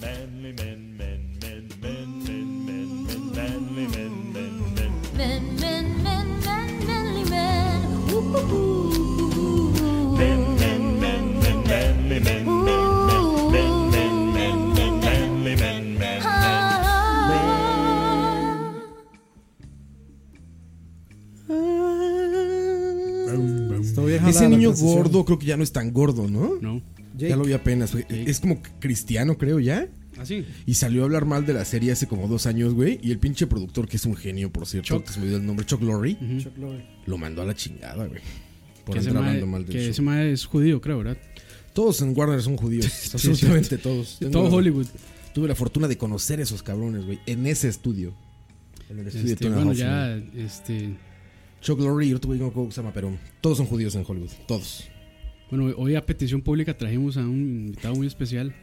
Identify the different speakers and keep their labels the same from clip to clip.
Speaker 1: manly men, men, men, men, men, men, men, manly men, men, men.
Speaker 2: Men, men, men, men, manly men. Ooh, ooh, ooh, ooh,
Speaker 1: Men, men, men, men, manly men, men, men, men, men, men, men, manly men, men, men.
Speaker 2: Ah.
Speaker 3: Está bien
Speaker 4: Ese
Speaker 3: jalada la
Speaker 4: niño
Speaker 3: transición.
Speaker 4: gordo creo que ya no es tan gordo, ¿no?
Speaker 5: No.
Speaker 4: Ya lo vi apenas. güey.
Speaker 5: Jake. ¿Ah,
Speaker 4: Es como cristiano, creo, ya.
Speaker 5: Así.
Speaker 4: Y salió a hablar mal de la serie hace como dos años, güey. Y el pinche productor, que es un genio, por cierto,
Speaker 5: Chuck.
Speaker 4: que se me dio el nombre, Chuck Lorre,
Speaker 3: Chuck Lorre.
Speaker 4: lo mandó a la chingada, güey. Por
Speaker 5: Que, ese
Speaker 4: andar hablando
Speaker 5: mae,
Speaker 4: mal
Speaker 5: que
Speaker 4: del
Speaker 5: ese
Speaker 4: show.
Speaker 5: mae es judío, creo, ¿verdad?
Speaker 4: Todos en Warner son judíos.
Speaker 5: es
Speaker 4: absolutamente todos. Tengo
Speaker 5: Todo
Speaker 4: la-
Speaker 5: Hollywood.
Speaker 4: Tuve la fortuna de conocer esos cabrones, güey. En ese estudio. En el estudio
Speaker 5: Este,
Speaker 4: de Tony
Speaker 5: bueno,
Speaker 4: Hoffman.
Speaker 5: ya, este.
Speaker 4: Chuck Lorre y otro güey, no me acuerdo cómo se llama, pero todos son judíos en Hollywood. Todos.
Speaker 5: Bueno, hoy a petición pública trajimos a un invitado muy especial.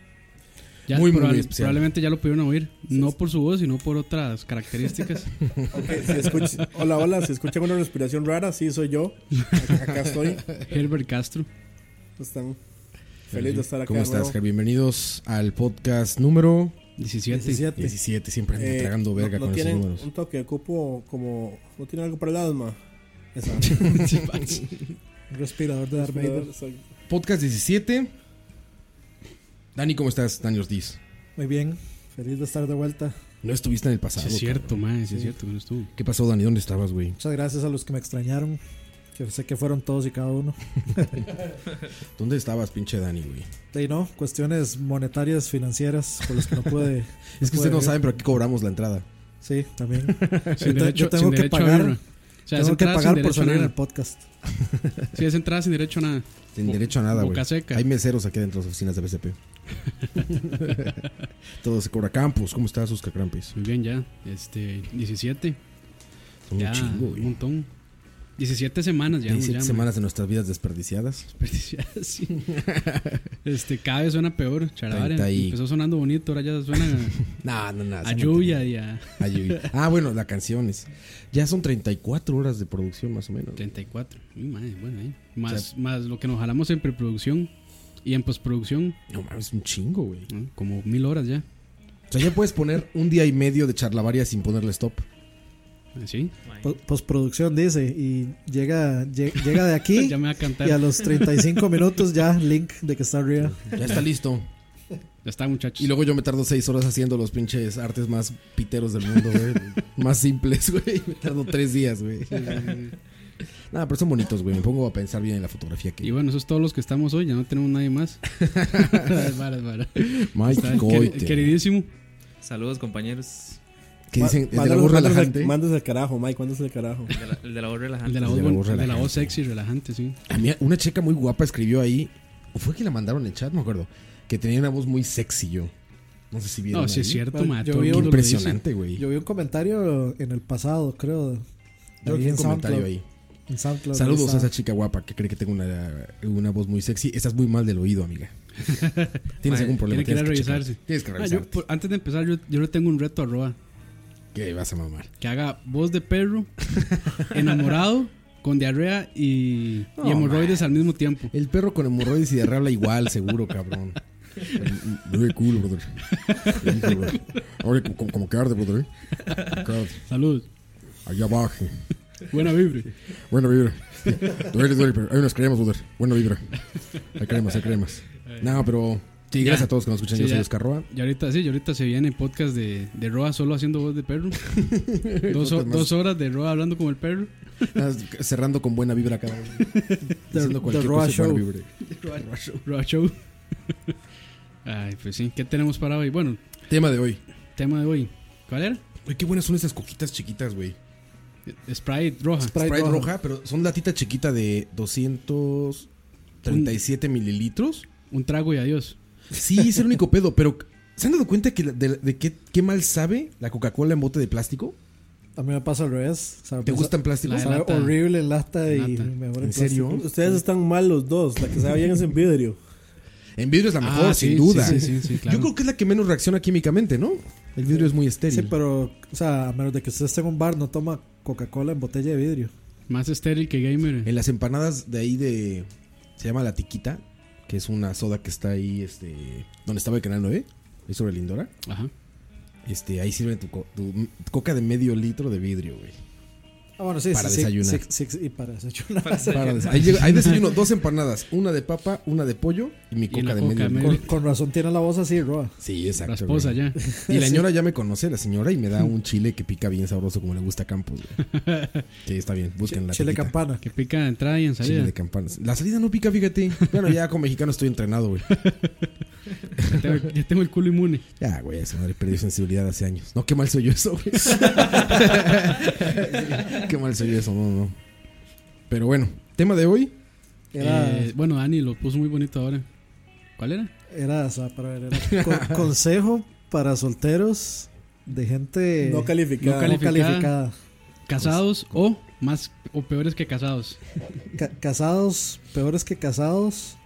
Speaker 4: Muy, muy
Speaker 5: probable-
Speaker 4: especial.
Speaker 5: Probablemente ya lo pudieron oír, no por su voz, sino por otras características.
Speaker 3: Ok, si escucha- hola, hola, si escuchan una respiración rara, sí, soy yo. Acá, acá estoy.
Speaker 5: Herbert Castro.
Speaker 3: Están feliz de estar acá.
Speaker 4: ¿Cómo
Speaker 3: de
Speaker 4: estás,
Speaker 3: nuevo.
Speaker 4: Javier? Bienvenidos al podcast número
Speaker 5: 17.
Speaker 3: 17.
Speaker 4: 17. Siempre ando
Speaker 3: Eh,
Speaker 4: tragando verga
Speaker 3: no, no
Speaker 4: con esos
Speaker 3: tienen
Speaker 4: números.
Speaker 3: un toque de cupo como... ¿No tienen algo para el alma? Esa.
Speaker 6: Respirador de Darth Vader.
Speaker 4: Podcast 17. Dani, ¿cómo estás? Dani Ortiz.
Speaker 6: Muy bien, feliz de estar de vuelta.
Speaker 4: No estuviste en el
Speaker 5: Sí,
Speaker 4: pasado.
Speaker 5: es cierto,
Speaker 4: cabrón.
Speaker 5: mae, sí es cierto que no estuvo.
Speaker 4: ¿Qué pasó, Dani? ¿Dónde estabas, güey?
Speaker 6: Muchas gracias a los que me extrañaron, que sé que fueron todos y cada uno.
Speaker 4: ¿Dónde estabas, pinche Dani, güey?
Speaker 6: Y no, cuestiones monetarias, financieras, por las que no pude.
Speaker 4: Es que
Speaker 6: pude
Speaker 4: ustedes no
Speaker 6: ir.
Speaker 4: saben, pero aquí cobramos la entrada.
Speaker 6: Sí, también. te-
Speaker 5: Sin derecho,
Speaker 6: yo tengo
Speaker 5: sin
Speaker 6: que
Speaker 5: derecho a
Speaker 6: pagar.
Speaker 5: birra. O sea, es
Speaker 6: Tengo que
Speaker 5: entrada sin
Speaker 6: pagar por
Speaker 5: derecho a
Speaker 6: salir en el
Speaker 5: nada.
Speaker 6: podcast.
Speaker 5: Sí, es entrada sin derecho a nada.
Speaker 4: Sin
Speaker 5: Bo-
Speaker 4: derecho a nada, güey.
Speaker 5: boca seca.
Speaker 4: Hay meseros aquí dentro de las oficinas de BCP. Todo se cobra. Campus, ¿cómo estás, Oscar Crampis?
Speaker 5: Muy bien, ya. Este, 17.
Speaker 4: Son
Speaker 5: ya,
Speaker 4: un chingo,
Speaker 5: un
Speaker 4: güey.
Speaker 5: montón. 17 semanas ya.
Speaker 4: 17
Speaker 5: ya, mae.
Speaker 4: semanas de nuestras vidas desperdiciadas.
Speaker 5: Desperdiciadas, sí. Este, cada vez suena peor, charabara.
Speaker 4: Treinta y-
Speaker 5: Empezó sonando bonito, ahora ya suena
Speaker 4: No, no, no.
Speaker 5: a,
Speaker 4: son
Speaker 5: lluvia y a
Speaker 4: mentira. A lluvia. Ah, bueno, las canciones. Ya son 34 horas de producción, más o menos.
Speaker 5: 34. Uy, madre, bueno, ahí. Más, más lo que nos jalamos en preproducción y en postproducción,
Speaker 4: No mames, un chingo, güey.
Speaker 5: ¿no? como mil horas ya.
Speaker 4: O sea, ya puedes poner un día y medio de charlavaria sin ponerle stop.
Speaker 5: ¿Sí?
Speaker 6: Po- Postproducción dice, y llega, Pues, lle- llega de aquí
Speaker 5: ya me va a cantar.
Speaker 6: y a
Speaker 5: Ya
Speaker 6: los 35 minutos ya link de que está arriba.
Speaker 4: Ya está listo.
Speaker 5: está, muchachos.
Speaker 4: Y luego yo me tardo 6 horas haciendo los pinches artes más piteros del mundo, güey. más simples, güey. Me tardo 3 días, güey. Nada, pero son bonitos, güey. Me pongo a pensar bien en la fotografía
Speaker 5: Y
Speaker 4: que.
Speaker 5: bueno, esos todos los que estamos hoy, ya no tenemos nadie más. Varas, varas. Está
Speaker 4: Mike
Speaker 5: el queri-
Speaker 4: Coite.
Speaker 5: Queridísimo.
Speaker 7: Saludos compañeros.
Speaker 4: Que dicen,
Speaker 3: Ma-
Speaker 4: es de la voz
Speaker 3: mándalos- mándalos al-
Speaker 4: relajante.
Speaker 3: Mándalos al carajo, Mike, mándalos al carajo.
Speaker 7: El de la, el de la voz
Speaker 5: El de
Speaker 7: relajante.
Speaker 5: la
Speaker 4: El
Speaker 5: voz,
Speaker 4: de la voz
Speaker 5: bon- el de la voz
Speaker 4: relajante.
Speaker 5: sexy, relajante, sí.
Speaker 4: A mí una checa muy guapa escribió ahí, o fue que la mandaron en chat, no me acuerdo, que tenía una voz muy sexy yo. No sé si vieron.
Speaker 5: No,
Speaker 4: ahí.
Speaker 5: sí es cierto,
Speaker 6: Bueno,
Speaker 5: ma,
Speaker 6: yo
Speaker 5: todo
Speaker 6: vi
Speaker 5: el
Speaker 4: Qué
Speaker 6: uno
Speaker 5: mundo lo dice.
Speaker 4: impresionante, güey. Yo
Speaker 6: Yo vi un comentario en el pasado, creo.
Speaker 4: creo
Speaker 6: ahí
Speaker 4: que un
Speaker 6: en
Speaker 4: comentario
Speaker 6: SoundCloud.
Speaker 4: ahí.
Speaker 6: en SoundCloud, ahí
Speaker 4: Saludos a
Speaker 6: está.
Speaker 4: esa chica guapa que cree que tengo una, una voz muy sexy. Estás muy mal del oído, amiga. Tienes
Speaker 7: Madre,
Speaker 4: algún problema.
Speaker 5: tiene que ir a
Speaker 4: Tienes que
Speaker 5: revisarse.
Speaker 4: checarte. Tienes que
Speaker 5: Ah, yo,
Speaker 4: revisarte.
Speaker 5: por- antes de empezar, yo, yo le tengo un reto a Roa.
Speaker 4: Que vas a mamar.
Speaker 5: Que haga voz de perro, enamorado, con diarrea y, y
Speaker 4: No,
Speaker 5: hemorroides al mismo tiempo.
Speaker 4: El perro con hemorroides y diarrea habla igual, seguro, cabrón. Muy cool, brother. Hijo, brother. Ahora, como, como que arde, brother. Arde.
Speaker 5: Salud.
Speaker 4: Allá abajo.
Speaker 5: Buena vibre.
Speaker 4: Buena vibra. Duele, duele, pero hay unas cremas, brother. Buena vibra. Hay cremas, hay cremas. No, pero. Sí,
Speaker 5: Ya.
Speaker 4: gracias a todos que nos escuchan.
Speaker 5: Sí,
Speaker 4: Yo soy
Speaker 5: ya.
Speaker 4: Oscar Roa.
Speaker 5: Y ahorita sí, y ahorita se viene el podcast de, de Roa solo haciendo voz de perro. dos, ho-
Speaker 4: Podcast más.
Speaker 5: dos horas de Roa hablando como el perro.
Speaker 4: Ah, Cerrando con buena vibra cada uno. Diciendo cualquier
Speaker 6: The Roa
Speaker 4: cosa, buena
Speaker 6: Show.
Speaker 4: vibra.
Speaker 5: Roa Show. Ay, pues sí, ¿qué tenemos para hoy? Bueno,
Speaker 4: Tema de hoy.
Speaker 5: tema de hoy. ¿Cuál era?
Speaker 4: Uy, qué buenas son esas coquitas chiquitas, güey.
Speaker 5: Sprite roja.
Speaker 4: Sprite,
Speaker 6: Sprite
Speaker 4: roja.
Speaker 6: roja.
Speaker 4: pero son latita chiquita de 237 mililitros.
Speaker 5: Un trago y adiós.
Speaker 4: Sí, es el único pedo, pero ¿se han dado cuenta que la- de, de qué, qué mal sabe la Coca-Cola en bote de plástico?
Speaker 6: A mí me pasa al revés. Sabe-
Speaker 4: ¿Te gusta en plástico?
Speaker 5: La-
Speaker 6: Sabe
Speaker 5: lata.
Speaker 6: horrible en lata y
Speaker 5: Lata.
Speaker 6: mejor
Speaker 4: ¿En serio?
Speaker 6: plástico.
Speaker 3: Ustedes están mal los dos. La que sabe bien es en vidrio.
Speaker 4: En vidrio es la mejor,
Speaker 5: Ah,
Speaker 4: sin
Speaker 5: sí,
Speaker 4: duda.
Speaker 5: sí, sí, sí, sí, claro.
Speaker 4: Yo creo que es la que menos reacciona químicamente, ¿no? El vidrio es muy estéril.
Speaker 6: Sí, pero, o sea, a menos de que usted esté en un bar, no toma Coca-Cola en botella de vidrio.
Speaker 5: Más estéril que gamer.
Speaker 4: En las empanadas de ahí de. Se llama La Tiquita, que es una soda que está ahí, este. Donde estaba el canal 9. ahí sobre Lindora,
Speaker 5: Ajá.
Speaker 4: este, ahí sirven tu, co- tu coca de medio litro de vidrio, güey.
Speaker 6: Ah, bueno, sí,
Speaker 4: Para
Speaker 6: sí, sí,
Speaker 4: desayunar.
Speaker 6: sí, sí, y para desayunar.
Speaker 4: Para des- ahí llega- ahí desayuno dos empanadas, una de papa, una de pollo y mi coca
Speaker 5: una
Speaker 4: de
Speaker 5: coca
Speaker 4: medio
Speaker 5: de medio
Speaker 4: litro.
Speaker 6: Con, con razón tiene la voz así, Roa.
Speaker 4: Sí, exacto.
Speaker 5: La esposa
Speaker 4: güey.
Speaker 5: ya.
Speaker 4: Y la señora ya me conoce, la señora, y me da un chile que pica bien sabroso como le gusta a Campos. güey. Sí, está bien, búsquenla.
Speaker 6: Chile
Speaker 4: tiquita.
Speaker 6: campana.
Speaker 5: Que pica de entrada y en
Speaker 4: Chile
Speaker 5: salida.
Speaker 4: de campanas. La salida no pica, fíjate. Bueno, ya con mexicano estoy entrenado, güey.
Speaker 5: Ya tengo, ya tengo el culo inmune.
Speaker 4: Ya, güey, esa madre perdió sensibilidad hace años. No, qué mal soy yo eso, güey. qué mal soy yo eso, no, no. Pero bueno, tema de hoy.
Speaker 6: Era,
Speaker 5: Eh, bueno, Dani lo puso muy bonito ahora. ¿Cuál era?
Speaker 6: era, o sea, para ver, era con- consejo para solteros de gente
Speaker 3: No
Speaker 6: no
Speaker 3: calificada.
Speaker 5: no cali-
Speaker 6: calificada.
Speaker 5: Casados o más o peores que casados.
Speaker 6: Ca- casados, peores que casados,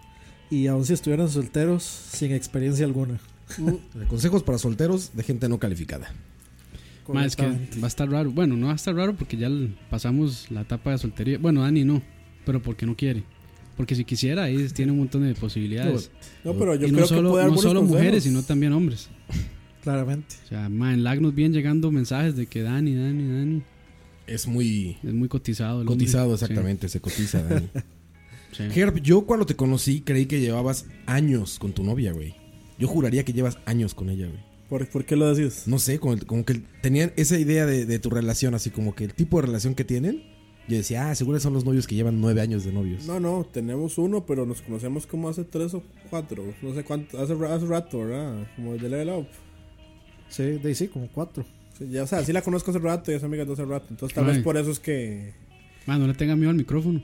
Speaker 6: y aun si estuvieran solteros, sin experiencia alguna.
Speaker 3: Uh.
Speaker 4: Consejos para solteros de gente no calificada.
Speaker 5: Más es que
Speaker 6: Correctamente.
Speaker 5: va a estar raro. Bueno, no va a estar raro porque ya l- pasamos la etapa de soltería. Bueno, Dani no, pero porque no quiere. Porque si quisiera, ahí tiene un montón de posibilidades.
Speaker 3: No, pero yo
Speaker 5: y no
Speaker 3: creo que
Speaker 5: solo,
Speaker 3: puede dar
Speaker 5: no
Speaker 3: buenos
Speaker 5: solo
Speaker 3: consejos.
Speaker 5: mujeres, sino también hombres.
Speaker 6: Claramente.
Speaker 5: O sea, ma, en lag nos vienen llegando mensajes de que Dani, Dani, Dani.
Speaker 4: Es muy
Speaker 5: Es muy cotizado. el hombre.
Speaker 4: cotizado,
Speaker 5: Sí,
Speaker 4: exactamente. Se cotiza, Dani.
Speaker 5: sí.
Speaker 4: Herb, yo cuando te conocí creí que llevabas años con tu novia, güey. Yo juraría que llevas años con ella, güey.
Speaker 3: ¿Por, por qué lo decís?
Speaker 4: No sé, como, como que tenían esa idea de, de tu relación, así como que el tipo de relación que tienen. Yo decía, ah, seguro son los novios que llevan nueve años de novios.
Speaker 3: No, no, tenemos uno, pero nos conocemos como hace tres o cuatro. No sé cuánto, hace, ra- hace rato, ¿verdad? Como de level up.
Speaker 6: Sí, de ahí sí, como cuatro.
Speaker 3: Sí, ya, o sea, sí la conozco hace rato y es amiga de hace rato. Entonces, tal
Speaker 5: Ay.
Speaker 3: vez por eso es que.
Speaker 5: Ma, Ah, no le tenga miedo al micrófono.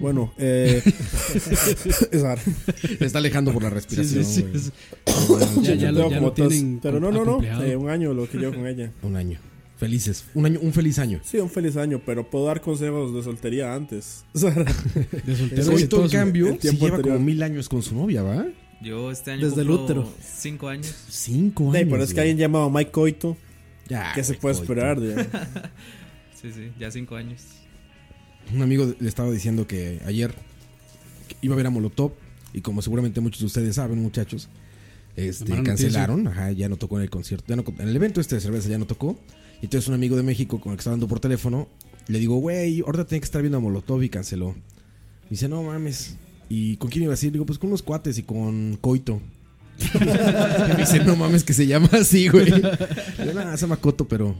Speaker 3: Bueno, eh. esa-
Speaker 4: Se está alejando por la respiración, güey.
Speaker 3: yo
Speaker 5: Ya, ya lo,
Speaker 3: tengo
Speaker 5: ya
Speaker 3: como
Speaker 5: lo
Speaker 3: tres-
Speaker 5: tienen.
Speaker 3: Pero no, no, no.
Speaker 5: acomplejado.
Speaker 3: eh, un año lo que llevo con ella.
Speaker 4: Un año. Felices. Un año, un feliz año.
Speaker 3: Sí, un feliz año, pero puedo dar consejos de soltería antes. O sea,
Speaker 5: De soltero
Speaker 4: Coito, en
Speaker 5: exitoso.
Speaker 4: cambio,
Speaker 3: El
Speaker 4: sí
Speaker 3: tiempo
Speaker 4: lleva
Speaker 3: anterior.
Speaker 4: como mil años con su novia, ¿va?
Speaker 7: Yo este año
Speaker 6: Desde el
Speaker 7: cumplo
Speaker 6: útero.
Speaker 7: cinco años.
Speaker 4: Cinco años.
Speaker 3: Ey, pero es que
Speaker 4: güey.
Speaker 3: alguien llamado Mike Coito,
Speaker 4: Ya,
Speaker 3: ¿qué se
Speaker 4: güey,
Speaker 3: puede
Speaker 4: coito.
Speaker 3: esperar? digamos?
Speaker 7: Sí, sí, ya cinco años.
Speaker 4: Un amigo le estaba diciendo que ayer iba a ver a Molotov y como seguramente muchos de ustedes saben, muchachos, este,
Speaker 5: Amaron
Speaker 4: cancelaron, ajá, ya no tocó en el concierto, ya no, en el evento este de cerveza ya no tocó. Y entonces un amigo de México con el que estaba hablando por teléfono, le digo, güey, ahorita tenía que estar viendo a Molotov y canceló. Me dice, no mames. ¿Y con quién iba a ir? Digo, pues con unos cuates y con Coito. Y me dice, no mames, que se llama así, güey. Le digo, "Nah, se llama Coto, pero,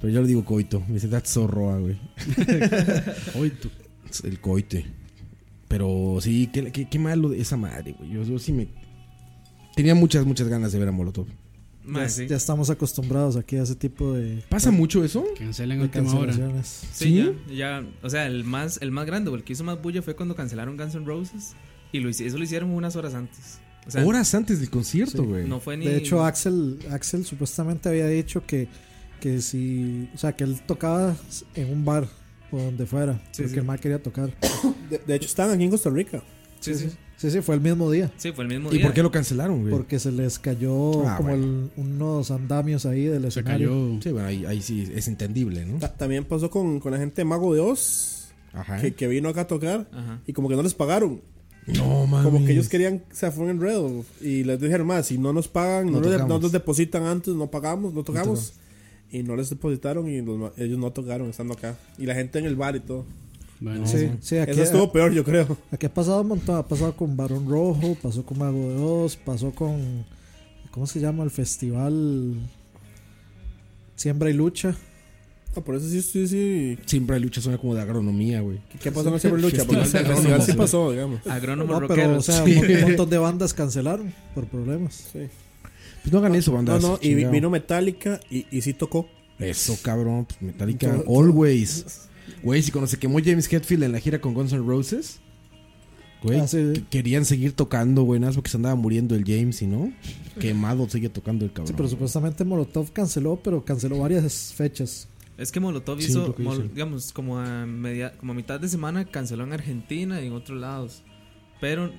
Speaker 4: pero yo le digo Coito. Me dice, that's so roa, güey.
Speaker 5: Hoy tú.
Speaker 4: El coite. Pero sí, qué, qué, qué malo de esa madre, güey. Yo, yo sí me. Tenía muchas, muchas ganas de ver a Molotov.
Speaker 7: Ma,
Speaker 6: ya,
Speaker 7: sí.
Speaker 6: ya estamos acostumbrados aquí a ese tipo de,
Speaker 4: ¿Pasa mucho eso?
Speaker 5: Cancelen
Speaker 6: de
Speaker 5: en última hora.
Speaker 6: cancelaciones.
Speaker 7: Sí,
Speaker 4: ¿Sí?
Speaker 7: Ya, ya, o sea, el más, el más grande o el que hizo más bulla fue cuando cancelaron Guns N' Roses. Y lo, hici- eso lo hicieron unas horas antes. O sea,
Speaker 4: Horas antes del concierto, güey.
Speaker 7: no fue ni.
Speaker 6: De hecho, Axel, Axel supuestamente había dicho que, que si, o sea, que él tocaba en un bar o donde fuera,
Speaker 7: Sí,
Speaker 6: porque
Speaker 7: sí.
Speaker 6: el mal quería tocar.
Speaker 3: De, de hecho, están aquí en Costa Rica.
Speaker 7: sí, sí,
Speaker 6: Sí, sí, fue el mismo día,
Speaker 7: Sí, fue el mismo
Speaker 4: ¿Y
Speaker 7: día.
Speaker 4: por qué lo cancelaron, güey?
Speaker 6: porque se les cayó
Speaker 4: Ah,
Speaker 6: como
Speaker 4: bueno.
Speaker 6: el- unos andamios ahí del
Speaker 5: Se
Speaker 6: escenario.
Speaker 5: cayó.
Speaker 4: Sí, bueno, ahí, ahí sí es entendible, ¿no?
Speaker 3: Ta- también pasó con, con la gente de Mago de Oz,
Speaker 4: Ajá.
Speaker 3: que, que vino acá a tocar
Speaker 7: Ajá.
Speaker 3: y como que no les pagaron.
Speaker 4: No, mames.
Speaker 3: Como que ellos querían, o sea, fue un enredo. Y les dijeron, más, si no nos pagan,
Speaker 4: No
Speaker 3: no, nos de- no
Speaker 4: tocamos.
Speaker 3: nos depositan antes, no pagamos, no tocamos. y no les depositaron y los ma- ellos no tocaron estando acá. Y la gente en el bar y todo.
Speaker 5: Bueno,
Speaker 6: Sí, sí, aquí,
Speaker 3: Eso estuvo peor, yo creo.
Speaker 6: aquí ha pasado un montón, ha pasado con Barón Rojo, pasó con Mago de Oz, pasó con, ¿cómo se llama? El festival Siembra y Lucha.
Speaker 3: No, por eso sí, sí, sí.
Speaker 4: Siempre hay lucha, suena como de agronomía, güey.
Speaker 3: ¿Qué- ¿Qué pasó en el Cyber Lucha? Porque el
Speaker 7: Festival de
Speaker 3: festival sí
Speaker 7: Agrónomos.
Speaker 3: pasó, digamos.
Speaker 7: Agrónomo
Speaker 6: No,
Speaker 7: rockero.
Speaker 6: pero o sea,
Speaker 4: Sí.
Speaker 6: un mon- un montón de bandas cancelaron por problemas.
Speaker 3: Sí.
Speaker 4: Pues no hagan eso,
Speaker 3: No,
Speaker 4: bandas.
Speaker 3: no, y vi-
Speaker 4: chingado.
Speaker 3: vino Metallica y, y sí tocó.
Speaker 4: Eso, cabrón. Pues Metallica,
Speaker 3: Todo- todo-
Speaker 4: always. Güey, si cuando se quemó James Hetfield en la gira con Guns N' Roses, güey,
Speaker 6: Ah, sí, sí.
Speaker 4: que- querían seguir tocando, güey, nada más porque se andaba muriendo el James y no. Quemado sigue tocando el cabrón.
Speaker 6: Sí, pero supuestamente Molotov canceló, pero canceló varias fechas.
Speaker 7: Es que Molotov
Speaker 4: Sí,
Speaker 7: hizo,
Speaker 4: lo que
Speaker 7: Mol-
Speaker 4: hizo.
Speaker 7: digamos, como a, media, como a mitad de semana canceló en Argentina y en otros lados. Pero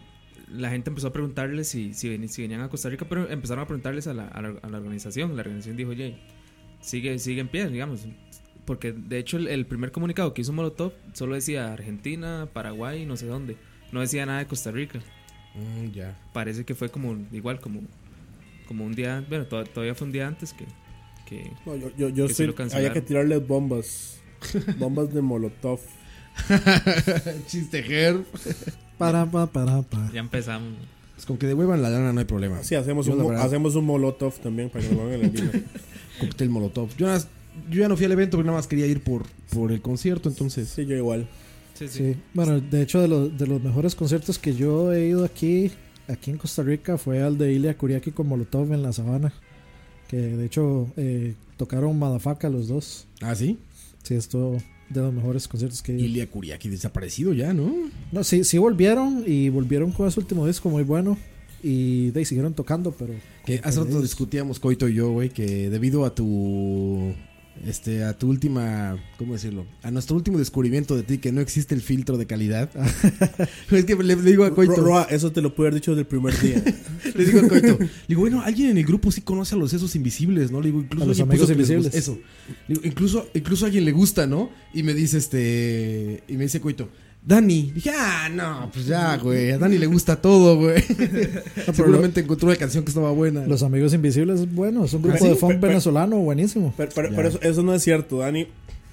Speaker 7: la gente empezó a preguntarles si, si, ven- si venían a Costa Rica, pero empezaron a preguntarles a la, a la- a la organización. La organización dijo, oye, sigue, sigue en pie, digamos. Porque de hecho el, el primer comunicado que hizo Molotov solo decía Argentina, Paraguay, no sé dónde. No decía nada de Costa Rica.
Speaker 4: Mm, ya.
Speaker 7: Parece que fue como igual, como, como un día, bueno, to- todavía fue un día antes que, que
Speaker 3: No, yo, yo, yo
Speaker 7: Que sí
Speaker 3: estoy-
Speaker 7: lo cancelaron.
Speaker 3: había que tirarle bombas. bombas de Molotov.
Speaker 4: Chistejer.
Speaker 6: Para, para, para, para.
Speaker 7: ya empezamos.
Speaker 4: Pues con que devuelvan la lana no hay problema.
Speaker 3: Ah, Sí, hacemos,
Speaker 4: Yo,
Speaker 3: un,
Speaker 4: la
Speaker 3: mo-
Speaker 4: verdad-
Speaker 3: hacemos un Molotov también para que lo hagan en el día.
Speaker 4: Cóctel Molotov. Yo, nada más- yo ya no fui al evento porque nada más quería ir por, por el concierto, entonces.
Speaker 3: Sí, yo igual.
Speaker 7: Sí, sí.
Speaker 6: Sí. Bueno, de hecho, de, los- de los mejores conciertos que yo he ido aquí, aquí en Costa Rica, fue al de Ilya Kuriaki con Molotov en la sabana. Que de hecho eh, tocaron Madafaka los dos.
Speaker 4: Ah, sí.
Speaker 6: Sí, esto de los mejores conciertos que he ido.
Speaker 4: Ilia Kuriaki desaparecido ya, ¿no?
Speaker 6: No, sí, sí volvieron y volvieron con su último disco muy bueno. Y de ahí siguieron tocando, pero.
Speaker 4: Que hace rato
Speaker 6: ellos.
Speaker 4: discutíamos, Coito y yo, güey, que debido a tu. Este, a tu última. ¿Cómo decirlo? A nuestro último descubrimiento de ti, que no existe el filtro de calidad. es que le, le digo a Coito.
Speaker 3: Ro- Roa, eso te lo pude haber dicho desde el primer día.
Speaker 4: Le digo a Coito. Le digo, bueno, alguien en el grupo sí conoce a los esos invisibles, ¿no? Le digo, incluso.
Speaker 6: A los
Speaker 4: alguien puso
Speaker 6: amigos
Speaker 4: que les
Speaker 6: invisibles.
Speaker 4: gusta- Eso. Le digo, incluso, incluso a alguien le gusta, ¿no? Y me dice, este. Y me dice Coito. Dani, dije, ah, no, pues ya, güey, a Dani le gusta todo, güey. Seguramente encontró una canción que estaba buena. Ah,
Speaker 6: Los Amigos Invisibles es bueno, es un grupo
Speaker 3: sí,
Speaker 6: de funk
Speaker 3: pe- pe-
Speaker 6: venezolano buenísimo.
Speaker 3: Pero, pero- pero eso, eso no es cierto, Dani.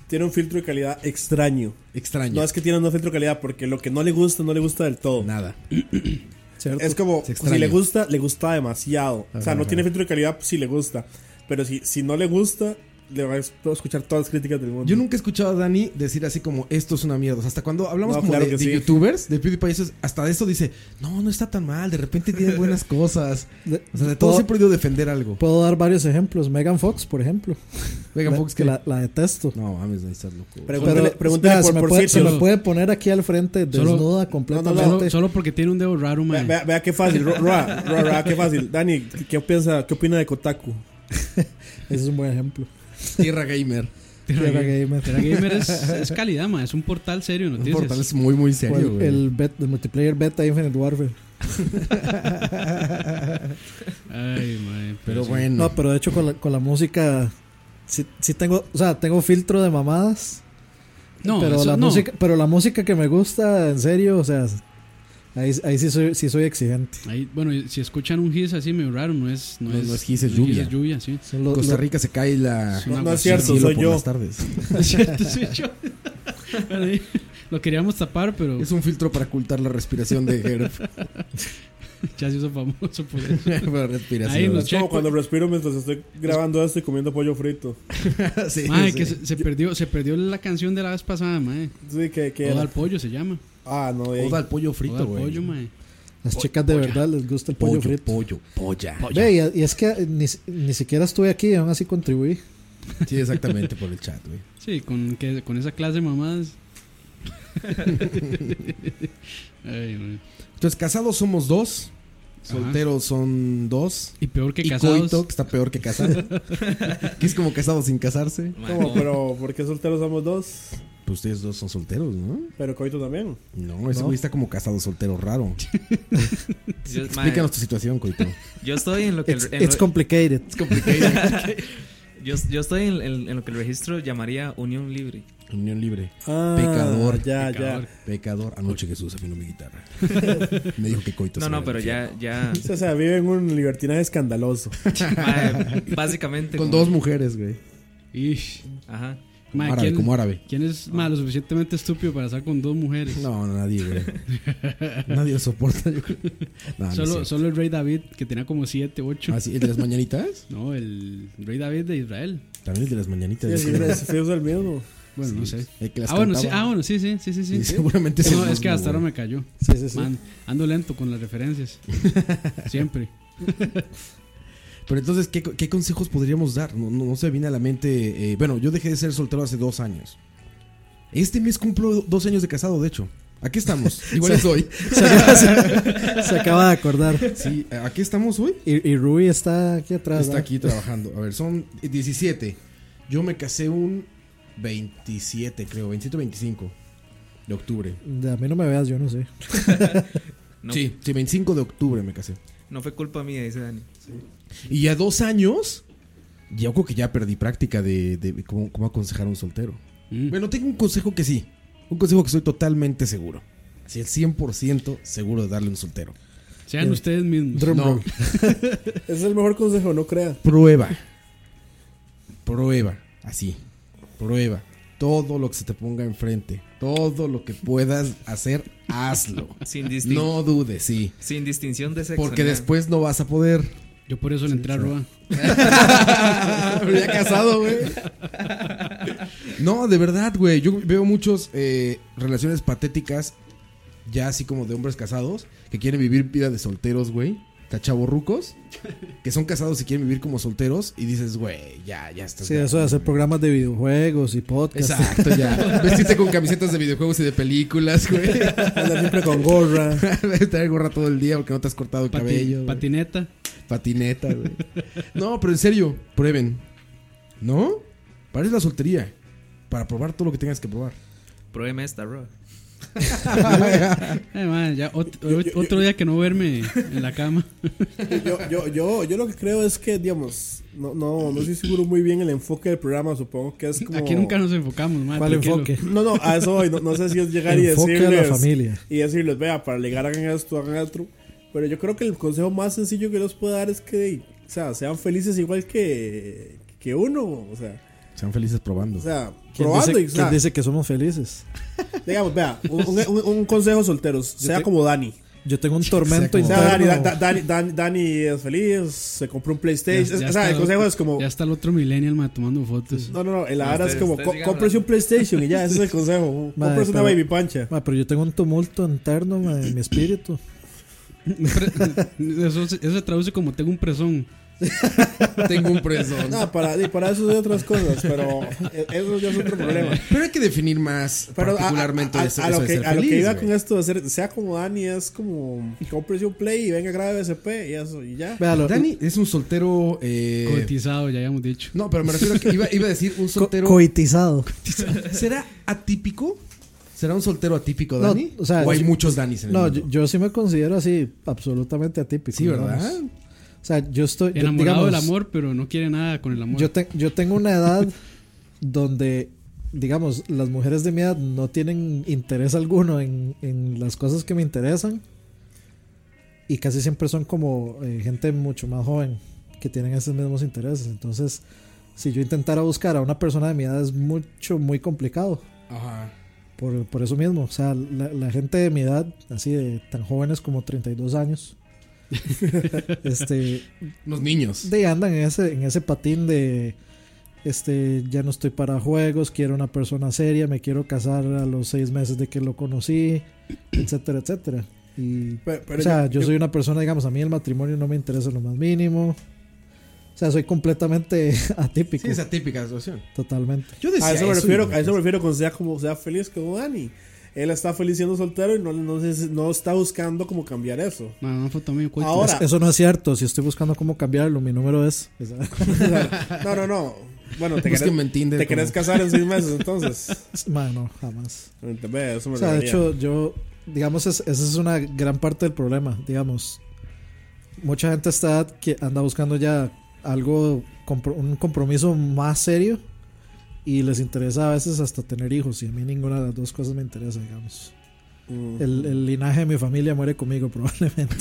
Speaker 3: Tiene un filtro de calidad extraño.
Speaker 4: Extraño.
Speaker 3: No es que tiene un filtro de calidad, porque lo que no le gusta, no le gusta del todo.
Speaker 4: Nada.
Speaker 6: ¿cierto?
Speaker 3: Es como,
Speaker 4: Se extraña.
Speaker 3: si le gusta, le gusta demasiado. o sea,
Speaker 4: Ajá,
Speaker 3: no
Speaker 4: ajá.
Speaker 3: tiene filtro de calidad, pues, si le gusta. Pero si, si no le gusta, le va a escuchar todas las críticas del mundo.
Speaker 4: Yo nunca he escuchado a Dani decir así como esto es una mierda. O sea, hasta cuando hablamos
Speaker 3: No,
Speaker 4: como
Speaker 3: claro
Speaker 4: de,
Speaker 3: que
Speaker 4: de
Speaker 3: sí.
Speaker 4: youtubers, de PewDiePie, eso es- hasta de eso dice, no, no está tan mal, de repente tiene buenas cosas.
Speaker 6: De-
Speaker 4: O sea, de todo
Speaker 6: puedo,
Speaker 4: siempre he ido a defender algo.
Speaker 6: puedo dar varios ejemplos. Megan Fox, por ejemplo.
Speaker 4: Megan
Speaker 6: La-
Speaker 4: Fox
Speaker 6: que
Speaker 4: que
Speaker 6: la, la detesto.
Speaker 4: No, mames, no estás loco.
Speaker 3: Pero-
Speaker 6: Pero
Speaker 3: Pregúntale- pregúntale
Speaker 6: vea,
Speaker 3: por-
Speaker 6: se, me
Speaker 3: por
Speaker 6: puede, se
Speaker 3: sitios.
Speaker 6: me puede poner aquí al frente
Speaker 5: Solo-
Speaker 6: desnuda completamente.
Speaker 5: Solo, solo porque tiene un dedo raro,
Speaker 3: Vea,
Speaker 5: man.
Speaker 3: vea, vea qué fácil, Ro- Roa, Roa, Roa, qué fácil. Dani, ¿qué piensa, qué opina de Kotaku?
Speaker 6: Ese es un buen ejemplo.
Speaker 4: Tierra Gamer.
Speaker 6: Tierra Gamer.
Speaker 5: Tera Gamer es, es calidad, man. Es un portal serio de
Speaker 4: Un
Speaker 5: noticias.
Speaker 4: portal es muy, muy
Speaker 6: O
Speaker 4: serio,
Speaker 6: el,
Speaker 4: güey.
Speaker 6: el bet- el multiplayer beta Infinite Warfare.
Speaker 5: Ay, man.
Speaker 4: Pero
Speaker 5: sí.
Speaker 4: bueno.
Speaker 6: No, pero de hecho con la, con la música sí, sí tengo, o sea, tengo filtro de mamadas,
Speaker 5: No,
Speaker 6: pero
Speaker 5: eso
Speaker 6: la
Speaker 5: no.
Speaker 6: música, pero la música que me gusta, en serio, o sea, ahí, ahí sí soy sí soy exigente.
Speaker 5: Ahí, bueno, y si escuchan un hiss así medio raro, no es. No,
Speaker 4: No,
Speaker 5: es,
Speaker 4: no es hiss, es lluvia.
Speaker 5: lluvia, sí.
Speaker 6: Son los-
Speaker 4: Costa
Speaker 6: los-
Speaker 4: Rica se cae la...
Speaker 5: un
Speaker 3: No, no es
Speaker 5: aguacero.
Speaker 4: el
Speaker 3: cierto,
Speaker 4: cielo
Speaker 3: soy
Speaker 4: por
Speaker 3: yo.
Speaker 4: las tardes.
Speaker 5: Es cierto, soy yo. Bueno, ahí Lo queríamos tapar, pero
Speaker 4: Es un filtro para ocultar la respiración de Herb.
Speaker 5: ya se hizo famoso por eso.
Speaker 4: Para respiración.
Speaker 5: Ahí los
Speaker 3: Es como
Speaker 5: checo.
Speaker 3: cuando respiro mientras estoy grabando esto y comiendo pollo frito.
Speaker 4: Sí,
Speaker 5: Mae,
Speaker 4: sí.
Speaker 5: que se, se perdió, se perdió la canción de la vez pasada, mae.
Speaker 3: Sí, que, que
Speaker 5: Oda al pollo se llama.
Speaker 3: Ah, no, de ahí.
Speaker 4: Oda al pollo
Speaker 5: Oda
Speaker 4: frito,
Speaker 5: al
Speaker 4: güey.
Speaker 5: pollo, mae.
Speaker 6: las chicas de verdad les gusta el pollo,
Speaker 4: pollo,
Speaker 6: frito.
Speaker 4: pollo, polla.
Speaker 6: Ve, y, y es que ni, ni siquiera estuve aquí y aún así contribuí.
Speaker 4: Sí, exactamente, por el chat, güey.
Speaker 5: Sí, con, que, con esa clase de mamadas. Ay, mae.
Speaker 4: Entonces, casados somos dos.
Speaker 5: Ajá.
Speaker 4: Solteros son dos.
Speaker 5: Y peor que
Speaker 4: y
Speaker 5: casados.
Speaker 4: coito, que está peor que casado. que es como casado sin casarse.
Speaker 7: Mae,
Speaker 3: ¿Cómo? Pero, ¿por qué solteros somos dos?
Speaker 4: Pues ustedes dos son solteros, ¿no?
Speaker 3: Pero Coito también.
Speaker 4: No, ese
Speaker 6: No.
Speaker 4: güey está como casado soltero raro.
Speaker 7: yo, mae,
Speaker 4: Explícanos tu situación, coito.
Speaker 7: yo estoy en lo que el-
Speaker 6: It's,
Speaker 7: en lo-
Speaker 6: it's complicated.
Speaker 7: yo, yo estoy en, en- en lo que el registro llamaría unión libre.
Speaker 4: Unión libre.
Speaker 3: Ah,
Speaker 4: Pecador.
Speaker 3: Ya,
Speaker 5: Pecador.
Speaker 3: ya.
Speaker 4: Pecador. Anoche Jesús afinó mi guitarra. Me dijo que coito
Speaker 7: No,
Speaker 4: se
Speaker 7: no,
Speaker 4: va
Speaker 7: pero
Speaker 4: al
Speaker 7: ya, ya,
Speaker 3: O sea, vive en un libertinaje escandaloso.
Speaker 7: mae, básicamente.
Speaker 4: Con
Speaker 7: como-
Speaker 4: dos mujeres, güey.
Speaker 5: Ish.
Speaker 7: Ajá.
Speaker 4: Como
Speaker 5: Mae,
Speaker 4: árabe,
Speaker 5: ¿quién,
Speaker 4: como árabe.
Speaker 5: quién es mae, lo suficientemente estúpido para estar con dos mujeres?
Speaker 4: No, nadie, güey. nadie lo soporta, yo creo. No, no es
Speaker 5: solo,
Speaker 4: cierto.
Speaker 5: solo el rey David, que tenía como siete, ocho.
Speaker 4: Ah, sí, ¿El de las mañanitas?
Speaker 5: No, el rey David de Israel.
Speaker 4: También el de las mañanitas.
Speaker 3: Sí,
Speaker 4: yo
Speaker 3: sí,
Speaker 4: creo.
Speaker 3: sí, es el mismo.
Speaker 5: Bueno, no sé.
Speaker 4: El que las
Speaker 5: Ah bueno, sí,
Speaker 4: cantaba.
Speaker 5: ah, bueno, sí, sí, sí, sí. sí.
Speaker 4: Y seguramente
Speaker 5: No,
Speaker 4: el
Speaker 5: es que
Speaker 4: mismo,
Speaker 5: hasta ahora
Speaker 4: güey.
Speaker 5: me cayó.
Speaker 6: Sí, sí, sí.
Speaker 5: Man, ando lento con las referencias. Siempre.
Speaker 4: Pero entonces, ¿qué, qué consejos podríamos dar? No, no, no se viene a la mente. eh, bueno, yo dejé de ser soltero hace dos años. Este mes cumplo dos años de casado, de hecho. Aquí estamos. Igual es hoy.
Speaker 6: Se, acaba, se- se acaba de acordar.
Speaker 4: Sí, aquí estamos hoy.
Speaker 6: Y, y Rui está aquí atrás.
Speaker 4: Está
Speaker 6: ¿verdad?
Speaker 4: aquí trabajando. A ver, son 17. Yo me casé un 27, creo. 27 25 de octubre.
Speaker 6: De- A mí no me veas, yo no sé.
Speaker 7: No,
Speaker 4: Sí, sí, 25 de octubre me casé.
Speaker 7: no fue culpa mía, dice Dani.
Speaker 4: Y ya dos años, yo creo que ya perdí práctica de, de cómo, cómo aconsejar a un soltero.
Speaker 5: Mm.
Speaker 4: Bueno, tengo un consejo que sí. Un consejo que estoy totalmente seguro. Así el 100% seguro de darle a un soltero. Eh,
Speaker 5: Sean
Speaker 6: Ya.
Speaker 5: ustedes mismos.
Speaker 6: Drum
Speaker 4: No.
Speaker 6: roll.
Speaker 3: Ese es el mejor consejo, no crea.
Speaker 4: Prueba. Prueba. Así. Prueba. Todo lo que se te ponga enfrente. Todo lo que puedas hacer, hazlo.
Speaker 7: Sin, distin-
Speaker 4: No dudes, sí.
Speaker 7: sin distinción de sexo.
Speaker 4: Porque
Speaker 7: nada.
Speaker 4: después no vas a poder.
Speaker 5: Yo por eso le entré a Roa.
Speaker 4: ya casado, güey. No, de verdad, güey. Yo veo muchos eh, relaciones patéticas, ya así como de hombres casados, que quieren vivir vida de solteros, güey. Cachaborrucos, que son casados y quieren vivir como solteros. Y dices, güey, ya, ya estás.
Speaker 6: Sí, eso de hacer programas de videojuegos y podcasts.
Speaker 4: Exacto, ya. Vestirte con camisetas de videojuegos y de películas, güey.
Speaker 3: Anda siempre con gorra.
Speaker 4: Traer gorra todo el día porque no te has cortado el
Speaker 5: Pati-
Speaker 4: cabello. güey.
Speaker 5: patineta.
Speaker 4: Patineta, güey. No, pero en serio, prueben. ¿No? Parece la soltería. Para probar todo lo que tengas que probar.
Speaker 7: Pruébeme esta, bro.
Speaker 5: Eh, madre, ya ot-
Speaker 3: Yo- yo-
Speaker 5: otro día que no verme en la cama.
Speaker 3: Yo, yo, yo, yo lo que creo es que, digamos, no, no, no estoy seguro muy bien el enfoque del programa, supongo que es como...
Speaker 5: Aquí nunca nos enfocamos, madre.
Speaker 6: ¿Cuál
Speaker 5: tranquilo.
Speaker 6: enfoque?
Speaker 3: No, no, a eso voy, no, no sé si es llegar y
Speaker 6: Enfoque a la
Speaker 3: decirles...
Speaker 6: familia.
Speaker 3: Y decirles, vea, para ligar hagan esto, hagan otro. Pero yo creo que el consejo más sencillo que les puedo dar es que, o sea, sean felices igual que, que uno, o sea,
Speaker 4: Sean felices probando.
Speaker 3: o sea,
Speaker 6: ¿Quién,
Speaker 3: probando
Speaker 6: dice,
Speaker 3: y, o
Speaker 6: quién
Speaker 3: sea,
Speaker 6: dice que somos felices?
Speaker 3: digamos, vea, un, un- un- un consejo solteros, sea
Speaker 6: te-
Speaker 3: como Dani.
Speaker 6: Yo tengo un tormento
Speaker 4: como-
Speaker 3: O sea, Dani,
Speaker 6: interno.
Speaker 3: Da- Da- Dani, Dani- Dani es feliz, se compró un
Speaker 5: Ya-
Speaker 3: PlayStation.
Speaker 5: ya
Speaker 3: o
Speaker 5: está
Speaker 3: sea, el
Speaker 5: el
Speaker 3: consejo
Speaker 5: otro-
Speaker 3: es como.
Speaker 5: Ya está el otro millennial, madre, tomando fotos.
Speaker 3: No, no, no, la
Speaker 7: No,
Speaker 3: verdad es
Speaker 7: ustedes-
Speaker 3: como
Speaker 7: ustedes
Speaker 3: co-
Speaker 7: digan
Speaker 3: cómprese un PlayStation y ya, ese es el consejo.
Speaker 6: Madre,
Speaker 3: Cómprese una
Speaker 6: pero-
Speaker 3: baby pancha.
Speaker 6: Ma, pero yo tengo un tumulto interno ma, en mi espíritu.
Speaker 5: Pre- eso, se- eso se traduce como tengo un presón.
Speaker 4: Tengo un preso.
Speaker 3: No, para, y para eso hay otras cosas, pero e- eso ya es otro problema.
Speaker 4: Pero hay que definir más
Speaker 3: Pero a- a-
Speaker 4: particularmente
Speaker 3: a,
Speaker 4: eso,
Speaker 3: a lo
Speaker 4: eso de
Speaker 3: que,
Speaker 4: ser
Speaker 3: a lo que
Speaker 4: feliz,
Speaker 3: iba
Speaker 4: güey.
Speaker 3: con esto de ser, sea como Dani, es como cómprese un play y venga, grabe SP y eso, y ya.
Speaker 6: Vea, lo-
Speaker 4: Dani es un soltero. eh,
Speaker 5: Cotizado, ya habíamos dicho.
Speaker 4: No, pero me refiero a que iba, iba a decir un
Speaker 6: co-
Speaker 4: soltero.
Speaker 6: coitizado.
Speaker 4: ¿Será atípico? ¿Será un soltero atípico,
Speaker 6: No,
Speaker 4: Dani?
Speaker 6: o sea,
Speaker 4: hay
Speaker 6: yo-
Speaker 4: muchos Danis en el
Speaker 6: No,
Speaker 4: mundo?
Speaker 6: yo, yo sí me considero así absolutamente atípico.
Speaker 4: sí, ¿verdad?
Speaker 6: digamos. O sea, yo estoy... yo,
Speaker 5: Enamorado del
Speaker 6: digamos,
Speaker 5: amor, pero no quiere nada con el amor.
Speaker 6: Yo, te- yo tengo una edad donde, digamos, las mujeres de mi edad no tienen interés alguno en, en las cosas que me interesan. Y casi siempre son como eh, gente mucho más joven que tienen esos mismos intereses. Entonces, si yo intentara buscar a una persona de mi edad es mucho, muy complicado.
Speaker 4: Ajá.
Speaker 6: Por, por eso mismo. O sea, la, la gente de mi edad, así de tan jóvenes como 32 años, este,
Speaker 4: Los niños.
Speaker 6: de andan en ese, en ese patín de este ya no estoy para juegos, quiero una persona seria, me quiero casar a los seis meses de que lo conocí, etcétera, etcétera. Y,
Speaker 3: Pero- pero
Speaker 6: o sea, yo,
Speaker 3: yo-
Speaker 6: soy una persona, digamos, a mí el matrimonio no me interesa en lo más mínimo. O sea, soy completamente atípico.
Speaker 4: Sí, es atípica la situación.
Speaker 6: Totalmente.
Speaker 4: Yo
Speaker 3: A eso me
Speaker 4: eso,
Speaker 3: refiero,
Speaker 4: güey.
Speaker 3: a eso me refiero con sea como sea feliz como Dani. Él está feliz siendo soltero y no, no, se- no está buscando como cambiar eso.
Speaker 5: Madre, una foto mía, coito.
Speaker 3: Ahora-
Speaker 6: Es- eso no es cierto. Si estoy buscando cómo cambiarlo, mi número es.
Speaker 3: No, no, no. Bueno, te querés,
Speaker 4: Búsquenme en Tinder
Speaker 3: te
Speaker 4: como-
Speaker 3: querés casar en seis meses, entonces.
Speaker 6: Man, no, jamás.
Speaker 3: Ve, eso me
Speaker 6: O sea, de
Speaker 3: refería.
Speaker 6: hecho, yo, digamos, es- esa es una gran parte del problema, digamos. Mucha gente está que anda buscando ya algo, compro- un compromiso más serio y les interesa a veces hasta tener hijos y a mí ninguna de las dos cosas me interesa, digamos.
Speaker 3: Mm.
Speaker 6: El, el linaje de mi familia muere conmigo probablemente.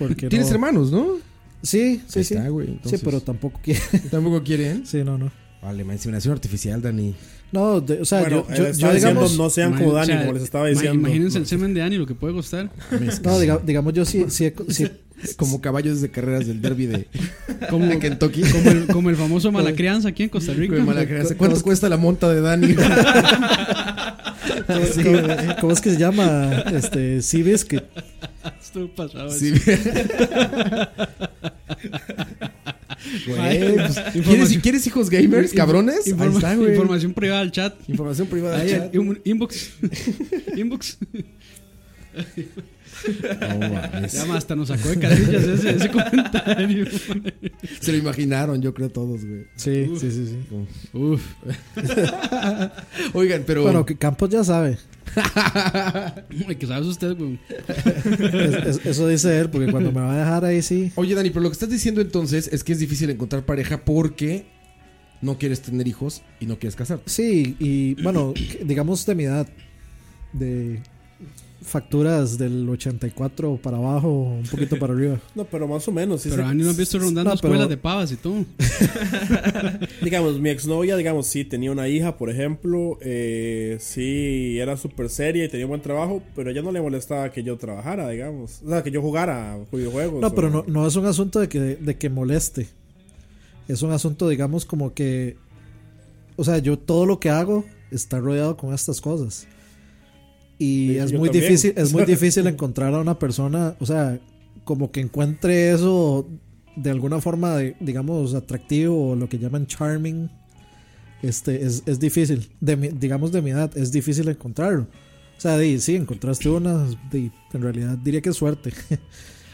Speaker 6: Porque no-
Speaker 4: Tienes hermanos, ¿no?
Speaker 6: Sí, sí,
Speaker 4: Ahí
Speaker 6: sí.
Speaker 4: está, güey,
Speaker 6: sí,
Speaker 4: entonces.
Speaker 6: pero tampoco quiere.
Speaker 4: Tampoco quieren.
Speaker 6: Sí, no, no.
Speaker 4: Vale, ma, inseminación artificial, Dani. eh,
Speaker 6: No, de- o sea,
Speaker 3: bueno,
Speaker 6: yo, yo-
Speaker 3: él
Speaker 6: yo,
Speaker 3: estaba diciendo,
Speaker 6: digamos...
Speaker 3: no sean
Speaker 5: Madre,
Speaker 3: como
Speaker 5: o
Speaker 3: Dani,
Speaker 5: sea,
Speaker 3: como les estaba
Speaker 5: madre,
Speaker 3: diciendo.
Speaker 5: Imagínense el semen de Dani, lo que puede costar.
Speaker 6: No, diga- digamos, yo sí, sí, he- sí-
Speaker 4: Como caballos de carreras del derby de,
Speaker 5: Como,
Speaker 4: de Kentucky.
Speaker 5: como el, como el famoso
Speaker 6: Pues,
Speaker 5: mala crianza aquí en Costa Rica.
Speaker 4: Güey, mala crianza. ¿Cuánto cuesta la monta de Dani?
Speaker 6: ¿Cómo, cómo- cómo es que se llama? Este, Sea Biscuit.
Speaker 5: Estuvo pasado.
Speaker 4: Sí. Güey, pues, ¿quieres,
Speaker 5: Información-
Speaker 4: ¿Quieres hijos gamers, cabrones? Ahí
Speaker 5: Informa-
Speaker 4: está, güey.
Speaker 5: Información privada al chat.
Speaker 4: Información privada.
Speaker 5: Ahí,
Speaker 4: chat.
Speaker 5: un- inbox. inbox.
Speaker 4: No, mames.
Speaker 5: Ya más, hasta nos sacó de casillas ese, ese comentario.
Speaker 4: Se lo imaginaron, yo creo todos, güey.
Speaker 6: Sí, sí, sí, sí.
Speaker 5: Uf.
Speaker 4: Oigan, pero.
Speaker 6: Bueno, que Campos ya sabe.
Speaker 5: Ay, ¿Qué sabes usted, güey?
Speaker 6: Es- es- eso dice él, porque cuando me va a dejar ahí sí.
Speaker 4: Oye, Dani, pero lo que estás diciendo entonces es que es difícil encontrar pareja porque no quieres tener hijos y no quieres casarte.
Speaker 6: Sí, y bueno, que- digamos de mi edad. De facturas del 84 para abajo, un poquito para arriba.
Speaker 3: No, pero más o menos. sí
Speaker 5: Pero
Speaker 3: se-
Speaker 5: Ani no han visto rondando
Speaker 6: No, pero-
Speaker 5: escuelas de pavas y todo.
Speaker 3: Digamos, mi exnovia, digamos, sí, tenía una hija, por ejemplo, eh, sí, era súper seria y tenía buen trabajo, pero a ella no le molestaba que yo trabajara, digamos, o sea, que yo jugara videojuegos.
Speaker 6: No, pero
Speaker 3: o-
Speaker 6: no, no es un asunto de que, de que moleste. Es un asunto, digamos, como que. O sea, yo todo lo que hago está rodeado con estas cosas. Y
Speaker 3: Sí,
Speaker 6: es
Speaker 3: yo
Speaker 6: muy
Speaker 3: también.
Speaker 6: difícil, es muy difícil encontrar a una persona, o sea, como que encuentre eso de alguna forma, de- digamos, atractivo o lo que llaman charming. Este, es, es difícil, de mi- digamos de mi edad, es difícil encontrarlo. O sea, di, sí, encontraste una, di, en realidad diría que es suerte.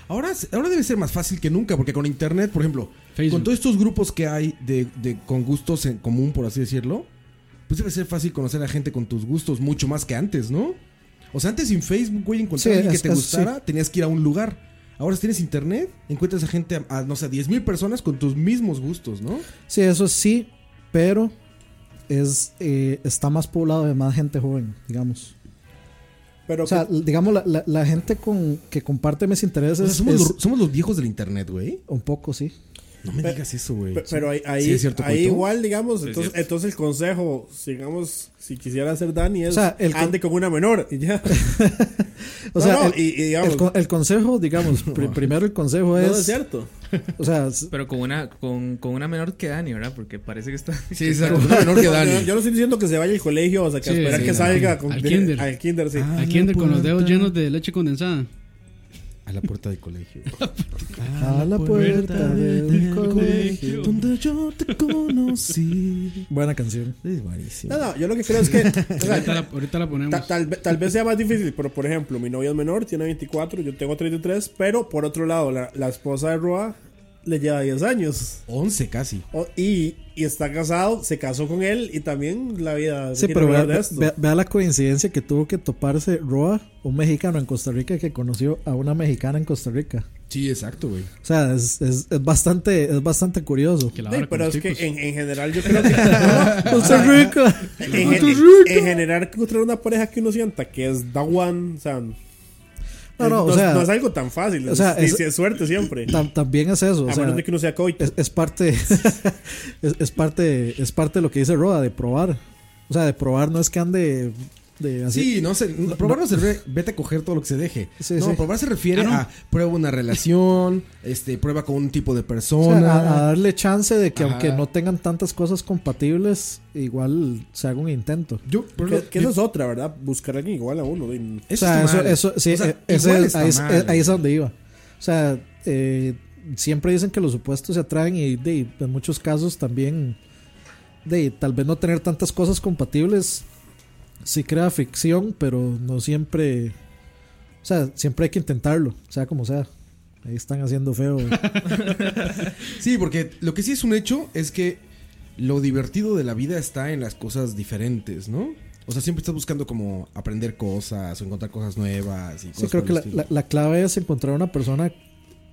Speaker 4: Ahora, ahora debe ser más fácil que nunca, porque con internet, por ejemplo,
Speaker 5: Facebook.
Speaker 4: con todos estos grupos que hay de, de- con gustos en común, por así decirlo, pues debe ser fácil conocer a gente con tus gustos mucho más que antes, ¿no? O sea, antes sin Facebook, güey, encontrar
Speaker 6: Sí,
Speaker 4: a alguien que
Speaker 6: es-
Speaker 4: te
Speaker 6: es-
Speaker 4: gustara, tenías que ir a un lugar. Ahora si tienes internet, encuentras a gente, a, a, no sé, a 10.000 personas con tus mismos gustos, ¿no?
Speaker 6: Sí, eso sí, pero es eh, está más poblado de más gente joven, digamos.
Speaker 3: Pero
Speaker 6: O sea, l- digamos, la, la- la gente con que comparte mis
Speaker 4: O
Speaker 6: intereses
Speaker 3: Pues
Speaker 4: sea, somos,
Speaker 6: es
Speaker 4: los, somos los viejos del internet, güey.
Speaker 6: un poco, sí.
Speaker 4: No me digas eso, güey.
Speaker 3: Pe- Pero ahí, ahí,
Speaker 4: Sí, es cierto,
Speaker 3: ahí
Speaker 4: Coito.
Speaker 3: igual, digamos,
Speaker 7: Sí, es
Speaker 3: entonces,
Speaker 7: cierto.
Speaker 3: entonces el consejo, digamos, si quisiera hacer Dani es
Speaker 6: O sea, el con-
Speaker 3: ande con una menor y ya.
Speaker 6: O
Speaker 3: No,
Speaker 6: sea,
Speaker 3: no,
Speaker 6: el,
Speaker 3: y, y digamos,
Speaker 6: el con- el consejo, digamos, pri- primero el consejo
Speaker 3: no
Speaker 6: es,
Speaker 3: no
Speaker 4: Pues-
Speaker 3: es cierto.
Speaker 6: o sea, s-
Speaker 7: Pero con una, con, con una menor que Dani, ¿verdad? Porque parece que está.
Speaker 4: Sí, exacto. Uno menor que
Speaker 3: No,
Speaker 4: Dani.
Speaker 3: yo, yo no estoy diciendo que se vaya al colegio, o sea, que
Speaker 5: Sí,
Speaker 3: esperar
Speaker 5: sí,
Speaker 3: que
Speaker 5: no.
Speaker 3: salga con-
Speaker 5: Al kinder.
Speaker 3: Al kinder, sí.
Speaker 4: Ah,
Speaker 5: Aquí ande con los dedos
Speaker 4: puerta.
Speaker 5: llenos de leche condensada.
Speaker 4: A la puerta del colegio.
Speaker 6: a la puerta del colegio.
Speaker 4: Donde yo te conocí.
Speaker 6: Buena canción.
Speaker 4: Es buenísimo.
Speaker 3: No, no, yo lo que creo es que o sea,
Speaker 5: Ahorita la, ahorita la ponemos.
Speaker 3: ta- tal, ve- tal vez sea más difícil, pero por ejemplo, mi novia es menor, tiene 24, yo tengo 33, pero por otro lado, la, la esposa de Roa le lleva 10 años.
Speaker 4: 11 casi.
Speaker 3: O- y, y está casado, se casó con él y también la vida.
Speaker 6: Sí,
Speaker 3: quiere
Speaker 6: pero vea,
Speaker 3: hablar de esto.
Speaker 6: vea- vea la coincidencia que tuvo que toparse Roa, un mexicano en Costa Rica que conoció a una mexicana en Costa Rica.
Speaker 4: Sí, exacto, güey.
Speaker 6: O sea, es, es, es bastante, es bastante curioso.
Speaker 5: Que la
Speaker 3: Sí,
Speaker 5: vara con
Speaker 3: pero
Speaker 5: los
Speaker 3: es que
Speaker 5: chicos.
Speaker 3: en, en general yo creo que en,
Speaker 6: Costa Rica.
Speaker 3: en- en general encontrar una pareja que uno sienta que es the one, o sea, no,
Speaker 6: No, no, o
Speaker 3: es-
Speaker 6: sea,
Speaker 3: no es algo tan fácil,
Speaker 6: o sea,
Speaker 3: es,
Speaker 6: es-
Speaker 3: es suerte siempre.
Speaker 6: Tam- también es eso. o
Speaker 3: a
Speaker 6: sea,
Speaker 3: menos de que uno sea coito.
Speaker 6: es, es parte, es, es parte, es parte de lo que dice Roda, de probar. O sea, de probar no es que ande de así.
Speaker 4: Sí, no sé. no, probar no se refiere. Vete a coger todo lo que se deje.
Speaker 6: Sí,
Speaker 4: no,
Speaker 6: sí. Ah,
Speaker 4: probar se refiere a prueba una relación, este, prueba con un tipo de
Speaker 6: O sea,
Speaker 4: persona.
Speaker 6: a, a darle chance de que
Speaker 4: Ajá.
Speaker 6: aunque no tengan tantas cosas compatibles, igual se haga un intento.
Speaker 4: Yo, por
Speaker 3: que,
Speaker 4: lo-
Speaker 3: Pues que
Speaker 4: yo-
Speaker 3: eso es otra, ¿verdad? Buscar a alguien igual a uno. y-
Speaker 6: O
Speaker 4: eso
Speaker 6: sea,
Speaker 4: está
Speaker 6: eso,
Speaker 4: mal.
Speaker 6: eso, sí,
Speaker 4: O sea,
Speaker 6: eh, ese
Speaker 4: igual
Speaker 6: es-
Speaker 4: está
Speaker 6: ahí, es,
Speaker 4: mal,
Speaker 6: eh, ahí
Speaker 4: güey.
Speaker 6: es donde iba. O sea, eh, siempre dicen que los supuestos se atraen y de, en muchos casos también, de, tal vez no tener tantas cosas compatibles, sí crea ficción, pero no siempre, o sea, siempre hay que intentarlo, sea como sea. Ahí están haciendo feo.
Speaker 4: Sí, porque lo que sí es un hecho es que lo divertido de la vida está en las cosas diferentes, ¿no? O sea, siempre estás buscando como aprender cosas o encontrar cosas nuevas y cosas
Speaker 6: Sí, creo
Speaker 4: por
Speaker 6: que
Speaker 4: el
Speaker 6: la,
Speaker 4: estilo.
Speaker 6: la- la clave es encontrar una persona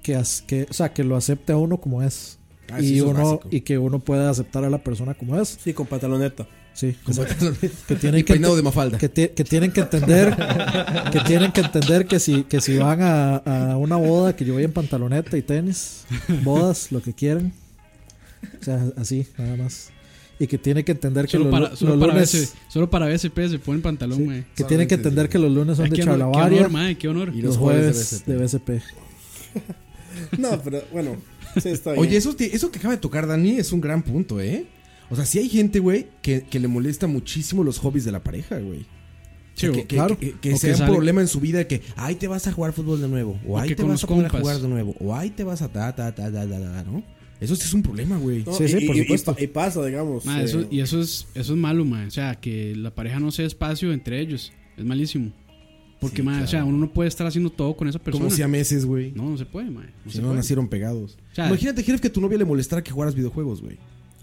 Speaker 6: que, as- que, o sea, que lo acepte a uno como es.
Speaker 4: Ah, sí,
Speaker 6: y,
Speaker 4: eso es
Speaker 6: uno,
Speaker 4: básico.
Speaker 6: y que uno pueda aceptar a la persona como es.
Speaker 3: Sí, con pantaloneta.
Speaker 6: Sí,
Speaker 4: Como
Speaker 6: que tienen
Speaker 4: y
Speaker 6: que,
Speaker 4: peinado de mafalda.
Speaker 6: que, ti- que tienen que entender que tienen que entender que si que si van a, a una boda que yo voy en pantaloneta y tenis bodas lo que quieran o sea así nada más y que tiene que entender que
Speaker 5: Solo
Speaker 6: los,
Speaker 5: para,
Speaker 6: lu-
Speaker 5: solo,
Speaker 6: los
Speaker 5: para
Speaker 6: lunes
Speaker 5: BC solo para BCP se pone pantalón, güey.
Speaker 6: que tienen
Speaker 4: Solamente,
Speaker 6: que entender
Speaker 4: sí.
Speaker 6: que los lunes son
Speaker 5: Ay,
Speaker 6: de
Speaker 5: qué honor- Qué
Speaker 6: charlavaria
Speaker 5: honor, mae, qué honor.
Speaker 4: Y
Speaker 6: los jueves de BSP
Speaker 3: No, pero bueno, sí está bien.
Speaker 4: Oye, eso, te- eso que acaba de tocar Dani es un gran punto, ¿eh? O sea, sí hay gente, güey, que, que le molesta muchísimo los hobbies de la pareja, güey. O sea,
Speaker 5: Sí,
Speaker 4: que, que-
Speaker 6: claro.
Speaker 4: que- que
Speaker 5: O que
Speaker 4: sea un
Speaker 5: sale-
Speaker 4: problema en su vida que, ay, te vas a jugar fútbol de nuevo. O,
Speaker 5: O
Speaker 4: ay,
Speaker 5: que
Speaker 4: te
Speaker 5: con
Speaker 4: vas
Speaker 5: los
Speaker 4: a poner a
Speaker 5: compas.
Speaker 4: jugar de nuevo. O ay, te vas a ta, ta, ta, ta, ta, ta, ¿no? Eso sí es un problema, güey.
Speaker 3: No,
Speaker 6: sí,
Speaker 3: y-
Speaker 6: sí, por
Speaker 3: y- y
Speaker 6: supuesto.
Speaker 3: pa- Y, pasa, digamos.
Speaker 5: Ma,
Speaker 3: eh,
Speaker 5: eso- y eso es, eso es malo, ma. O sea, que la pareja no sea espacio entre ellos. Es malísimo. Porque,
Speaker 4: Sí,
Speaker 5: ma, o sea,
Speaker 4: claro.
Speaker 5: uno no puede estar haciendo todo con esa persona.
Speaker 4: Como si a meses, güey.
Speaker 5: No, no se puede, ma. No
Speaker 4: si
Speaker 5: se
Speaker 4: no
Speaker 5: puede.
Speaker 4: nacieron pegados.
Speaker 5: O sea,
Speaker 4: Imagínate, Jerez, que a tu novia le molestara que jugaras videojuegos, güey.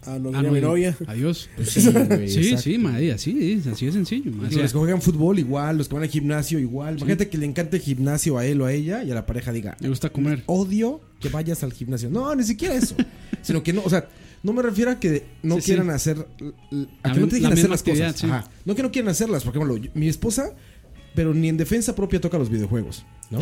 Speaker 3: Ah, no,
Speaker 5: ah,
Speaker 3: sería
Speaker 5: no,
Speaker 3: mi
Speaker 5: y-
Speaker 3: novia.
Speaker 5: Adiós.
Speaker 4: Pues Sí, güey,
Speaker 5: Sí,
Speaker 4: exacto.
Speaker 5: sí, ma, y así, es, así de sencillo, ma. O
Speaker 4: Y
Speaker 5: sea,
Speaker 4: los que juegan fútbol igual, los que van al gimnasio igual. Imagínate que le encante el gimnasio a él o a ella y a la pareja diga,
Speaker 5: le gusta comer.
Speaker 4: odio que vayas al gimnasio. No, ni siquiera eso. sino que no, o sea, no me refiero a que no
Speaker 5: Sí, sí.
Speaker 4: quieran hacer. l- l- A
Speaker 5: La
Speaker 4: que no
Speaker 5: mi-
Speaker 4: te
Speaker 5: la
Speaker 4: dejen hacer
Speaker 5: misma
Speaker 4: las cosas.
Speaker 5: actividad, sí.
Speaker 4: Ajá. No que no quieran hacerlas. Porque, por ejemplo, yo- mi esposa pero ni en defensa propia toca los videojuegos, ¿no?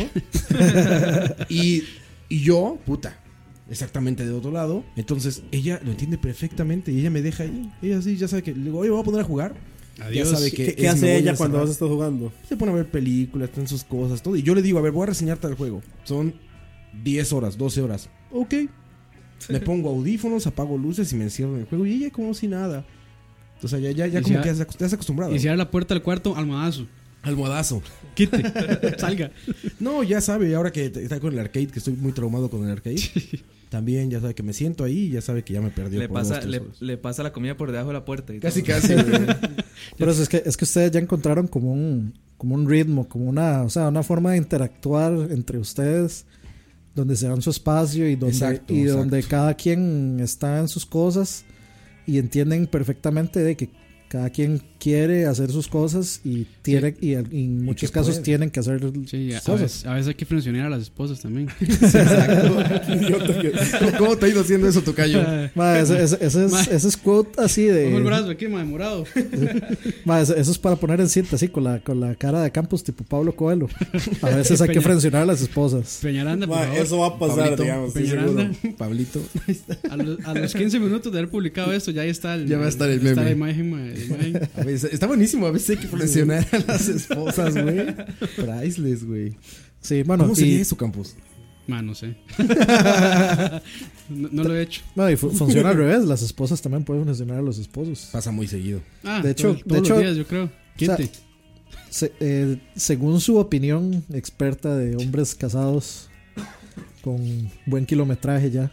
Speaker 4: y, y yo, puta, exactamente de otro lado. Entonces ella lo entiende perfectamente y ella me deja ahí. Ella sí, ya sabe que, le digo, oye, me voy a poner a jugar.
Speaker 5: Adiós.
Speaker 4: Ya sabe que
Speaker 3: ¿Qué, qué
Speaker 4: es, me voy
Speaker 3: hace
Speaker 4: a
Speaker 3: ella cuando
Speaker 4: cerrar.
Speaker 3: vos estás jugando?
Speaker 4: Se pone a ver películas, están sus cosas, todo. Y yo le digo, a ver, voy a reseñar tal juego. Son 10 horas, 12 horas. Ok. Me pongo audífonos, apago luces y me encierro en el juego. Y ella como si nada. O sea, ya, ya, ya
Speaker 5: Y
Speaker 4: como
Speaker 5: si
Speaker 4: que
Speaker 5: a-
Speaker 4: ya se- ya se acostumbrada.
Speaker 5: Y si abre la puerta del cuarto, almohadazo.
Speaker 4: Almohadazo.
Speaker 5: Quite. Salga.
Speaker 4: No, ya sabe, ahora que te- está con el arcade, que estoy muy traumado con el arcade. También ya sabe que me siento ahí y ya sabe que ya me perdió.
Speaker 7: Le
Speaker 4: por dos,
Speaker 7: pasa,
Speaker 4: tres
Speaker 7: le,
Speaker 4: horas.
Speaker 7: le pasa la comida por debajo de la puerta. y
Speaker 4: Casi,
Speaker 7: todo.
Speaker 4: casi. güey.
Speaker 6: Pero es que, es que ustedes ya encontraron como un, como un ritmo, como una, o sea, una forma de interactuar entre ustedes, donde se dan su espacio y donde,
Speaker 4: Exacto,
Speaker 6: y
Speaker 4: exacto.
Speaker 6: donde cada quien está en sus cosas y entienden perfectamente de que cada quien quiere hacer sus cosas y tiene y, al- y en muchos
Speaker 4: que
Speaker 6: casos
Speaker 4: puede.
Speaker 6: tienen que hacer
Speaker 5: Sí, a, a
Speaker 6: cosas.
Speaker 5: veces, a veces hay que presionar a las esposas también.
Speaker 4: Exacto. ¿Cómo te ha ido haciendo eso, Tocayo?
Speaker 6: Ma, ese, ese- ese es,
Speaker 5: Ma.
Speaker 6: ese es quote así
Speaker 5: Pongo el
Speaker 6: de.
Speaker 5: brazo aquí, mae, morado.
Speaker 6: ma, ese- eso es para poner en cinta así con la, con la cara de Campos tipo Pablo Coelho. A veces hay que
Speaker 5: Peña.
Speaker 6: frencionar a las esposas.
Speaker 5: Peñaranda, por
Speaker 3: Ma,
Speaker 5: favor.
Speaker 3: eso va a pasar,
Speaker 4: Pablito,
Speaker 3: digamos, estoy seguro.
Speaker 5: Peñaranda.
Speaker 4: Pablito.
Speaker 5: A los, a los 15 minutos de haber publicado esto, ya ahí está el,
Speaker 4: Ya va a estar el meme.
Speaker 5: Está la imagen, mae, la imagen.
Speaker 4: A veces- está buenísimo, a veces hay que presionar a las esposas, güey. Priceless, güey.
Speaker 6: Sí, bueno,
Speaker 4: ¿Cómo
Speaker 6: y-
Speaker 4: sería eso, Campos?
Speaker 5: Ma, no sé. no, no lo he hecho.
Speaker 6: No, y fu- funciona al revés. Las esposas también pueden funcionar a los esposos.
Speaker 4: Pasa muy seguido.
Speaker 5: Ah,
Speaker 6: De hecho-
Speaker 5: todo- todos
Speaker 6: de
Speaker 5: los
Speaker 6: hecho-
Speaker 5: días, yo creo.
Speaker 6: sea,
Speaker 5: Quite.
Speaker 6: Se- eh, según su opinión experta de hombres casados con buen kilometraje ya,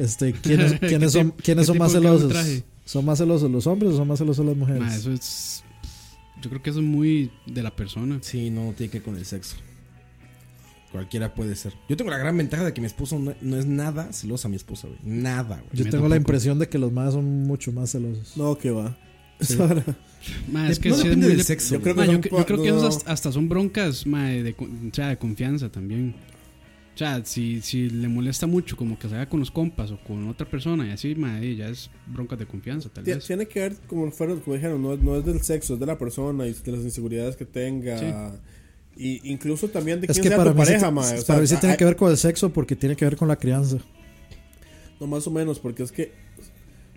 Speaker 6: este, ¿quiénes, quiénes son,
Speaker 5: qué
Speaker 6: quiénes son
Speaker 5: tipo
Speaker 6: más
Speaker 5: de
Speaker 6: celosos?
Speaker 5: kilometraje?
Speaker 6: ¿Son más celosos los hombres o son más celosos las mujeres?
Speaker 5: Ma, eso
Speaker 4: pues,
Speaker 5: es. Yo creo que eso es muy de la persona.
Speaker 4: Sí, no tiene que ver con el sexo. Cualquiera puede ser. Yo tengo la gran ventaja de que mi esposo no, no es nada celosa mi esposa, güey. Nada, güey.
Speaker 6: Yo
Speaker 5: me
Speaker 6: tengo la
Speaker 5: tampoco.
Speaker 6: impresión de que los más son mucho más celosos.
Speaker 3: No, que va.
Speaker 5: Ma, es
Speaker 4: De-
Speaker 5: que
Speaker 4: no
Speaker 5: sí es
Speaker 4: depende
Speaker 5: muy
Speaker 4: del
Speaker 5: de-
Speaker 4: sexo.
Speaker 3: Yo creo
Speaker 5: Ma,
Speaker 3: que,
Speaker 5: yo,
Speaker 3: son
Speaker 5: cre-
Speaker 3: pa-
Speaker 5: yo creo que
Speaker 3: no,
Speaker 5: eso hasta, hasta son broncas ma, de, co- o sea, de confianza también. O sea, si, si le molesta mucho como que se haga con los compas o con otra persona y así, ma, ahí ya es broncas de confianza tal
Speaker 3: ti-
Speaker 5: vez.
Speaker 3: Tiene que ver, como, fueron, como dijeron, no, no es del sexo, es de la persona y de las inseguridades que tenga. Y incluso también de quién
Speaker 6: Es que
Speaker 3: sea
Speaker 6: para
Speaker 3: tu
Speaker 6: mí, sí-
Speaker 3: pareja,
Speaker 6: sí-
Speaker 3: ma.
Speaker 6: para
Speaker 3: o sea, ah,
Speaker 6: mí sí tiene
Speaker 3: hay-
Speaker 6: que ver con el sexo porque tiene que ver con la crianza.
Speaker 3: No, más o menos, porque es que,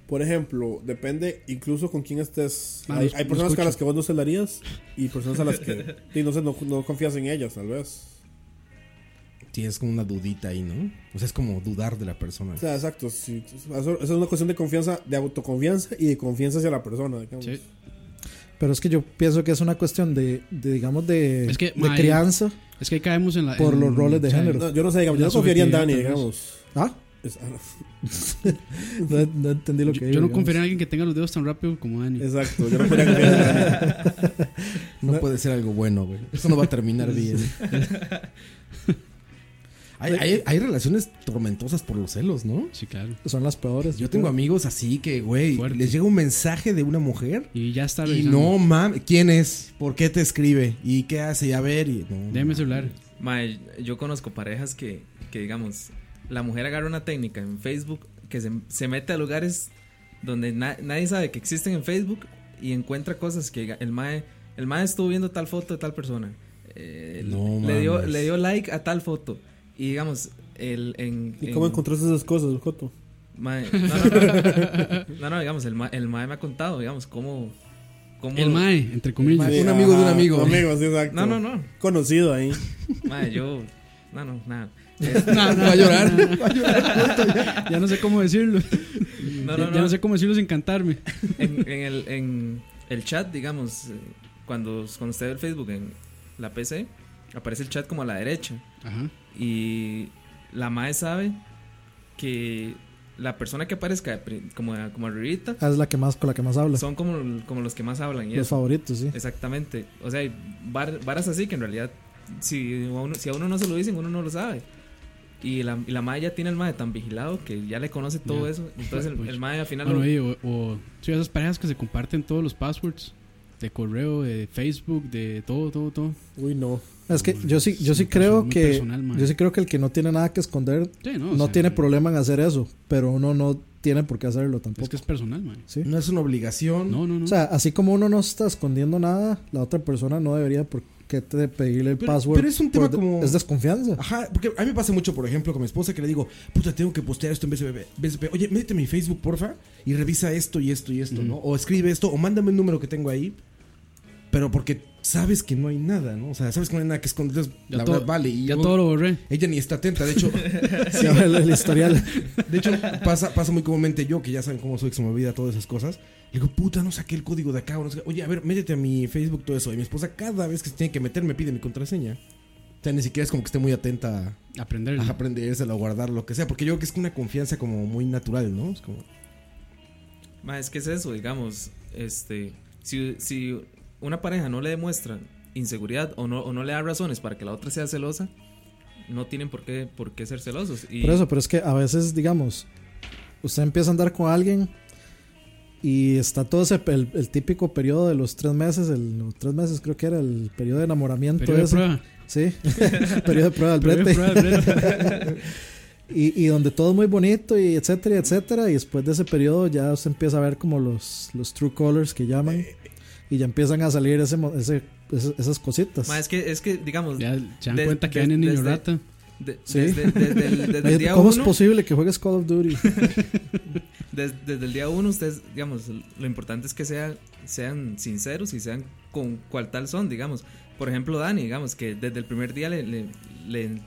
Speaker 3: por ejemplo, depende incluso con quién estés.
Speaker 5: Ma,
Speaker 3: hay,
Speaker 5: los-
Speaker 3: hay
Speaker 5: los
Speaker 3: personas
Speaker 5: escucho.
Speaker 3: a las que vos no celarías y personas a las que, y no sé, no, no confías en ellas, tal vez.
Speaker 4: Sí, es como una dudita ahí, ¿no? O sea, es como dudar de la
Speaker 7: Pues.
Speaker 4: persona.
Speaker 3: O sea, exacto. sí, eso, eso es una cuestión de confianza, de autoconfianza y de confianza hacia la persona. digamos.
Speaker 5: Sí.
Speaker 6: Pero es que yo pienso que es una cuestión de, de, digamos, de,
Speaker 5: Es que,
Speaker 6: de
Speaker 5: ma,
Speaker 6: crianza.
Speaker 5: Es que ahí caemos en la.
Speaker 6: Por
Speaker 5: en-
Speaker 6: los roles de
Speaker 5: o sea,
Speaker 6: género.
Speaker 3: No, yo no sé, digamos, yo
Speaker 5: La
Speaker 3: no confiaría en
Speaker 5: subjetividad,
Speaker 3: Dani,
Speaker 5: tal vez.
Speaker 3: digamos.
Speaker 6: Ah,
Speaker 3: Es- ah,
Speaker 6: no, no entendí lo
Speaker 5: Yo,
Speaker 6: que
Speaker 5: yo
Speaker 6: digo,
Speaker 5: no
Speaker 6: digamos.
Speaker 5: confiaría en alguien que tenga los dedos tan rápido como Dani.
Speaker 3: exacto, yo no podría confiar en Dani.
Speaker 4: No puede ser algo bueno, güey. Eso no va a terminar bien. hay, hay- hay relaciones tormentosas por los celos, ¿no?
Speaker 5: Sí, claro.
Speaker 6: Son las peores.
Speaker 4: Yo tengo amigos así que, güey,
Speaker 5: Fuerte.
Speaker 4: les llega un mensaje de una mujer
Speaker 5: Y ya está.
Speaker 4: y
Speaker 5: revisando.
Speaker 4: no mames, ¿quién es? ¿Por qué te escribe? ¿Y qué hace? Y a ver, y no.
Speaker 5: Déjeme el celular.
Speaker 7: Mae, yo conozco parejas que, que, digamos, la mujer agarra una técnica en Facebook que se, se mete a lugares donde na- nadie sabe que existen en Facebook y encuentra cosas que diga, el mae, el mae estuvo viendo tal foto de tal persona. eh,
Speaker 4: No
Speaker 7: le, dio,
Speaker 4: mames.
Speaker 7: le dio like a tal foto. Y digamos, el, en,
Speaker 3: ¿Y
Speaker 7: en-
Speaker 3: cómo encontraste esas cosas, Joto?
Speaker 7: mae, no, no, no, No, no, digamos, el, ma- el mae me ha contado, digamos, cómo... cómo
Speaker 5: El mae, entre comillas.
Speaker 4: mae. Un amigo de un amigo.
Speaker 3: Un amigo, sí, exacto.
Speaker 7: No, no, no.
Speaker 3: Conocido ahí.
Speaker 7: Mae, yo... No, no, nada. Este,
Speaker 5: No, no,
Speaker 4: Va a llorar.
Speaker 5: no, no. ya no sé cómo decirlo.
Speaker 7: No,
Speaker 5: ya,
Speaker 7: no,
Speaker 5: ya
Speaker 7: no.
Speaker 5: no sé cómo decirlo sin cantarme.
Speaker 7: en, en el, en el chat, digamos, eh, cuando, cuando usted ve el Facebook en la PC, aparece el chat como a la derecha.
Speaker 5: Ajá.
Speaker 7: Y la MAE sabe que la persona que aparezca de pri- como, como arribita
Speaker 6: Ah, es la que más, con la que más habla.
Speaker 7: son como, como los que más hablan. Y
Speaker 6: los
Speaker 7: eso.
Speaker 6: favoritos, sí.
Speaker 7: Exactamente. O sea, hay var- varas así que en realidad, si a uno, si a uno no se lo dicen, uno no lo sabe. Y la, y la MAE ya tiene al MAE tan vigilado que ya le conoce todo
Speaker 5: Ya.
Speaker 7: eso. Entonces el, el MAE al final.
Speaker 5: Bueno,
Speaker 7: lo-
Speaker 5: y, o, o sí, esas parejas que se comparten todos los passwords de correo, de Facebook, de todo, todo, todo.
Speaker 3: Uy, no.
Speaker 6: Es que yo sí, yo
Speaker 5: Es
Speaker 6: sí
Speaker 5: muy
Speaker 6: creo
Speaker 5: perso- muy
Speaker 6: que.
Speaker 5: personal, mae.
Speaker 6: yo sí creo que el que no tiene nada que esconder
Speaker 5: Sí,
Speaker 6: no,
Speaker 5: no, o sea,
Speaker 6: tiene problema en hacer eso. Pero uno no, tiene por qué hacerlo tampoco.
Speaker 5: Es que es personal, mae.
Speaker 6: Sí.
Speaker 4: No es una obligación.
Speaker 5: No, no, no.
Speaker 6: O sea, así como uno no está escondiendo nada, la otra persona no debería por qué te pedirle el
Speaker 4: Pero-
Speaker 6: password.
Speaker 4: pero es un tema
Speaker 6: por de-
Speaker 4: como-
Speaker 6: Es desconfianza.
Speaker 4: Ajá, porque a mí me pasa mucho, por ejemplo, con mi esposa que le digo, puta, tengo que postear esto en BSB. BSB. Oye, métete a mi Facebook, porfa, y revisa esto y esto y esto, ¿no? O escribe esto, o mándame un número que tengo ahí. Pero porque sabes que no hay nada, ¿no? O sea, sabes que no hay nada que esconder. entonces,
Speaker 5: ya
Speaker 4: la
Speaker 5: todo,
Speaker 4: verdad, vale. Y
Speaker 5: ya
Speaker 4: yo-
Speaker 5: todo lo borré.
Speaker 4: Ella ni está atenta, de hecho.
Speaker 6: Sí, el, el historial.
Speaker 4: De hecho, pasa, pasa muy comúnmente yo, que ya saben cómo soy, que se me olvida todas esas cosas. Le digo, puta, no saqué el código de acá. o no sé qué. Oye, a ver, métete a mi Facebook, todo eso. Y mi esposa, cada vez que se tiene que meter, me pide mi contraseña. O sea, ni siquiera es como que esté muy atenta
Speaker 5: Aprender.
Speaker 4: a aprendérsela o guardar lo que sea. Porque yo creo que es una confianza como muy natural, ¿no? Es como.
Speaker 7: Ma, es que es eso, digamos, este, si, si una pareja no le demuestra inseguridad o no, o no le da razones para que la otra sea celosa, no tienen por qué, por qué ser celosos. Y,
Speaker 6: Por eso, pero es que a veces, digamos, usted empieza a andar con alguien y está todo ese el, el típico periodo de los tres meses, el, los tres meses creo que era el periodo de enamoramiento
Speaker 5: Periodo de
Speaker 6: ese.
Speaker 5: prueba.
Speaker 6: Sí, periodo de prueba del
Speaker 5: Periodo de
Speaker 6: brete.
Speaker 5: prueba, brete.
Speaker 6: Y, y donde todo es muy bonito y etcétera, y etcétera. Y después de ese periodo ya se empieza a ver como los, los true colors que llaman. Y ya empiezan a salir ese, mo- ese, ese- esas cositas.
Speaker 7: Ma, es que, es que digamos,
Speaker 5: Ya se dan
Speaker 7: Des-
Speaker 5: cuenta que
Speaker 7: des-
Speaker 5: viene niño
Speaker 7: desde-
Speaker 5: rata.
Speaker 7: de-
Speaker 6: Sí.
Speaker 7: desde, desde el, desde el
Speaker 6: Oye,
Speaker 7: día
Speaker 6: ¿Cómo es
Speaker 7: uno-
Speaker 6: posible que juegues Call of Duty?
Speaker 7: des- desde el día uno, ustedes, digamos, lo importante es que sea- sean sinceros y sean con cual tal son, digamos. Por ejemplo, Dani, digamos, que desde el primer día le, le, le-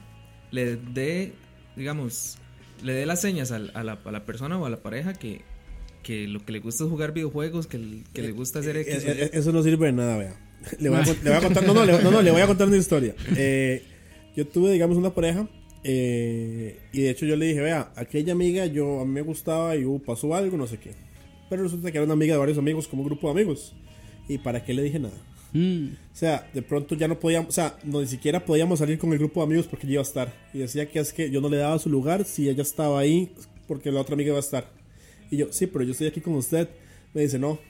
Speaker 7: le dé, digamos, le dé las señas al- a, la, a la persona o a la pareja que, que lo que le gusta es jugar videojuegos, que, l- que le gusta hacer
Speaker 3: Eh,
Speaker 7: X. o Y.
Speaker 3: eh, Eso no sirve de nada, vea. Le voy a, cont- le voy a contar, no, no, le, no, no, le voy a contar una historia. Eh, yo tuve, digamos, una pareja eh, y de hecho yo le dije, vea, aquella amiga yo a mí me gustaba y uh, pasó algo, no sé qué. Pero resulta que era una amiga de varios amigos, como un grupo de amigos. ¿Y para qué le dije nada?
Speaker 5: Mm,
Speaker 3: O sea, de pronto ya no podíamos, o sea, no, ni siquiera podíamos salir con el grupo de amigos porque ella iba a estar. Y decía que es que yo no le daba su lugar si ella estaba ahí porque la otra amiga iba a estar. Y yo, sí, pero yo estoy aquí con usted. Me dice, no.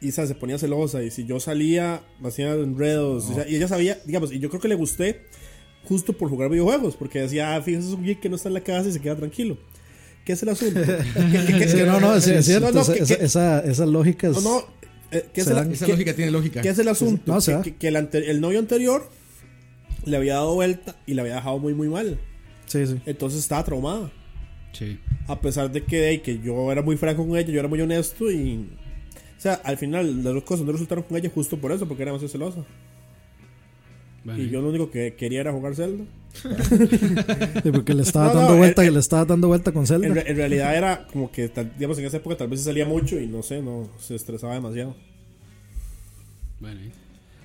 Speaker 3: Y o sea, se ponía celosa y si yo salía, me hacía enredos. o sea, y ella sabía, digamos, y yo creo que le gusté justo por jugar videojuegos porque decía, ah, fíjese, es un geek que no está en la casa y se queda tranquilo. ¿Qué es el asunto? ¿Qué- qué- qué-
Speaker 6: Es que no, no, es, es cierto.
Speaker 3: No, no,
Speaker 6: esa,
Speaker 3: que-
Speaker 6: esa-
Speaker 3: que-
Speaker 6: esa- esas lógicas.
Speaker 3: no, no, eh, ¿qué es
Speaker 6: se
Speaker 3: el-
Speaker 6: dan-
Speaker 4: Esa
Speaker 3: qué-
Speaker 4: lógica tiene lógica.
Speaker 3: ¿Qué es el asunto?
Speaker 6: No, o sea.
Speaker 3: que, que- que el, ante- el novio anterior le había dado vuelta y le había dejado muy, muy mal.
Speaker 6: Sí, sí.
Speaker 3: Entonces estaba traumada.
Speaker 5: sí.
Speaker 3: A pesar de que, de que yo era muy franco con ella, yo era muy honesto y. O sea, al final las dos cosas no resultaron con ella justo por eso, porque era demasiado celosa.
Speaker 5: Bueno,
Speaker 3: Y yo lo único que quería era jugar Zelda.
Speaker 6: Sí, porque le estaba
Speaker 3: No, no,
Speaker 6: dando
Speaker 3: el-
Speaker 6: vuelta,
Speaker 3: el-
Speaker 6: que le estaba dando vuelta con Zelda.
Speaker 3: En, re- en realidad era como que, tal- digamos, en esa época tal vez se salía mucho y no sé, no se estresaba demasiado.
Speaker 5: bueno, eh.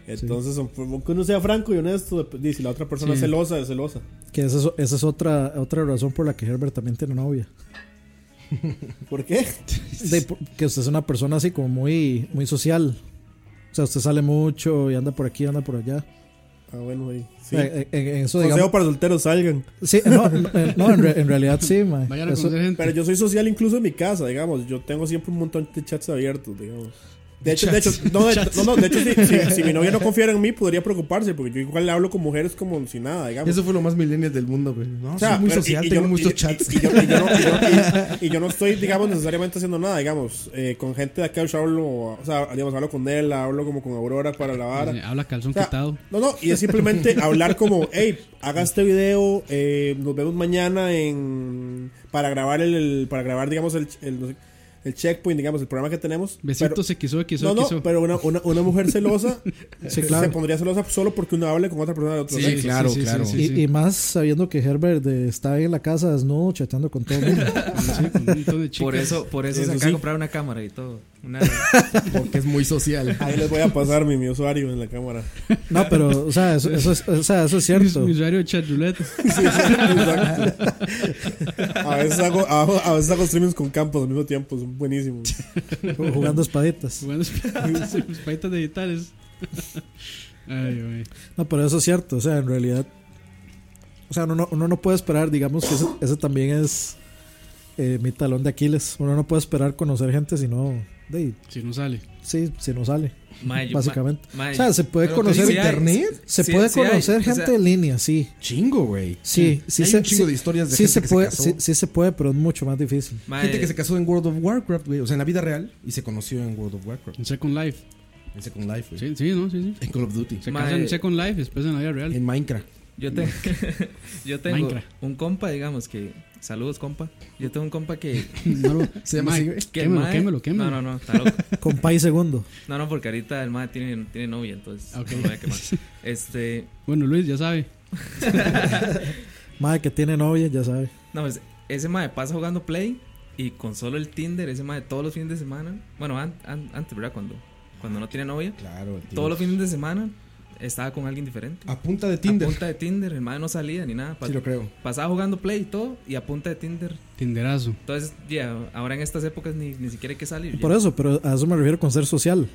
Speaker 3: Entonces, aunque uno sea franco y honesto, dep- y si la otra persona
Speaker 5: Sí.
Speaker 3: es celosa, es celosa.
Speaker 6: que esa es, esa es otra, otra razón por la que Herbert también tiene novia.
Speaker 3: ¿Por qué?
Speaker 6: De- por- que usted es una persona así como muy, muy social. O sea, usted sale mucho y anda por aquí, anda por allá.
Speaker 3: Ah, bueno, ahí. Sí.
Speaker 6: Eh, eh, en, en eso,
Speaker 3: Consejo
Speaker 6: digamos.
Speaker 3: para solteros, salgan.
Speaker 6: Sí, no, no, eh, no, en, re- en realidad sí, man.
Speaker 5: Vayan a
Speaker 6: Eso-
Speaker 5: conocer gente.
Speaker 3: Pero yo soy social incluso en mi casa, digamos. Yo tengo siempre un montón de chats abiertos, digamos. De hecho, de hecho, no, de, no, no, de hecho, si, si- si mi novia no confiara en mí, podría preocuparse, porque yo igual le hablo con mujeres como si nada, digamos.
Speaker 4: Eso fue lo más millennial del mundo, güey. No,
Speaker 3: O sea,
Speaker 4: soy muy
Speaker 3: pero-
Speaker 4: social,
Speaker 3: y- y
Speaker 4: tengo
Speaker 3: yo-
Speaker 4: muchos
Speaker 3: y- y-
Speaker 4: chats.
Speaker 3: Y, yo, y yo no, y yo- y- y yo no estoy, digamos, necesariamente haciendo nada, digamos. Eh, con gente de acá yo hablo, o sea, digamos, hablo con Nela, hablo como con Aurora para la vara.
Speaker 5: Eh, Habla calzón
Speaker 3: O sea,
Speaker 5: quitado.
Speaker 3: no, no, y es simplemente hablar como, hey, haga este video, eh, nos vemos mañana en para grabar el, el- para grabar digamos el, el, no sé, el checkpoint, digamos el programa que tenemos.
Speaker 5: Besitos XOXO
Speaker 3: Pero, no, no, pero una, una, una mujer celosa
Speaker 6: Sí, claro.
Speaker 3: se pondría celosa solo porque uno hable con otra persona de otro sexo.
Speaker 4: claro, claro.
Speaker 6: y, y más sabiendo que Herbert eh, está ahí en la casa desnudo, chateando con todo el mundo.
Speaker 5: Sí, con un montón de
Speaker 7: Por
Speaker 5: chicas.
Speaker 7: eso, por eso,
Speaker 3: Eso
Speaker 7: se acaba de
Speaker 3: sí.
Speaker 7: comprar una cámara y todo. Una-
Speaker 4: Porque es muy social.
Speaker 3: Ahí les voy a pasar mi, mi usuario en la cámara.
Speaker 6: No, pero, o sea, eso, eso es, o sea, eso es
Speaker 5: Mi,
Speaker 6: cierto.
Speaker 5: mi usuario de chat roulette.
Speaker 3: Exacto. A veces hago, hago- a veces hago streamings con campos al mismo tiempo, son buenísimos. Eh,
Speaker 6: Jugando espaditas.
Speaker 5: Jugando esp- espaditas pues, digitales. Ay, güey.
Speaker 6: No, pero eso es cierto. O sea, en realidad. O sea, uno no, uno no puede esperar, digamos, que ese, ese también es eh, mi talón de Aquiles. Uno no puede esperar conocer gente si no. de-
Speaker 5: Si no sale.
Speaker 6: sí, si no sale.
Speaker 7: Mae, yo-
Speaker 6: básicamente.
Speaker 7: ma- mae,
Speaker 6: o sea, se puede
Speaker 7: pero que
Speaker 6: conocer
Speaker 7: sí hay,
Speaker 4: internet.
Speaker 6: Se
Speaker 7: sí-
Speaker 6: puede
Speaker 7: sí hay,
Speaker 6: conocer
Speaker 7: o sea,
Speaker 6: gente en línea, sí.
Speaker 4: Chingo, güey.
Speaker 6: Sí, sí,
Speaker 4: Hay
Speaker 6: se,
Speaker 4: un chingo
Speaker 6: sí-
Speaker 4: de historias de
Speaker 6: sí
Speaker 4: gente
Speaker 6: se
Speaker 4: que
Speaker 6: puede,
Speaker 4: se casó.
Speaker 6: sí, sí se puede, pero es mucho más difícil.
Speaker 7: mae,
Speaker 4: Gente que se casó en World of Warcraft, güey. O sea, en la vida real. Y se conoció en World of Warcraft.
Speaker 5: En Second Life.
Speaker 4: En Second Life, güey.
Speaker 5: Sí, sí, ¿no? Sí, sí.
Speaker 4: En Call of Duty.
Speaker 5: Se
Speaker 7: Mae.
Speaker 5: casan en Second Life, después en la vida real.
Speaker 4: En Minecraft.
Speaker 7: Yo, te- yo tengo
Speaker 5: Minecraft.
Speaker 7: un compa, digamos, que. Saludos, compa. Yo tengo un compa que.
Speaker 4: Se llama
Speaker 5: Mae,
Speaker 4: así, güey.
Speaker 7: que
Speaker 5: Quémelo,
Speaker 7: mae-
Speaker 5: quémelo, quémelo.
Speaker 7: No, no, no, está loco.
Speaker 6: Con país segundo.
Speaker 7: No, no, porque ahorita el mae tiene, tiene novia, entonces.
Speaker 5: Ok.
Speaker 7: no me voy a quemar. Este.
Speaker 5: Bueno, Luis, ya sabe.
Speaker 6: Madre que tiene novia, ya sabe.
Speaker 7: No, pues, ese mae pasa jugando Play y con solo el Tinder, ese mae todos los fines de semana. Bueno, an- an- antes, ¿verdad? Cuando, cuando no tiene novia.
Speaker 4: Claro, el tío.
Speaker 7: Todos los fines de semana estaba con alguien diferente.
Speaker 4: A punta de Tinder.
Speaker 7: A punta de Tinder, el mae no salía ni nada. pa-
Speaker 4: Sí, lo creo.
Speaker 7: pasaba jugando Play y todo y a punta de Tinder.
Speaker 5: Tinderazo.
Speaker 7: Entonces, ya, ahora en estas épocas ni, ni siquiera hay que salir. ya.
Speaker 6: Por eso, pero a eso me refiero con ser social.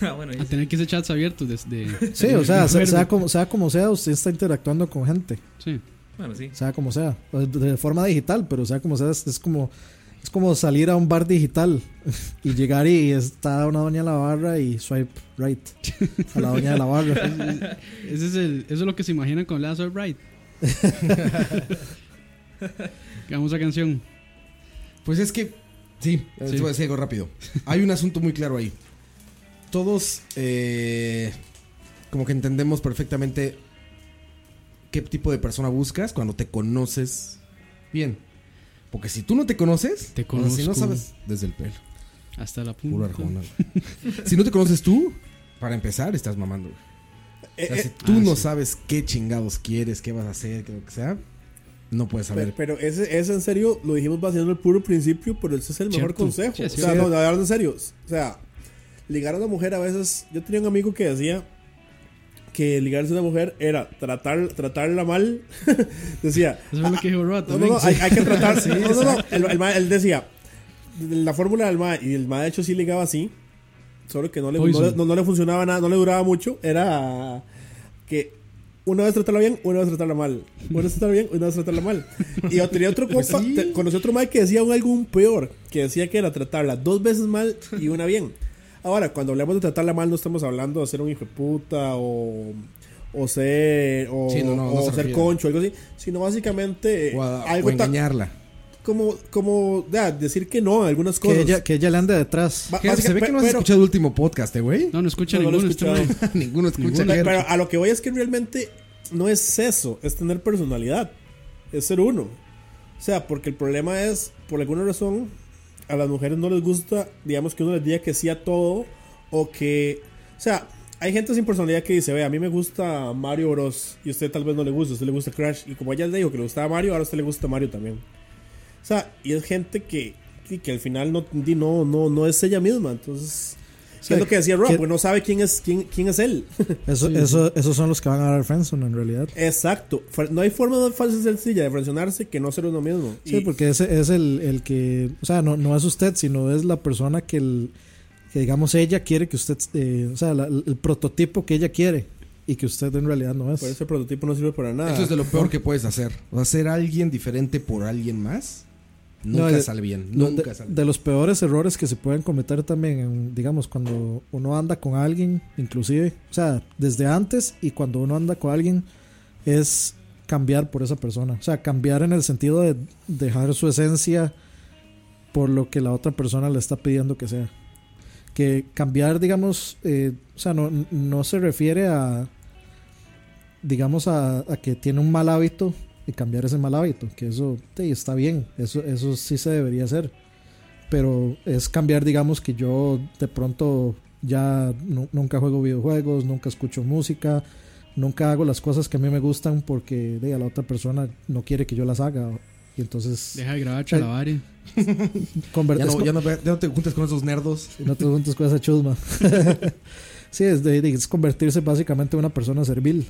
Speaker 7: Ah, bueno,
Speaker 5: A
Speaker 7: y-
Speaker 5: tener que hacer chats abiertos desde.
Speaker 6: Sí, o sea, sea, sea como, sea como sea, usted está interactuando con gente,
Speaker 5: Sí.
Speaker 7: bueno, sí.
Speaker 6: sea como sea, o de forma digital, pero sea como sea, es, es como es como salir a un bar digital y llegar y está una doña en la barra y swipe right a la doña de la barra.
Speaker 5: Ese es el, eso es lo que se imaginan cuando le das al Bright. Hagamos esa canción.
Speaker 4: Pues es que. Sí, eh,
Speaker 5: Sí.
Speaker 4: te voy a decir algo rápido. Hay un asunto muy claro ahí. Todos. eh, como que entendemos perfectamente. Qué tipo de persona buscas cuando te conoces bien. Porque si tú no te conoces.
Speaker 5: Te
Speaker 4: o sea, si no
Speaker 5: conozco.
Speaker 4: sabes. Desde el pelo.
Speaker 5: Hasta la
Speaker 4: Puro arjona.
Speaker 5: punta.
Speaker 4: güey. si no te conoces tú. Para empezar, estás mamando, güey.
Speaker 3: eh,
Speaker 4: O sea, si tú
Speaker 5: ah,
Speaker 4: no
Speaker 5: sí.
Speaker 4: sabes qué chingados quieres, qué vas a hacer, qué lo que sea, no puedes
Speaker 3: Pero,
Speaker 4: saber.
Speaker 3: pero ese, ese en serio lo dijimos vaciando el puro principio, pero ese es el mejor
Speaker 5: Cierto.
Speaker 3: consejo.
Speaker 5: Sí, es
Speaker 3: o sea,
Speaker 5: cierto.
Speaker 3: no, de verdad, en serio. O sea, ligar a una mujer a veces. Yo tenía un amigo que decía que ligarse a una mujer era tratar, tratarla mal. decía,
Speaker 5: Eso es lo que dijo Roa
Speaker 3: no, no,
Speaker 5: también.
Speaker 3: no, hay, hay que tratar. no, no, no. El, el ma- él decía, la fórmula del MAE, y el MAE de hecho sí ligaba así, solo que no le, no,
Speaker 5: Poison.
Speaker 3: le- no- no le funcionaba nada, no le duraba mucho, era que una vez tratarla bien, una vez tratarla mal. Una vez tratarla bien, una vez tratarla mal. Y yo tenía otro compa, te- conocí otro MAE que decía un algún peor, que decía que era tratarla dos veces mal y una bien. Ahora, cuando hablamos de tratarla mal, no estamos hablando de ser un hijo de puta o, o ser, o,
Speaker 4: Sí, no, no, no
Speaker 3: o
Speaker 4: se
Speaker 3: ser
Speaker 4: refiere.
Speaker 3: concho, algo así, sino básicamente
Speaker 4: o, a-
Speaker 3: algo
Speaker 4: o
Speaker 3: ta-
Speaker 4: engañarla.
Speaker 3: como, como ya, decir que no a algunas cosas.
Speaker 6: Que ella, que ella le anda detrás.
Speaker 3: Ba-
Speaker 4: ¿Qué? Se ve
Speaker 3: básica-
Speaker 4: que no has
Speaker 3: pero-
Speaker 4: escuchado el último podcast, eh, güey.
Speaker 5: No, no escucha
Speaker 3: No, no lo he
Speaker 5: ninguno. este
Speaker 3: escuchado.
Speaker 5: man.
Speaker 4: Ninguno escucha.
Speaker 3: Pero,
Speaker 4: Ger.
Speaker 3: pero a lo que voy es que realmente no es eso, es tener personalidad, es ser uno. O sea, porque el problema es, por alguna razón, a las mujeres no les gusta, digamos que uno les diga que sí a todo, o que, o sea, hay gente sin personalidad que dice, ve, a mí me gusta Mario Bros. Y a usted tal vez no le gusta, a usted le gusta Crash. Y como ella le dijo que le gustaba Mario, ahora a usted le gusta Mario también. O sea, y es gente que, que, que al final no, di- no, no, no es ella misma, entonces...
Speaker 6: sea,
Speaker 3: es lo que decía Rob,
Speaker 6: que-
Speaker 3: pues no sabe quién es quién, quién es él.
Speaker 6: Eso, eso, esos son los que van a dar friendzone en realidad.
Speaker 3: Exacto. Fre- No hay forma más fácil y sencilla de fraccionarse que no ser uno mismo.
Speaker 6: Sí, pues,
Speaker 3: Y-
Speaker 6: porque ese es el, el que, o sea, no, no es usted, sino es la persona que, el, que digamos, ella quiere que usted, eh, o sea, la- el prototipo que ella quiere y que usted en realidad no es.
Speaker 3: Por ese prototipo no sirve para nada.
Speaker 4: Eso es de lo peor que puedes hacer. O sea, ser alguien diferente por alguien más.
Speaker 6: No,
Speaker 4: Nunca
Speaker 6: de-
Speaker 4: sale bien.
Speaker 6: No,
Speaker 4: Nunca
Speaker 6: de,
Speaker 4: sale
Speaker 6: de los peores errores que se pueden cometer también, en, digamos, cuando uno anda con alguien, inclusive, o sea, desde antes y cuando uno anda con alguien, es cambiar por esa persona. O sea, cambiar en el sentido de dejar su esencia por lo que la otra persona le está pidiendo que sea. Que cambiar, digamos, eh, o sea, no, no se refiere a, digamos, a, a que tiene un mal hábito y cambiar ese mal hábito, que eso sí, está bien, eso, eso sí se debería hacer. Pero es cambiar, digamos, que yo de pronto ya nu- nunca juego videojuegos, nunca escucho música, nunca hago las cosas que a mí me gustan porque de, a la otra persona no quiere que yo las haga. o- Y entonces
Speaker 5: Deja de grabar chalabaria.
Speaker 6: conver-
Speaker 4: Ya
Speaker 6: es
Speaker 4: no,
Speaker 6: co-
Speaker 4: ya no- ya no te juntas con esos nerdos.
Speaker 6: y no te juntes con esa chusma. sí, es, de, de- es convertirse básicamente en una persona servil.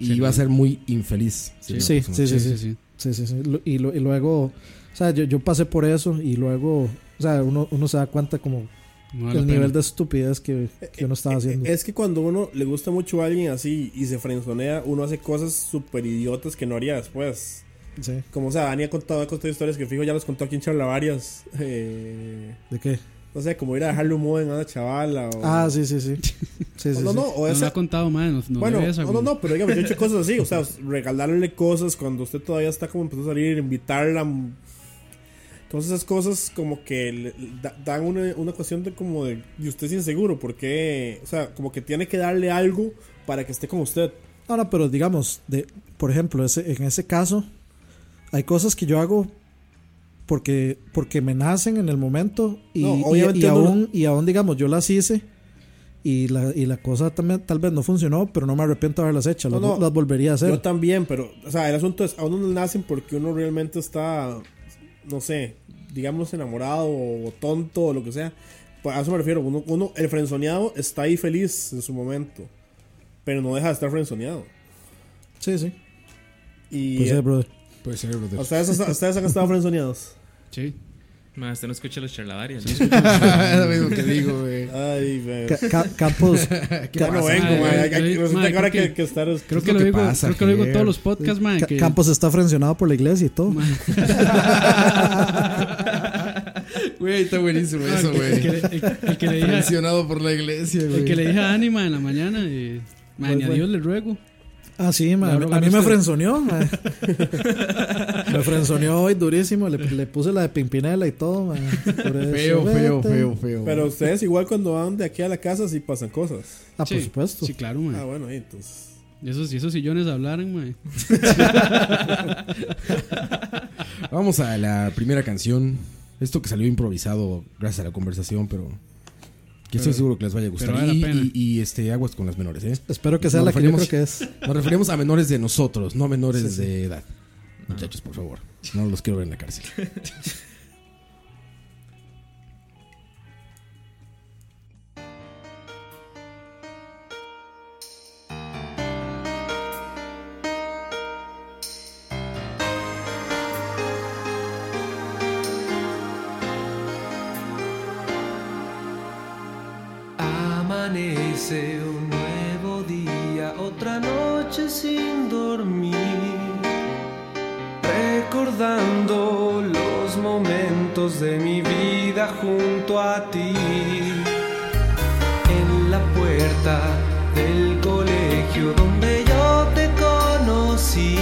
Speaker 4: Y va a ser muy infeliz. Si
Speaker 5: Sí,
Speaker 4: no,
Speaker 6: sí,
Speaker 4: pues,
Speaker 6: sí,
Speaker 4: no.
Speaker 6: sí. Sí, sí, sí. Lo- Y, lo- y luego, o sea, yo, yo pasé por eso y luego, o sea, uno, uno se da cuenta como
Speaker 5: No vale
Speaker 6: el
Speaker 5: la
Speaker 6: nivel
Speaker 5: pena.
Speaker 6: de estupidez que, que uno estaba haciendo.
Speaker 3: Eh, Es que cuando uno le gusta mucho a alguien así y se frenzonea, uno hace cosas súper idiotas que no haría después.
Speaker 6: Sí.
Speaker 3: Como, o sea, Dani ha contado, ha contado historias que fijo ya las contó aquí en Charlavarias. Eh,
Speaker 6: ¿De qué?
Speaker 3: o no sé, como ir a dejarle un modem a una chavala o...
Speaker 6: Ah, sí, sí, sí. Sí,
Speaker 3: o
Speaker 6: sí,
Speaker 3: no,
Speaker 6: sí.
Speaker 3: no, o
Speaker 5: Nos lo
Speaker 3: esa-
Speaker 5: ha contado, madre. Nos, nos
Speaker 3: bueno,
Speaker 5: debe esa,
Speaker 3: no, no,
Speaker 5: güey.
Speaker 3: no, pero digamos, yo he hecho cosas así, o sea, regalarle cosas cuando usted todavía está como empezando a salir, invitarla. Todas esas cosas como que le- da- dan una, una cuestión de como de, y usted es inseguro, porque, o sea, como que tiene que darle algo para que esté con usted.
Speaker 6: No, no, pero digamos, de, por ejemplo, ese, en ese caso, hay cosas que yo hago porque, porque me nacen en el momento y,
Speaker 3: No,
Speaker 6: y-
Speaker 3: obviamente
Speaker 6: y
Speaker 3: no.
Speaker 6: aún, y aún, digamos, yo las hice y la, y la cosa también, tal vez no funcionó, pero no me arrepiento de haberlas hecho,
Speaker 3: No,
Speaker 6: las,
Speaker 3: no.
Speaker 6: las volvería a
Speaker 3: Yo
Speaker 6: hacer.
Speaker 3: también, pero, o sea, el asunto es, a uno no le nacen porque uno realmente está, no sé, digamos enamorado o tonto o lo que sea. Pues a eso me refiero, uno, uno el frenzoneado está ahí feliz en su momento, pero no deja de estar frenzoneado.
Speaker 6: Sí, sí.
Speaker 3: Y
Speaker 6: Pues sí, brother.
Speaker 4: Puede ser, brother.
Speaker 3: ¿Ustedes, ustedes han estado frenzoneados?
Speaker 5: Sí.
Speaker 7: Ma, usted no escucha los charlavarios.
Speaker 4: Es lo mismo que digo, güey.
Speaker 3: Ay, ve.
Speaker 6: Ca- ca- Campos,
Speaker 4: ¿Qué
Speaker 3: Ya no
Speaker 4: pasa?
Speaker 3: vengo,
Speaker 5: Ay,
Speaker 3: man.
Speaker 5: ay,
Speaker 3: Hay- hay-
Speaker 5: ay,
Speaker 3: Resulta
Speaker 5: madre,
Speaker 3: que ahora
Speaker 5: creo
Speaker 3: que,
Speaker 5: que-
Speaker 3: que estar. es-
Speaker 5: Creo
Speaker 4: Es
Speaker 5: que,
Speaker 4: lo
Speaker 5: lo
Speaker 4: que
Speaker 5: digo,
Speaker 4: pasa,
Speaker 5: creo que lo digo en
Speaker 4: Ger.
Speaker 5: todos los podcasts, madre.
Speaker 6: Ca-
Speaker 5: que-
Speaker 6: Campos está frencionado por la iglesia y todo.
Speaker 4: Güey, está buenísimo
Speaker 5: Ah,
Speaker 4: eso,
Speaker 5: que- el que
Speaker 4: güey.
Speaker 5: le- el- el que le dije a-
Speaker 4: Mencionado por la iglesia,
Speaker 5: el que
Speaker 4: güey.
Speaker 5: le dije a Anima en la mañana, eh, madre, ni a Dios le ruego.
Speaker 6: Pues Ah, sí, ma,
Speaker 5: Le
Speaker 6: a
Speaker 5: hablo
Speaker 6: mí- a
Speaker 5: con
Speaker 6: mí me
Speaker 5: usted.
Speaker 6: frenzoneó. ma. me frenzoneó hoy durísimo. Le, le puse la de Pimpinela y todo. ma, por eso,
Speaker 4: Feo, feo,
Speaker 6: vete.
Speaker 4: feo, feo.
Speaker 3: Pero ustedes, igual cuando van de aquí a la casa, sí pasan cosas.
Speaker 6: Ah,
Speaker 5: Sí,
Speaker 6: por supuesto.
Speaker 5: Sí, claro, madre.
Speaker 3: Ah, bueno, ahí entonces.
Speaker 5: Esos, si esos sillones hablaran, madre.
Speaker 4: Vamos a la primera canción. Esto que salió improvisado gracias a la conversación, pero que estoy seguro que les vaya a gustar.
Speaker 5: pero vale
Speaker 4: Y-
Speaker 5: la pena.
Speaker 4: y, y, este aguas con las menores, ¿eh?
Speaker 6: Espero que sea
Speaker 4: Nos
Speaker 6: la que yo
Speaker 4: referimos-
Speaker 6: creo que es.
Speaker 4: Nos referimos a menores de nosotros, no menores de edad. Muchachos, por favor. No los quiero ver en la cárcel.
Speaker 8: Amanece un nuevo día, otra noche sin dormir, recordando los momentos de mi vida junto a ti. En la puerta del colegio donde yo te conocí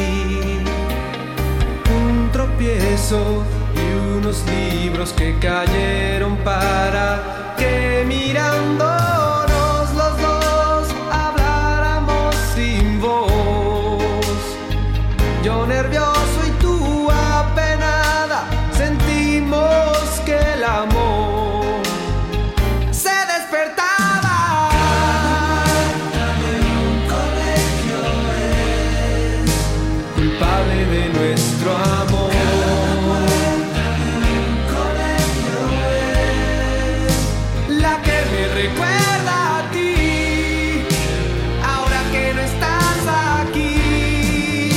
Speaker 8: un tropiezo y unos libros que cayeron para que mirándonos los dos habláramos sin voz. Yo nervioso y tú apenada sentimos que el amor se despertaba. culpable de nuestro amor. La que me recuerda a ti, ahora que no estás aquí.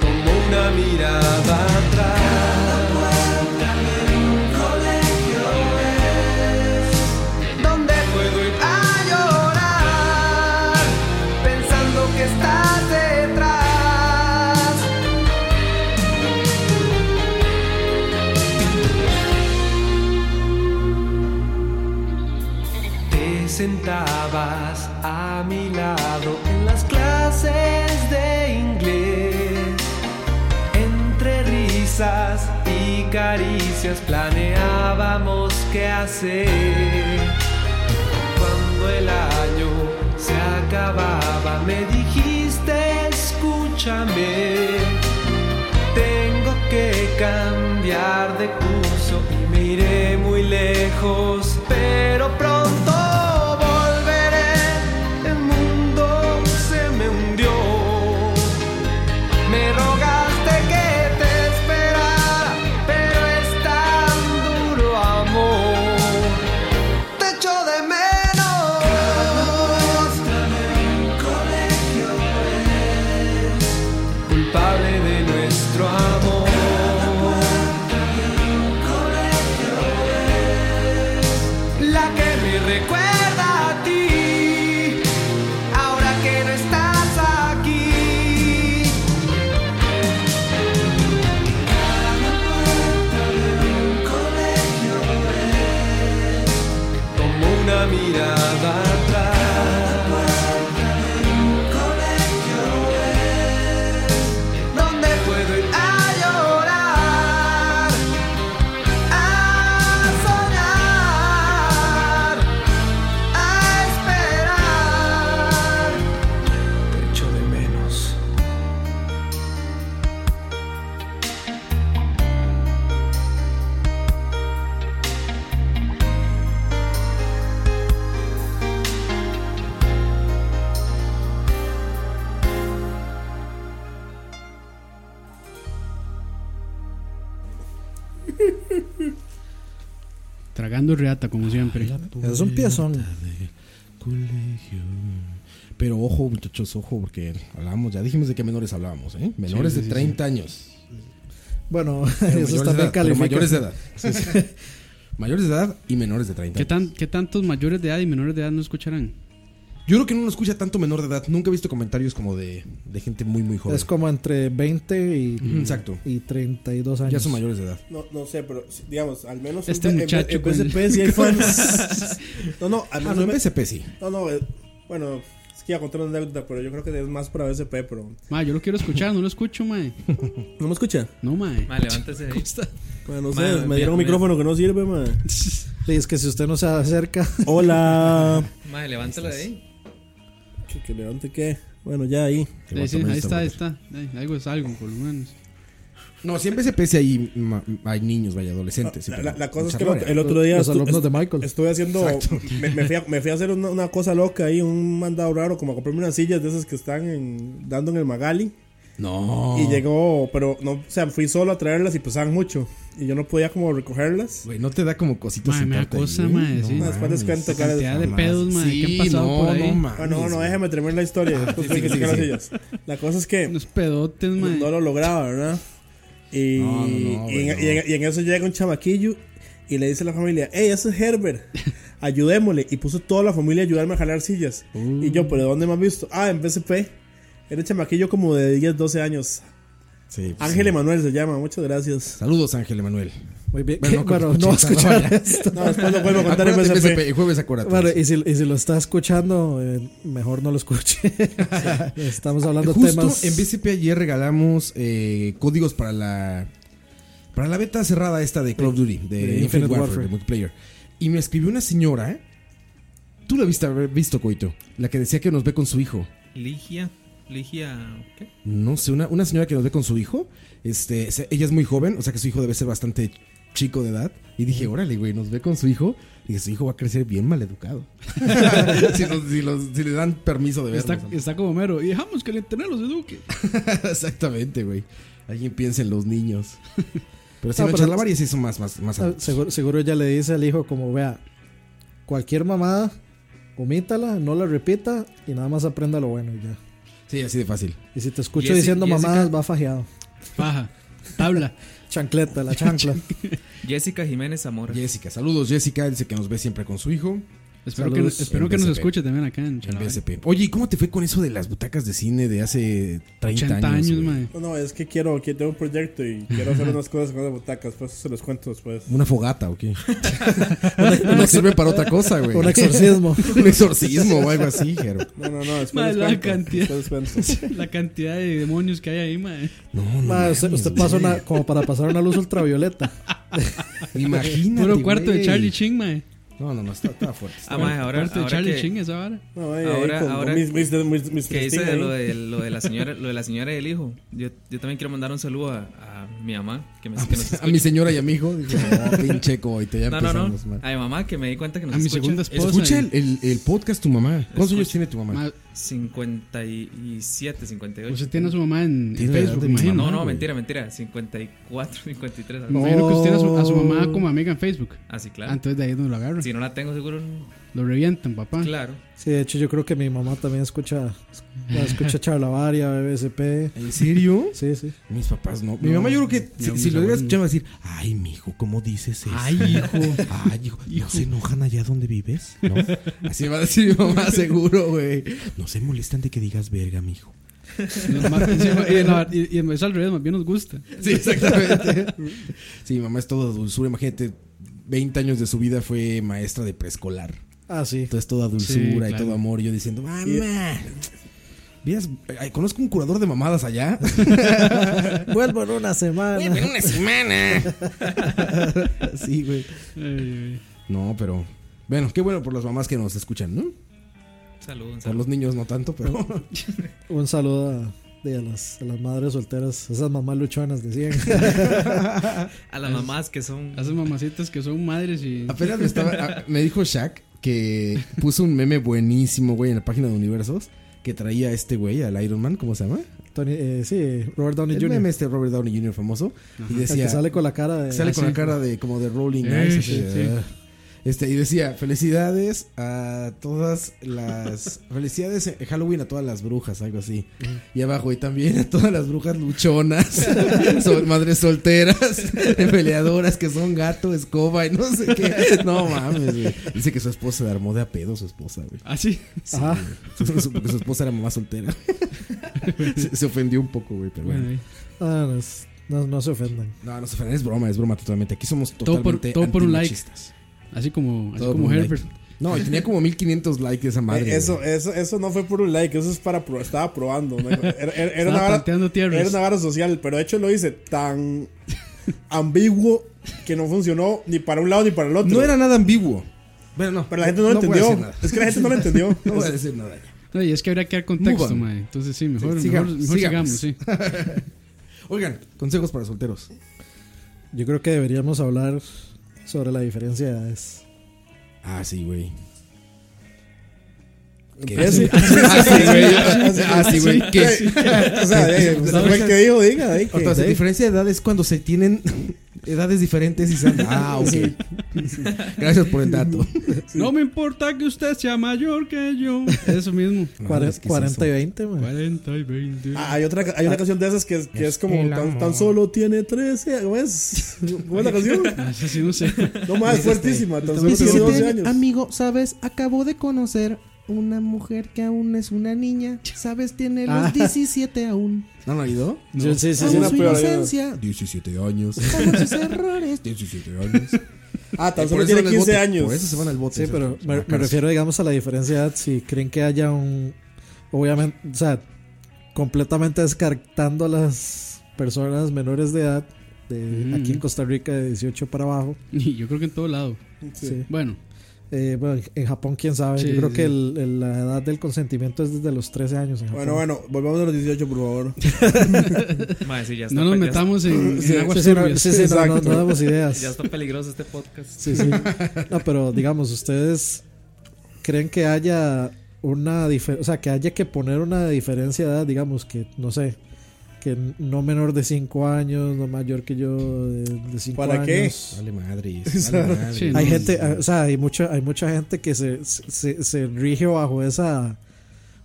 Speaker 8: Como una mirada atrás. ¿Dónde puedo ir a llorar? Pensando que estás detrás. Te sentabas a mi lado en las clases de inglés. Entre risas y caricias planeábamos qué hacer. Cuando el año se acababa, me dijiste, escúchame. Tengo que cambiar de curso y me iré muy lejos, pero pronto volveré. El mundo se me hundió. Me rogaste que te esperara, pero es tan duro amor. Te echo de menos. colegio culpable de nuestro amor.
Speaker 5: Tragando riata, como siempre.
Speaker 6: Es un piezón.
Speaker 4: Colegio. Pero ojo, muchachos, ojo, porque hablamos, ya dijimos de qué menores hablábamos, ¿eh? Menores
Speaker 5: Sí, sí,
Speaker 4: de
Speaker 5: sí,
Speaker 4: 30 años.
Speaker 6: Bueno,
Speaker 4: Pero
Speaker 6: eso
Speaker 4: mayores de
Speaker 6: también
Speaker 4: edad, pero
Speaker 6: califica.
Speaker 4: mayores de edad. Sí, sí. mayores de edad y menores de 30
Speaker 5: ¿Qué,
Speaker 4: años.
Speaker 5: tan, ¿Qué tantos mayores de edad y menores de edad no escucharán?
Speaker 4: Yo creo que no lo escucha tanto menor de edad. Nunca he visto comentarios como de, de gente muy, muy joven.
Speaker 6: Es como entre 20 y,
Speaker 4: Ujú, Exacto.
Speaker 6: y 32 años.
Speaker 4: Ya son mayores de edad.
Speaker 3: No, no sé, pero si- digamos, al menos
Speaker 5: Este
Speaker 3: en,
Speaker 5: muchacho
Speaker 3: en- en
Speaker 5: con el-
Speaker 3: PSP sí hay fans. no, no, al
Speaker 4: Ah,
Speaker 3: menos
Speaker 4: no, en
Speaker 3: en-
Speaker 4: PSP sí.
Speaker 3: No, no, eh, bueno, es que iba a contar una anécdota, pero yo creo que es más para BSP, pero.
Speaker 5: Ma, yo lo quiero escuchar, no lo escucho, mae.
Speaker 3: ¿No me escucha?
Speaker 5: No, mae.
Speaker 7: Ma, levántese. ahí.
Speaker 3: Bueno, no sé,
Speaker 7: Madre,
Speaker 3: me dieron un
Speaker 7: mira,
Speaker 3: micrófono que no sirve, man.
Speaker 6: Sí, es que si usted no se acerca,
Speaker 3: Hola.
Speaker 7: Ma, levántala de ahí.
Speaker 3: que, que levante qué. Bueno, ya ahí.
Speaker 5: Sí, sí, ahí está, ahí está. Ahí, algo es algo, por lo menos.
Speaker 4: No, sí Ah, en PSP sí hay, ma- hay niños, vaya, adolescentes. sí,
Speaker 3: La,
Speaker 4: pero-
Speaker 3: la- la cosa es que el
Speaker 4: Charlotte.
Speaker 3: otro, el otro día
Speaker 6: los
Speaker 3: estu-
Speaker 6: alumnos de
Speaker 3: estu-
Speaker 6: Michael.
Speaker 3: estuve haciendo. Me, me fui a, me fui a hacer una, una cosa loca ahí, un mandado raro, como a comprarme unas sillas de esas que están en- dando en el Magali.
Speaker 5: Oh.
Speaker 4: No.
Speaker 3: Y llegó, pero no, o sea, fui solo a traerlas y pesaban mucho. Y yo no podía como recogerlas.
Speaker 4: Güey, no te da como cositas.
Speaker 5: Mae, me da
Speaker 4: sentarte
Speaker 5: cosa,
Speaker 4: ahí?
Speaker 5: mae, sí.
Speaker 4: mames.
Speaker 3: Después les cuento,
Speaker 5: La
Speaker 3: cara,
Speaker 5: cantidad de
Speaker 4: Jamás.
Speaker 5: pedos, mae, que han
Speaker 4: Sí,
Speaker 5: pasado
Speaker 4: no,
Speaker 5: por ahí.
Speaker 4: no, mames,
Speaker 3: Ah, no, no,
Speaker 4: güey.
Speaker 3: déjame terminar la historia. Después fui a
Speaker 4: sí,
Speaker 3: sacar las
Speaker 4: sí.
Speaker 3: sillas. La cosa es que
Speaker 5: Unos pedotes, mae.
Speaker 3: no lo lograba, ¿verdad? Y,
Speaker 4: No, no, no,
Speaker 3: y, en,
Speaker 4: güey,
Speaker 3: y en-
Speaker 4: no.
Speaker 3: y en eso llega un chamaquillo y le dice a la familia, hey, ese es Herbert, ayudémosle. Y puso toda la familia a ayudarme a jalar sillas.
Speaker 5: Uh.
Speaker 3: Y yo, ¿pero dónde me han visto? Ah, en PSP. Era un chamaquillo como de 10, 12 años.
Speaker 4: Sí, pues,
Speaker 3: Ángel
Speaker 4: sí.
Speaker 3: Emanuel se llama, muchas gracias.
Speaker 4: Saludos, Ángel Emanuel.
Speaker 6: Muy bien.
Speaker 4: Bueno,
Speaker 6: Bueno,
Speaker 4: no,
Speaker 6: no va a
Speaker 4: escucha,
Speaker 6: escuchar
Speaker 4: vaya.
Speaker 6: esto.
Speaker 3: No, después lo vuelvo a contar en
Speaker 4: Acuérdate,
Speaker 3: PSP.
Speaker 4: PSP, jueves acuérdate.
Speaker 6: Bueno, y si, y si lo está escuchando, eh, mejor no lo escuche. Estamos hablando
Speaker 4: Justo
Speaker 6: temas.
Speaker 4: en BCP ayer regalamos eh, códigos para la para la beta cerrada esta de Call of Duty, de, Infinite,
Speaker 6: Infinite
Speaker 4: Warfare,
Speaker 6: Warfare.
Speaker 4: de multiplayer. Y me escribió una señora, tú la viste haber visto, Coito, la que decía que nos ve con su hijo.
Speaker 7: Ligia. Ligia. ¿Qué?
Speaker 4: No sé, una, una señora que nos ve con su hijo. Este, se- ella es muy joven, o sea que su hijo debe ser bastante chico de edad. Y dije, órale, güey, nos ve con su hijo. Dije, su hijo va a crecer bien maleducado. si, nos- si los- si le dan permiso de vernos.
Speaker 5: Está, está como mero. Y dejamos que el internet los eduque.
Speaker 4: Exactamente, güey. Alguien piensa en los niños. Pero si
Speaker 6: No,
Speaker 4: no,
Speaker 6: pero-
Speaker 4: charlaba y se hizo más, más, más.
Speaker 6: Ah, Seguro, seguro ella le dice al hijo como, vea, cualquier mamada, omítala, no la repita y nada más aprenda lo bueno y ya.
Speaker 4: Sí, así de fácil.
Speaker 6: Y si te escucho
Speaker 7: Jesse-
Speaker 6: diciendo
Speaker 7: Jessica-
Speaker 6: mamadas, va fajeado.
Speaker 5: Paja. Tabla.
Speaker 6: Chancleta, la chancla.
Speaker 7: Jessica Jiménez
Speaker 5: Pues.
Speaker 7: Zamora.
Speaker 4: Jessica, saludos, Jessica. Dice que nos ve siempre con su hijo
Speaker 5: Espero
Speaker 6: Saludos
Speaker 5: que, nos- espero
Speaker 4: en
Speaker 5: que nos
Speaker 4: BSP.
Speaker 5: escuche también acá en
Speaker 4: en
Speaker 5: Chalabaria.
Speaker 4: BSP. Oye, ¿y cómo te fue con eso de las butacas de cine de hace 30
Speaker 5: 80
Speaker 4: años? güey?
Speaker 5: años, mae.
Speaker 3: No, no, es que quiero, que tengo un proyecto y quiero hacer unas cosas con las butacas, por eso se los cuento después.
Speaker 4: ¿Una fogata o qué? no sirve para otra cosa, güey.
Speaker 6: Un exorcismo.
Speaker 4: Un exorcismo o algo así, Jero.
Speaker 3: No, no, no, después
Speaker 5: Madre,
Speaker 3: les
Speaker 5: la
Speaker 3: cuento,
Speaker 5: cantidad.
Speaker 3: después les cuento.
Speaker 5: La cantidad de demonios que hay ahí, mae.
Speaker 4: No, no.
Speaker 6: Ma,
Speaker 4: mames,
Speaker 6: usted, usted
Speaker 4: güey.
Speaker 6: pasa una, como para pasar una luz ultravioleta.
Speaker 4: Imagínate.
Speaker 5: Puro cuarto de
Speaker 4: güey.
Speaker 5: Charlie Ching, mae.
Speaker 4: No, no, no, está, está fuerte.
Speaker 7: Ah, ma, ahora,
Speaker 5: cuarto de
Speaker 7: ahora
Speaker 5: Charlie
Speaker 7: que,
Speaker 5: Ching, esa vara.
Speaker 3: No, ahí,
Speaker 7: Ahora-
Speaker 3: ahí con,
Speaker 7: ahora
Speaker 3: con mis, mis, mis, mis
Speaker 7: que dice
Speaker 3: testigos
Speaker 7: de
Speaker 3: ahí.
Speaker 7: lo de, lo de la señora lo de la señora y el hijo. Yo, yo también quiero mandar un saludo a, a mi mamá que me que nos
Speaker 4: A mi señora y a mi hijo. Dijo,
Speaker 5: "Ah,
Speaker 4: no, pinche coito, ya
Speaker 7: No, no, no.
Speaker 4: empezamos mal.
Speaker 7: A mi mamá que me di cuenta que nos
Speaker 5: A mi
Speaker 7: escucha.
Speaker 5: segunda esposa.
Speaker 4: Escucha
Speaker 5: y-
Speaker 4: el, el- el podcast tu mamá. ¿Cuántos
Speaker 7: Escucha.
Speaker 4: años tiene tu mamá?
Speaker 5: Ma,
Speaker 7: 57, 58.
Speaker 5: usted tiene a su mamá en, en
Speaker 4: Tiene la edad
Speaker 5: Facebook,
Speaker 4: de
Speaker 5: me
Speaker 4: mi
Speaker 5: imagino.
Speaker 4: mamá.
Speaker 7: No, no,
Speaker 4: güey.
Speaker 7: mentira, mentira. 54, 53.
Speaker 5: Me
Speaker 7: algo así.
Speaker 5: imagino que usted tiene a su, a su mamá como amiga en Facebook.
Speaker 7: Ah, sí, claro.
Speaker 5: Ah, Entonces de ahí nos lo agarran.
Speaker 7: Si no la tengo, seguro.
Speaker 5: Lo revientan, papá.
Speaker 7: Claro.
Speaker 6: Sí, de hecho yo creo que mi mamá también escucha, escucha Charlavaria, BBSP.
Speaker 4: ¿En serio?
Speaker 6: Sí, sí.
Speaker 4: Mis papás no. Mi
Speaker 5: No.
Speaker 4: mamá yo creo que si,
Speaker 5: No,
Speaker 4: si
Speaker 5: mis
Speaker 4: lo hubiera
Speaker 5: abuelos no.
Speaker 4: escuchado va a decir, ay, mijo, ¿cómo dices eso?
Speaker 5: Ay, hijo.
Speaker 4: Ay, hijo, ¿no se enojan allá donde vives? ¿No? Así me va a decir mi mamá, seguro, güey. No se molestan de que digas verga, mijo.
Speaker 5: Nos matan, sí, ma, y, la- y- y es al revés, más bien nos gusta.
Speaker 4: Sí, exactamente. Sí, mi mamá es toda dulzura. Imagínate, 20 años de su vida fue maestra de preescolar.
Speaker 6: Ah, sí.
Speaker 4: Entonces toda dulzura
Speaker 5: Sí,
Speaker 4: y
Speaker 5: claro.
Speaker 4: todo amor. y Yo diciendo, mamá. ¿Vieras? Ay, conozco un curador de mamadas allá.
Speaker 6: Vuelvo en una semana.
Speaker 4: una semana. sí, güey.
Speaker 5: Ay,
Speaker 4: No, pero. Bueno, qué bueno por las mamás que nos escuchan, ¿no?
Speaker 7: Saludos,
Speaker 4: Por los niños no tanto, pero.
Speaker 6: Un saludo a, de a las, a las madres solteras, esas mamás luchonas decían.
Speaker 7: A las mamás que son.
Speaker 5: ay. A esas mamacitas que son madres y.
Speaker 4: Apenas me estaba. a- me dijo Shaq que puso un meme buenísimo, güey, en la página de Universos. Que traía a este güey, al Iron Man, ¿cómo se llama?
Speaker 6: Tony, eh, sí, Robert Downey
Speaker 4: El
Speaker 6: Jr.
Speaker 4: meme este Robert Downey Jr. famoso. Y
Speaker 6: El que
Speaker 4: decía.
Speaker 6: sale con la cara de.
Speaker 4: sale
Speaker 5: Ah,
Speaker 4: con
Speaker 5: sí.
Speaker 4: la cara de como de Rolling
Speaker 5: Eh,
Speaker 4: Eyes.
Speaker 5: sí,
Speaker 4: así de,
Speaker 5: sí.
Speaker 4: "Ah". Este, y decía, felicidades a todas las... Felicidades en Halloween a todas las brujas, algo así. Y abajo, y también a todas las brujas luchonas, sol- madres solteras, peleadoras que son gato, escoba y no sé qué. No mames, güey. Dice que su esposa le armó de a pedo su esposa, güey.
Speaker 5: Ah, sí.
Speaker 4: Sí, güey. Su- su- Porque su esposa era mamá soltera. se, se ofendió un poco, güey, pero bueno.
Speaker 5: Bueno, ahí.
Speaker 6: Ah, no, es- no, no se ofendan.
Speaker 4: No, no se ofendan, es broma, es broma totalmente. Aquí somos
Speaker 5: Todo por-
Speaker 4: totalmente
Speaker 5: todo por un like.
Speaker 4: antimachistas.
Speaker 5: Así como, así
Speaker 4: Todo
Speaker 5: como
Speaker 4: muy
Speaker 5: Herbert.
Speaker 4: No, y tenía como 1500 likes esa madre.
Speaker 3: Eh, eso,
Speaker 4: güey.
Speaker 3: eso, eso no fue por un like, eso es para pro- estaba probando. ¿no? Era, era- era una
Speaker 5: Estaba
Speaker 3: vara,
Speaker 5: tanteando tierras.
Speaker 3: era una vara social, pero de hecho lo hice tan ambiguo que no funcionó ni para un lado ni para el otro.
Speaker 4: No era nada ambiguo. Bueno, no.
Speaker 3: pero la gente no lo
Speaker 4: voy a decir
Speaker 3: entendió.
Speaker 4: nada.
Speaker 3: Es que la gente no lo entendió.
Speaker 4: No voy a decir nada ya.
Speaker 5: No, y es que habría que dar contexto,
Speaker 4: Move on.
Speaker 5: mae. Entonces sí, mejor,
Speaker 4: Sí,
Speaker 5: mejor,
Speaker 4: sigamos,
Speaker 5: mejor
Speaker 4: sigamos.
Speaker 5: sigamos, sí.
Speaker 4: Oigan, consejos para solteros.
Speaker 6: Yo creo que deberíamos hablar sobre la diferencia de edades.
Speaker 4: Ah, sí, güey. ¿Qué?
Speaker 3: Ese-
Speaker 4: Ah, sí, güey. Ah, sí, güey. ¿Qué?
Speaker 3: o sea, eh, usted fue el que dijo, diga. ahí que-
Speaker 4: Entonces,
Speaker 3: sí.
Speaker 4: diferencia de edad es cuando se tienen edades diferentes y se andan. Ah, ok. Gracias por el dato.
Speaker 5: No me importa que usted sea mayor que yo. Eso mismo.
Speaker 6: Cuare-
Speaker 4: Mames, ¿qué es
Speaker 6: 40 y
Speaker 4: eso?
Speaker 6: 20, man.
Speaker 5: 40 y 20.
Speaker 3: Ah, hay otra, hay una canción de esas que, que es como
Speaker 8: el
Speaker 3: tan,
Speaker 8: amor.
Speaker 3: tan solo tiene 13. ¿Cómo es? ¿Cómo es la canción?
Speaker 5: Ah, Eso sí, no sé.
Speaker 3: No más, fuertísima. Tan solo tiene
Speaker 4: 17
Speaker 3: 12 años.
Speaker 4: Amigo, ¿sabes? Acabo de conocer una mujer que aún es una niña. ¿Sabes? Tiene los
Speaker 6: Ah.
Speaker 4: 17 aún. ¿No lo oído?
Speaker 6: Yo- sí, sí,
Speaker 3: Es
Speaker 6: sí.
Speaker 3: una Ah, peor, ya.
Speaker 4: 17 años.
Speaker 9: sus errores.
Speaker 4: 17 años.
Speaker 3: Ah, tan solo tiene 15 años.
Speaker 4: Por eso se van al bote.
Speaker 6: Sí,
Speaker 4: esos
Speaker 6: pero
Speaker 4: son
Speaker 6: me, me
Speaker 4: bacanas.
Speaker 6: refiero, digamos, a la diferencia de edad. Si creen que haya un. Obviamente, o sea, completamente descartando a las personas menores de edad, de
Speaker 5: Ujú.
Speaker 6: aquí en Costa Rica, de 18 para abajo.
Speaker 5: Y yo creo que en todo lado.
Speaker 6: Sí.
Speaker 5: Bueno,
Speaker 6: Eh, bueno, en Japón, quién sabe.
Speaker 5: Sí,
Speaker 6: Yo creo
Speaker 5: sí.
Speaker 6: que el- el- la edad del consentimiento es desde los 13 años. En Japón.
Speaker 3: Bueno, bueno, volvamos a los 18, por favor.
Speaker 7: Mae, sí, ya está,
Speaker 5: no nos
Speaker 7: ya-
Speaker 5: metamos en, en
Speaker 3: Sí,
Speaker 5: aguas
Speaker 6: Sí, sí, no,
Speaker 5: turbias.
Speaker 6: sí, sí, no, no-
Speaker 3: Exacto.
Speaker 6: no damos ideas.
Speaker 7: Ya está peligroso este podcast.
Speaker 6: Sí, sí. No, pero digamos, ustedes creen que haya una diferencia, o sea, que haya que poner una diferencia de edad, digamos, que no sé, que no menor de 5 años, no mayor que yo de 5 años.
Speaker 3: ¿Para qué?
Speaker 4: Vale madre. Vale madre.
Speaker 5: Sí, no,
Speaker 6: Hay gente, ah, o sea, hay mucha, hay mucha gente que se, se, se rige bajo esa,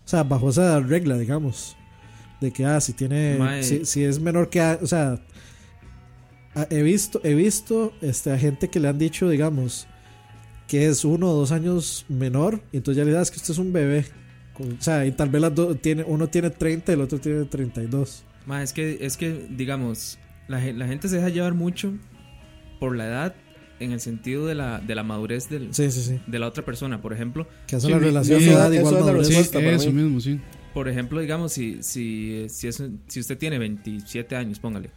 Speaker 6: o sea, bajo esa regla, digamos, de que, ah, si tiene,
Speaker 7: Mae.
Speaker 6: si, si es menor que, a- o sea, a- he visto, he visto, este, a gente que le han dicho, digamos, que es uno o dos años menor, y entonces ya le das que usted es un bebé, Con- o sea, y tal vez las dos, tiene, uno tiene 30 y el otro tiene 32.
Speaker 7: Mae, es que, es que digamos, la, gen- la gente se deja llevar mucho por la edad en el sentido de la, de la madurez del,
Speaker 6: Sí, sí, sí.
Speaker 7: de la otra persona. Por ejemplo,
Speaker 6: Que hace
Speaker 5: Sí,
Speaker 6: una
Speaker 5: mi-
Speaker 6: relación
Speaker 5: mi-
Speaker 6: de edad
Speaker 3: eso
Speaker 6: igual
Speaker 3: es la
Speaker 6: madurez.
Speaker 5: Sí,
Speaker 3: respuesta para
Speaker 5: eso
Speaker 3: mí.
Speaker 5: mismo, sí.
Speaker 7: Por ejemplo, digamos, si, si, si, es un- si usted tiene 27 años, póngale.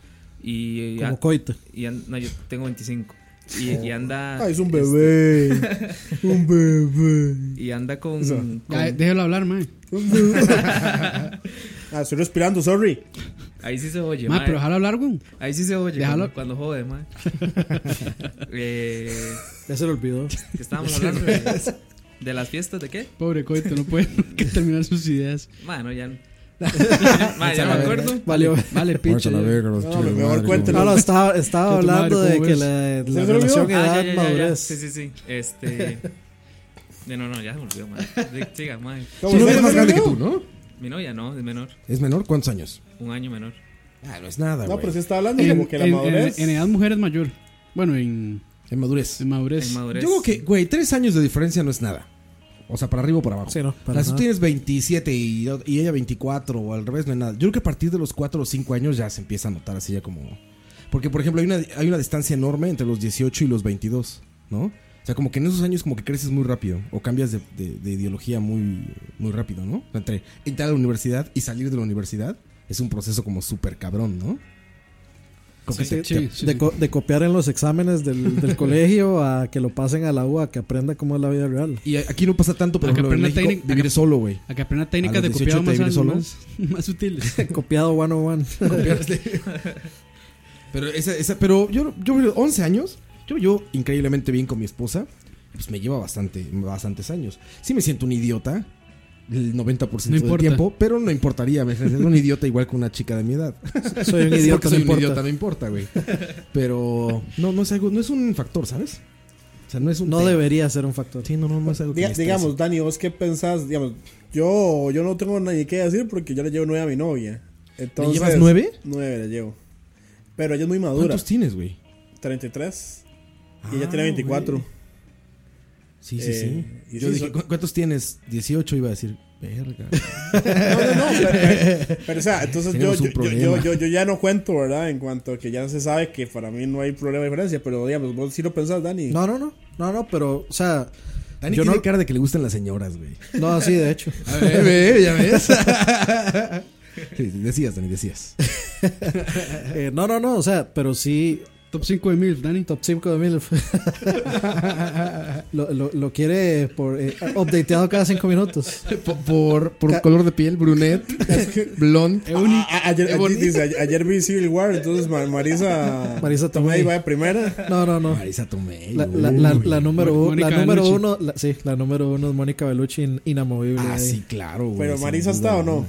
Speaker 7: Y,
Speaker 6: como
Speaker 7: an-
Speaker 6: coito. Oh.
Speaker 7: y an- no, yo tengo 25. Y, y anda. este,
Speaker 3: Ah, es un bebé. un bebé.
Speaker 7: Y anda con.
Speaker 3: Eso.
Speaker 7: con-
Speaker 5: Ya, déjelo hablar, mae.
Speaker 3: Un bebé. ah, estoy respirando, sorry.
Speaker 7: ahí sí se oye,
Speaker 5: Mae,
Speaker 7: mae.
Speaker 5: pero déjalo hablar, güey.
Speaker 7: Ahí sí se oye
Speaker 5: Déjalo.
Speaker 7: cuando, cuando jode, mae. eh,
Speaker 6: Ya se le olvidó.
Speaker 7: ¿Qué estábamos hablando? De, de las fiestas de qué?
Speaker 5: Pobre coito, no puede que terminar sus
Speaker 7: Mae,
Speaker 5: ideas.
Speaker 7: no, ya. no. Mae, ya no me acuerdo.
Speaker 6: Valió.
Speaker 5: Vale, pinche.
Speaker 4: Ahorita la verga, los
Speaker 3: No,
Speaker 4: chiles,
Speaker 3: mejor
Speaker 4: madre,
Speaker 3: cuéntelo.
Speaker 6: No, no, estaba, estaba
Speaker 5: Ya tu
Speaker 6: hablando
Speaker 5: madre,
Speaker 6: de
Speaker 5: ¿cómo
Speaker 6: que
Speaker 5: ves?
Speaker 6: la,
Speaker 3: ¿Se
Speaker 6: la
Speaker 3: le olvidó?
Speaker 6: relación
Speaker 7: Ah, ya,
Speaker 6: edad
Speaker 7: ya, ya, ya.
Speaker 6: madurez.
Speaker 7: Sí, sí, sí. Este. No, no, no, ya se me olvidó, mae. Siga, mae.
Speaker 4: Su novia es más grande que
Speaker 3: no?
Speaker 4: tú, ¿no?
Speaker 7: Mi novia no, es menor.
Speaker 4: ¿Es menor? ¿Cuántos años?
Speaker 7: Un año menor.
Speaker 4: Ah, no es nada,
Speaker 3: No,
Speaker 4: güey.
Speaker 3: pero sí está hablando
Speaker 5: En,
Speaker 3: como que la
Speaker 5: en-
Speaker 3: madurez.
Speaker 5: en- en edad mujer es mayor. Bueno, en,
Speaker 4: En madurez.
Speaker 5: Mm. en madurez.
Speaker 7: En madurez.
Speaker 4: Yo creo que, güey, tres años de diferencia no es nada. O sea, para arriba o para abajo.
Speaker 6: Sí, no, para
Speaker 4: Ahora, si tú
Speaker 6: nada.
Speaker 4: tienes 27 y, y ella 24 o al revés, no es nada. Yo creo que a partir de los 4 o 5 años ya se empieza a notar así ya como... Porque, por ejemplo, hay una, hay una distancia enorme entre los 18 y los 22, ¿no? O sea, como que en esos años como que creces muy rápido o cambias de, de- de ideología muy, muy rápido, ¿no? O sea, Entre entrar a la universidad y salir de la universidad es un proceso como súper cabrón, ¿no? Como que
Speaker 5: Sí,
Speaker 4: te-
Speaker 5: sí,
Speaker 4: te-
Speaker 5: sí.
Speaker 6: De, co- de copiar en los exámenes del, del colegio a que lo pasen a la U, a que aprenda cómo es la vida real.
Speaker 4: Y aquí no pasa tanto, pero
Speaker 5: Acá
Speaker 4: en
Speaker 5: aprende
Speaker 4: México
Speaker 5: técnica-
Speaker 4: vivir
Speaker 5: acá-
Speaker 4: solo, güey.
Speaker 5: A que aprenda
Speaker 4: A
Speaker 5: técnicas
Speaker 4: los
Speaker 5: de
Speaker 4: 18
Speaker 5: copiado
Speaker 4: te
Speaker 5: más,
Speaker 4: vives solo.
Speaker 5: más, más sutiles.
Speaker 6: Copiado 101.
Speaker 4: pero esa, esa- pero yo, yo 11 años, yo yo increíblemente bien con mi esposa, pues me lleva bastante, bastantes años. Sí me siento un idiota el 90%
Speaker 5: No
Speaker 4: del
Speaker 5: importa.
Speaker 4: tiempo, pero no importaría, me siento un idiota igual que una chica de mi edad.
Speaker 6: Soy un
Speaker 4: Porque
Speaker 6: idiota, no
Speaker 4: soy un
Speaker 6: importa.
Speaker 4: idiota, no importa, güey. Pero no no es algo, no es un factor, ¿sabes? sea, no es un.
Speaker 6: No
Speaker 4: tema.
Speaker 6: debería ser un factor.
Speaker 4: Sí, no, no, no es algo que
Speaker 3: Diga-
Speaker 4: me estrese.
Speaker 3: digamos, Dani, ¿vos qué pensás? Digamos, yo, yo no tengo nadie que decir porque yo le llevo nueve a mi novia. Entonces,
Speaker 4: llevas nueve?
Speaker 3: Nueve le llevo. Pero ella es muy madura.
Speaker 4: ¿Cuántos tienes, güey?
Speaker 3: 33. y ella
Speaker 4: Ah,
Speaker 3: tiene 24.
Speaker 4: güey. Sí, sí,
Speaker 3: Eh,
Speaker 4: sí.
Speaker 3: y
Speaker 4: Yo
Speaker 3: sí,
Speaker 4: dije,
Speaker 3: son-
Speaker 4: "¿Cu- ¿cuántos tienes? 18 iba a decir, verga.
Speaker 3: No, no, no. Pero, pero, o sea, entonces yo,
Speaker 4: Tenemos
Speaker 3: yo,
Speaker 4: un
Speaker 3: yo,
Speaker 4: problema.
Speaker 3: yo- yo- yo ya no cuento, ¿verdad? En cuanto a que ya se sabe que para mí no hay problema de diferencia. Pero, digamos, vos sí lo pensás, Dani.
Speaker 6: No, no, no. No, no, pero, o sea,
Speaker 4: Dani
Speaker 6: Yo
Speaker 4: tiene
Speaker 6: no-
Speaker 4: cara de que le gustan las señoras, güey.
Speaker 6: no, sí, de hecho.
Speaker 4: Ve, ya ves. Sí, sí, decías, Dani, decías.
Speaker 6: Eh, no, no, no, o sea, pero sí,
Speaker 5: Top 5 de MILF, Dani.
Speaker 6: top 5 de mil. lo, lo, lo quiere por eh, updateado cada 5 minutos.
Speaker 9: Por, por, por color de piel, brunette, blonde.
Speaker 3: Ah, ah, ayer, ayer- dice, ayer, ayer vi Civil War, entonces Ma- Marisa,
Speaker 6: Marisa
Speaker 3: Tomei
Speaker 6: Tomei.
Speaker 3: iba de primera.
Speaker 6: No, no, no.
Speaker 4: Marisa Tomei.
Speaker 6: La,
Speaker 4: uy.
Speaker 6: la, la, la número,
Speaker 5: Mónica
Speaker 6: uno- la número
Speaker 5: Bellucci.
Speaker 6: uno, la- sí, la número uno es Mónica Bellucci, in- inamovible.
Speaker 4: Ah,
Speaker 6: ahí.
Speaker 4: sí, claro, güey.
Speaker 3: Pero
Speaker 4: sin
Speaker 3: Marisa
Speaker 4: duda,
Speaker 3: está o no?
Speaker 4: güey.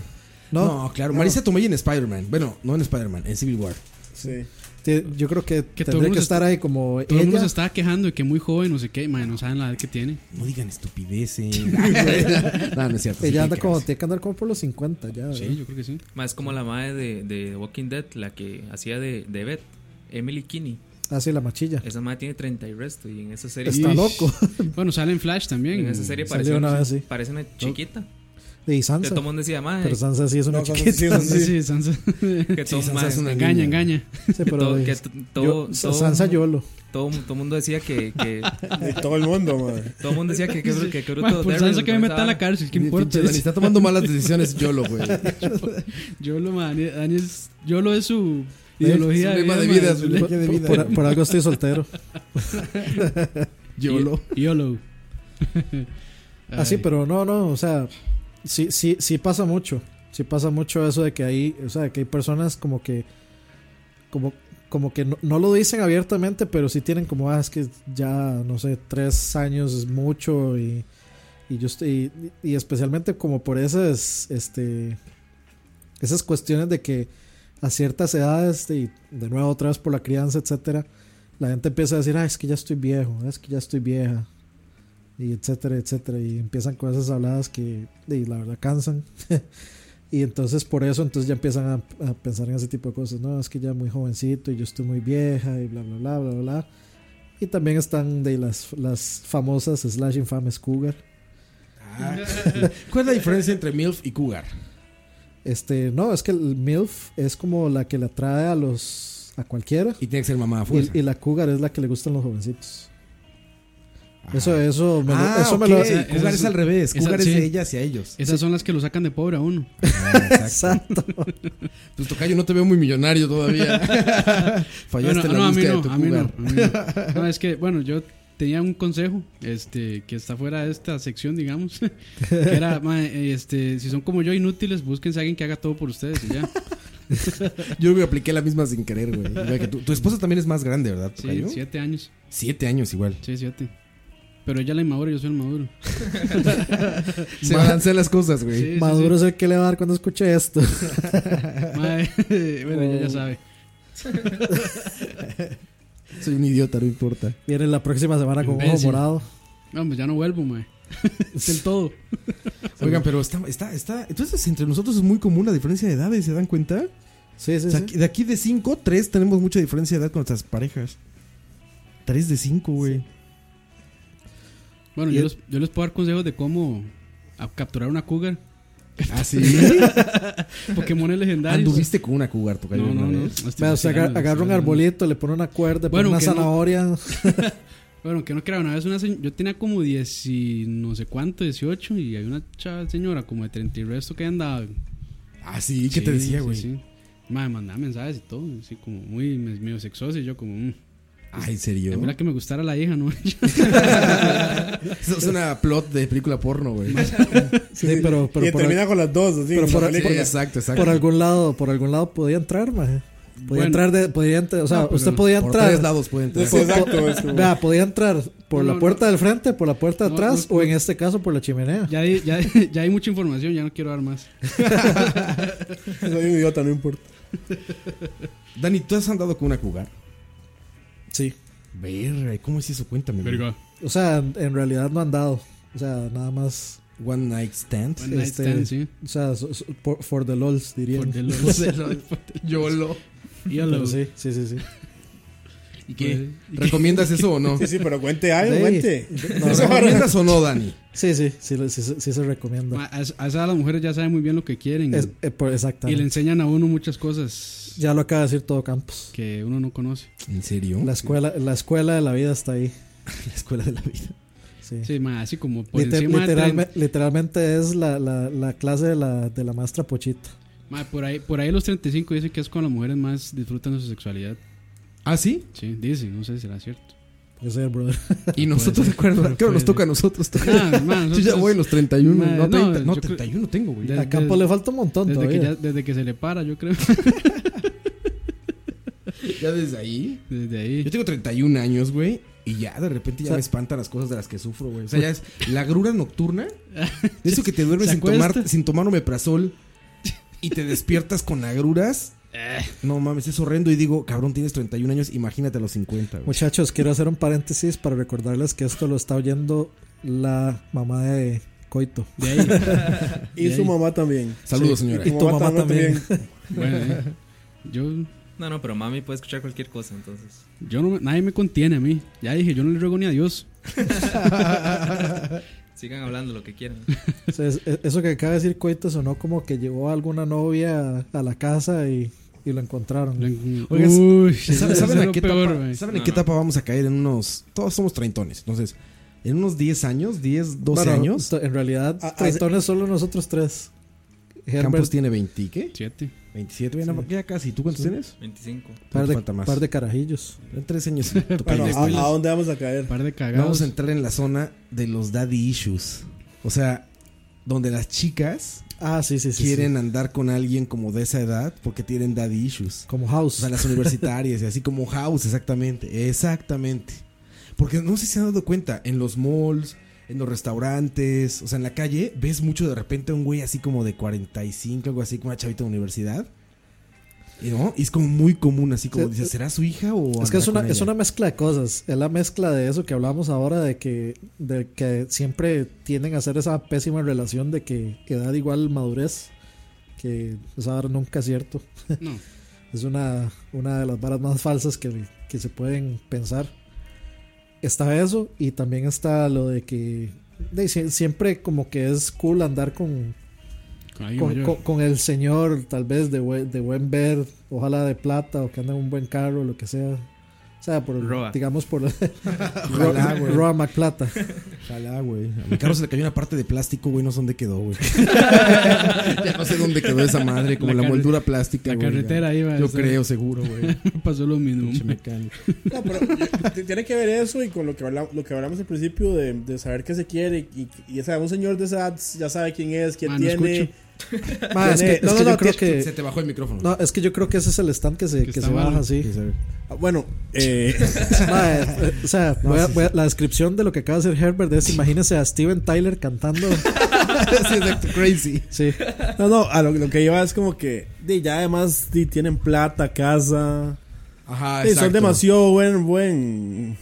Speaker 6: No,
Speaker 4: No, claro. Marisa Tomei en Spider-Man. Bueno, no en Spider-Man, en Civil War.
Speaker 3: Sí.
Speaker 6: te- yo creo que,
Speaker 5: Que todo el
Speaker 6: tendría
Speaker 5: mundo
Speaker 6: que
Speaker 5: se-
Speaker 6: estar ahí como
Speaker 5: Todo el mundo se
Speaker 6: ella.
Speaker 5: estaba quejando de que muy joven, no sé qué, madre, no saben la edad que tiene.
Speaker 4: No digan estupideces. no, no es cierto. sí tiene
Speaker 6: Ella anda
Speaker 4: que
Speaker 6: como,
Speaker 4: verse.
Speaker 6: tiene que andar como por los 50 ya. ¿verdad?
Speaker 5: Sí, yo creo que sí.
Speaker 7: Más como la madre de, de Walking Dead, la que hacía de, de Beth, Emily Kinney.
Speaker 6: Ah, sí, la machilla.
Speaker 7: Esa madre tiene 30 y resto. Y en esa serie.
Speaker 6: Está
Speaker 5: Ish.
Speaker 6: loco.
Speaker 5: Bueno, sale en Flash
Speaker 7: En
Speaker 5: también.
Speaker 7: esa serie
Speaker 6: Salió
Speaker 7: parece
Speaker 6: una
Speaker 7: una,
Speaker 6: vez, sí.
Speaker 7: parece una chiquita.
Speaker 6: Y
Speaker 7: Que
Speaker 6: Sansa.
Speaker 7: todo el mundo decía, madre.
Speaker 6: Pero Sansa sí es una
Speaker 3: No, Sansa
Speaker 6: chiquita.
Speaker 3: sí es una-
Speaker 5: Sí, sí, Sansa.
Speaker 7: Que todo
Speaker 4: Sansa
Speaker 7: mae,
Speaker 4: es una
Speaker 7: que
Speaker 5: engaña,
Speaker 4: niña.
Speaker 5: engaña.
Speaker 6: Sí, pero,
Speaker 7: todo-
Speaker 6: eh,
Speaker 7: que t-
Speaker 6: yo-
Speaker 7: todo- todo-
Speaker 6: Sansa Yolo.
Speaker 7: Todo el mundo decía que. que
Speaker 3: De todo el mundo, madre.
Speaker 7: todo el mundo decía que. que, que, que bruto
Speaker 5: Madre, por
Speaker 7: Daryl,
Speaker 5: Sansa pues, que me
Speaker 7: con
Speaker 5: meta
Speaker 7: esa
Speaker 5: a la
Speaker 7: vara.
Speaker 5: cárcel, ¿qué importa?
Speaker 9: Pinche Dani está tomando malas decisiones, yo lo, güey.
Speaker 5: Yo lo, madre, Dani es. Yo lo es su ideología.
Speaker 9: su lema de vida,
Speaker 5: madre,
Speaker 9: su
Speaker 5: su
Speaker 9: lema.
Speaker 6: Por,
Speaker 5: le-
Speaker 9: de vida.
Speaker 6: por- por algo estoy soltero.
Speaker 9: Yo lo.
Speaker 5: YOLO.
Speaker 6: Ah, sí,
Speaker 5: Ay.
Speaker 6: pero no, no, o sea, sí, sí, sí pasa mucho. Sí pasa mucho eso de que hay, o sea, que hay personas como que, como, como que no, no lo dicen abiertamente, pero sí tienen como, ah, es que ya, no sé, tres años es mucho y, y yo estoy, y, y especialmente como por esas, este, esas cuestiones de que a ciertas edades, y de nuevo otra vez por la crianza, etcétera, la gente empieza a decir, ah, es que ya estoy viejo, es que ya estoy vieja y etcétera, etcétera. Y empiezan con esas habladas que y la verdad cansan. y entonces por eso entonces ya empiezan a, a pensar en ese tipo de cosas. No, es que ya muy jovencito y yo estoy muy vieja y bla, bla, bla, bla, bla. Y también están de las, las famosas slash infames cougar.
Speaker 4: Ah. ¿Cuál es la diferencia entre MILF y Cougar?
Speaker 6: Este, no, es que el MILF es como la que le atrae a los a cualquiera.
Speaker 4: Y tiene que ser mamá pues. a fuerza.
Speaker 6: Y, y la cougar es la que le gustan los jovencitos.
Speaker 4: Ajá.
Speaker 6: Eso, eso, me lo-
Speaker 4: Ah,
Speaker 6: eso me
Speaker 4: ok,
Speaker 6: lo-
Speaker 5: Esa-
Speaker 4: Cougar es,
Speaker 5: esa-
Speaker 4: al revés.
Speaker 5: esa-
Speaker 4: Cougar es
Speaker 5: sí.
Speaker 4: de ellas y a ellos. Ah,
Speaker 5: Esas son las que lo sacan de pobre a uno.
Speaker 6: Exacto.
Speaker 9: Pues tocayo, no te veo muy millonario todavía.
Speaker 5: Bueno,
Speaker 9: Fallaste en la
Speaker 5: no, a mí
Speaker 9: búsqueda
Speaker 5: no,
Speaker 9: de tu
Speaker 5: a mí no,
Speaker 9: cougar.
Speaker 5: a mí no. No, es que, bueno, yo tenía un consejo este, que está fuera de esta sección, digamos. Que era, mae, eh, este, si son como yo inútiles, búsquense a alguien que haga todo por ustedes y ya.
Speaker 4: Yo creo que apliqué la misma sin querer, güey. Igual que tú. Tu esposa también es más grande, ¿verdad?
Speaker 5: Sí,
Speaker 4: tocayo?
Speaker 5: siete años.
Speaker 4: Siete años igual.
Speaker 5: Sí, siete. Pero ella la inmadura, yo soy el maduro.
Speaker 4: Se balancean las cosas, güey.
Speaker 5: Sí, sí,
Speaker 6: Maduro es el que le va a dar cuando escuche esto.
Speaker 5: sí. Mae, bueno, ella ya sabe.
Speaker 4: Soy un idiota, no importa.
Speaker 6: Viene la próxima semana con ojo
Speaker 5: Imbécil.
Speaker 6: morado.
Speaker 5: No, pues ya no vuelvo, mae. Del todo.
Speaker 4: Oigan, pero está, está, está. Entonces, entre nosotros es muy común la diferencia de edades, ¿se dan cuenta?
Speaker 6: Sí, sí,
Speaker 4: O sea,
Speaker 6: sí.
Speaker 4: que de aquí de 5, 3 tenemos mucha diferencia de edad con nuestras parejas. 3 de 5, güey.
Speaker 5: Bueno,
Speaker 4: Y
Speaker 5: yo,
Speaker 4: el-
Speaker 5: les, yo les puedo dar consejos de cómo a- capturar una cougar.
Speaker 4: Ah, sí.
Speaker 5: Pokémon legendarios.
Speaker 4: Anduviste con una cougar, tocayo.
Speaker 5: No, no,
Speaker 4: una
Speaker 5: no. Este,
Speaker 4: vez.
Speaker 5: Estoy
Speaker 6: Vea, usted agar- agarra
Speaker 5: vacilando, estoy
Speaker 6: un
Speaker 5: vacilando.
Speaker 6: arbolito, le pone una cuerda, pone
Speaker 5: Bueno,
Speaker 6: una
Speaker 5: que no.
Speaker 6: zanahoria.
Speaker 5: Bueno, que no crean, una vez una señ- yo tenía como 10 y no sé cuánto, 18, y hay una chava, señora como de 30 y resto que andaba.
Speaker 4: Ah, sí. ¿Qué te
Speaker 5: Sí,
Speaker 4: decía,
Speaker 5: sí,
Speaker 4: güey?
Speaker 5: Sí, Madre, mandaba mensajes y todo, así como muy me- medio sexoso, y yo como, mm,
Speaker 4: Ah, ¿en
Speaker 5: a
Speaker 4: serio?
Speaker 5: mí la que me gustara la hija, ¿no?
Speaker 9: Eso es una plot de película porno, güey.
Speaker 6: Sí, pero, pero
Speaker 3: y
Speaker 6: por,
Speaker 3: termina con las dos, así.
Speaker 6: pero
Speaker 3: en la
Speaker 6: por-
Speaker 3: película.
Speaker 9: exacto,
Speaker 6: al-
Speaker 9: exacto.
Speaker 6: por algún lado, por algún lado podía entrar, maje. Podía
Speaker 5: Bueno.
Speaker 6: entrar de, podía entrar, o sea,
Speaker 5: No, pero
Speaker 6: usted podía
Speaker 9: Por
Speaker 6: entrar.
Speaker 9: tres lados pueden entrar.
Speaker 3: Sí, exacto. es como-
Speaker 6: Vea, podía entrar por
Speaker 5: No,
Speaker 6: la
Speaker 5: no.
Speaker 6: puerta del frente, por la puerta de
Speaker 5: No,
Speaker 6: atrás,
Speaker 5: no,
Speaker 6: o en este caso por la chimenea.
Speaker 5: ya, di- ya, ya hay mucha información, ya no quiero dar más.
Speaker 3: soy un idiota, no importa.
Speaker 4: Dani, ¿tú has andado con una cougar?
Speaker 6: Sí.
Speaker 4: Verga, ¿y ¿cómo es eso? Cuéntame. güey.
Speaker 5: Verga.
Speaker 6: O sea, en, en realidad no han dado. O sea, nada más.
Speaker 4: One Night Stand.
Speaker 5: One Night
Speaker 6: Este-
Speaker 5: Stand, sí.
Speaker 6: O sea, so- so- por- for the lols, dirían.
Speaker 5: Por de los-
Speaker 9: YOLO.
Speaker 5: Yellow.
Speaker 6: Pero sí, sí, sí, Pues, sí.
Speaker 5: ¿Y qué?
Speaker 9: ¿Recomiendas eso o no?
Speaker 3: Sí, sí, pero cuente algo,
Speaker 6: Sí.
Speaker 3: cuente.
Speaker 6: No,
Speaker 4: ¿Lo recomiendas o no, Dani?
Speaker 6: Sí, sí, sí, lo- sí, sí, sí se recomienda.
Speaker 5: Ma, A esa- a esa las mujeres ya saben muy bien lo que quieren.
Speaker 6: Es- eh, por-
Speaker 5: y le
Speaker 6: exactamente.
Speaker 5: enseñan a uno muchas cosas
Speaker 6: Ya lo acaba de decir todo Campos.
Speaker 5: que uno no conoce.
Speaker 4: ¿En serio?
Speaker 6: La escuela, la escuela de la vida está ahí.
Speaker 4: La escuela de la vida.
Speaker 6: Sí.
Speaker 5: Sí, ma, así como por
Speaker 6: Liter-
Speaker 5: encima de
Speaker 6: literalme- literalmente es la, la, la clase de la, de la maestra Pochita.
Speaker 5: Ma, por ahí, por ahí los 35 dicen que es cuando las mujeres más disfrutan de su sexualidad.
Speaker 9: ¿Ah, sí?
Speaker 5: Sí, dicen, no sé si será cierto.
Speaker 6: Puede ser, brother.
Speaker 9: Y nosotros, recuerda, creo que nos toca a nosotros.
Speaker 5: Ah, ma,
Speaker 9: Yo ya
Speaker 5: nosotros-
Speaker 9: voy a los 31,
Speaker 5: Ma,
Speaker 9: no,
Speaker 5: no,
Speaker 9: 30, no,
Speaker 5: yo creo-
Speaker 9: 31 tengo, güey.
Speaker 5: Desde-
Speaker 6: A Campos le falta un montón
Speaker 5: desde que,
Speaker 6: todavía.
Speaker 5: ya- desde que se le para, yo creo.
Speaker 9: Ya desde ahí.
Speaker 5: Desde
Speaker 4: Yo
Speaker 5: ahí.
Speaker 4: tengo 31 años, güey. Y ya de repente ya
Speaker 6: O sea-
Speaker 4: me espantan las cosas de las que sufro, güey. O sea, ya es la agrura nocturna. De eso que te duermes
Speaker 5: Se
Speaker 4: sin tomar,
Speaker 5: acuesta.
Speaker 4: sin tomar omeprazol y te despiertas con agruras.
Speaker 5: Eh.
Speaker 4: No mames, es horrendo. Y digo, cabrón, tienes 31 años, imagínate a los 50, güey.
Speaker 6: Muchachos, quiero hacer un paréntesis para recordarles que esto lo está oyendo la mamá de Coito.
Speaker 5: De ahí.
Speaker 3: Y su mamá también.
Speaker 4: Saludos,
Speaker 6: Sí.
Speaker 4: señora.
Speaker 6: Y tu mamá también.
Speaker 5: Bueno, eh. Yo,
Speaker 7: No, no, pero mami puede escuchar cualquier cosa, entonces.
Speaker 5: yo no, me- nadie me contiene a mí. Ya dije, yo no le ruego ni a Dios.
Speaker 7: Sigan hablando lo que quieran.
Speaker 6: O sea, es- es- eso que acaba de decir Coito sonó como que llevó a alguna novia a, a la casa y, y lo encontraron.
Speaker 4: Oigan,
Speaker 5: Uy,
Speaker 4: ¿Saben,
Speaker 5: eso
Speaker 4: saben
Speaker 5: es
Speaker 4: a
Speaker 5: lo
Speaker 4: qué
Speaker 5: peor,
Speaker 4: etapa,
Speaker 5: güey.
Speaker 4: saben en
Speaker 7: No,
Speaker 4: qué
Speaker 7: no.
Speaker 4: etapa vamos a caer en unos... Todos somos treintones. Entonces, en unos 10 años, 10, 12
Speaker 6: Bueno,
Speaker 4: años,
Speaker 6: to- En realidad,
Speaker 3: Ah, ah,
Speaker 6: tritones solo nosotros tres.
Speaker 4: Campos
Speaker 6: Herbert,
Speaker 4: tiene 20, ¿qué?
Speaker 5: Siete.
Speaker 4: 27, güey, no, ya casi. ¿Tú cuántos tienes?
Speaker 7: 25.
Speaker 6: par de,
Speaker 4: falta más.
Speaker 6: par de carajillos.
Speaker 4: En 3 años. tu
Speaker 3: Bueno,
Speaker 4: pendejo.
Speaker 3: ¿a, a dónde vamos a caer?
Speaker 5: Par de
Speaker 4: Vamos
Speaker 5: cagados.
Speaker 4: a entrar en la zona de los daddy issues. O sea, donde las chicas
Speaker 6: Ah, sí, sí, sí.
Speaker 4: quieren
Speaker 6: sí.
Speaker 4: andar con alguien como de esa edad porque tienen daddy issues.
Speaker 6: Como
Speaker 4: O
Speaker 6: House.
Speaker 4: sea, las universitarias y así como house, exactamente. Exactamente. Porque no sé si se han dado cuenta, en los malls, en los restaurantes, o sea, en la calle, ves mucho de repente a un güey así como de 45, algo así, como una chavita de universidad. Y, ¿no? y es como muy común, así como
Speaker 6: Sí,
Speaker 4: dices, ¿será su hija o.?
Speaker 6: Es que es
Speaker 4: andará
Speaker 6: una,
Speaker 4: con
Speaker 6: es
Speaker 4: ella?
Speaker 6: una mezcla de cosas. Es la mezcla de eso que hablamos ahora, de que, de que siempre tienden a hacer esa pésima relación de que edad igual madurez, que esa vara nunca es cierto.
Speaker 5: No.
Speaker 6: Es una, una de las varas más falsas que, que se pueden pensar. Está eso y también está lo de que de sie- siempre como que es cool andar con,
Speaker 5: Con alguien
Speaker 6: con,
Speaker 5: mayor.
Speaker 6: con- con el señor, tal vez de, buen- de buen ver, ojalá de plata o que anda en un buen carro, lo que sea. O sea, por,
Speaker 7: Roa.
Speaker 6: digamos por
Speaker 4: Ojalá,
Speaker 6: Roa,
Speaker 4: güey.
Speaker 6: Roa McPlata.
Speaker 4: Ojalá, güey. A mi carro se le cayó una parte de plástico, güey. No sé dónde quedó, güey. ya no sé dónde quedó esa madre, como
Speaker 5: La
Speaker 4: la,
Speaker 5: carre-
Speaker 4: moldura plástica.
Speaker 5: la
Speaker 4: güey, ya.
Speaker 5: carretera ahí va a
Speaker 4: Yo
Speaker 5: estar.
Speaker 4: creo, seguro, güey.
Speaker 5: Me pasó lo mismo.
Speaker 4: Pinche mecánico.
Speaker 3: No, pero t- tiene que ver eso y con lo que hablamos, lo que hablamos al principio de, de saber qué se quiere. Y, y ya sabe, un señor de esa edad ya sabe quién es, quién
Speaker 5: Ah, no
Speaker 3: tiene.
Speaker 5: escucho.
Speaker 6: Ma, es que,
Speaker 3: No,
Speaker 6: es
Speaker 3: no,
Speaker 6: que
Speaker 3: no,
Speaker 6: yo creo
Speaker 3: ti-
Speaker 4: Se
Speaker 6: que
Speaker 4: te bajó el micrófono.
Speaker 6: no, es que yo creo que ese es el stand que se,
Speaker 5: Que
Speaker 6: que
Speaker 5: está
Speaker 6: se
Speaker 5: mal.
Speaker 6: baja así.
Speaker 4: Sí, sabe.
Speaker 3: Ah, Bueno, eh,
Speaker 6: Ma, eh, o sea, voy a- voy a- la descripción de lo que acaba de hacer Herbert es imagínense a Steven Tyler cantando.
Speaker 4: Sí, exacto, crazy.
Speaker 6: Sí.
Speaker 3: no, no, a lo, lo que lleva es como que di, ya además di, tienen plata, casa.
Speaker 4: Ajá,
Speaker 3: Di,
Speaker 4: exacto.
Speaker 3: son demasiado buen, buen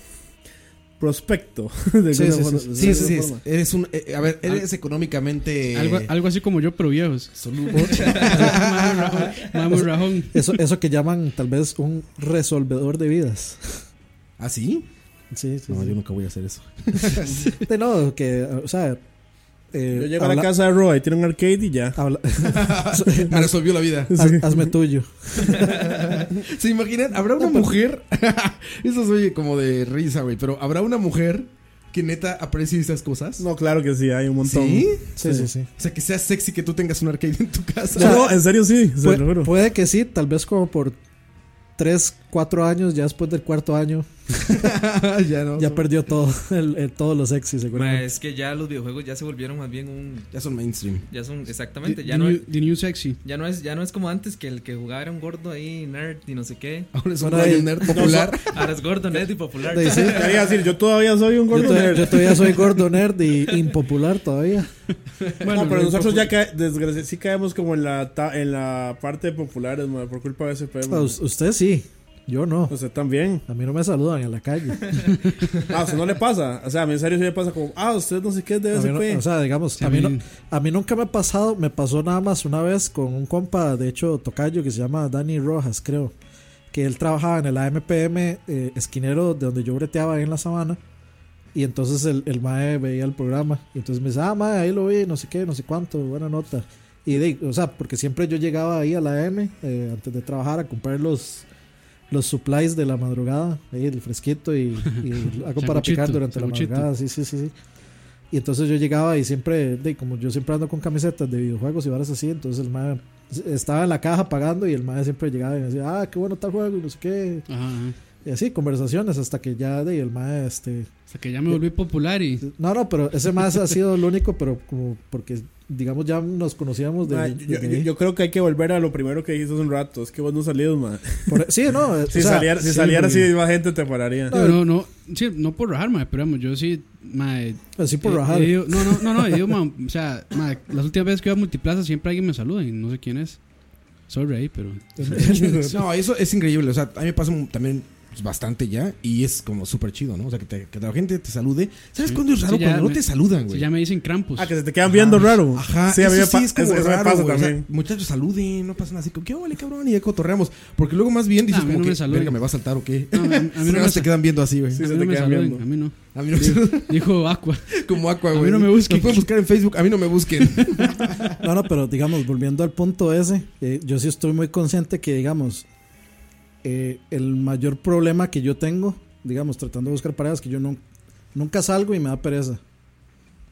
Speaker 3: prospecto. de
Speaker 6: Sí,
Speaker 3: alguna
Speaker 6: sí,
Speaker 3: forma-
Speaker 6: sí,
Speaker 4: Sí,
Speaker 3: de
Speaker 4: sí,
Speaker 3: alguna
Speaker 4: sí.
Speaker 3: forma.
Speaker 4: es- Eres un. eh, a ver, eres económicamente.
Speaker 5: Algo, algo así como yo, pero viejos.
Speaker 4: soluble.
Speaker 5: Mamo rajón.
Speaker 6: Eso, eso que llaman tal vez un resolvedor de vidas.
Speaker 4: ¿Ah, sí?
Speaker 6: Sí, sí.
Speaker 4: No,
Speaker 6: sí.
Speaker 4: yo nunca voy a hacer eso.
Speaker 6: De Este, no, que, o sea, eh,
Speaker 3: Yo llego a
Speaker 6: habla-
Speaker 3: la casa de Roy, tiene un arcade y ya.
Speaker 6: habla-
Speaker 4: Me resolvió la vida.
Speaker 6: haz- hazme tuyo.
Speaker 4: ¿Se imaginan? ¿Habrá una mujer? Eso soy como de risa, güey. Pero ¿habrá una mujer que neta aprecie esas cosas?
Speaker 3: No, claro que sí, hay un montón.
Speaker 4: ¿Sí?
Speaker 6: Sí, sí, sí.
Speaker 4: O sea, que sea sexy que tú tengas un arcade en tu casa.
Speaker 3: No, no, en serio sí, se
Speaker 6: Pu-
Speaker 3: lo juro.
Speaker 6: puede que sí, tal vez como por 3, 4 años, ya después del cuarto año,
Speaker 4: ya no.
Speaker 6: ya perdió todo, el, el- todo lo sexy,
Speaker 7: Ma,
Speaker 6: seguramente.
Speaker 7: es que ya los videojuegos ya se volvieron más bien un.
Speaker 4: Ya son mainstream.
Speaker 7: Ya son, exactamente,
Speaker 5: The,
Speaker 7: ya
Speaker 5: the
Speaker 7: no,
Speaker 5: new, the new sexy.
Speaker 7: ya, no es, ya no es como antes que el que jugaba era un gordo ahí, nerd y no sé qué.
Speaker 4: Ahora es un
Speaker 6: Ahora
Speaker 4: rollo
Speaker 6: es-
Speaker 4: nerd popular.
Speaker 5: Ah,
Speaker 7: Ahora es gordo, nerd y popular.
Speaker 6: De- sí.
Speaker 3: Te voy a decir, yo todavía soy un
Speaker 6: Yo
Speaker 3: gordo
Speaker 6: todavía,
Speaker 3: nerd.
Speaker 6: yo todavía soy gordo nerd y impopular todavía.
Speaker 3: No, pero
Speaker 5: no,
Speaker 3: nosotros
Speaker 5: popu-
Speaker 3: ya ca desgraci- sí caemos como en la, ta- en la parte de populares, ma, por culpa de ese
Speaker 6: Ah,
Speaker 3: pedo.
Speaker 6: us- usted sí. Yo no.
Speaker 3: Usted también.
Speaker 6: A mí no me saludan en la calle.
Speaker 3: Ah, o sea, no le pasa. O sea, a mí en serio sí le pasa como, ah, usted no sé qué es de
Speaker 6: A mí no-
Speaker 3: BSP.
Speaker 6: o sea, digamos,
Speaker 5: Sí,
Speaker 6: a, mí
Speaker 5: a
Speaker 6: no-
Speaker 5: mí-
Speaker 6: a mí nunca me ha pasado, me pasó nada más una vez con un compa, de hecho, tocayo, que se llama Dani Rojas, creo, que él trabajaba en el AMPM eh, esquinero de donde yo breteaba ahí en la sabana, y entonces el, el mae veía el programa, y entonces me dice, ah, mae, ahí lo vi, no sé qué, no sé cuánto, buena nota. Y de, o sea, porque siempre yo llegaba ahí a la AM eh, antes de trabajar a comprar los los supplies de la madrugada, ahí el fresquito y, y algo para picar
Speaker 5: Sanguchito,
Speaker 6: durante la
Speaker 5: sanguchito.
Speaker 6: madrugada, sí, sí, sí, sí. Y entonces yo llegaba y siempre, de, como yo siempre ando con camisetas de videojuegos y varas así, entonces el mae estaba en la caja pagando y el mae siempre llegaba y me decía, ah, qué bueno tal juego y no sé qué.
Speaker 5: Ajá, ajá.
Speaker 6: Y así, conversaciones hasta que ya de, y el mae, este...
Speaker 5: Hasta que ya me volví popular y.
Speaker 6: No, no, pero ese mae ha sido el único, pero como porque, digamos, ya nos conocíamos de...
Speaker 3: Ma,
Speaker 6: desde
Speaker 3: Ah, yo, yo-
Speaker 6: ahí.
Speaker 3: yo creo que hay que volver a lo primero que dijiste hace un rato. Es que vos no salías, man.
Speaker 6: Por- e-, sí, no, o
Speaker 3: Si
Speaker 6: sea,
Speaker 3: saliera, si
Speaker 6: sí,
Speaker 3: saliera
Speaker 6: porque-
Speaker 3: así, más gente te pararía.
Speaker 5: No, no, no, sí, no por rajar, mae, pero digamos, yo sí, mae,
Speaker 6: Así por
Speaker 5: he-
Speaker 6: rajar.
Speaker 5: he ido- no, no, no, no, he ido, mae, o sea, mae, las últimas veces que iba a Multiplaza siempre alguien me saluda y no sé quién es. Sorry ahí, pero
Speaker 4: No, eso es increíble. O sea, a mí me pasa un- también pues, bastante ya y es como súper chido, ¿no? O sea, que, te- que la gente te salude. ¿Sabes
Speaker 5: Sí.
Speaker 4: cuándo es raro?
Speaker 5: Sí, ya
Speaker 4: cuando no
Speaker 5: me-
Speaker 4: te saludan,
Speaker 5: si
Speaker 4: güey.
Speaker 5: ya me dicen Krampus.
Speaker 3: Ah, que se te quedan viendo raro.
Speaker 4: Ajá,
Speaker 3: sí, a mí
Speaker 4: eso
Speaker 3: me, pa-
Speaker 4: sí es como
Speaker 3: eso- eso me
Speaker 4: raro,
Speaker 3: pasa
Speaker 4: güey. O sea,
Speaker 3: también.
Speaker 4: muchachos, saluden, no pasan así como, ¿qué vale, cabrón? Y ya cotorreamos. Porque luego más bien dices
Speaker 5: Ah, a mí
Speaker 4: como
Speaker 5: no
Speaker 4: que,
Speaker 5: me saludan.
Speaker 4: verga, ¿me va a saltar o qué?
Speaker 5: No, a mí- a mí no me
Speaker 4: Nada más te
Speaker 5: sa-
Speaker 4: quedan viendo así, güey.
Speaker 3: Sí,
Speaker 5: a
Speaker 3: se
Speaker 5: mí
Speaker 3: te
Speaker 5: no me
Speaker 3: quedan
Speaker 5: saludan,
Speaker 3: viendo.
Speaker 5: a mí no.
Speaker 4: A mí no me saludan
Speaker 5: Dijo Aqua.
Speaker 4: como Aqua,
Speaker 5: A mí
Speaker 4: güey.
Speaker 5: no me busquen.
Speaker 4: pueden buscar en Facebook, a mí no me busquen.
Speaker 6: No, no, pero digamos, volviendo al punto ese, eh, yo sí estoy muy consciente que, digamos, eh, el mayor problema que yo tengo, digamos, tratando de buscar parejas, que yo no, nunca salgo y me da pereza.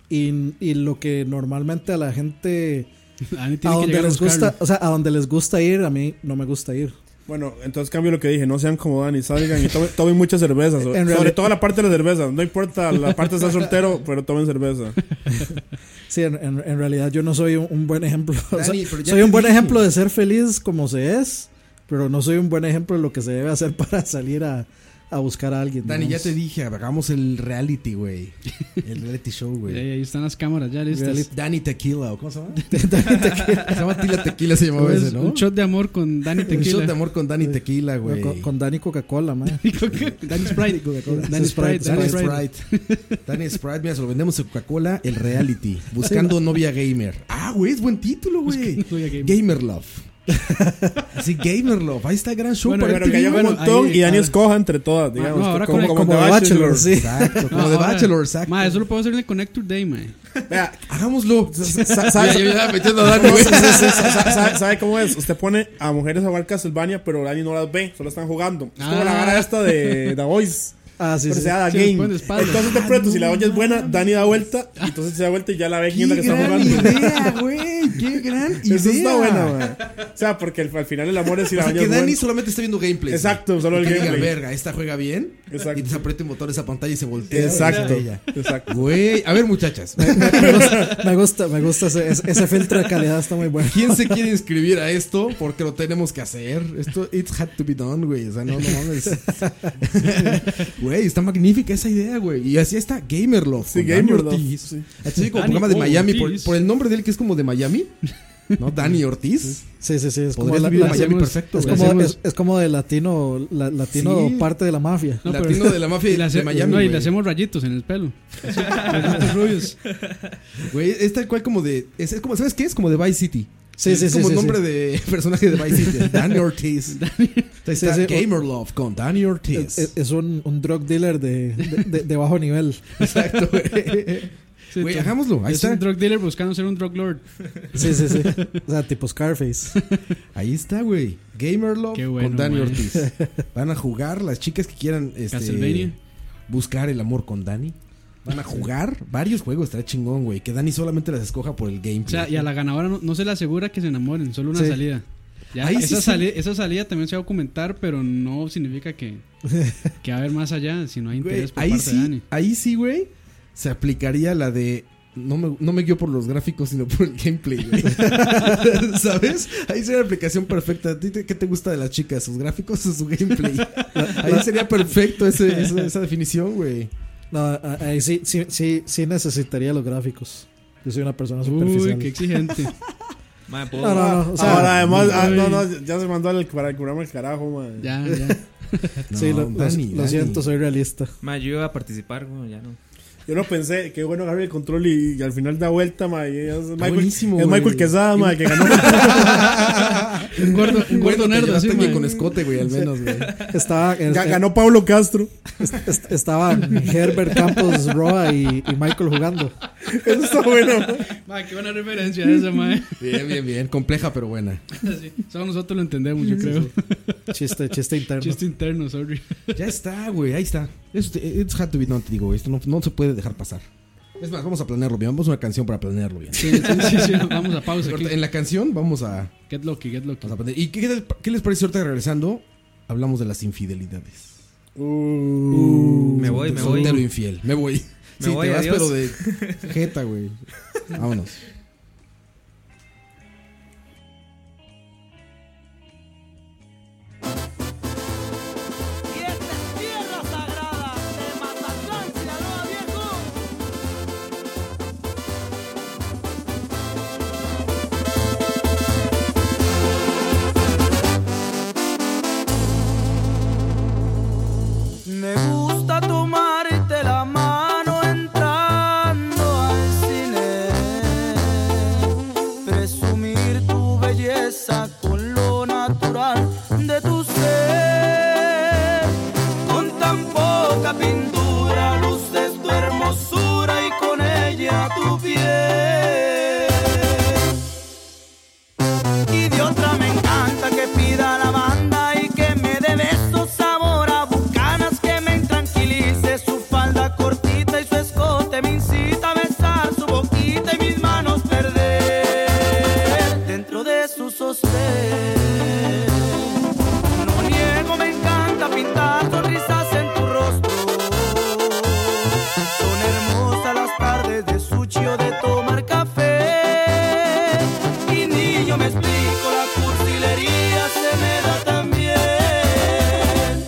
Speaker 6: Y, y lo que normalmente a la gente,
Speaker 5: A, mí
Speaker 6: a
Speaker 5: tiene que
Speaker 6: donde
Speaker 5: llegar a
Speaker 6: les gusta,
Speaker 5: buscarlo.
Speaker 6: o sea, a donde les gusta ir, a mí no me gusta ir.
Speaker 3: Bueno, entonces cambio lo que dije. No sean como Dani, salgan y tomen, tomen muchas cervezas.
Speaker 6: En
Speaker 3: Sobre
Speaker 6: realidad-
Speaker 3: todo la parte de la cerveza. No importa la parte de estar soltero, pero tomen cerveza.
Speaker 6: Sí, en, en- en realidad yo no soy un, un buen ejemplo. O sea,
Speaker 4: Dani, pero ya
Speaker 6: soy
Speaker 4: te
Speaker 6: un buen
Speaker 4: dije.
Speaker 6: ejemplo de ser feliz como se es, pero no soy un buen ejemplo de lo que se debe hacer para salir a, a buscar a alguien.
Speaker 4: Dani, ya
Speaker 6: digamos.
Speaker 4: te dije, hagamos el reality, güey. El reality show,
Speaker 5: Ahí,
Speaker 4: güey.
Speaker 5: ahí están las cámaras ya listas.
Speaker 6: Reality.
Speaker 4: Dani Tequila, ¿o cómo se llama? Dani Tequila. Se llama Tila Tequila, se llamaba
Speaker 5: Es
Speaker 4: ese, ¿no?
Speaker 5: Un shot de amor con Dani
Speaker 4: Un shot de
Speaker 5: Tequila.
Speaker 4: amor con Dani Tequila,
Speaker 6: No,
Speaker 4: güey.
Speaker 6: con, con Dani Coca-Cola, man.
Speaker 5: Dani Sprite. Dani
Speaker 6: Sprite,
Speaker 5: Sprite.
Speaker 4: Dani
Speaker 5: Dani Sprite.
Speaker 4: Sprite. Dani Sprite, mira, se lo vendemos en Coca-Cola, el reality. Buscando novia gamer. Ah, güey, es buen título, güey.
Speaker 5: Buscando novia gamer.
Speaker 4: Gamer Love. Así, Gamer Love. Ahí está Gran Show
Speaker 5: Bueno,
Speaker 4: para este
Speaker 3: Pero que
Speaker 4: MTV,
Speaker 3: haya un
Speaker 4: bueno.
Speaker 3: montón
Speaker 5: ahí,
Speaker 3: y Dani
Speaker 5: ahora-
Speaker 3: escoja entre todas, Ah, digamos.
Speaker 5: no, ahora
Speaker 3: como,
Speaker 5: con el-
Speaker 3: como
Speaker 6: Como
Speaker 3: The
Speaker 6: de
Speaker 3: Bachelor.
Speaker 6: Bachelor, sí.
Speaker 4: Exacto, como de
Speaker 5: ahora-
Speaker 4: Bachelor, exacto.
Speaker 5: Ma, eso lo puedo hacer en el Connector Day, ma.
Speaker 3: Vea,
Speaker 4: Hagámoslo.
Speaker 3: ¿sabes?
Speaker 4: Ya, yo ya metiendo a Dani, güey.
Speaker 3: ¿Sabe, sabe- sabe cómo es? Usted pone a mujeres a jugar Castlevania, pero Dani no las ve, solo están jugando. Es como la
Speaker 5: Ah.
Speaker 3: vara esta de The Voice.
Speaker 6: Ah, sí,
Speaker 3: Pero
Speaker 6: sí.
Speaker 3: se da
Speaker 5: Sí,
Speaker 3: game.
Speaker 5: les ponen de espaldas.
Speaker 3: Entonces, de pronto, si la olla es
Speaker 6: Ah,
Speaker 3: buena, Dani da vuelta. y entonces se da vuelta y ya la ve quién es la que está
Speaker 4: gran
Speaker 3: jugando.
Speaker 4: idea, güey. Qué gran idea.
Speaker 3: Eso está bueno, man. O sea, porque al, al final el amor es si
Speaker 4: O
Speaker 3: la
Speaker 4: sea,
Speaker 3: olla
Speaker 4: que
Speaker 3: es
Speaker 4: Dani
Speaker 3: buena.
Speaker 4: solamente está viendo gameplay.
Speaker 3: Exacto, solo el
Speaker 4: Que diga,
Speaker 3: gameplay.
Speaker 4: verga, esta juega bien.
Speaker 3: Exacto.
Speaker 4: Y desaprieta un botón de esa pantalla y se voltea.
Speaker 3: Exacto.
Speaker 4: Y ya.
Speaker 3: Exacto.
Speaker 4: Güey, a ver, muchachas.
Speaker 6: me gusta, me gusta, me gusta ese, ese- ese filtro de calidad, está muy bueno.
Speaker 4: ¿Quién se quiere inscribir a esto? Porque lo tenemos que hacer. Esto, it had to be done, güey. O sea, no, no mames. Güey, está magnífica esa idea, güey. Y así está Gamerloft.
Speaker 3: Sí,
Speaker 4: con Dani
Speaker 3: Gamerloft,
Speaker 4: Ortiz.
Speaker 3: sí.
Speaker 4: Así como
Speaker 5: Dani
Speaker 4: programa de
Speaker 5: O.
Speaker 4: Miami. Por,
Speaker 5: Ortiz.
Speaker 4: por el nombre de él que es como de Miami. ¿No? Dani Ortiz.
Speaker 6: Sí, sí, sí. Es como,
Speaker 4: Podrías
Speaker 6: la-
Speaker 4: vivir en
Speaker 6: la-
Speaker 4: Miami
Speaker 5: hacemos-
Speaker 4: perfecto,
Speaker 6: es
Speaker 4: güey.
Speaker 6: como,
Speaker 5: hacemos-
Speaker 6: es, es como de latino, la- latino
Speaker 4: Sí.
Speaker 6: parte de la mafia.
Speaker 5: No,
Speaker 4: Latino de la mafia
Speaker 5: y le hace-
Speaker 4: de Miami,
Speaker 5: No, y
Speaker 4: güey.
Speaker 5: le hacemos rayitos en el pelo. Así, rayitos rubios.
Speaker 4: Güey, es tal cual como de. Es, es como, ¿Sabes qué? Es como de Vice City.
Speaker 6: Sí,
Speaker 4: es
Speaker 6: sí, sí.
Speaker 4: como
Speaker 6: sí,
Speaker 4: nombre
Speaker 6: sí.
Speaker 4: de personaje de Vice City. Danny Ortiz. Entonces
Speaker 6: Sí,
Speaker 4: está
Speaker 6: sí.
Speaker 4: Gamer Love con Danny Ortiz.
Speaker 6: Es, es- es un, un drug dealer de, de- de- de bajo nivel.
Speaker 4: Exacto, güey.
Speaker 5: Sí,
Speaker 4: Güey,
Speaker 5: to-
Speaker 4: hagámoslo. Ahí
Speaker 5: es
Speaker 4: está.
Speaker 5: un drug dealer buscando ser un drug lord.
Speaker 6: Sí, sí, sí. O sea, tipo Scarface.
Speaker 4: Ahí está, güey. Gamer Love
Speaker 5: Qué bueno,
Speaker 4: con Danny
Speaker 5: man.
Speaker 4: Ortiz. Van a jugar las chicas que quieran este,
Speaker 5: Castlevania.
Speaker 4: buscar el amor con Danny. Van a jugar varios juegos, estará chingón, güey. Que Danny solamente las escoja por el gameplay.
Speaker 5: O sea, y a la ganadora no, no se le asegura que se enamoren, solo una
Speaker 6: Sí.
Speaker 5: salida. Ya,
Speaker 4: Ahí sí
Speaker 5: esa,
Speaker 4: se-
Speaker 5: sali- esa salida también se va a documentar, pero no significa que, que va a haber más allá si no hay
Speaker 4: Güey,
Speaker 5: interés por
Speaker 4: ahí,
Speaker 5: parte de
Speaker 4: sí,
Speaker 5: Dani.
Speaker 4: ahí sí, güey. Se aplicaría la de. No me, no me guío por los gráficos, sino por el gameplay, güey. ¿Sabes? Ahí sería la aplicación perfecta. ¿A ti te- ¿Qué te gusta de las chicas? ¿Sus gráficos o su gameplay? Ahí sería perfecto ese- esa, esa definición, güey.
Speaker 6: No, a- ahí sí, sí, sí, sí necesitaría los gráficos. Yo soy una persona
Speaker 5: Uy,
Speaker 6: superficial.
Speaker 5: qué exigente.
Speaker 7: Mae, ¿puedo-
Speaker 6: No, no, no. O sea,
Speaker 3: Ahora, además, ah,
Speaker 5: Ay.
Speaker 3: no, no, ya se mandó al, para el programa el carajo, man.
Speaker 5: Ah, Ya, ya.
Speaker 6: sí, lo, lo-
Speaker 4: Dani,
Speaker 6: lo
Speaker 4: Dani.
Speaker 6: siento, soy realista.
Speaker 7: Ma, yo iba a participar, bueno, ya no.
Speaker 3: Yo no pensé, qué bueno agarrar el control y, y al final da vuelta, ma. y es Michael,
Speaker 4: buenísimo,
Speaker 3: es
Speaker 4: güey.
Speaker 3: Michael Quesada, ma, que ganó.
Speaker 5: Un gordo, un gordo
Speaker 4: Bueno, te
Speaker 5: nerd
Speaker 4: llevaste
Speaker 5: así,
Speaker 4: alguien
Speaker 5: mae.
Speaker 4: con escote, güey, al menos, güey.
Speaker 6: Estaba,
Speaker 3: Ga-
Speaker 6: eh,
Speaker 3: ganó Pablo Castro.
Speaker 6: est- estaban Herbert Campos Roa y, y Michael jugando.
Speaker 3: Eso está bueno.
Speaker 5: Mae, qué buena referencia esa, mae.
Speaker 4: Bien, bien, bien. Compleja, pero buena.
Speaker 5: Sí, Solo nosotros lo entendemos, yo creo.
Speaker 6: Chiste, chiste interno.
Speaker 5: Chiste interno, sorry.
Speaker 4: Ya está, güey, ahí está. Esto te- It's had to be done, te digo, güey. Esto no, no se puede dejar pasar. Es más, vamos a planearlo bien. Vamos a una canción para planearlo bien.
Speaker 5: Sí, sí, sí, sí, Vamos a pausa aquí.
Speaker 4: Ahorita, En la canción vamos a,
Speaker 5: Get lucky, get lucky.
Speaker 4: vamos a aprender. ¿Y qué, les- qué les parece ahorita regresando? Hablamos de las infidelidades.
Speaker 3: Uh.
Speaker 7: Me voy, me voy.
Speaker 4: Soltero infiel. Me voy.
Speaker 7: Me
Speaker 4: sí,
Speaker 7: voy,
Speaker 4: te vas,
Speaker 7: adiós.
Speaker 4: pero de jeta, güey. Vámonos.
Speaker 10: Y esta es tierra sagrada de Mazatlán, Sinaloa, viejo. Me gusta tomarte la mano entrando al cine, presumir tu belleza con lo natural de tu ser. Con tan poca pintura luces tu hermosura y con ella tu piel. Y de otra me encanta que pida la banda y que me dé besos sabor a bucanas que me intranquilice. Su falda cortita y su escote me incita a besar su boquita y mis manos perder dentro de su sostén. No niego, me encanta pintar sonrisas en tu rostro. Son hermosas las tardes de sushi o de tomar café. Y ni yo me explico, la cursilería se me da también.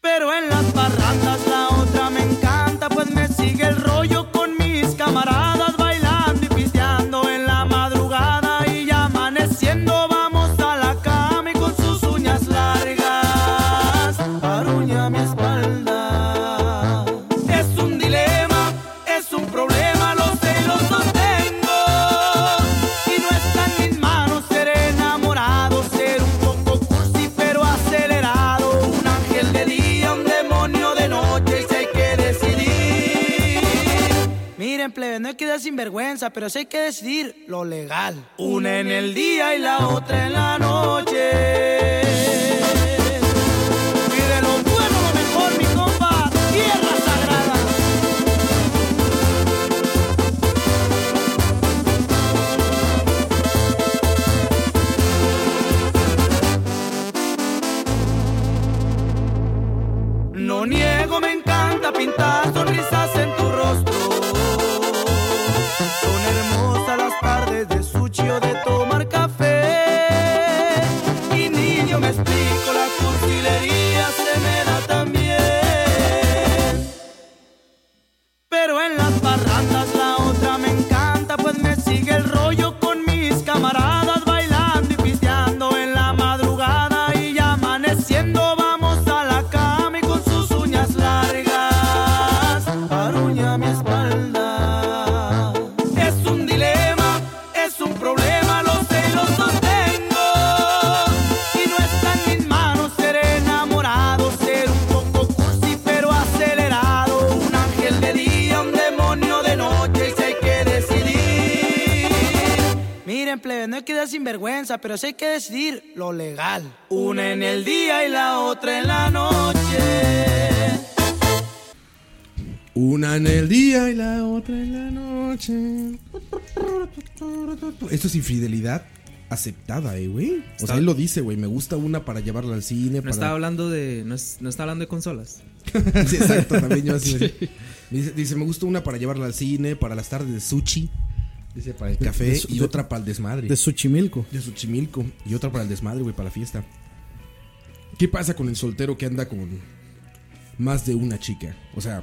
Speaker 10: Pero en las parrandas la otra me encanta, pues me sigue el rollo con mis camaradas bailando y pisteando en la madrugada y ya amaneciendo vamos a la cama y con sus uñas largas aruña mi espalda. Es un dilema, es un problema, lo sé y lo sostengo. Y no está en mis manos ser enamorado, ser un poco cursi pero acelerado, un ángel de día, un demonio de noche y si hay que decidir. Miren, plebe, no hay que dar sinvergüenza, pero sí hay que decidir lo legal. Una en el día y la otra en la noche. Y de lo bueno lo mejor, mi compa, tierra sagrada. No niego, me encanta pintar sonrisas en tu rostro. Son hermosas las tardes de sushi o de tomar café. Y niño, me explico, la cursilería se me da también. Pero en las parrandas la otra me encanta, pues me sigue el rollo con mis camaradas bailando y pisteando en la madrugada y ya amaneciendo vamos a la cama y con sus uñas largas aruña mi espalda. Es un dilema, es un problema, lo sé y lo sostengo. Y no está en mis manos ser enamorado, ser un poco cursi pero acelerado, un ángel de día, un demonio de noche y si hay que decidir. Miren, plebe, no hay que dar sinvergüenza, pero sí hay que decidir lo legal. Una en el día y la otra en la noche.
Speaker 4: Una en el día y la otra en la noche. Esto es infidelidad aceptada, eh, güey. O sea, él lo dice, güey. Me gusta una para llevarla al cine.
Speaker 7: No
Speaker 4: para...
Speaker 7: estaba hablando de. No, es- no estaba hablando de consolas.
Speaker 4: Sí, exacto, también yo así. Dice, dice, me gusta una para llevarla al cine, para las tardes de sushi. Dice, para el café.
Speaker 6: de su-
Speaker 4: y
Speaker 6: de-
Speaker 4: otra para el desmadre.
Speaker 6: De
Speaker 4: De,
Speaker 6: Xochimilco.
Speaker 4: Xochimilco. Y otra para el desmadre, güey, para la fiesta. ¿Qué pasa con el soltero que anda con más de una chica? O sea,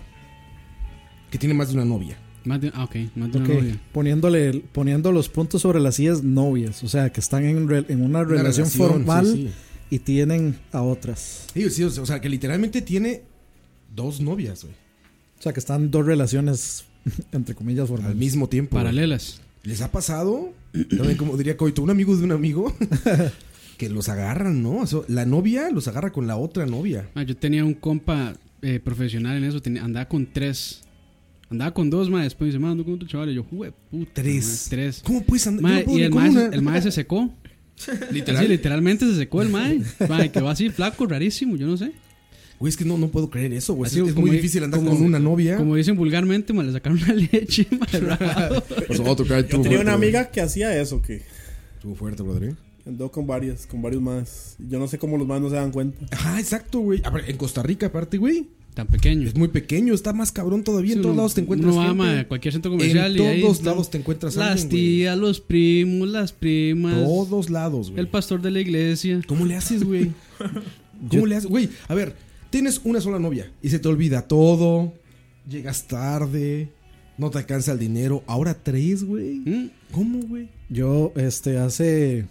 Speaker 4: que tiene más de una novia.
Speaker 5: Más de- ah, ok, más de
Speaker 6: Ok,
Speaker 5: una novia.
Speaker 6: Poniéndole, poniendo los puntos sobre las sillas novias, o sea, que están en, re- en una,
Speaker 4: Una
Speaker 6: relación,
Speaker 4: sí,
Speaker 6: formal
Speaker 4: sí.
Speaker 6: y tienen a otras.
Speaker 4: Sí, sí, o sea, que literalmente tiene dos novias, güey.
Speaker 6: O sea, que están dos relaciones, entre comillas, formales.
Speaker 4: Al mismo tiempo. güey.
Speaker 5: Paralelas.
Speaker 4: ¿Les ha pasado? También, como diría Coito, un amigo de un amigo. que los agarran, ¿no? O sea, la novia los agarra con la otra novia.
Speaker 5: Ma, Ah, yo tenía un compa eh, profesional en eso, tenía- andaba con tres. Andaba con dos, ma, después me dice, ma, ando con otro chaval. Y yo, jue puta.
Speaker 4: Tres.
Speaker 5: ma, tres.
Speaker 4: ¿Cómo puedes andar?
Speaker 5: Ma,
Speaker 4: Yo no puedo
Speaker 5: y
Speaker 4: ni
Speaker 5: el
Speaker 4: con
Speaker 5: mae
Speaker 4: una.
Speaker 5: el mae se secó. Así, literalmente se secó el mae. Mae, quedó así flaco, rarísimo, yo no sé.
Speaker 4: Güey, es que no, no puedo creer eso, güey.
Speaker 5: Así
Speaker 4: Es, es
Speaker 5: como
Speaker 4: muy
Speaker 5: di-
Speaker 4: difícil andar
Speaker 5: como-
Speaker 4: con una novia.
Speaker 5: Como dicen vulgarmente, ma, le sacaron la leche, ma, rajado.
Speaker 9: Pues vamos a tocar
Speaker 3: Yo tenía una amiga que hacía eso, que
Speaker 4: Estuvo fuerte, brother. ¿eh?
Speaker 3: andó con varias, con varios más. Yo no sé cómo los más no se dan cuenta.
Speaker 4: Ajá, Ah, exacto, güey. A ver, en Costa Rica, aparte, güey.
Speaker 5: Tan pequeño.
Speaker 4: Es muy pequeño, está más cabrón todavía. en
Speaker 5: Sí,
Speaker 4: todos
Speaker 5: uno-
Speaker 4: lados te encuentras.
Speaker 5: uno va,
Speaker 4: gente.
Speaker 5: ma, a cualquier centro comercial
Speaker 4: En
Speaker 5: y ahí
Speaker 4: todos
Speaker 5: están
Speaker 4: lados te encuentras a
Speaker 5: Las
Speaker 4: alguien, güey.
Speaker 5: tías, los primos, las primas.
Speaker 4: Todos lados, güey.
Speaker 5: El pastor de la iglesia.
Speaker 4: ¿Cómo le haces, güey? ¿Cómo le haces? Güey, a ver, tienes una sola novia y se te olvida todo, llegas tarde, no te alcanza el dinero, ahora tres, güey.
Speaker 5: ¿Mm?
Speaker 4: ¿Cómo, güey?
Speaker 6: Yo, este, hace,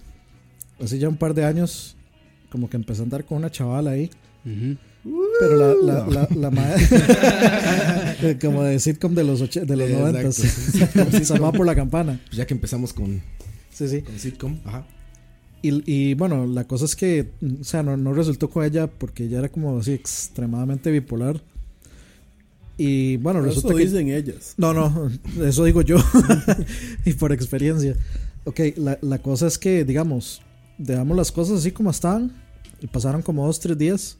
Speaker 6: hace ya un par de años, como que empecé a andar con una chavala ahí.
Speaker 5: Ujú.
Speaker 6: Pero la, la, la, la madre. como de sitcom de los, och- de los
Speaker 4: Exacto.
Speaker 6: noventas. Se llamaba por la campana.
Speaker 4: Pues ya que empezamos con,
Speaker 6: Sí, sí.
Speaker 4: con sitcom, ajá.
Speaker 6: Y, y, bueno, la cosa es que, mm, o sea, no, no resultó con ella porque ella era como así extremadamente bipolar. Y bueno,
Speaker 3: Pero
Speaker 6: resulta
Speaker 3: eso
Speaker 6: que.
Speaker 3: dicen ellas.
Speaker 6: No, no, eso digo yo. y por experiencia. Ok, la, la cosa es que, digamos, dejamos las cosas así como estaban. Y pasaron como dos, tres días.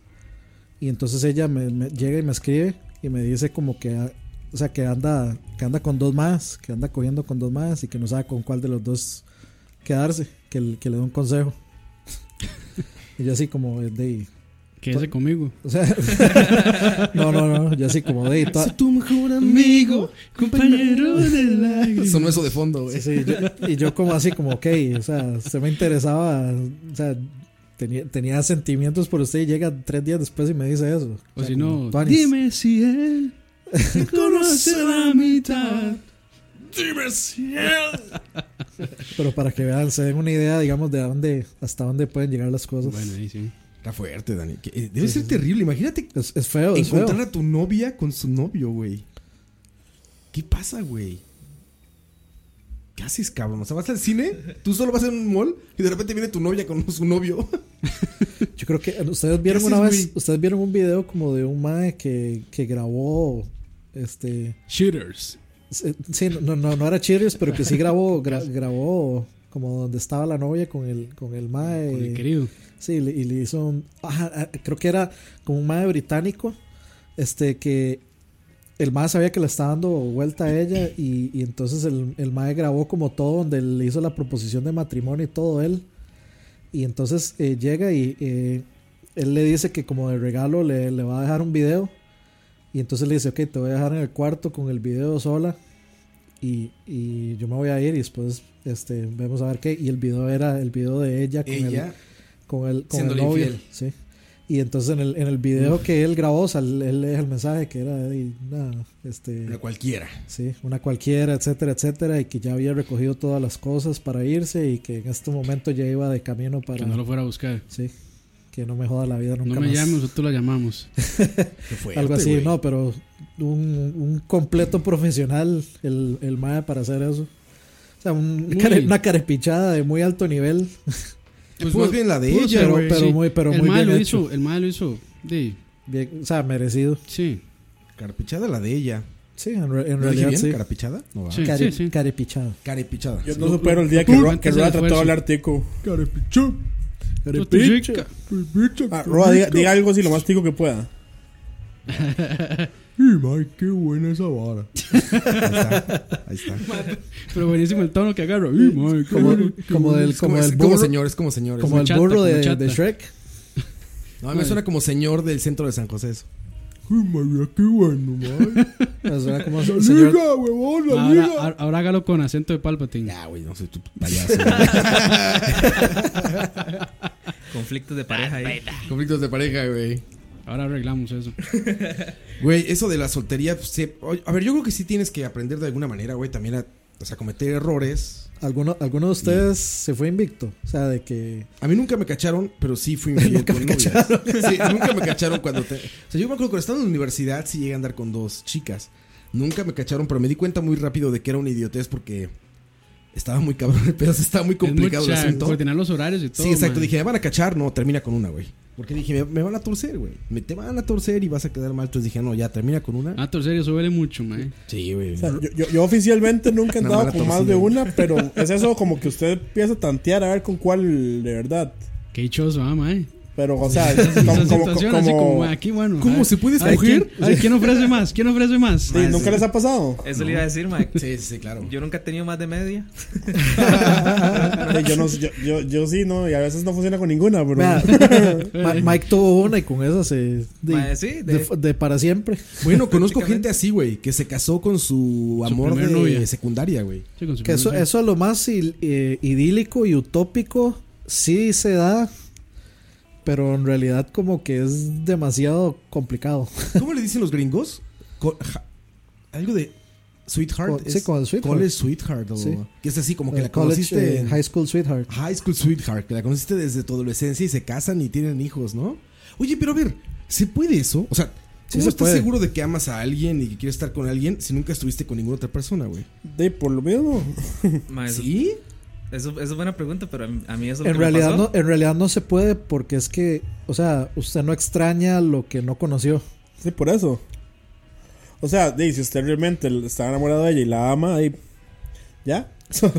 Speaker 6: Y entonces ella me, me llega y me escribe y me dice como que, ah, o sea, que anda, que anda con dos más, que anda cogiendo con dos más y que no sabe con cuál de los dos quedarse, que, l- que le dé un consejo. y yo así como de... ahí,
Speaker 5: Quédese conmigo.
Speaker 6: O sea, no, no, no, yo así como de... ahí, toda-
Speaker 4: tu mejor
Speaker 5: Amigo, compañero de la.
Speaker 4: Sonó eso de fondo, güey.
Speaker 6: Sí, yo- y yo como así, como, ok, o sea, usted me interesaba, o sea, tenía, tenía sentimientos por usted y llega tres días después y me dice eso.
Speaker 5: O si
Speaker 6: como,
Speaker 5: no,
Speaker 6: tuanis.
Speaker 5: dime si él te conoce la mitad.
Speaker 6: Pero para que vean, se den una idea, digamos, de a dónde, hasta dónde pueden llegar las cosas.
Speaker 5: Bueno, ahí sí.
Speaker 4: Está fuerte, Dani. Que, eh, Debe ser terrible, imagínate
Speaker 6: es, es feo, es feo.
Speaker 4: encontrar a tu novia con su novio, güey. ¿Qué pasa, güey? ¿Qué haces, cabrón? O sea, vas al cine, tú solo vas a un mall y de repente viene tu novia con su novio.
Speaker 6: Yo creo que eh, ustedes vieron una
Speaker 4: haces,
Speaker 6: vez, ustedes vieron un video como de un mae que, que grabó, este,
Speaker 5: Shooters.
Speaker 6: s- sí, no, no, no era Cheers, pero que sí grabó, gra- grabó como donde estaba la novia con el, con el mae.
Speaker 5: Con el querido.
Speaker 6: Sí, le- y le hizo un. ajá, ah, creo que era como un madre británico. Este que el madre sabía que le estaba dando vuelta a ella. Y, y entonces el, el madre grabó como todo, donde le hizo la proposición de matrimonio y todo él. Y entonces eh, llega y eh, él le dice que como de regalo le, le va a dejar un video. Y entonces le dice, ok, te voy a dejar en el cuarto con el video sola. Y, y yo me voy a ir y después este, vemos a ver qué. Y el video era el video de ella con el,
Speaker 4: Ella,
Speaker 6: con el, con el
Speaker 4: Siéndole
Speaker 6: novio.
Speaker 4: infiel.
Speaker 6: Sí. Y entonces en el, en el
Speaker 5: Mm.
Speaker 6: video que él grabó, o sea, él, él le deja el mensaje que era de una,
Speaker 4: pero
Speaker 6: este,
Speaker 4: cualquiera.
Speaker 6: sí, una cualquiera, etcétera, etcétera, y que ya había recogido todas las cosas para irse y que en este momento ya iba de camino para...
Speaker 5: Que no lo fuera a buscar.
Speaker 6: Sí, que no me joda la vida nunca
Speaker 5: No me
Speaker 6: más.
Speaker 5: llame, nosotros la llamamos.
Speaker 4: Qué fuerte,
Speaker 6: Algo así,
Speaker 4: güey.
Speaker 6: no, pero un, un completo profesional el, el MAE para hacer eso. O sea, un-
Speaker 5: Muy-
Speaker 6: care- una carepichada de muy alto nivel.
Speaker 4: Pues
Speaker 5: Pudo-
Speaker 4: más bien la de
Speaker 5: pudo
Speaker 4: ella,
Speaker 5: ser,
Speaker 4: güey.
Speaker 6: pero muy- pero
Speaker 5: el
Speaker 6: muy
Speaker 5: mae
Speaker 6: bien
Speaker 5: lo
Speaker 6: hecho.
Speaker 5: hizo. El mae lo hizo. de-
Speaker 6: Bien, o sea, merecido.
Speaker 5: sí.
Speaker 4: Carpichada la de ella.
Speaker 6: Sí, en, re- en
Speaker 4: ¿No dije
Speaker 6: realidad
Speaker 4: bien?
Speaker 6: sí.
Speaker 4: ¿Carapichada? No va.
Speaker 5: Sí,
Speaker 6: Care-
Speaker 5: sí, sí.
Speaker 6: Carepichada.
Speaker 4: Carepichada.
Speaker 3: Yo no supero el día que
Speaker 5: Tú,
Speaker 3: Roa, que
Speaker 5: antes
Speaker 3: Roa
Speaker 5: del
Speaker 3: trató de
Speaker 5: esfuerzo.
Speaker 3: hablar tico.
Speaker 4: Carepichada.
Speaker 5: Yo te chica.
Speaker 3: Ah, Roa, diga, diga algo así lo más tico que pueda.
Speaker 4: Y, mae, qué buena esa vara. Ahí está. Ahí está.
Speaker 5: Pero buenísimo el tono que agarro. Uy,
Speaker 6: Eh,
Speaker 5: mae, qué
Speaker 6: Como,
Speaker 5: bueno.
Speaker 6: como del,
Speaker 4: Es como,
Speaker 6: como
Speaker 4: es
Speaker 6: del
Speaker 4: como
Speaker 6: burro,
Speaker 4: señores, como señores.
Speaker 6: como el
Speaker 5: chata,
Speaker 6: burro
Speaker 5: como
Speaker 6: de,
Speaker 5: chata.
Speaker 6: de Shrek.
Speaker 4: No, a mí me suena como señor del centro de San José eso.
Speaker 9: qué bueno, mae.
Speaker 6: O sea, como se- señor,
Speaker 9: huevón,
Speaker 5: Ahora, ahora- ahora hágalo con acento de Palpatine.
Speaker 4: Ya, güey, no soy tu payaso.
Speaker 7: Conflictos de pareja ahí.
Speaker 4: Conflictos de pareja, güey.
Speaker 5: Ahora arreglamos eso.
Speaker 4: Güey, eso de la soltería. pues, se- oye, a ver, yo creo que sí tienes que aprender de alguna manera, güey, también a o sea, cometer errores.
Speaker 6: ¿Alguno, ¿Alguno de ustedes se fue invicto? O sea, de que.
Speaker 4: A mí nunca me cacharon, pero sí fui infiel
Speaker 6: Nunca
Speaker 4: con
Speaker 6: me
Speaker 4: novias.
Speaker 6: cacharon.
Speaker 4: Sí, nunca me cacharon cuando te... O sea, yo me acuerdo cuando estaba en la universidad sí llegué a andar con dos chicas. Nunca me cacharon, pero me di cuenta muy rápido de que era una idiotez porque estaba muy cabrón el pedazo, estaba muy complicado el
Speaker 5: mucha-
Speaker 4: asunto.
Speaker 5: coordinar los horarios y todo,
Speaker 4: Sí, exacto.
Speaker 5: man.
Speaker 4: Dije, me van a cachar, no, termina con una, güey. Porque dije, me, me van a torcer, güey. Me te van a torcer y vas a quedar mal. Entonces dije, no, ya, termina con una.
Speaker 5: Ah, torcer, eso duele mucho, man.
Speaker 4: Sí, güey.
Speaker 3: O sea, yo, yo- yo oficialmente nunca he
Speaker 4: Una
Speaker 3: andado
Speaker 4: mala
Speaker 3: con más de
Speaker 4: torcida.
Speaker 3: una, pero es eso como que usted empieza a tantear a ver con cuál de verdad.
Speaker 5: Qué dichoso, ah, mae.
Speaker 3: Pero, o sea,
Speaker 5: Esa- esa
Speaker 3: como, como-
Speaker 5: situación, así
Speaker 3: como-
Speaker 5: como, aquí, bueno.
Speaker 4: ¿Cómo
Speaker 5: a ver,
Speaker 4: se puede
Speaker 5: a ver,
Speaker 4: escoger?
Speaker 5: ¿quién, a ver, ¿quién ofrece más? ¿Quién ofrece más?
Speaker 3: Sí, ¿Nunca les ha pasado?
Speaker 7: Eso le iba a decir, Mike.
Speaker 4: Sí, sí, claro.
Speaker 7: Yo nunca he tenido más de media.
Speaker 3: Sí, yo, no, yo, yo, yo sí, ¿no? Y a veces no funciona con ninguna, pero...
Speaker 6: Vea, Ma- Mike tuvo una y con esa se. De,
Speaker 7: Ma, sí, de-
Speaker 6: de- de para siempre.
Speaker 4: Pues Bueno, conozco gente así, güey, que se casó con su amor de
Speaker 5: primer novia.
Speaker 4: secundaria, güey.
Speaker 5: Sí, con su
Speaker 6: Que eso,
Speaker 5: primer-
Speaker 6: eso es lo más il- eh, idílico y utópico. Sí se da. Pero en realidad, como que es demasiado complicado.
Speaker 4: ¿Cómo le dicen los gringos? Co- ja- algo de sweetheart.
Speaker 6: Co- sí,
Speaker 4: es-
Speaker 6: con el sweetheart.
Speaker 4: College sweetheart. o-
Speaker 6: Sí.
Speaker 4: Que es así como que
Speaker 6: Eh,
Speaker 4: la
Speaker 6: college,
Speaker 4: conociste.
Speaker 6: eh,
Speaker 4: en
Speaker 6: High
Speaker 4: high,
Speaker 6: School Sweetheart.
Speaker 4: school sweetheart. Que la conociste desde tu adolescencia y se casan y tienen hijos, ¿no? Oye, pero a ver, ¿se puede eso? O sea, ¿cómo
Speaker 6: Sí se
Speaker 4: estás
Speaker 6: puede.
Speaker 4: seguro de que amas a alguien y que quieres estar con alguien si nunca estuviste con ninguna otra persona, güey?
Speaker 3: Sí, por lo mismo.
Speaker 7: Ma, eso,
Speaker 4: ¿Sí?
Speaker 7: eso, eso es buena pregunta, pero a mí, a mí eso es lo
Speaker 6: En
Speaker 7: que me
Speaker 6: realidad,
Speaker 7: pasó.
Speaker 6: no, en realidad no se puede porque es que, o sea, usted no extraña lo que no conoció.
Speaker 3: Sí, por eso. O sea, di, si usted realmente está enamorado de ella y la ama, ahí... ¿Ya?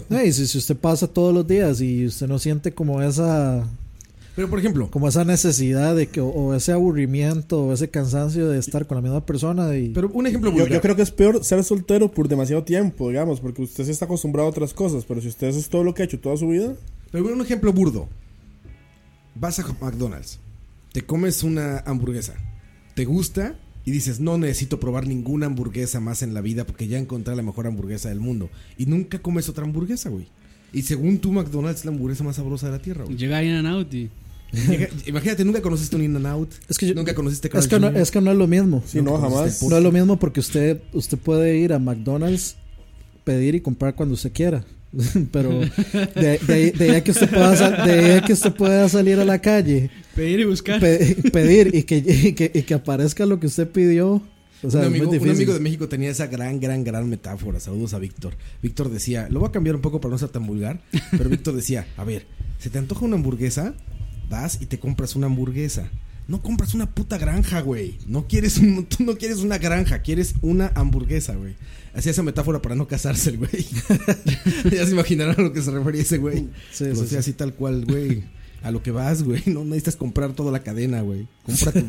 Speaker 6: No, Eh, y si, si usted pasa todos los días y usted no siente como esa
Speaker 4: Pero por ejemplo,
Speaker 6: como esa necesidad de que o, o ese aburrimiento o ese cansancio de estar con la misma persona y
Speaker 4: pero un ejemplo
Speaker 3: Yo,
Speaker 4: vulgar.
Speaker 3: yo creo que es peor ser soltero por demasiado tiempo, digamos, porque usted se está acostumbrado a otras cosas, pero si usted eso es todo lo que ha hecho toda su vida,
Speaker 4: Pero un ejemplo burdo. Vas a McDonald's, te comes una hamburguesa, te gusta y dices, no necesito probar ninguna hamburguesa más en la vida porque ya encontré la mejor hamburguesa del mundo. Y nunca comes otra hamburguesa, güey. Y según tú, McDonald's es la hamburguesa más sabrosa de la tierra, güey.
Speaker 5: Llega In and Out y.
Speaker 4: Llega- Imagínate, nunca conociste un In-N-Out.
Speaker 6: Es que yo-
Speaker 4: nunca conociste Carl's
Speaker 6: es que no,
Speaker 4: Jr..
Speaker 6: es que no es lo mismo.
Speaker 3: si no, jamás.
Speaker 6: No es lo mismo porque usted usted puede ir a McDonald's, pedir y comprar cuando usted quiera. pero de, de, ahí- de ahí a que usted pueda sal- de ahí a que usted pueda salir a la calle
Speaker 5: Pedir y buscar.
Speaker 6: pe- pedir y que, y que, y que aparezca lo que usted pidió. O sea,
Speaker 4: un,
Speaker 6: es
Speaker 4: amigo,
Speaker 6: muy
Speaker 4: un
Speaker 6: difícil.
Speaker 4: amigo de México tenía esa gran, gran, gran metáfora. Saludos a Víctor. Víctor decía, lo voy a cambiar un poco para no ser tan vulgar, pero Víctor decía, a ver, se te antoja una hamburguesa, vas y te compras una hamburguesa. No compras una puta granja, güey. No quieres un mon- tú no quieres una granja, quieres una hamburguesa, güey. Hacía esa metáfora para no casarse, el güey. ya se imaginarán a lo que se refería ese güey.
Speaker 6: Sí,
Speaker 4: Pero
Speaker 6: sí,
Speaker 4: sí,
Speaker 6: sí.
Speaker 4: así tal cual, güey. A lo que vas, güey. No necesitas comprar toda la cadena, güey. Compra tu,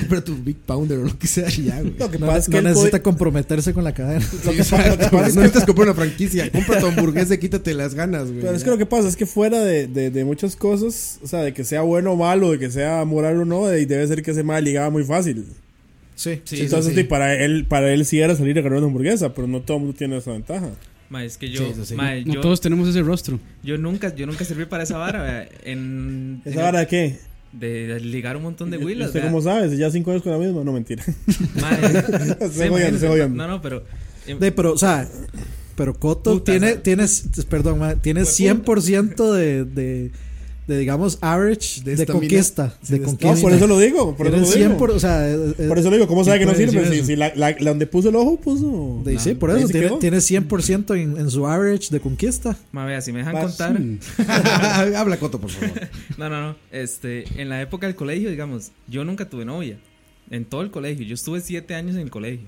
Speaker 4: compra tu Big Pounder o lo que sea y ya, güey.
Speaker 3: Lo que
Speaker 6: No,
Speaker 3: pasa es que
Speaker 6: no
Speaker 3: él
Speaker 6: necesita
Speaker 3: puede-
Speaker 6: comprometerse con la cadena.
Speaker 3: lo que pasa- lo que
Speaker 4: Exacto,
Speaker 3: pasa
Speaker 4: güey.
Speaker 3: es
Speaker 4: No
Speaker 3: que-
Speaker 4: necesitas comprar una franquicia. Compra tu hamburguesa y quítate las ganas, güey.
Speaker 3: Pero es que lo que pasa es que fuera de, de- de muchas cosas, o sea, de que sea bueno o malo, de que sea moral o no, de- debe ser que ese mal ligaba muy fácil.
Speaker 4: Sí, sí.
Speaker 3: Entonces,
Speaker 4: sí.
Speaker 3: sí, para él para él sí era salir a ganar una hamburguesa, pero no todo el mundo tiene esa ventaja.
Speaker 7: Ma, es que yo,
Speaker 4: Sí, eso sí.
Speaker 7: ma,
Speaker 5: No
Speaker 7: yo,
Speaker 5: todos tenemos ese rostro.
Speaker 7: yo nunca, yo nunca serví para esa vara, vea. en, en-
Speaker 3: ¿Esa vara de qué?
Speaker 7: de, de ligar un montón de
Speaker 3: ¿Y
Speaker 7: huilas.
Speaker 3: ¿Usted
Speaker 7: vea.
Speaker 3: cómo sabe? Si ya cinco años con la misma, no mentira.
Speaker 7: Ma, sí,
Speaker 3: jodiendo,
Speaker 7: imagínese,
Speaker 3: se jodiendo.
Speaker 7: No, no, pero em,
Speaker 6: De, pero, o sea, pero Coto
Speaker 7: Puta,
Speaker 6: tiene,
Speaker 7: esa-
Speaker 6: tiene, perdón, ma, tiene
Speaker 3: Pues,
Speaker 6: 100% de, de, de, digamos, average
Speaker 4: De
Speaker 7: eh,
Speaker 6: de,
Speaker 4: estamina.
Speaker 6: conquista.
Speaker 4: Sí,
Speaker 6: de
Speaker 4: de
Speaker 6: conquista.
Speaker 3: No, por eso lo digo. Por eso
Speaker 6: Tiene
Speaker 3: lo
Speaker 6: 100%,
Speaker 3: digo.
Speaker 6: por,
Speaker 3: Por,
Speaker 6: o sea, eh, eh,
Speaker 3: eso lo digo, ¿cómo sabe que
Speaker 5: ¿quién
Speaker 3: no
Speaker 5: puede
Speaker 3: sirve?
Speaker 5: decir
Speaker 3: Si,
Speaker 5: eso?
Speaker 3: si la, la- la donde puso el ojo, puso.
Speaker 6: de- sí, por
Speaker 3: ahí
Speaker 6: eso,
Speaker 3: se
Speaker 6: tiene,
Speaker 3: quedó.
Speaker 6: tiene 100% en, en su average de conquista.
Speaker 7: ma, vea, si me dejan
Speaker 3: Vas-
Speaker 7: contar.
Speaker 4: Habla Coto, por favor.
Speaker 7: No, no, no. Este, en la época del colegio, digamos, yo nunca tuve novia. En todo el colegio. Yo estuve siete años en el colegio.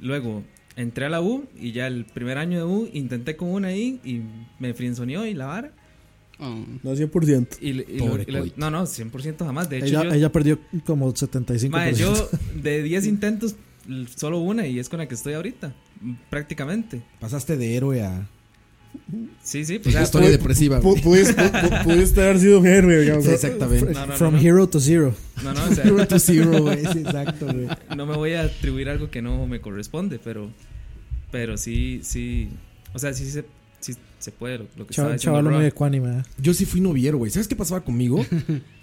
Speaker 7: Luego entré a la U y ya el primer año de U intenté con una ahí y me frienzoneó y la vara.
Speaker 5: Oh.
Speaker 3: No, 100%.
Speaker 7: Y, le- y
Speaker 4: Ah. Pobre
Speaker 7: le- y le-
Speaker 4: coito.
Speaker 7: no, no, 100% jamás. De hecho,
Speaker 6: Ella,
Speaker 7: yo,
Speaker 6: ella perdió como 75%.
Speaker 7: Mae, yo de 10 intentos, l- solo una y es con la que estoy ahorita. m- Prácticamente.
Speaker 4: Pasaste de héroe a.
Speaker 7: Sí, sí, pues.
Speaker 4: Historia
Speaker 7: ya,
Speaker 3: pu-
Speaker 4: depresiva,
Speaker 3: Pu-
Speaker 4: güey.
Speaker 3: Pudiste, pu- pudiste haber sido un héroe, digamos.
Speaker 4: Sí, exactamente.
Speaker 7: no, no,
Speaker 6: From
Speaker 7: no.
Speaker 6: hero to zero.
Speaker 7: No, no, o sea,
Speaker 4: Hero to zero, güey. Sí, exacto, güey.
Speaker 7: no me voy a atribuir algo que no me corresponde, pero. Pero sí, sí. O sea, sí se, sí se puede lo, lo que estaba
Speaker 6: Chaval,
Speaker 7: diciendo.
Speaker 6: chaval muy
Speaker 7: Roa.
Speaker 6: ecuánime. eh.
Speaker 4: Yo sí fui noviero, güey. ¿Sabes qué pasaba conmigo?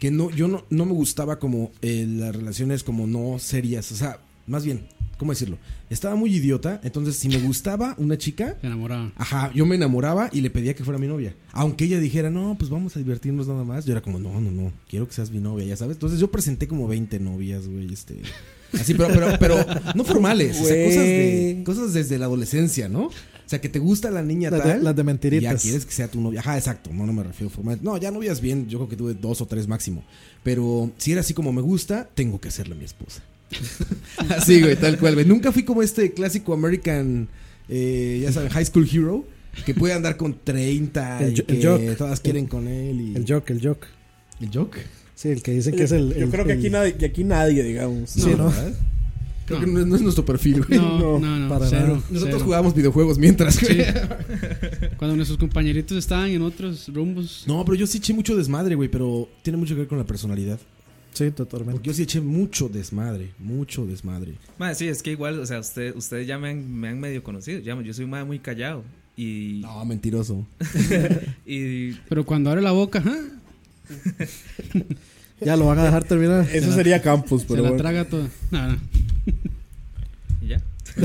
Speaker 4: Que no, yo no, no me gustaba como eh, las relaciones como no serias. O sea, más bien, ¿Cómo decirlo? Estaba muy idiota, entonces si me gustaba una chica,
Speaker 5: Se enamoraba.
Speaker 4: ajá, yo me enamoraba y le pedía que fuera mi novia. Aunque ella dijera, no, pues vamos a divertirnos nada más. Yo era como, no, no, no, quiero que seas mi novia, ya sabes. Entonces yo presenté como 20 novias, güey, este. Así, pero, pero, pero no formales, o sea,
Speaker 3: Güey.
Speaker 4: cosas, de, cosas desde la adolescencia, ¿no? O sea, que te gusta la niña
Speaker 6: Las de-
Speaker 4: tal.
Speaker 6: las de
Speaker 4: y Ya
Speaker 6: mentiritas.
Speaker 4: quieres que sea tu novia. Ajá, exacto. No, no me refiero formal. No, ya novias bien. Yo creo que tuve dos o tres máximo. Pero si era así como me gusta, tengo que hacerle a mi esposa. así, güey, tal cual, güey. Nunca fui como este clásico American, eh, ya saben, High School Hero. Que puede andar con 30
Speaker 6: El
Speaker 4: y
Speaker 6: jo- el
Speaker 4: que
Speaker 6: jock.
Speaker 4: todas quieren con él. Y...
Speaker 6: El joke, el joke.
Speaker 4: ¿El joke?
Speaker 6: Sí, el que dicen que es el.
Speaker 3: Yo
Speaker 6: el-
Speaker 3: creo que
Speaker 6: el-
Speaker 3: aquí nadie, que aquí nadie digamos.
Speaker 6: Sí, ¿no?
Speaker 4: ¿verdad? Creo que no, no es nuestro perfil, güey.
Speaker 5: No, no, no,
Speaker 6: para
Speaker 5: cero,
Speaker 6: nada.
Speaker 4: Nosotros
Speaker 5: cero.
Speaker 4: jugábamos videojuegos mientras, güey.
Speaker 5: Sí. Cuando nuestros compañeritos estaban en otros rumbos.
Speaker 4: No, pero yo sí eché mucho desmadre, güey. Pero tiene mucho que ver con la personalidad.
Speaker 6: Sí, totalmente.
Speaker 4: Porque yo sí eché mucho desmadre, mucho desmadre.
Speaker 7: Mae, sí, es que igual, o sea, usted- ustedes ya me han, me han medio conocido. Ya, yo soy un mae muy callado. Y,
Speaker 4: No, Ah, mentiroso.
Speaker 7: y
Speaker 5: Pero cuando abre la boca, ¿ah? ajá,
Speaker 6: Ya lo van a dejar terminar.
Speaker 3: Eso sería Campus,
Speaker 5: se
Speaker 3: pero
Speaker 5: la
Speaker 3: bueno.
Speaker 5: traga toda. No, no.
Speaker 7: y ya.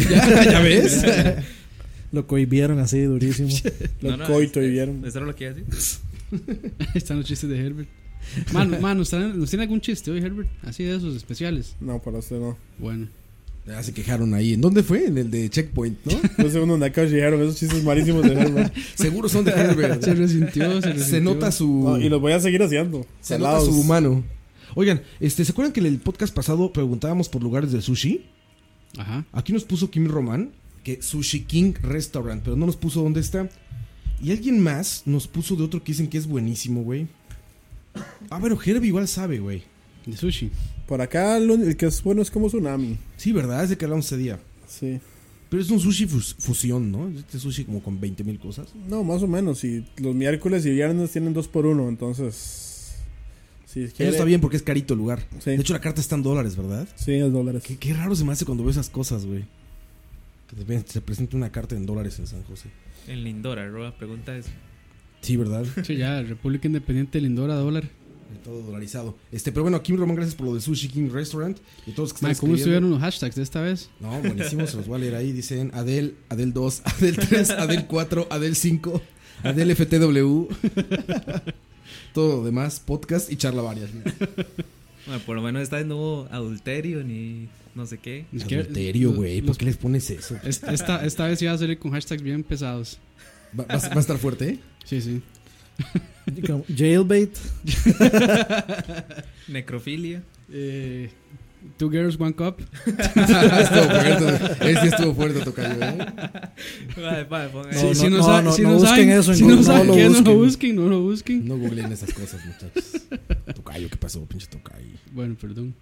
Speaker 4: ¿Ya, ya ves?
Speaker 6: Lo cohibieron así durísimo.
Speaker 3: Los
Speaker 7: No, no,
Speaker 3: coito
Speaker 7: es-
Speaker 3: y vieron.
Speaker 7: Eso era lo que iba a decir.
Speaker 5: Están los chistes de Herbert. Mano, mano, ¿nos traen- ¿nos tiene algún chiste hoy, Herbert? Así de esos especiales.
Speaker 3: No, para usted no.
Speaker 5: Bueno.
Speaker 4: Ya se quejaron ahí. ¿En dónde fue? En el de Checkpoint, ¿no?
Speaker 3: Yo sé uno en la calle dijeron esos chistes malísimos de Herbert.
Speaker 4: Seguro son de Herbert.
Speaker 5: Se resintió, se resintió.
Speaker 4: Se nota su.
Speaker 3: No, y los voy a seguir haciendo.
Speaker 4: se nota
Speaker 3: Salados.
Speaker 4: su humano. Oigan, este, ¿se acuerdan que en el podcast pasado preguntábamos por lugares de sushi?
Speaker 5: Ajá.
Speaker 4: Aquí nos puso Kim Román que Sushi King Restaurant, pero no nos puso dónde está. Y alguien más nos puso de otro que dicen que es buenísimo, güey. Ah, pero Herbie igual sabe, güey.
Speaker 5: De sushi.
Speaker 3: Por acá lo- el que es bueno es como Tsunami.
Speaker 4: Sí, ¿verdad? Es de que hablamos ese día.
Speaker 3: Sí.
Speaker 4: Pero es un sushi fus- fusión, ¿no? Este sushi como con 20 mil cosas.
Speaker 3: No, más o menos. Y los miércoles y viernes tienen dos por uno, entonces. Si
Speaker 4: Eso
Speaker 3: quiere-
Speaker 4: está bien porque es carito el lugar.
Speaker 3: Sí.
Speaker 4: De hecho, la carta está en dólares, ¿verdad?
Speaker 3: Sí, 10 dólares.
Speaker 4: Qué, qué raro se me hace cuando veo esas cosas, güey. Que te ven- se presenta una carta en dólares en San José.
Speaker 7: En Lindora, Roa, pregunta eso.
Speaker 4: Sí, ¿verdad?
Speaker 5: Sí, ya, República Independiente, Lindora, dólar.
Speaker 4: Todo dolarizado. Este, pero bueno, Kim Román, gracias por lo de Sushi King Restaurant. Y todos los que están
Speaker 5: Man, ¿Cómo
Speaker 4: escribiendo.
Speaker 5: estuvieron los hashtags de esta vez?
Speaker 4: No, buenísimo, se los voy a leer ahí. Dicen Adel, Adel 2, Adel 3, Adel 4, Adel 5, Adel FTW. Todo lo demás, podcast y charla varias.
Speaker 7: Bueno, Ah, por lo menos esta vez no hubo adulterio ni no sé qué.
Speaker 5: Ni siquiera-
Speaker 4: Adulterio,
Speaker 5: los-
Speaker 4: güey. ¿Por
Speaker 5: los-
Speaker 4: qué les pones eso?
Speaker 5: es- Esta, esta vez iba a salir con hashtags bien pesados.
Speaker 4: Va, va a- va a estar fuerte, ¿eh?
Speaker 5: Sí, sí.
Speaker 6: Como Jailbait.
Speaker 7: Necrofilia.
Speaker 5: Eh, two girls, one cup. eh,
Speaker 4: estuvo fuerte. Ese estuvo fuerte, tocayo, ¿eh?
Speaker 7: Mae, mae, ponga
Speaker 6: No,
Speaker 7: ahí.
Speaker 6: no,
Speaker 5: si no,
Speaker 6: no,
Speaker 5: saben-
Speaker 6: no,
Speaker 5: si
Speaker 6: no
Speaker 5: no
Speaker 6: busquen
Speaker 5: saben,
Speaker 6: eso en
Speaker 5: si no,
Speaker 6: Google, no
Speaker 5: saben
Speaker 6: lo
Speaker 5: qué, no lo
Speaker 6: busquen.
Speaker 5: busquen, no lo busquen.
Speaker 4: No googleen esas cosas, muchachos. Pues, Tocayo, ¿qué pasó, pinche tocayo?
Speaker 5: Bueno, perdón.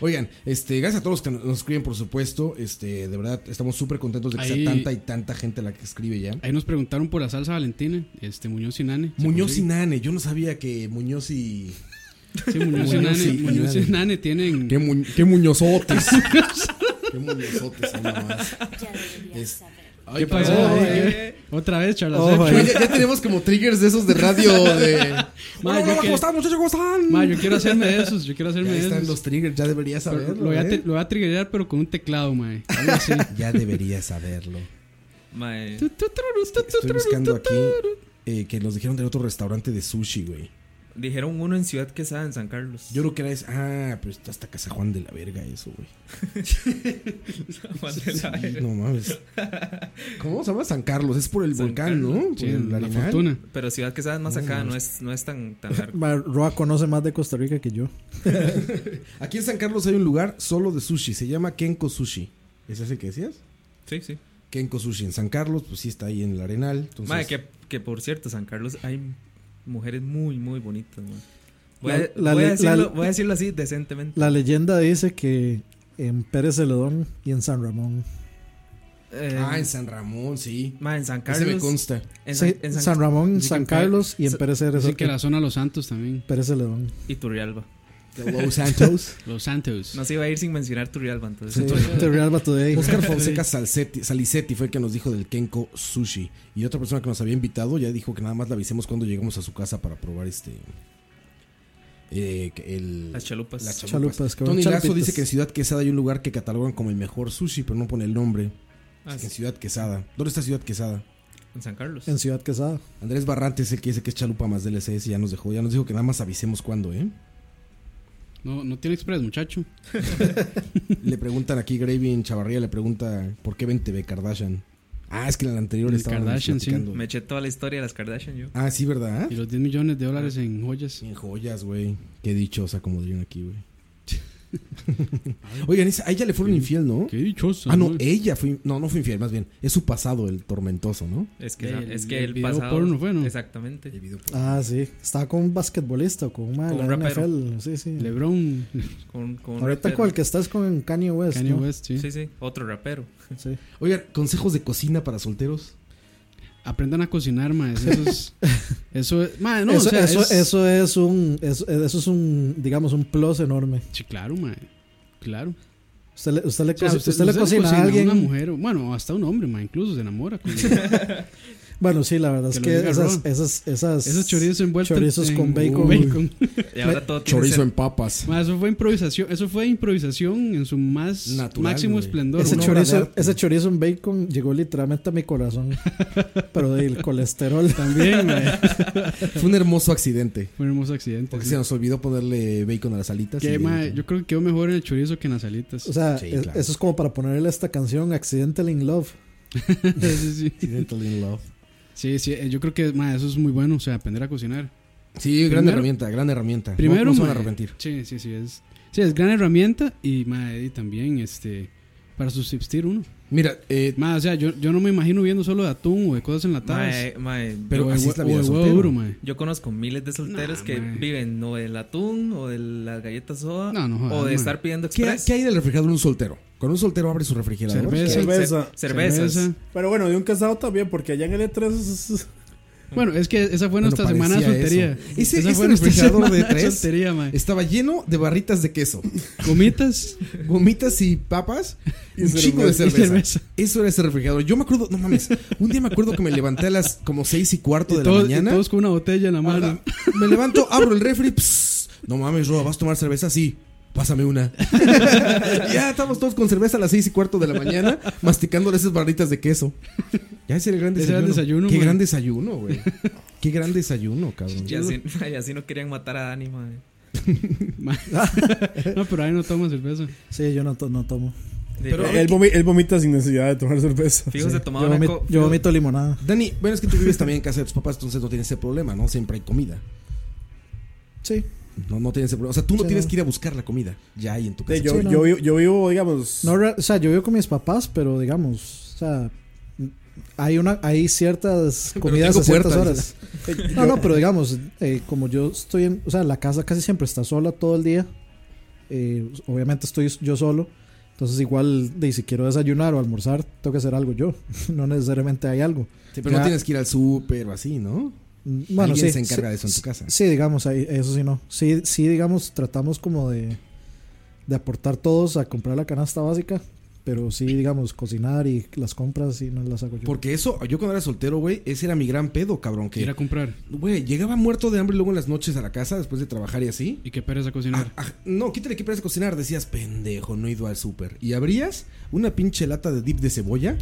Speaker 4: Oigan, este, gracias a todos los que nos escriben, por supuesto. Este, de verdad, estamos súper contentos de que
Speaker 5: Ahí-
Speaker 4: sea tanta y tanta gente la que escribe ya.
Speaker 5: Ahí nos preguntaron por la salsa valentina. Este, Muñoz y Nane. ¿Se
Speaker 4: Muñoz y
Speaker 5: consigue?
Speaker 4: Nane, yo no sabía que Muñoz y.
Speaker 5: Sí, Muñoz y
Speaker 4: Muñoz
Speaker 5: Nane.
Speaker 4: y
Speaker 5: Muñoz y
Speaker 4: Nane.
Speaker 5: Nane tienen.
Speaker 4: Qué, mu- qué muñozotes. qué muñozotes, ahí nomás.
Speaker 2: Ya deberías
Speaker 4: Es-
Speaker 2: saber.
Speaker 4: Ay,
Speaker 5: ¿Qué pasó?
Speaker 4: caray.
Speaker 5: Eh, Otra vez, Charlas.
Speaker 6: Ojo,
Speaker 4: Güey, ya, ya tenemos como triggers de esos de radio. De...
Speaker 5: Ma,
Speaker 4: eh. Hola,
Speaker 5: yo
Speaker 4: hola,
Speaker 5: que-
Speaker 4: ¿Cómo están, muchachos? ¿Cómo están?
Speaker 5: Ma, yo quiero hacerme de esos. Yo
Speaker 4: Ya
Speaker 5: quiero hacerme
Speaker 4: ahí
Speaker 5: de
Speaker 4: están
Speaker 5: esos.
Speaker 4: los triggers, ya deberías
Speaker 5: Pero
Speaker 4: saberlo.
Speaker 5: lo, voy a,
Speaker 4: ¿eh?
Speaker 5: tri- lo voy a triggerear, pero con un teclado, mae. Algo así.
Speaker 4: Ya deberías saberlo.
Speaker 7: Mae,
Speaker 5: Tu, tu, tru, tu, tu,
Speaker 4: Estoy
Speaker 5: tru,
Speaker 4: buscando
Speaker 5: tu,
Speaker 4: aquí
Speaker 5: tru.
Speaker 4: eh, que nos dijeron del otro restaurante de sushi, güey.
Speaker 7: dijeron uno en Ciudad Quesada, en San Carlos.
Speaker 4: Yo creo que era ese. Ah, pero está hasta Casa Juan de la Verga, eso, güey.
Speaker 7: Aguante, mae.
Speaker 4: No mames. ¿Cómo se llama? San Carlos. Es por el
Speaker 7: San
Speaker 4: volcán, ¿no? Por
Speaker 5: Sí,
Speaker 4: el
Speaker 5: la
Speaker 4: arenal.
Speaker 5: fortuna.
Speaker 7: Pero Ciudad Quesada es más acá, no es, no es tan, tan largo.
Speaker 6: Ma, Roa conoce más de Costa Rica que yo.
Speaker 4: Aquí en San Carlos hay un lugar solo de sushi. Se llama Kenko Sushi. ¿Es ese que decías?
Speaker 7: Sí, sí.
Speaker 4: Kenko Sushi en San Carlos, pues sí está ahí en el Arenal. Entonces,
Speaker 7: Mae, eh, que, que por cierto, San Carlos hay mujeres muy, muy bonitas, mae. Voy, a-
Speaker 6: La- la-
Speaker 7: voy a
Speaker 6: la-
Speaker 7: decirlo,
Speaker 6: la-
Speaker 7: voy a decirlo así decentemente.
Speaker 6: La leyenda dice que en Pérez Celedón y en San Ramón.
Speaker 7: Eh,
Speaker 4: Ah, en San Ramón, sí.
Speaker 7: mae, en San
Speaker 4: Ese me
Speaker 7: Carlos.
Speaker 4: consta.
Speaker 7: en
Speaker 6: Sí,
Speaker 7: San- en
Speaker 6: San,
Speaker 7: San-
Speaker 6: Ramón,
Speaker 7: dicen
Speaker 6: San
Speaker 7: que-
Speaker 6: Carlos y en
Speaker 7: Sa-
Speaker 6: Pérez Celedón.
Speaker 5: Dicen que la zona Los Santos también.
Speaker 6: Pérez Celedón.
Speaker 7: y Turrialba.
Speaker 4: De Los Santos.
Speaker 5: Los Santos.
Speaker 7: No se iba a ir sin mencionar Turrialba, entonces.
Speaker 6: Turrialba Today.
Speaker 4: Oscar Fonseca Salcetti- Salicetti fue el que nos dijo del Kenko Sushi. Y otra persona que nos había invitado ya dijo que nada más le avisemos cuando llegamos a su casa para probar este eh, que el,
Speaker 7: Las chalupas.
Speaker 4: las chalupas.
Speaker 6: Chalupas, cabrón,
Speaker 4: pues, Tony Lazo
Speaker 6: chalupitas.
Speaker 4: dice que en Ciudad Quesada hay un lugar que catalogan como el mejor sushi, pero no pone el nombre.
Speaker 7: Ah,
Speaker 4: Dice que en
Speaker 7: sí,
Speaker 4: Ciudad Quesada. ¿Dónde está Ciudad Quesada?
Speaker 7: en San Carlos.
Speaker 6: En Ciudad Quesada.
Speaker 4: Andrés Barrante es el que dice que es chalupa más DLCS y ya nos dejó. Ya nos dijo que nada más avisemos cuándo, ¿eh?
Speaker 5: No, no tiene express, muchacho.
Speaker 4: Le preguntan aquí, Gravy en Chavarría le pregunta por qué ven TV Kardashian. Ah, es que en el anterior
Speaker 5: El
Speaker 4: estábamos
Speaker 5: Kardashian, sí.
Speaker 4: platicando.
Speaker 7: Me eché toda la historia de las Kardashian yo.
Speaker 4: Ah, sí, ¿verdad? Ah.
Speaker 5: Y los 10 millones de dólares en joyas.
Speaker 4: En joyas, güey. Qué dichosa, como dirían aquí, güey. Oigan, esa- a ella le fueron infiel, ¿no?
Speaker 5: Qué dichosa.
Speaker 4: Ah, no, ella fue. No, no fue infiel, más bien. Es su pasado, el tormentoso, ¿no?
Speaker 7: Es que,
Speaker 5: El-
Speaker 7: es que
Speaker 5: el
Speaker 7: el,
Speaker 5: video
Speaker 7: pasado.
Speaker 5: porno fue, ¿no?
Speaker 7: Exactamente.
Speaker 6: Ah, sí. Estaba con un basquetbolista o con un
Speaker 7: Con
Speaker 6: madre
Speaker 7: un
Speaker 6: de la
Speaker 7: rapero.
Speaker 6: NFL. Sí, sí.
Speaker 5: LeBron,
Speaker 7: Con, con un
Speaker 6: Ahorita
Speaker 7: rapero.
Speaker 6: con el que estás con Kanye West.
Speaker 5: Kanye
Speaker 6: ¿no?
Speaker 5: West, sí.
Speaker 7: Sí, sí, otro rapero.
Speaker 6: Sí.
Speaker 4: Oigan, consejos de cocina para solteros.
Speaker 5: Aprendan a cocinar, más. Eso es. Eso es. mae, no,
Speaker 6: eso,
Speaker 5: o sea,
Speaker 6: eso,
Speaker 5: es-
Speaker 6: eso es un. Eso, eso es un. Digamos, un plus enorme.
Speaker 5: Sí, claro, mae. Claro.
Speaker 6: Usted le, usted le,
Speaker 5: O sea,
Speaker 6: co- usted le cocina, a alguien.
Speaker 5: una mujer, o- bueno, hasta un hombre, mae, incluso se enamora. con-
Speaker 6: Bueno, sí, la verdad es
Speaker 5: Que lo
Speaker 6: que
Speaker 5: diga
Speaker 6: esas,
Speaker 5: Ron.
Speaker 6: esas, esas.
Speaker 5: Esos chorizos envueltos
Speaker 6: Chorizos
Speaker 5: en-
Speaker 6: con bacon.
Speaker 7: Y ahora todo tiene
Speaker 9: Chorizo
Speaker 7: sen-
Speaker 9: en papas.
Speaker 5: Mae, eso fue improvisación, eso fue improvisación en su más
Speaker 4: Natural,
Speaker 5: máximo
Speaker 4: güey.
Speaker 5: esplendor.
Speaker 6: Ese
Speaker 5: Una obra de
Speaker 6: chorizo,
Speaker 5: arte.
Speaker 6: ese chorizo en bacon llegó literalmente a mi corazón. pero del colesterol.
Speaker 5: también, mae.
Speaker 4: Fue un hermoso accidente.
Speaker 5: Fue un hermoso accidente.
Speaker 4: Porque
Speaker 5: sí.
Speaker 4: se nos olvidó ponerle bacon a las alitas.
Speaker 5: Que,
Speaker 4: y-
Speaker 5: mae, yo creo que quedó mejor en el chorizo que en las alitas.
Speaker 6: O sea,
Speaker 4: Sí,
Speaker 6: es-
Speaker 4: claro.
Speaker 6: eso es como para ponerle esta canción Accidental in Love.
Speaker 5: sí, sí.
Speaker 4: Accidental in love.
Speaker 5: Sí, sí, eh, yo creo que mae, eso es muy bueno, o sea, aprender a cocinar.
Speaker 4: Sí, gran
Speaker 5: Primero-
Speaker 4: herramienta, gran herramienta. No-
Speaker 5: Primero,
Speaker 4: no, se van a
Speaker 5: mae,
Speaker 4: arrepentir.
Speaker 5: Sí, sí, sí, es, sí, es gran herramienta y, mae, y también este, para subsistir uno.
Speaker 4: Mira, eh,
Speaker 5: Mae, o sea, yo, yo no me imagino viendo solo de atún o de cosas enlatadas.
Speaker 7: Mae, mae,
Speaker 4: pero
Speaker 5: o de
Speaker 4: así
Speaker 5: hue-
Speaker 4: es la
Speaker 5: o
Speaker 4: vida
Speaker 5: de
Speaker 4: de
Speaker 5: huevo
Speaker 4: soltero.
Speaker 5: duro, mae.
Speaker 7: Yo conozco miles de solteros
Speaker 5: Nah,
Speaker 7: que
Speaker 5: mae.
Speaker 7: viven o del atún o de las galletas soda
Speaker 5: No, no
Speaker 7: o
Speaker 5: jodas,
Speaker 7: de
Speaker 5: mae.
Speaker 7: estar pidiendo
Speaker 4: ¿Qué,
Speaker 7: express.
Speaker 4: qué hay del refrigerador de un soltero? Cuando un soltero abre su refrigerador,
Speaker 5: Cerveza.
Speaker 4: ¿qué hay?
Speaker 3: Cerveza.
Speaker 7: Cer- cervezas.
Speaker 3: Pero bueno, de un casado también, porque allá en el E3 es- es-
Speaker 5: Bueno, es que esa fue
Speaker 4: Bueno,
Speaker 5: nuestra semana de
Speaker 4: parecía
Speaker 5: soltería.
Speaker 4: eso. Ese-
Speaker 5: esa
Speaker 4: ese
Speaker 5: fue nuestra
Speaker 4: refrigerador
Speaker 5: semana
Speaker 4: de tres.
Speaker 5: soltería, mae.
Speaker 4: estaba lleno de barritas de queso,
Speaker 5: Gomitas
Speaker 4: gomitas y papas,
Speaker 3: Y
Speaker 4: un chico de
Speaker 5: y
Speaker 4: cerveza.
Speaker 5: cerveza.
Speaker 4: Eso era ese refrigerador. Yo me acuerdo, no mames, un día me acuerdo que me levanté a las como seis y cuarto
Speaker 5: Y
Speaker 4: de
Speaker 5: todos, y
Speaker 4: la mañana.
Speaker 5: todos con una botella en la mano.
Speaker 4: Ajá. Me levanto, abro el refri. pss, no mames, Roa, ¿vas a tomar cerveza? Sí. Pásame una. ya estamos todos con cerveza a las seis y cuarto de la mañana, masticándole esas barritas de queso. Ya ese era el gran
Speaker 5: Ese
Speaker 4: desayuno.
Speaker 5: era el desayuno,
Speaker 4: Qué
Speaker 5: güey.
Speaker 4: gran desayuno, güey. Qué gran desayuno, cabrón.
Speaker 7: Y así, y así no querían matar a Dani, mae.
Speaker 4: Ah.
Speaker 5: No, pero ahí no toma cerveza.
Speaker 6: Sí, yo no, to- no tomo.
Speaker 7: De-
Speaker 4: Pero-
Speaker 7: de-
Speaker 3: él, vomi- él vomita sin necesidad de tomar cerveza.
Speaker 7: fijo, se tomaba
Speaker 6: Yo,
Speaker 7: una
Speaker 6: vomi-
Speaker 7: co-
Speaker 6: yo
Speaker 7: fijo-
Speaker 6: vomito limonada.
Speaker 4: Dani, bueno, es que tú vives también en casa de tus papás, entonces no tienes ese problema, ¿no? Siempre hay comida.
Speaker 6: Sí.
Speaker 4: No, no tienes ese problema. O sea, tú no
Speaker 6: Sí,
Speaker 4: tienes
Speaker 6: no.
Speaker 4: que ir a buscar la comida. Ya hay en tu casa.
Speaker 3: Sí, yo,
Speaker 6: Sí, no.
Speaker 3: yo vivo- yo vivo,
Speaker 4: pues,
Speaker 3: digamos.
Speaker 6: No, re- o sea, yo vivo con mis papás, pero digamos, o sea, hay una hay ciertas comidas
Speaker 4: tengo
Speaker 6: a ciertas
Speaker 4: puerta,
Speaker 6: horas. No, no, pero digamos, eh, como yo estoy en, o sea, la casa casi siempre está sola todo el día. eh, obviamente estoy yo solo. Entonces igual, de, si quiero desayunar o almorzar, tengo que hacer algo yo. no necesariamente hay algo.
Speaker 4: Sí, pero no
Speaker 6: Ya.
Speaker 4: tienes que ir al súper o así, ¿no?
Speaker 6: Mm, Bueno,
Speaker 4: Alguien
Speaker 6: sí,
Speaker 4: se encarga
Speaker 6: sí,
Speaker 4: de eso en tu casa.
Speaker 6: Sí, digamos, ahí- eso sí no. Sí, sí, digamos, tratamos como de, de aportar todos a comprar la canasta básica, pero sí, digamos, cocinar y las compras sí no las hago yo.
Speaker 4: Porque eso, yo cuando era soltero, güey, ese era mi gran pedo, cabrón. Que
Speaker 5: Ir a comprar.
Speaker 4: Güey, llegaba muerto de hambre luego en las noches a la casa después de trabajar y así.
Speaker 5: Y qué pereza cocinar.
Speaker 4: Ah, ah, no, quítale que parece cocinar. Decías, pendejo, no he ido al súper. Y abrías una pinche lata de dip de cebolla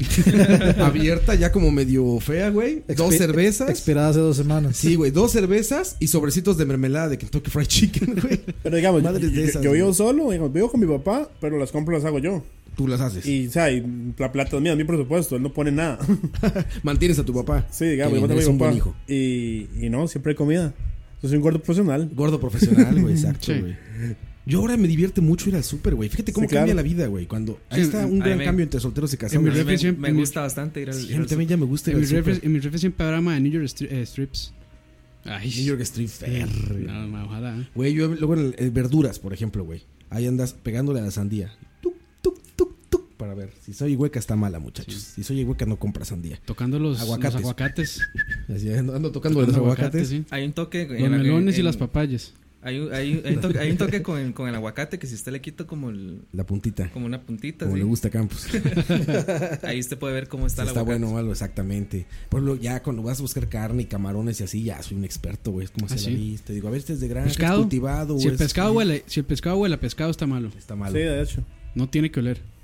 Speaker 4: abierta, ya como medio fea, güey. Dos
Speaker 6: Expi-
Speaker 4: cervezas.
Speaker 6: Expirada hace dos semanas.
Speaker 4: Sí, güey, dos cervezas y sobrecitos de mermelada de Kentucky Fried Chicken, güey.
Speaker 3: Pero digamos, yo,
Speaker 4: Madres de
Speaker 3: yo-
Speaker 4: esas,
Speaker 3: yo vivo
Speaker 4: güey.
Speaker 3: solo, digamos, vivo con mi papá, pero las compras las hago yo.
Speaker 4: Tú las haces.
Speaker 3: Y, o sea, y la plata es mía, mi presupuesto, él no pone nada.
Speaker 4: Mantienes a tu papá.
Speaker 3: sí, digamos,
Speaker 4: Que
Speaker 3: yo tengo a
Speaker 4: es
Speaker 3: mi
Speaker 4: un
Speaker 3: papá.
Speaker 4: buen hijo.
Speaker 3: Y, y no, siempre hay comida. Yo soy un gordo profesional.
Speaker 4: Gordo profesional, güey, exacto,
Speaker 5: Sí.
Speaker 4: güey. Yo ahora me divierte mucho ir al súper, güey. Fíjate cómo
Speaker 3: Sí, claro.
Speaker 4: cambia la vida, güey. Cuando ahí
Speaker 5: Sí,
Speaker 4: está un
Speaker 7: ay,
Speaker 4: gran
Speaker 7: me-
Speaker 4: cambio entre solteros y
Speaker 7: A mí
Speaker 5: mi
Speaker 4: casados.
Speaker 5: refri
Speaker 7: me,
Speaker 5: siempre-
Speaker 7: me gusta bastante ir al,
Speaker 4: Sí,
Speaker 7: ir
Speaker 4: a mí
Speaker 7: al
Speaker 4: también ya me gusta ir
Speaker 5: en, mi
Speaker 4: al
Speaker 5: refri,
Speaker 4: súper.
Speaker 5: en mi refri siempre habrá mae, New York stri- eh, strips. Ay,
Speaker 4: New York Street Fair.
Speaker 5: No, mae, ojalá. eh.
Speaker 4: Güey, yo luego en el- en verduras, por ejemplo, güey. Ahí andas pegándole a la sandía. Tuc, tuc, tuc, tuc, para ver. Si soy hueca está mala, muchachos. Si soy hueca no compra sandía.
Speaker 5: Tocando los
Speaker 4: Aguacates.
Speaker 5: aguacates. Los aguacates.
Speaker 4: Así ando, ando tocando los
Speaker 5: Los
Speaker 4: aguacates.
Speaker 5: aguacates, sí.
Speaker 7: Hay un toque.
Speaker 5: Los melones y las
Speaker 7: papas
Speaker 5: papayas.
Speaker 7: Hay, un- hay, un- hay un toque, hay un toque con, el, con el aguacate que si usted le quita como, el,
Speaker 4: La puntita.
Speaker 7: como una puntita,
Speaker 4: Como
Speaker 7: sí,
Speaker 4: le gusta a Campos.
Speaker 7: ahí usted puede ver cómo está
Speaker 4: Si
Speaker 7: el
Speaker 4: está
Speaker 7: aguacate.
Speaker 4: bueno o malo, exactamente. Por ejemplo, ya cuando vas a buscar carne y camarones y así, ya soy un experto, güey. Es como se
Speaker 5: Ah,
Speaker 4: la
Speaker 5: sí.
Speaker 4: viste. Digo, a ver, este es de granja, es
Speaker 5: Pescado.
Speaker 4: cultivado.
Speaker 5: Si el
Speaker 4: es-
Speaker 5: pescado huele, si el pescado huele a pescado está malo.
Speaker 4: Está malo.
Speaker 3: Sí, de hecho.
Speaker 5: No tiene que oler.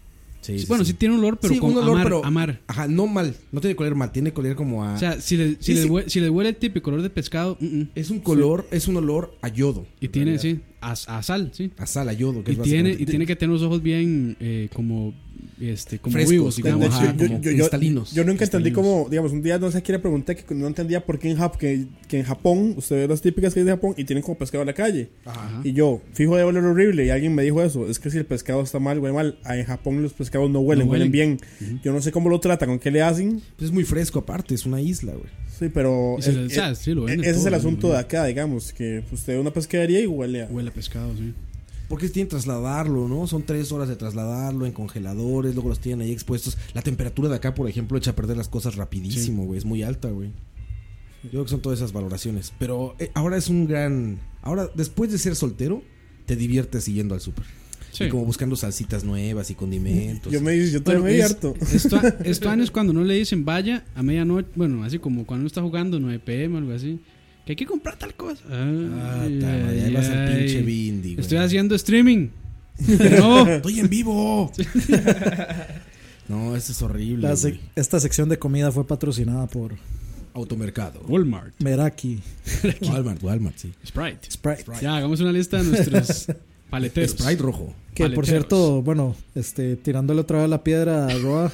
Speaker 4: Sí, sí,
Speaker 5: bueno, sí.
Speaker 4: sí.
Speaker 5: tiene olor, pero
Speaker 4: Sí,
Speaker 5: con
Speaker 4: un olor,
Speaker 5: amar,
Speaker 4: pero-
Speaker 5: amar.
Speaker 4: Ajá, no mal. No tiene que oler mal, tiene que oler como a.
Speaker 5: O sea, si le, si
Speaker 4: Sí,
Speaker 5: le
Speaker 4: sí.
Speaker 5: hue- si le huele el típico olor de pescado, mm, mm.
Speaker 4: es un color, es un olor a yodo.
Speaker 5: y
Speaker 4: en
Speaker 5: tiene,
Speaker 4: realidad.
Speaker 5: sí, a, a sal, sí.
Speaker 4: A sal, a yodo. Que
Speaker 5: Y
Speaker 4: es
Speaker 5: tiene,
Speaker 4: básicamente-
Speaker 5: y tiene que tener los ojos bien eh, como, este, como
Speaker 4: Frescos,
Speaker 5: vivos,
Speaker 4: de-
Speaker 3: De-
Speaker 5: digamos.
Speaker 3: de
Speaker 5: ajá,
Speaker 3: hecho, yo,
Speaker 5: como-
Speaker 3: yo- yo-
Speaker 4: cristalinos.
Speaker 3: yo nunca entendí
Speaker 5: Cristalinos.
Speaker 3: cómo, digamos, un día no sé quién le pregunté que no entendía por qué en, Jap- que, que en Japón, usted ve las típicas que hay de Japón y tienen como pescado en la calle.
Speaker 5: Ajá.
Speaker 3: Y yo, fijo de oler horrible, y alguien me dijo eso, es que si el pescado está mal, huele mal. Ah, En Japón los pescados no huelen,
Speaker 5: No
Speaker 3: huelen,
Speaker 5: huelen.
Speaker 3: bien. Yo no sé cómo lo tratan, con qué le hacen,
Speaker 4: Pues es muy fresco, aparte, es una isla, güey.
Speaker 3: sí, pero...
Speaker 5: Y se
Speaker 3: es-
Speaker 5: le-
Speaker 3: es-
Speaker 5: ah, sí, lo venden
Speaker 3: Eh, ese es
Speaker 5: todo,
Speaker 3: el
Speaker 5: lo
Speaker 3: asunto de
Speaker 5: venden.
Speaker 3: acá, digamos, que pues, usted ve una pescadería y huele a...
Speaker 5: Huele a pescado, sí.
Speaker 4: Porque tienen que trasladarlo, ¿no? Son tres horas de trasladarlo en congeladores, luego los tienen ahí expuestos. La temperatura de acá, por ejemplo, echa a perder las cosas rapidísimo, güey. Es muy alta, güey. Yo creo que son todas esas valoraciones. Pero eh, ahora es un gran... Ahora, después de ser soltero, te diviertes siguiendo al súper.
Speaker 5: Sí.
Speaker 4: Y como buscando salsitas nuevas y condimentos.
Speaker 3: Yo me yo
Speaker 5: Bueno,
Speaker 3: todavía me
Speaker 5: es-
Speaker 3: harto.
Speaker 5: Esto, esto año es cuando no le dicen vaya a medianoche, bueno, así como cuando uno está jugando 9 pm o algo así, que hay que comprar tal cosa.
Speaker 4: Ah,
Speaker 5: Ay,
Speaker 4: ta madre, ahí
Speaker 5: ay,
Speaker 4: vas al
Speaker 5: ay.
Speaker 4: pinche bindi, güey.
Speaker 5: Estoy haciendo streaming. no,
Speaker 4: ¡Estoy en vivo! no, eso es horrible,
Speaker 6: La sec-
Speaker 4: güey.
Speaker 6: esta sección de comida fue patrocinada por
Speaker 4: Automercado.
Speaker 5: Walmart,
Speaker 6: Meraki
Speaker 4: Walmart, Walmart, sí.
Speaker 5: Sprite.
Speaker 6: Sprite.
Speaker 5: Ya, hagamos una lista de nuestros paleteros.
Speaker 4: Sprite rojo.
Speaker 6: Que por
Speaker 5: Paleteros.
Speaker 6: cierto, bueno, este, tirándole otra vez la piedra a Roa,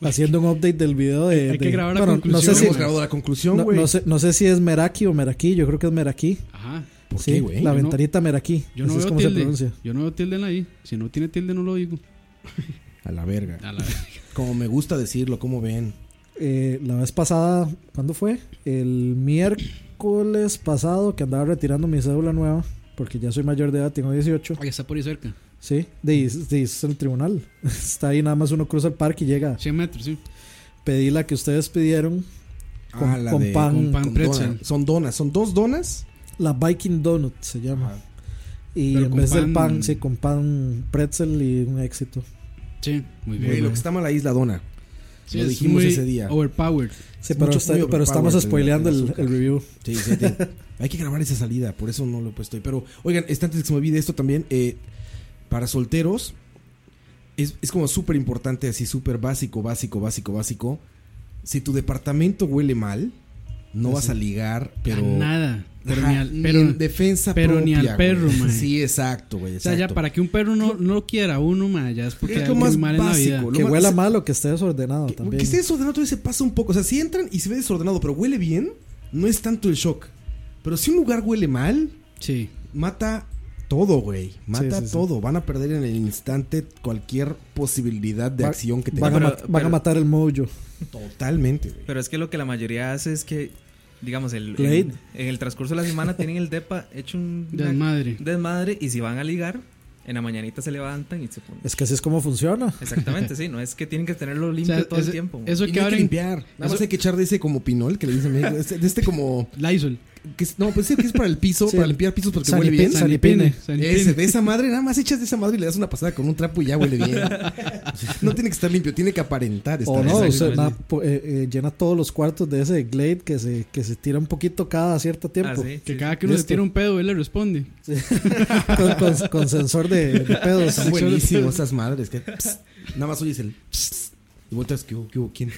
Speaker 6: haciendo un update del video de.
Speaker 5: Hay que
Speaker 6: de-
Speaker 5: grabar la
Speaker 6: bueno,
Speaker 5: conclusión.
Speaker 6: No sé, si,
Speaker 4: Hemos grabado la conclusión,
Speaker 6: no,
Speaker 4: güey.
Speaker 6: no sé, no sé si es Meraki o Meraki, yo creo que es Meraki.
Speaker 5: Ajá.
Speaker 4: ¿Por
Speaker 6: sí,
Speaker 4: qué, güey?
Speaker 6: la
Speaker 5: Yo no-
Speaker 6: ventanita Meraki.
Speaker 5: Yo no
Speaker 6: así es
Speaker 5: veo
Speaker 6: como se
Speaker 5: tilde.
Speaker 6: pronuncia.
Speaker 5: Yo no veo tilde en la I. Si no tiene tilde, no lo digo.
Speaker 4: A la verga.
Speaker 5: A la-
Speaker 4: Como me gusta decirlo, como ven.
Speaker 6: Eh, la vez pasada, ¿cuándo fue? El miércoles pasado que andaba retirando mi cédula nueva, porque ya soy mayor de edad, tengo 18.
Speaker 5: Ahí está por ahí cerca.
Speaker 6: Sí, de, de- es el tribunal. Está ahí, nada más uno cruza el parque y llega.
Speaker 5: 100 metros, sí.
Speaker 6: Pedí la que ustedes pidieron, Con-
Speaker 4: Ah, la
Speaker 6: con
Speaker 4: de-
Speaker 6: pan.
Speaker 5: Con pan
Speaker 4: con
Speaker 5: pretzel.
Speaker 4: dona. Son donas. Son dos donas.
Speaker 6: la Viking Donut se llama. Y
Speaker 5: Pero
Speaker 6: en
Speaker 5: con
Speaker 6: vez del
Speaker 5: pan-
Speaker 6: pan, sí, con pan pretzel y un éxito.
Speaker 5: Sí, muy bien.
Speaker 4: Güey, lo que está mal ahí es la dona.
Speaker 5: Sí,
Speaker 4: lo
Speaker 5: es
Speaker 4: dijimos
Speaker 5: muy
Speaker 4: ese día.
Speaker 5: Overpowered.
Speaker 6: Sí,
Speaker 4: Es
Speaker 6: pero,
Speaker 4: mucho
Speaker 6: está-
Speaker 4: pollo,
Speaker 6: pero
Speaker 4: pero
Speaker 6: estamos
Speaker 4: power, el-
Speaker 6: spoileando
Speaker 4: el
Speaker 6: el,
Speaker 4: azúcar.
Speaker 6: el review.
Speaker 4: Sí, sí, sí. Hay que grabar esa salida, por eso no lo he puesto ahí. Pero, oigan, este, antes de que se me olvide esto también, eh, para solteros, es, es como súper importante, así súper básico, básico, básico, básico. Si tu departamento huele mal, no vas a ligar, pero...
Speaker 5: A nada. Pero
Speaker 4: Ajá,
Speaker 5: ni al,
Speaker 4: ni
Speaker 5: pero-
Speaker 4: en defensa
Speaker 5: pero ni
Speaker 4: propia, güey.
Speaker 5: al perro, man.
Speaker 4: Sí, exacto, güey.
Speaker 5: o sea, ya
Speaker 4: exacto.
Speaker 5: para que un perro no, no lo quiera uno, ma, ya es porque
Speaker 4: Es
Speaker 5: hay
Speaker 4: lo
Speaker 5: algo
Speaker 4: más
Speaker 5: mal en la vida.
Speaker 4: básico, lo
Speaker 6: Que
Speaker 4: más-
Speaker 6: huela mal o que esté desordenado
Speaker 4: Que,
Speaker 6: también.
Speaker 4: que esté desordenado todavía se pasa un poco. O sea, si entran y se ve desordenado, pero huele bien, no es tanto el shock. Pero si un lugar huele mal,
Speaker 5: Sí.
Speaker 4: mata todo, güey. Mata
Speaker 6: sí, sí.
Speaker 4: todo. Van a perder en el instante cualquier posibilidad de
Speaker 6: Va-
Speaker 4: acción que
Speaker 6: van,
Speaker 4: tengan.
Speaker 6: a
Speaker 7: Pero-
Speaker 6: mat- van a
Speaker 7: pero-
Speaker 6: matar el mojo.
Speaker 4: Totalmente, güey.
Speaker 7: Pero es que lo que la mayoría hace es que, digamos, el,
Speaker 6: Glade.
Speaker 7: en, en el transcurso de la semana tienen el DEPA hecho un una-
Speaker 5: Desmadre.
Speaker 7: desmadre y si van a ligar, en la mañanita se levantan y se ponen.
Speaker 6: Es que así es como funciona.
Speaker 7: Exactamente, sí, no es que tienen que tenerlo
Speaker 5: O
Speaker 7: limpio
Speaker 5: sea,
Speaker 7: todo
Speaker 5: ese-
Speaker 7: el tiempo. man.
Speaker 5: Eso
Speaker 4: Y no hay que
Speaker 5: que abren
Speaker 4: limpiar. Nada más
Speaker 5: eso-
Speaker 4: hay que echar de ese como pinol que le dicen en México. Este- De este como.
Speaker 5: Lysol.
Speaker 4: Que es- no, pues sí, que es para el piso,
Speaker 6: Sí.
Speaker 4: para limpiar pisos porque
Speaker 6: Sanipin,
Speaker 4: huele bien.
Speaker 6: Sanipin.
Speaker 5: Sanipine.
Speaker 4: Ese,
Speaker 5: Sanipine.
Speaker 4: de esa madre, nada más echas de esa madre y le das una pasada con un trapo y ya huele bien. No tiene que estar limpio, tiene que aparentar estar
Speaker 6: O no,
Speaker 4: limpio.
Speaker 6: o sea,
Speaker 5: exactamente.
Speaker 6: na- po- eh, eh, llena todos los cuartos de ese Glade que se, que se tira un poquito cada cierto
Speaker 7: Ah,
Speaker 6: tiempo.
Speaker 7: sí,
Speaker 5: Que
Speaker 7: sí,
Speaker 5: cada que uno se
Speaker 6: Esto.
Speaker 5: tira un pedo, él le responde.
Speaker 6: con, con- con sensor de, de pedos.
Speaker 4: Están buenísimos esas madres. Que, pss, nada más oyes el. pss, y vueltas, ¿qué hubo? ¿Qué hubo? ¿Quién?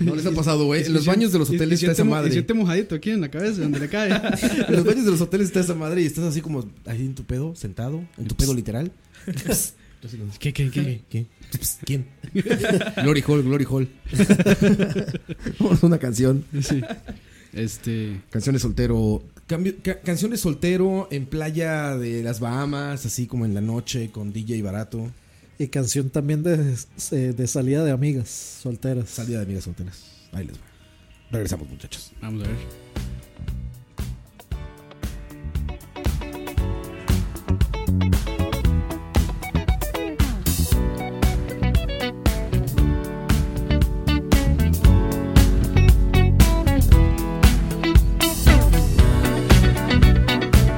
Speaker 4: No les ha pasado, güey. En los baños de los
Speaker 5: Y- y
Speaker 4: hoteles está
Speaker 5: siente
Speaker 4: esa
Speaker 5: mo-
Speaker 4: madre.
Speaker 5: Y siente mojadito aquí en la cabeza, donde le cae.
Speaker 4: En los baños de los hoteles está esa madre y estás así como ahí en tu pedo, sentado, en tu pedo literal. Pss, tú así como,
Speaker 5: ¿Qué, qué, qué?
Speaker 4: ¿Qué? Pss, ¿Quién? Glory Hall, Glory Hall. Vamos a una canción.
Speaker 5: Sí. Este.
Speaker 4: Canción de soltero. Cambio, ca- canción de soltero en playa de las Bahamas, así como en la noche con DJ barato.
Speaker 6: Y canción también de, eh, de salida de amigas solteras.
Speaker 4: Salida de amigas solteras. Ahí les va. Regresamos, muchachos.
Speaker 6: Ah.
Speaker 5: Vamos a ver.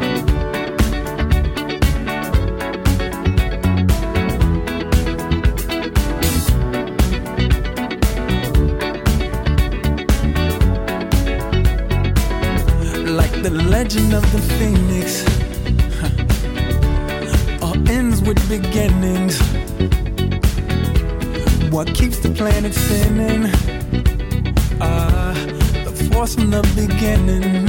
Speaker 2: Thank
Speaker 11: the legend of the phoenix. Huh. All ends with beginnings. What keeps the planet spinning? Ah, the force from the beginning.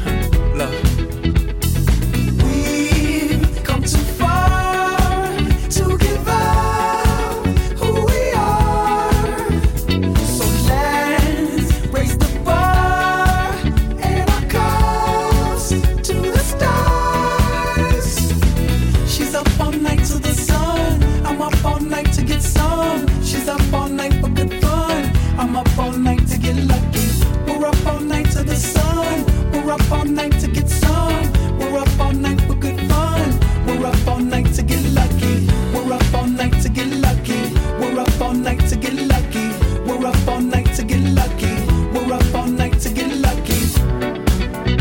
Speaker 11: Huh. Love. We've come too far to give up who we are. So let's raise the bar and our cups to the stars. She's up all night to the sun. I'm up all night to get some. She's up all night for good fun. I'm up all night to get lucky. We're up all night to the sun. We're up all night to get some. We're up all night for good fun. We're up all night to get lucky. We're up all night to get lucky. We're up all night to get lucky. We're up all night to get lucky. We're up all night to get lucky.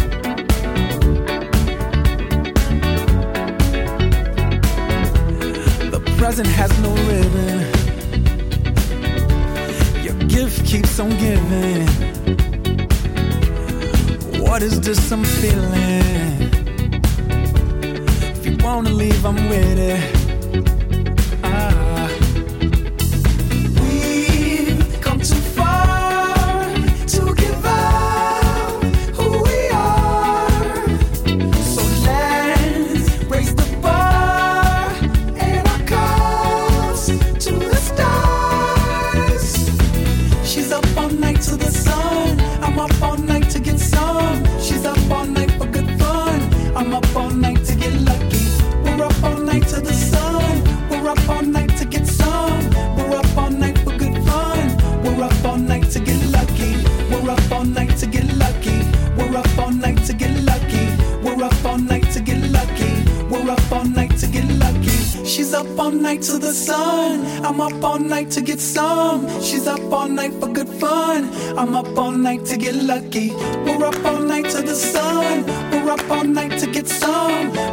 Speaker 11: The present has no ribbon. Your gift keeps on giving. What is this I'm feeling? If you wanna leave, I'm with it. Ah. We've come too far to give up who we are. So let's raise the bar and our cups to the stars. She's up all night to the sun. I'm up all night to get some. She's up all night for good fun. I'm up all night to get lucky. We're up all night to the sun. We're up all night to get some.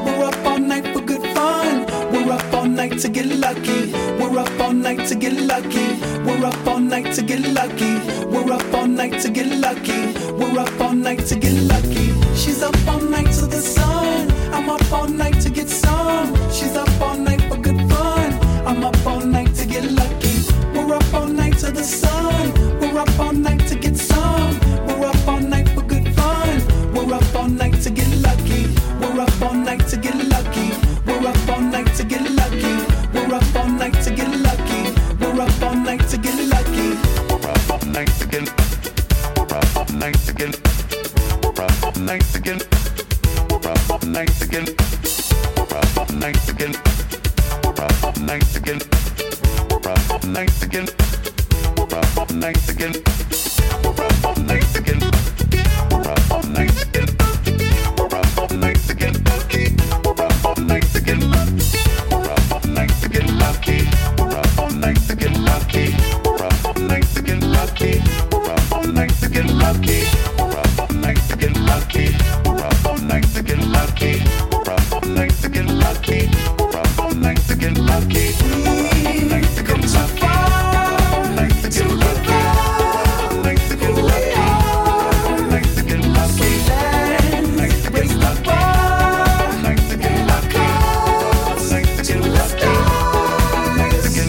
Speaker 11: We're up all night for good fun. We're up all night to get lucky. We're up all night to get lucky. We're up all night to get lucky. We're up all night to get lucky. We're up all night to get lucky. She's up all night to the sun. I'm up all night to get some. She's up all night for good fun. I'm up all night to get lucky. We're up all night to the sun. We're up all night to get some. We're up all night for good fun. We're up all night to get lucky. We're up all night to get lucky. We're up all night to get lucky. We're up all night to get lucky. We're up all night to get lucky. She's up all night to the sun. I'm up all night to get some. She's up all night for good fun. I'm up all night to get lucky. We're up all night to the sun. We're up all night to get some. We're up all night for good fun. We're up all night to get lucky. We're up all night to get lucky. We're up all night to get lucky. We're up all night to get lucky. We're up all night to get lucky. We're up all night to get We're up all night to get We're up all night to get We're up all night to get We're up all night to get We're up all night to get We're up all night to get We're up all night to get We're up all night to get We're up all night to get We're up all night to get We're up all night to get We're up all night to get lucky. We're up all night to get lucky. We're up all night to get lucky. We're up all night to get lucky. We're up all night to get lucky. We're up all night to get lucky. We're up all night to get lucky. We're up all night to get lucky. We're up all night to get lucky. We're up all night to get lucky. We're up all night to get lucky. We're up all night to get lucky. We're up all night to get lucky. We're up all night to get lucky.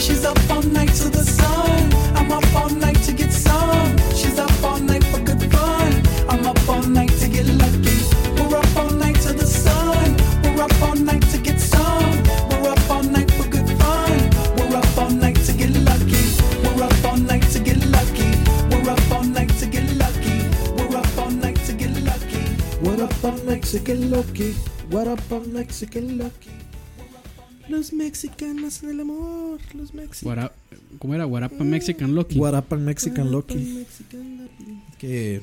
Speaker 11: She's up all night to the sun. I'm up all night to get some. She's up all night for good fun. I'm up all night to get lucky. We're up all night to the sun. We're up all night to get some. We're up all night for good fun. We're up all night to get lucky. We're up all night to get lucky. We're up all night to get lucky. We're up all night to get lucky.
Speaker 6: What up, I'm Mexican Loki. What up, I'm Mexican Loki.
Speaker 9: Los mexicanos en el amor. Los mexicanos.
Speaker 5: Guara- ¿Cómo era? Guarapa Mexican Loki.
Speaker 6: What up, I'm Mexican Loki.
Speaker 4: Que.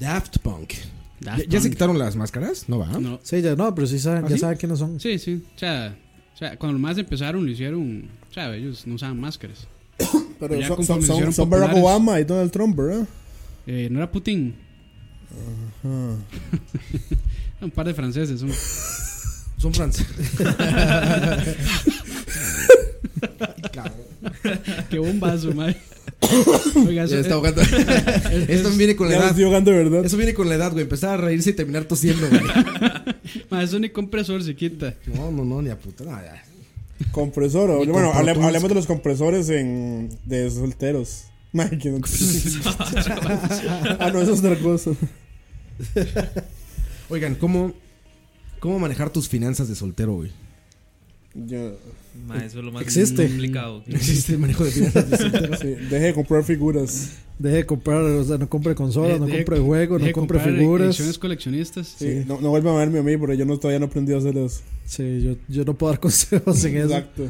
Speaker 4: Daft Punk.
Speaker 5: Daft
Speaker 4: ¿Ya, ya se
Speaker 5: Punk.
Speaker 4: quitaron las máscaras? No va.
Speaker 5: No.
Speaker 6: Sí, ya no, pero sí saben,
Speaker 4: ¿Ah,
Speaker 6: ya
Speaker 4: sí?
Speaker 6: saben quiénes son.
Speaker 5: Sí, sí. O sea, o sea, cuando más empezaron, lo hicieron. O sea, ellos no usaban máscaras.
Speaker 3: Pero
Speaker 5: Pues Ya
Speaker 3: son,
Speaker 5: conforme
Speaker 3: son,
Speaker 5: se hicieron
Speaker 3: son, son Barack
Speaker 5: populares.
Speaker 3: Obama y Donald Trump, ¿verdad?
Speaker 5: Eh, no era Putin.
Speaker 3: Ah.
Speaker 5: Un par de franceses. Son.
Speaker 4: Son franceses.
Speaker 5: Qué bombazo, madre. Oiga, eso-
Speaker 4: ya está ahogando.
Speaker 5: es-
Speaker 4: Esto viene con la
Speaker 5: Ya me
Speaker 4: edad.
Speaker 5: estoy ahogando, ¿verdad?
Speaker 4: Eso viene con la edad, güey. Empezar a reírse y terminar tosiendo, güey.
Speaker 5: Ma, eso ni compresor se quita.
Speaker 4: No, no, no, ni a puta. no, ya.
Speaker 3: Compresor. hable-
Speaker 4: Ni
Speaker 3: bueno, hable-
Speaker 4: comprotunes.
Speaker 3: hablemos de los compresores en, de solteros. Mae, que no- ah, no, eso es otra cosa.
Speaker 4: Oigan, ¿cómo, ¿cómo manejar tus finanzas de soltero, güey?
Speaker 7: Ma, eso es lo más
Speaker 4: Existe.
Speaker 7: complicado.
Speaker 4: Existe el manejo de finanzas de soltero.
Speaker 3: Sí, deje de comprar figuras.
Speaker 6: Deje de comprar, o sea, no compre consolas,
Speaker 5: De-
Speaker 6: no
Speaker 5: Eh, de-
Speaker 6: compre juegos,
Speaker 5: de
Speaker 6: no compre
Speaker 5: comprar
Speaker 6: figuras.
Speaker 5: ediciones coleccionistas.
Speaker 3: Sí, No, no vuelva a verme a mí porque yo no, todavía no aprendí a hacer eso.
Speaker 6: Sí, yo, yo no puedo dar consejos en eso.
Speaker 3: Exacto.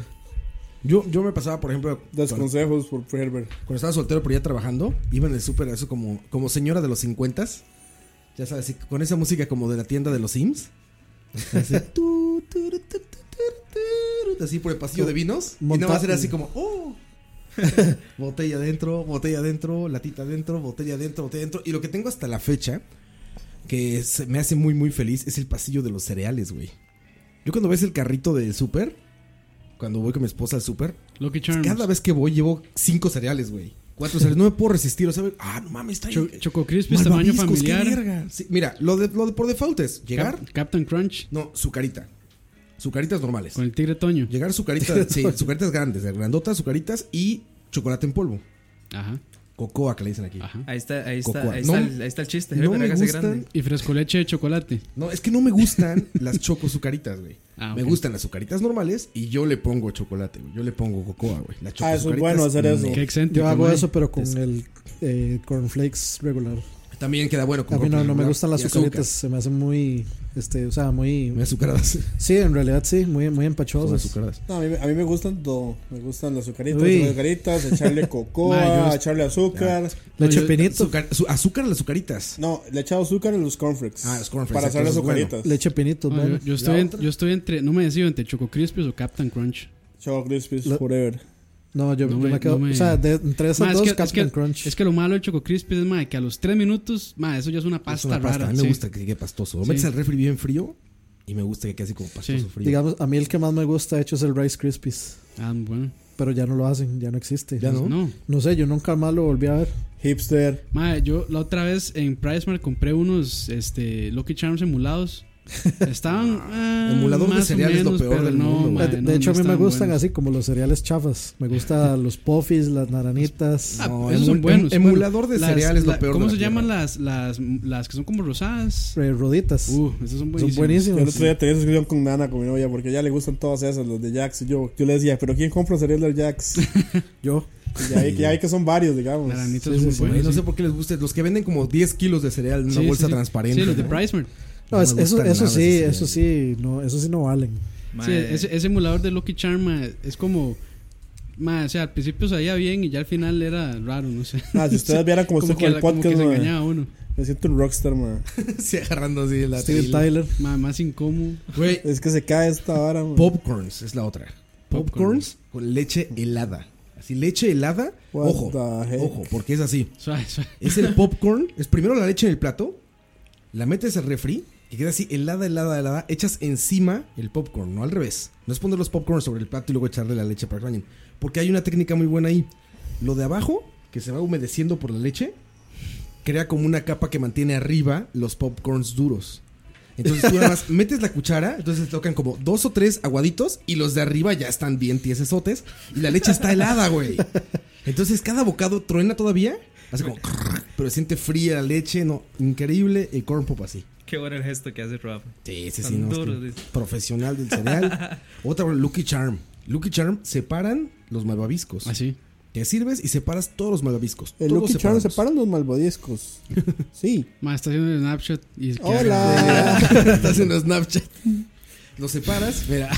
Speaker 4: Yo, yo me pasaba, por ejemplo,
Speaker 3: Los
Speaker 4: cuando,
Speaker 3: consejos por Herbert.
Speaker 4: cuando estaba soltero pero ya trabajando, iba en el súper eso como, como señora de los 50 Ya sabes, y con esa música como de la tienda de los Sims. Así, tu, tu, tu, tu, tu, tu, así por el pasillo de vinos. y nada más
Speaker 6: Monta-
Speaker 4: era así como, ¡oh! botella adentro, botella adentro, latita adentro, botella adentro, botella adentro. Y lo que tengo hasta la fecha, que se me hace muy, muy feliz, es el pasillo de los cereales, güey. Yo cuando ves el carrito del súper, cuando voy con mi esposa al súper,
Speaker 5: Lucky Charms.
Speaker 4: cada vez que voy llevo cinco cereales, güey. Cuatro cereales. No me puedo resistir. O sea, ah, no mames, está
Speaker 5: Cho-
Speaker 4: bien.
Speaker 5: Choco Crispies, tamaño
Speaker 4: Malvaviscos, qué
Speaker 5: familiar.
Speaker 4: verga. Sí, mira, lo de, lo de por default es llegar.
Speaker 5: Cap- Captain Crunch
Speaker 4: No, su carita. Sucaritas normales.
Speaker 5: con el tigre Toño.
Speaker 4: Llegar su carita. sí, sucaritas grandes, grandotas, sucaritas y chocolate en polvo.
Speaker 5: Ajá,
Speaker 4: Cocoa que le dicen aquí.
Speaker 5: ajá.
Speaker 7: Ahí está, ahí está,
Speaker 4: Cocoa.
Speaker 7: ahí está,
Speaker 4: No,
Speaker 7: el, ahí está el chiste.
Speaker 4: no
Speaker 7: Herbert,
Speaker 4: me
Speaker 7: hágase
Speaker 4: gustan.
Speaker 7: grande.
Speaker 5: Y fresco leche de chocolate.
Speaker 4: No, es que no me gustan las choco sucaritas, güey.
Speaker 5: Ah,
Speaker 4: Me
Speaker 5: ok.
Speaker 4: gustan las sucaritas normales y yo le pongo chocolate, güey. Yo le pongo cocoa, güey. Las
Speaker 3: Ah, eso es
Speaker 4: chocosucaritas,
Speaker 3: bueno hacer eso.
Speaker 5: Mm, Qué excéntrico.
Speaker 6: Yo hago
Speaker 5: ma.
Speaker 6: eso, pero con el eh, cornflakes regular.
Speaker 4: También queda bueno. con
Speaker 6: A mí no,
Speaker 4: coca
Speaker 6: no me
Speaker 4: regular
Speaker 6: gustan las
Speaker 4: y azúcar.
Speaker 6: azucaritas, se me hacen muy, este, o sea,
Speaker 4: Muy
Speaker 6: muy...
Speaker 4: azucaradas.
Speaker 6: Sí, en realidad sí, muy, muy
Speaker 4: Son
Speaker 6: empachosas.
Speaker 4: azucaradas.
Speaker 3: No, a, mí, a mí me gustan todo. Me gustan las azucaritas,
Speaker 6: Uy.
Speaker 3: las azucaritas, echarle cocoa,
Speaker 5: Ma, yo-
Speaker 3: echarle
Speaker 6: Ah,
Speaker 3: azúcar.
Speaker 5: Ah.
Speaker 6: Leche
Speaker 5: No, yo-
Speaker 6: pinito,
Speaker 4: Azucar- su- azúcar a las azucaritas.
Speaker 3: No, le he echado azúcar en los cornflakes.
Speaker 4: Ah, los cornflakes,
Speaker 3: Para hacer
Speaker 4: entonces,
Speaker 3: las
Speaker 4: bueno.
Speaker 3: azucaritas.
Speaker 6: leche pinito,
Speaker 5: No,
Speaker 6: bueno.
Speaker 5: yo, yo estoy en- yo estoy entre, no me decido entre Choco Crispies o Captain Crunch.
Speaker 3: Chavo Crispies
Speaker 6: Lo-
Speaker 3: forever.
Speaker 6: No, yo,
Speaker 5: No
Speaker 6: yo
Speaker 5: me-
Speaker 6: me, quedo,
Speaker 5: no me-
Speaker 6: o sea, de, entre esas
Speaker 5: Ma, es,
Speaker 6: dos,
Speaker 5: que, es,
Speaker 6: Captain
Speaker 5: que,
Speaker 6: Crunch.
Speaker 5: es que lo malo del Choco Crispies es ma, que a los 3 minutos, ma, eso ya es una
Speaker 4: Es
Speaker 5: pasta,
Speaker 4: una pasta.
Speaker 5: rara.
Speaker 4: A mí me
Speaker 5: sí.
Speaker 4: gusta que quede pastoso. Lo metes
Speaker 5: Sí.
Speaker 4: al refri bien frío y me gusta que quede así como pastoso
Speaker 5: Sí.
Speaker 4: frío.
Speaker 6: Digamos, a mí el que más me gusta, de hecho, es el Rice Krispies,
Speaker 5: Ah, bueno. Pues
Speaker 6: pero ya no lo hacen, ya no existe.
Speaker 4: Ya
Speaker 5: No.
Speaker 4: no.
Speaker 6: No sé, yo nunca más lo volví a ver.
Speaker 3: Hipster.
Speaker 5: Ma, yo la otra vez en Pricemart compré unos este, Lucky Charms emulados. Estaban. ah,
Speaker 4: Emulador de
Speaker 5: más o
Speaker 4: cereal es lo
Speaker 5: menos,
Speaker 4: peor
Speaker 5: pero
Speaker 4: del mundo,
Speaker 5: ma,
Speaker 4: güey.
Speaker 6: de
Speaker 5: no,
Speaker 6: de hecho,
Speaker 5: no
Speaker 6: a mí me
Speaker 5: estaban
Speaker 6: gustan
Speaker 5: buenos.
Speaker 6: así como los cereales chafas. Me gustan los puffis, las naranitas.
Speaker 4: No,
Speaker 5: Ah, Esos
Speaker 4: emul-
Speaker 5: son buenos.
Speaker 4: em- Emulador de
Speaker 5: Las-
Speaker 4: cereales es
Speaker 5: la-
Speaker 4: lo peor.
Speaker 5: ¿Cómo
Speaker 4: de
Speaker 5: se
Speaker 4: la
Speaker 5: llaman
Speaker 4: tierra.
Speaker 5: las, las, las que son como rosadas?
Speaker 6: eh, roditas.
Speaker 5: Uh, esas son
Speaker 6: Son
Speaker 5: buenísimas.
Speaker 3: Yo el
Speaker 6: buenísimos.
Speaker 3: otro día tenía discusión con Nana, con mi novia, porque ya le gustan todas esas, los de Jax. Y yo, yo le decía, ¿pero quién compra cereal de Jax?
Speaker 6: Yo.
Speaker 3: Y ya vi, que- ya vi que son varios, digamos.
Speaker 5: Las
Speaker 3: Sí,
Speaker 5: aranitas son muy
Speaker 4: Güey,
Speaker 5: buenas.
Speaker 4: no
Speaker 5: sí.
Speaker 4: sé por qué les gusta. Los que venden como 10 kilos de cereal en una
Speaker 5: Sí,
Speaker 4: bolsa
Speaker 5: sí, sí.
Speaker 4: transparente.
Speaker 5: Sí, los de
Speaker 4: ¿no?
Speaker 5: Pricemart.
Speaker 6: No,
Speaker 4: No
Speaker 6: es-
Speaker 4: me
Speaker 6: eso,
Speaker 4: gustan
Speaker 6: eso
Speaker 4: nada
Speaker 6: sí,
Speaker 4: esos
Speaker 6: eso sí, no, eso sí no valen.
Speaker 7: Ma,
Speaker 5: Sí, ese, ese emulador de Lucky Charm ma, es como. ma, o sea, al principio salía bien y ya al final era raro, no sé.
Speaker 3: Ah, si ustedes vieran cómo
Speaker 5: como
Speaker 3: estoy
Speaker 5: que
Speaker 3: con el
Speaker 5: la- como que
Speaker 3: podcast,
Speaker 5: se
Speaker 3: man.
Speaker 5: engañaba uno.
Speaker 3: me siento un rockstar, man.
Speaker 4: Sí, agarrando así la
Speaker 6: Steven
Speaker 4: trila.
Speaker 6: Tyler.
Speaker 5: Ma, más incómodo.
Speaker 4: Güey,
Speaker 3: Es que se cae esta vara, man.
Speaker 4: popcorns es la otra.
Speaker 5: Popcorn.
Speaker 4: Popcorns con leche helada. Así, leche helada.
Speaker 3: What
Speaker 4: ojo,
Speaker 3: the heck?
Speaker 4: ojo, porque es así.
Speaker 5: Suave, suave.
Speaker 4: Es el popcorn. Es primero la leche en el plato. La metes al refri. Y queda así helada, helada, helada. Echas encima el popcorn, no al revés. No es poner los popcorns sobre el plato y luego echarle la leche para que bañen. Porque hay una técnica muy buena ahí. Lo de abajo, que se va humedeciendo por la leche, crea como una capa que mantiene arriba los popcorns duros. Entonces tú nada más metes la cuchara, entonces te tocan como dos o tres aguaditos y los de arriba ya están bien tiesesotes y la leche está helada, güey. Entonces cada bocado truena todavía, hace como crrr, pero siente fría la leche, no, increíble el corn pop así.
Speaker 7: Qué bueno el gesto que hace Rafa.
Speaker 4: Sí, sí, sí,
Speaker 7: Tan
Speaker 4: no, es que
Speaker 7: duro, dice.
Speaker 4: profesional del cereal. Otra, bueno, Lucky Charm. Lucky Charm separan los malvaviscos.
Speaker 5: Así.
Speaker 4: Te sirves y separas todos los malvaviscos.
Speaker 3: El
Speaker 4: todos
Speaker 3: Lucky Charms
Speaker 4: separados.
Speaker 3: separan los malvadiscos. Sí.
Speaker 5: Ma, está haciendo el snapshot y queda grabado.
Speaker 3: Hola.
Speaker 4: Estás en Snapchat. Lo separas, mira.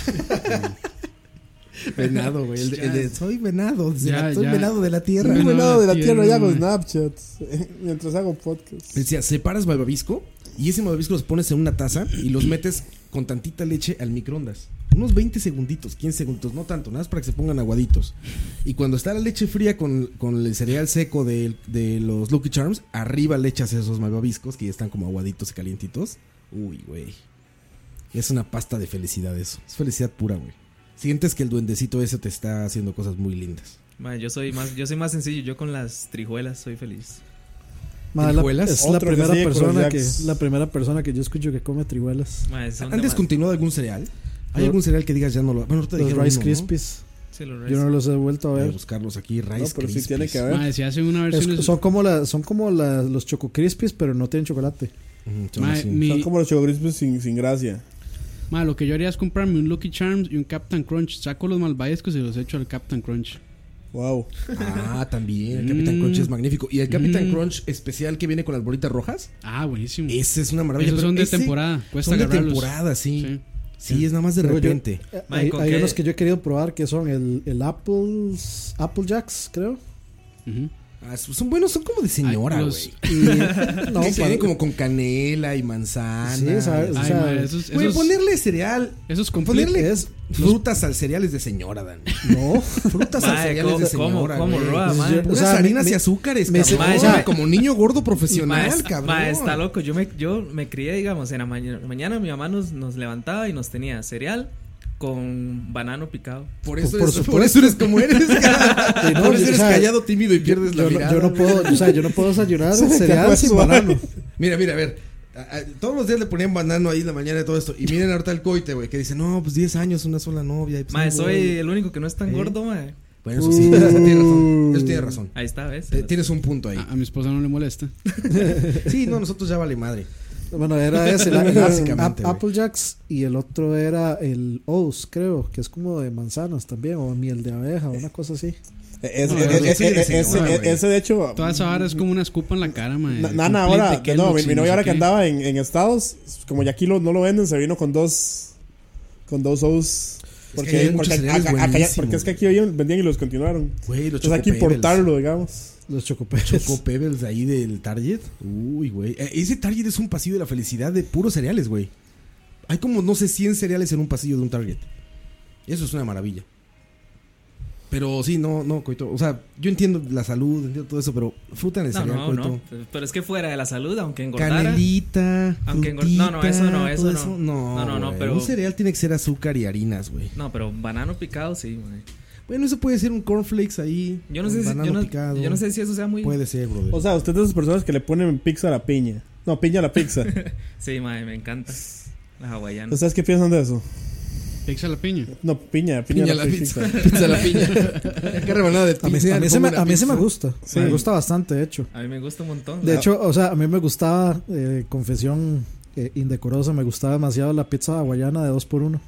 Speaker 4: venado, güey. El, de- el de soy venado. de la-
Speaker 5: Ya,
Speaker 4: soy
Speaker 5: ya.
Speaker 4: venado de la tierra.
Speaker 5: Soy
Speaker 3: Un venado de la tierra y hago
Speaker 5: man.
Speaker 3: Snapchat. Mientras hago podcast.
Speaker 4: Decía, separas malvavisco y ese malvavisco los pones en una taza y los metes con tantita leche al microondas. Unos 20 segunditos, 15 segundos, no tanto, nada más para que se pongan aguaditos. Y cuando está la leche fría con, con el cereal seco de, de los Lucky Charms, arriba le echas esos malvaviscos que ya están como aguaditos y calientitos. Uy, güey. Es una pasta de felicidad eso. Es felicidad pura, güey. Sientes que el duendecito ese te está haciendo cosas muy lindas.
Speaker 7: Mae, yo soy más, yo soy más sencillo, yo con las trijuelas soy feliz.
Speaker 6: Ma, la- es la
Speaker 7: Otro que
Speaker 6: primera,
Speaker 7: sigue con los
Speaker 6: persona que,
Speaker 7: Jacks.
Speaker 6: la primera persona que yo escucho que come trihuelas.
Speaker 7: Ma, son
Speaker 4: ¿Han
Speaker 7: de madre.
Speaker 4: descontinuado algún cereal? ¿Hay
Speaker 6: Lo-
Speaker 4: algún cereal que digas ya no lo.? Bueno, ahorita
Speaker 6: Los
Speaker 4: dijeron
Speaker 6: Rice
Speaker 4: uno, ¿no?
Speaker 6: Krispies.
Speaker 7: Sí, los
Speaker 6: Yo
Speaker 4: Rice-
Speaker 6: no los he vuelto a
Speaker 4: Voy a
Speaker 6: ver.
Speaker 4: buscarlos aquí, Rice Krispies.
Speaker 5: Madre, si hacen una versión
Speaker 6: Es-
Speaker 5: es-
Speaker 6: son como, la, son como la- los Choco Crispies, pero no tienen chocolate.
Speaker 3: Mae, mi- Son como los Choco Crispies sin, sin gracia.
Speaker 5: Ma, lo que yo haría es comprarme un Lucky Charms y un Captain Crunch. Saco los malvaviscos y los echo al Captain Crunch. Mm.
Speaker 3: Wow.
Speaker 4: Ah, también. El Capitán Crunch es magnífico. Y el Capitán Crunch especial que viene con las bolitas rojas.
Speaker 5: Ah, buenísimo.
Speaker 4: Ese es una maravilla.
Speaker 5: Esos
Speaker 4: pero
Speaker 5: son de
Speaker 4: ese-
Speaker 5: temporada, cuesta
Speaker 4: son de
Speaker 5: agarrarlos.
Speaker 4: temporada, sí. sí.
Speaker 5: Sí.
Speaker 4: es nada más de
Speaker 6: Luego yo-
Speaker 4: repente.
Speaker 6: eh, hay hay unos que yo he querido probar que son el, el Apples, Apple Jacks, creo.
Speaker 4: Ah, son buenos, son como de señora,
Speaker 6: Ay,
Speaker 4: güey.
Speaker 6: los- Y- no,
Speaker 4: que se
Speaker 6: para-
Speaker 4: vienen como con canela y manzana.
Speaker 6: Sí, sabe- o Ay, sea- madre, esos-
Speaker 4: Güey,
Speaker 6: esos-
Speaker 4: ponerle cereal.
Speaker 5: Esos
Speaker 4: ponerle frutas al cereal es de señora, Dan.
Speaker 6: No,
Speaker 4: frutas al
Speaker 7: Madre,
Speaker 4: cereal es de
Speaker 7: ¿cómo- cómo-
Speaker 4: señora.
Speaker 7: cómo
Speaker 4: güey.
Speaker 7: roba,
Speaker 4: Pues
Speaker 7: madre?
Speaker 4: yo-
Speaker 7: O
Speaker 4: Puras
Speaker 7: sea, me-
Speaker 4: harinas y
Speaker 7: me-
Speaker 4: azúcares,
Speaker 7: me-
Speaker 4: cabrón.
Speaker 7: Madre,
Speaker 4: O sea,
Speaker 7: me-
Speaker 4: como niño gordo profesional,
Speaker 7: Mae,
Speaker 4: cabrón.
Speaker 7: mae, está loco. Yo me, yo me crié, digamos, en la mañana, mañana mi mamá nos, nos levantaba y nos tenía cereal con banano picado.
Speaker 4: Por eso, eres, por eso eres como eres.
Speaker 6: Sí, no,
Speaker 4: por eso
Speaker 6: yo-
Speaker 4: eres
Speaker 6: o sea,
Speaker 4: callado, tímido y pierdes
Speaker 6: yo
Speaker 4: la
Speaker 6: no-
Speaker 4: mirada.
Speaker 6: yo no puedo-
Speaker 4: güey.
Speaker 6: o sea, yo no puedo desayunar
Speaker 4: Se te
Speaker 6: cereal
Speaker 4: fue
Speaker 6: sin
Speaker 4: suave.
Speaker 6: banano.
Speaker 4: Mira, mira, a ver. a- a- Todos los días le ponían banano ahí en la mañana y todo esto. Y miren ahorita el coite, güey, que dice, no, pues 10 años, una sola novia. y pues,
Speaker 7: Mae,
Speaker 4: no,
Speaker 7: soy
Speaker 4: güey".
Speaker 7: el único que no es tan gordo, mae.
Speaker 4: Bueno, eso sí, eso tiene razón. Eso pues, tiene razón.
Speaker 7: Ahí está, ¿ves?
Speaker 4: Te- Tienes un punto ahí.
Speaker 5: A, a mi esposa no le molesta.
Speaker 4: Sí, no, nosotros ya vale madre.
Speaker 6: Bueno, era ese, la,
Speaker 4: Básicamente, güey.
Speaker 6: Apple Jacks y el otro era el O's, creo, que es como de manzanas también, o miel de abeja, una cosa así.
Speaker 4: E-,
Speaker 3: Ese, ese- ese- ese- ese, de hecho.
Speaker 5: Toda esa vara es como una escupa en la cara, mae.
Speaker 3: Na-
Speaker 5: Es
Speaker 3: Nana
Speaker 5: un plate
Speaker 3: ahora,
Speaker 5: de
Speaker 3: que no, mi,
Speaker 5: Kellogg's
Speaker 3: mi
Speaker 5: y
Speaker 3: novia
Speaker 5: sé
Speaker 3: ahora que
Speaker 5: qué.
Speaker 3: andaba en, en Estados, como ya aquí lo- no lo venden, se vino con dos con dos O's.
Speaker 4: que
Speaker 3: Porque,
Speaker 4: hay
Speaker 3: porque
Speaker 4: muchos cereales
Speaker 3: acá- acá- acá ya-
Speaker 4: buenísimos,
Speaker 3: porque es que aquí vendían y los continuaron.
Speaker 4: Güey, los
Speaker 3: Entonces hay que
Speaker 4: Chocopebbles.
Speaker 3: importarlo, digamos.
Speaker 6: Los chocopebbles.
Speaker 4: Chocopebbles de ahí del Target. Uy, güey. Eh, Ese Target es un pasillo de la felicidad de puros cereales, güey. Hay como, no sé, 100 cereales en un pasillo de un Target. Eso es una maravilla. Pero sí, no, no, coito. O sea, yo entiendo la salud, entiendo todo eso, pero fruta en el
Speaker 7: No,
Speaker 4: cereal,
Speaker 7: no,
Speaker 4: coito.
Speaker 7: no. pues, Pero es que fuera de la salud, aunque engordara.
Speaker 4: Canelita,
Speaker 7: Aunque engor-
Speaker 4: frutita,
Speaker 7: No, no, eso no, eso
Speaker 4: todo
Speaker 7: no.
Speaker 4: No,
Speaker 7: no, no, no,
Speaker 4: güey.
Speaker 7: pero.
Speaker 4: Un cereal tiene que ser azúcar y harinas, güey.
Speaker 7: No, pero banano picado sí, mae.
Speaker 4: Bueno, eso puede ser un cornflakes ahí.
Speaker 7: Yo no
Speaker 4: con
Speaker 7: sé si-
Speaker 4: banano
Speaker 7: yo no-
Speaker 4: picado.
Speaker 7: yo no sé si eso sea muy-
Speaker 4: Puede ser, brother.
Speaker 3: O sea, usted es de esas personas que le ponen pizza a la piña. No, piña a la pizza.
Speaker 7: Sí, mae, me encanta. Las hawaianas.
Speaker 3: ¿Ustedes qué piensan de eso?
Speaker 5: Pizza a la piña.
Speaker 3: No, piña, piña,
Speaker 7: Piña
Speaker 3: a
Speaker 7: a
Speaker 3: la,
Speaker 7: la
Speaker 3: pizza.
Speaker 7: pizza. Pizza a la piña. Qué rebanada de
Speaker 6: A mí,
Speaker 7: pizza,
Speaker 6: a mí
Speaker 7: le
Speaker 6: se, me,
Speaker 7: pongo una
Speaker 6: a mí se me
Speaker 7: pizza.
Speaker 6: gusta,
Speaker 7: Sí.
Speaker 6: me gusta bastante, de hecho.
Speaker 7: A mí me gusta un montón.
Speaker 6: De
Speaker 7: La-
Speaker 6: hecho, o sea, a mí me gustaba, eh, confesión eh, indecorosa, me gustaba demasiado la pizza hawaiana de 2x1.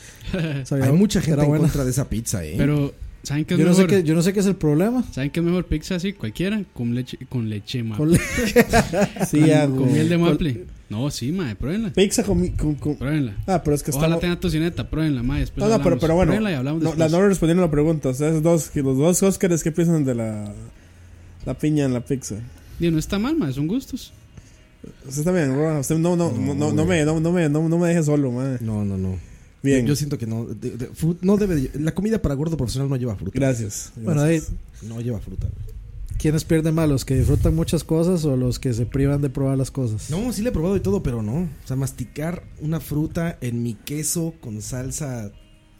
Speaker 4: Hay mucha gente en contra de esa pizza, eh.
Speaker 5: Pero, ¿saben qué es
Speaker 6: Yo no sé
Speaker 5: mejor?
Speaker 6: qué- yo no sé qué es el problema.
Speaker 5: ¿Saben qué es mejor pizza así? Cualquiera, con leche, con leche, mae.
Speaker 6: Con le- Sí,
Speaker 5: Con-
Speaker 6: hago.
Speaker 5: Con miel de
Speaker 6: Con-
Speaker 5: maple. No, sí, mae, pruébenla.
Speaker 3: Pizza con...
Speaker 5: Pruébenla.
Speaker 3: Ah, pero es que
Speaker 5: Ojalá
Speaker 3: estamos-
Speaker 5: tenga tocineta, pruébenla, mae. después
Speaker 3: No, no, pero,
Speaker 5: Pues hablamos.
Speaker 3: pero bueno.
Speaker 5: Pruébenla y hablamos
Speaker 3: No, la,
Speaker 5: después.
Speaker 3: no respondieron la pregunta. Ustedes dos, que los dos Óscares, ¿qué piensan de la, la piña en la pizza?
Speaker 5: Y no está mal, mae, son gustos.
Speaker 3: Usted también, Roa, Usted no, no, no, no, no me, no, no me, no, no me deje solo, man.
Speaker 4: No, no, no.
Speaker 3: Bien.
Speaker 4: Yo, yo siento que no. de- de- fru- no debe de- La comida para gordo profesional no lleva fruta.
Speaker 3: Gracias.
Speaker 6: Bueno, ahí-
Speaker 4: No lleva fruta.
Speaker 6: ¿Quiénes pierden más? ¿Los que disfrutan muchas cosas o los que se privan de probar las cosas?
Speaker 4: No, sí le he probado y todo, pero no. O sea, masticar una fruta en mi queso con salsa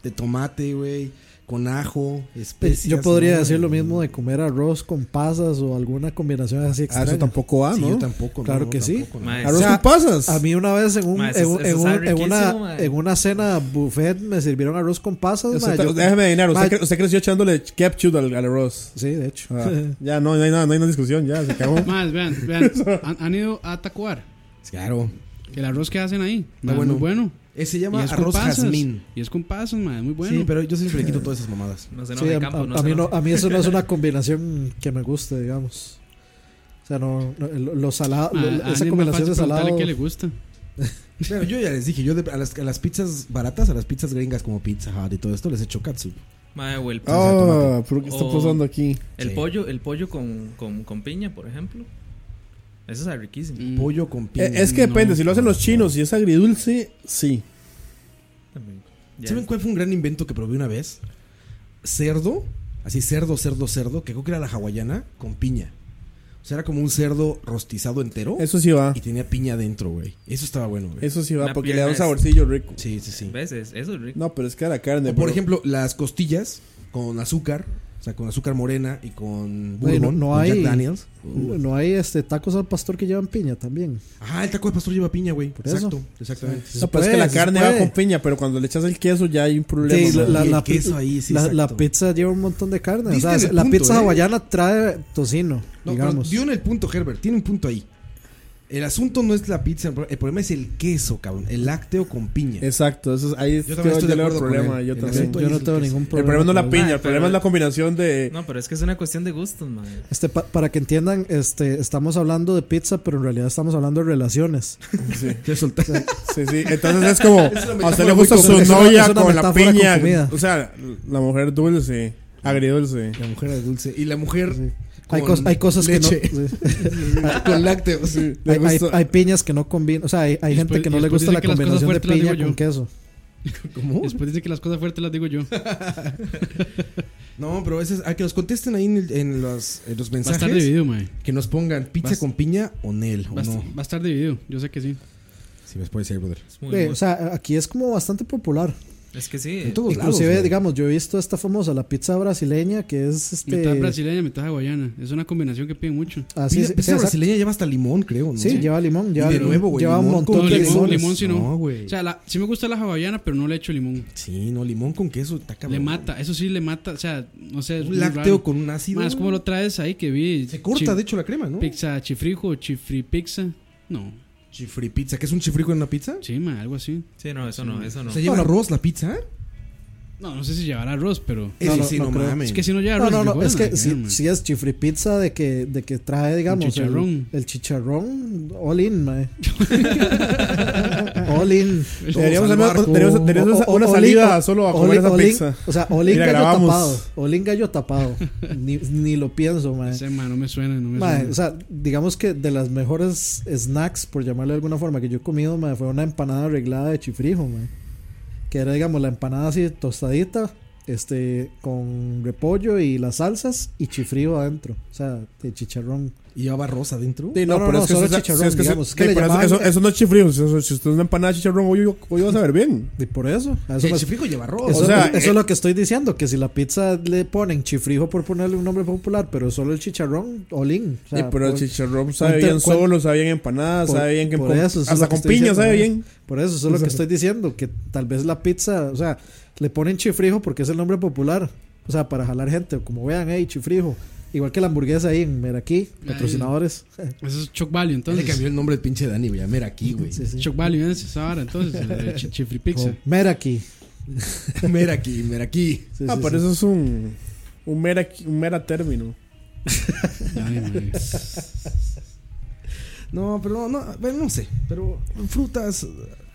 Speaker 4: de tomate, güey. Con ajo,
Speaker 6: Eh,
Speaker 4: especias.
Speaker 6: Yo podría
Speaker 4: no,
Speaker 6: decir lo
Speaker 4: no.
Speaker 6: mismo de comer arroz con pasas o alguna combinación así extraña.
Speaker 4: Ah, eso tampoco va,
Speaker 6: Sí,
Speaker 4: ¿no?
Speaker 6: yo tampoco. Claro
Speaker 4: no,
Speaker 6: que
Speaker 4: tampoco,
Speaker 6: sí.
Speaker 4: no.
Speaker 6: O
Speaker 4: Arroz
Speaker 6: sea,
Speaker 4: con pasas.
Speaker 6: A mí una vez en, un-
Speaker 4: Ma, eso-
Speaker 6: en un-
Speaker 4: eso
Speaker 6: en un-
Speaker 4: sabe
Speaker 6: en
Speaker 4: riquísimo,
Speaker 6: una,
Speaker 4: ma.
Speaker 6: en una cena buffet me sirvieron arroz con pasas.
Speaker 3: Usted
Speaker 6: ma,
Speaker 3: está-
Speaker 6: yo-
Speaker 3: déjeme adivinar.
Speaker 6: ma,
Speaker 3: Usted, cre- usted creció echándole ketchup al, al arroz. Ah,
Speaker 6: Sí, de hecho.
Speaker 3: ya no, no hay nada, no hay una discusión. Ya se acabó.
Speaker 5: Más, vean, vean. Han, han ido a Tacuar.
Speaker 4: Claro.
Speaker 5: El arroz que hacen ahí.
Speaker 4: Está
Speaker 5: Está
Speaker 4: bueno.
Speaker 5: bueno. Muy bueno.
Speaker 4: Eh, se llama
Speaker 5: Y es con
Speaker 4: arroz
Speaker 5: pasas.
Speaker 4: jazmín.
Speaker 5: Y es con pasas, madre. Muy bueno.
Speaker 4: Sí, pero yo siempre le quito todas esas mamadas.
Speaker 7: No
Speaker 6: sí, a, a- a mí no- a mí eso no es una combinación que me guste, digamos. O sea, no, no, lo, lo salado,
Speaker 5: Ah,
Speaker 6: lo-
Speaker 5: a alguien
Speaker 6: esa
Speaker 5: más
Speaker 6: combinación
Speaker 5: fácil
Speaker 6: de
Speaker 5: preguntarle
Speaker 6: salado.
Speaker 5: qué le gusta.
Speaker 4: Claro, yo ya les dije, yo de- a, las, a las pizzas baratas, a las pizzas gringas como Pizza Hut y todo esto, les echo katsu.
Speaker 7: Mae, o el
Speaker 3: Ah, pero ¿qué está pasando aquí?
Speaker 7: El
Speaker 3: Sí.
Speaker 7: pollo, el pollo con, con, con piña, por ejemplo. Eso es riquísimo.
Speaker 4: Pollo con
Speaker 3: Eh, es que depende. Si lo hacen los chinos y es agridulce, sí.
Speaker 7: Ya.
Speaker 4: ¿Saben cuál fue un gran invento que probé una vez? Cerdo, así cerdo, cerdo, cerdo, que creo que era la hawaiana, con piña. O sea, era como un cerdo rostizado entero.
Speaker 3: Eso sí va.
Speaker 4: Y tenía piña dentro, güey. Eso estaba bueno, güey.
Speaker 3: Eso sí va,
Speaker 7: Una
Speaker 3: porque le da
Speaker 7: pierna
Speaker 3: un
Speaker 7: es-
Speaker 3: saborcillo rico.
Speaker 4: Sí, sí, sí.
Speaker 7: ¿Ves? Es- Eso es rico.
Speaker 3: No, pero es que la carne.
Speaker 4: O por
Speaker 3: bro.
Speaker 4: ejemplo, las costillas con azúcar. O sea, con azúcar morena y con
Speaker 6: Güey,
Speaker 4: bourbon,
Speaker 6: no, no
Speaker 4: con
Speaker 6: hay,
Speaker 4: Jack Daniels.
Speaker 6: no- no hay este tacos al pastor que llevan piña también.
Speaker 4: Ajá, Ah, el taco de pastor lleva piña, güey.
Speaker 6: Por eso.
Speaker 4: Exacto, exactamente.
Speaker 6: Sí,
Speaker 3: No, pero es que
Speaker 6: puede,
Speaker 3: la
Speaker 6: se
Speaker 3: carne
Speaker 6: puede.
Speaker 3: va con piña, pero cuando le echas el queso ya hay un problema.
Speaker 6: Sí, la,
Speaker 3: ¿no?
Speaker 6: la-
Speaker 3: Y el
Speaker 6: la-
Speaker 3: queso ahí, sí,
Speaker 6: la-
Speaker 3: exacto.
Speaker 6: la pizza lleva un montón de carne. O
Speaker 4: Diste
Speaker 6: sea,
Speaker 4: en el
Speaker 6: la
Speaker 4: punto,
Speaker 6: pizza
Speaker 4: ¿eh?
Speaker 6: hawaiana trae tocino,
Speaker 4: No, pero
Speaker 6: digamos.
Speaker 4: dio en el punto, Herbert. Tiene un punto ahí. El asunto no es la pizza, el pro- el problema es el queso, cabrón. El lácteo con piña.
Speaker 3: Exacto, eso es- ahí es-
Speaker 4: Yo también
Speaker 3: yo-
Speaker 4: estoy
Speaker 3: yo
Speaker 4: de
Speaker 3: le veo el
Speaker 4: acuerdo con
Speaker 3: problema,
Speaker 4: él.
Speaker 3: yo
Speaker 4: El
Speaker 3: también.
Speaker 4: asunto
Speaker 3: Yo
Speaker 4: ahí
Speaker 3: no
Speaker 4: es
Speaker 3: tengo
Speaker 4: el queso.
Speaker 3: ningún problema. problema no es la piña, el problema es la combinación de.
Speaker 7: No, pero es que es una cuestión de gustos, man.
Speaker 6: Este, pa- para que entiendan, este, estamos hablando de pizza, pero en realidad estamos hablando de relaciones.
Speaker 3: Sí.
Speaker 4: Ya solté.
Speaker 3: Sí, sí, entonces es como.
Speaker 6: Es
Speaker 3: a
Speaker 6: una
Speaker 3: usted le
Speaker 6: metáfora
Speaker 3: gusta
Speaker 6: muy
Speaker 3: su
Speaker 6: compleja.
Speaker 3: novia
Speaker 6: Es una
Speaker 3: con la
Speaker 6: metáfora con
Speaker 3: piña.
Speaker 6: comida.
Speaker 3: o sea, la mujer dulce, agridulce.
Speaker 4: La mujer es dulce. Y la mujer.
Speaker 6: Hay,
Speaker 4: con
Speaker 6: cos- hay cosas
Speaker 4: leche.
Speaker 6: que no.
Speaker 4: con lácteos. Sí,
Speaker 3: le
Speaker 6: hay, hay-
Speaker 3: gusta-
Speaker 6: hay piñas que no combinan. O sea, hay, hay
Speaker 5: Y
Speaker 6: gente
Speaker 5: después-
Speaker 6: que no
Speaker 5: y
Speaker 6: le
Speaker 5: después
Speaker 6: gusta
Speaker 5: dice
Speaker 6: la
Speaker 5: que las cosas
Speaker 6: combinación de
Speaker 5: fuertes las
Speaker 6: piña
Speaker 5: digo yo.
Speaker 6: con queso.
Speaker 4: ¿Cómo?
Speaker 5: Después dice que las cosas fuertes las digo yo.
Speaker 4: No, pero ese es- a que nos contesten ahí en, el- en los, en los
Speaker 5: Va a
Speaker 4: mensajes.
Speaker 5: estar dividido, mae.
Speaker 4: Que nos pongan pizza
Speaker 5: Vas-
Speaker 4: con piña o Nel o
Speaker 5: Va, a
Speaker 4: no.
Speaker 5: est- va a estar dividido, yo sé que sí.
Speaker 4: Si me puede ser, brother.
Speaker 7: Muy
Speaker 6: Eh,
Speaker 7: bueno.
Speaker 6: o sea, aquí es como bastante popular.
Speaker 7: es que sí.
Speaker 4: En todos lados.
Speaker 6: Inclusive,
Speaker 4: güey.
Speaker 6: digamos, yo he visto esta famosa, la pizza brasileña, que es este...
Speaker 5: Mitad brasileña, mitad hawaiana. Es una combinación que piden mucho.
Speaker 6: Así
Speaker 4: Pizza-
Speaker 6: es,
Speaker 4: pizza
Speaker 6: sí, exacto.
Speaker 4: brasileña lleva hasta limón, creo. ¿no?
Speaker 6: Sí, lleva limón, lleva,
Speaker 4: de nuevo, güey,
Speaker 6: lleva un
Speaker 4: limón
Speaker 6: montón
Speaker 4: con
Speaker 5: No,
Speaker 6: de
Speaker 4: queso.
Speaker 5: limón,
Speaker 6: limones.
Speaker 5: limón sí
Speaker 4: No,
Speaker 5: no.
Speaker 4: güey.
Speaker 5: o sea, la- sí me gusta la hawaiana, pero no le echo limón.
Speaker 4: Sí, no, limón con queso. Está cabrón.
Speaker 5: Le mata, eso sí le mata, o sea, no sé. es
Speaker 4: Un
Speaker 5: muy
Speaker 4: lácteo
Speaker 5: raro.
Speaker 4: con un ácido.
Speaker 5: Más como lo traes ahí que vi.
Speaker 4: Se corta,
Speaker 5: Chi-
Speaker 4: de hecho, la crema, ¿no?
Speaker 5: Pizza chifrijo, chifri pizza. No,
Speaker 4: Chifri pizza. ¿Qué es un chifrico en una pizza?
Speaker 5: sí, ma, algo así.
Speaker 7: Sí, no, eso no, eso no.
Speaker 4: ¿Se lleva arroz la pizza?
Speaker 5: No, no sé si llevará arroz, pero.
Speaker 4: Ese
Speaker 6: no,
Speaker 4: sí,
Speaker 6: no
Speaker 4: no,
Speaker 6: creo.
Speaker 4: mames.
Speaker 5: Es que si no lleva
Speaker 6: No,
Speaker 5: arroz,
Speaker 6: no, no,
Speaker 5: mejor,
Speaker 6: es
Speaker 5: nada
Speaker 6: que
Speaker 5: ver,
Speaker 6: si,
Speaker 5: ma.
Speaker 6: es chifri pizza de que, de que trae, digamos, el-
Speaker 5: chicharrón.
Speaker 6: El, chicharrón all in, mae. all in.
Speaker 3: Deberíamos
Speaker 4: al
Speaker 3: hacer
Speaker 4: barco.
Speaker 3: deberíamos- deberíamos
Speaker 6: O- o-
Speaker 3: una
Speaker 6: all in,
Speaker 3: salida
Speaker 6: o-
Speaker 3: solo a
Speaker 6: all
Speaker 3: comer
Speaker 6: in,
Speaker 3: esa
Speaker 6: all in.
Speaker 3: pizza.
Speaker 6: O sea, all in
Speaker 3: Y la
Speaker 6: gallo
Speaker 3: grabamos.
Speaker 6: tapado. All in gallo tapado. Ni, ni lo pienso, mae.
Speaker 5: Ese, ma, no me suena, no me
Speaker 6: Mae,
Speaker 5: suena.
Speaker 6: o sea, digamos que de las mejores snacks, por llamarle de alguna forma, que yo he comido, mae, fue una empanada arreglada de chifrijo, mae. Que era, digamos, la empanada así tostadita, este, con repollo y las salsas y chifrijo adentro. O sea, de chicharrón.
Speaker 4: ¿Y lleva arroz adentro?
Speaker 3: Sí,
Speaker 6: No, no,
Speaker 3: pero
Speaker 6: no,
Speaker 3: es que
Speaker 6: solo
Speaker 3: eso-
Speaker 6: chicharrón,
Speaker 3: sí, es que eso-
Speaker 6: digamos,
Speaker 3: sí,
Speaker 6: que le
Speaker 3: pero eso-
Speaker 6: llamaban-
Speaker 3: eso- Eso no es chifrío. eso- Si usted es una empanada de chicharrón, hoy, hoy vas a ver bien.
Speaker 6: Y por eso. a Ah, eso
Speaker 4: el
Speaker 6: me-
Speaker 4: chifrico lleva arroz.
Speaker 6: eso-
Speaker 3: o sea,
Speaker 6: eso
Speaker 3: eh,
Speaker 6: es lo que estoy diciendo, que si la pizza le ponen chifrijo por ponerle un nombre popular, pero solo el chicharrón, olín. O sea, pues,
Speaker 3: Sí, pero el
Speaker 6: por-
Speaker 3: chicharrón sabe
Speaker 6: cuenta-
Speaker 3: bien
Speaker 6: cuenta-
Speaker 3: solo, sabe bien empanada,
Speaker 6: Por-
Speaker 3: Ah, sabe bien que
Speaker 6: por
Speaker 3: con-
Speaker 6: eso, eso es lo
Speaker 3: hasta
Speaker 6: que
Speaker 3: con
Speaker 6: estoy
Speaker 3: piña
Speaker 6: diciendo,
Speaker 3: sabe
Speaker 6: ¿no?
Speaker 3: bien.
Speaker 6: Por eso, eso es lo que estoy diciendo, que tal vez la pizza, o sea, le ponen chifrijo porque es el nombre popular, o sea, para jalar gente, como vean, hey, chifrijo. Igual que la hamburguesa ahí en Meraquí, patrocinadores.
Speaker 5: Eso es Choc
Speaker 4: Ya
Speaker 5: Value,
Speaker 4: le cambió
Speaker 5: entonces.
Speaker 4: el nombre del pinche Dani, güey. A ver aquí, güey.
Speaker 6: Sí, sí.
Speaker 5: Choc Value, ese es ahora, entonces. el de chi- Pues, eh, Chifri
Speaker 6: Oh,
Speaker 5: pizza.
Speaker 6: Meraki.
Speaker 4: Mira aquí, mira aquí.
Speaker 6: Sí,
Speaker 3: Ah,
Speaker 6: sí,
Speaker 3: pero
Speaker 6: sí.
Speaker 3: eso es un, un, mera, un mera término.
Speaker 5: Ay, ma.
Speaker 4: No, pero no, no, bueno, no sé. Pero frutas.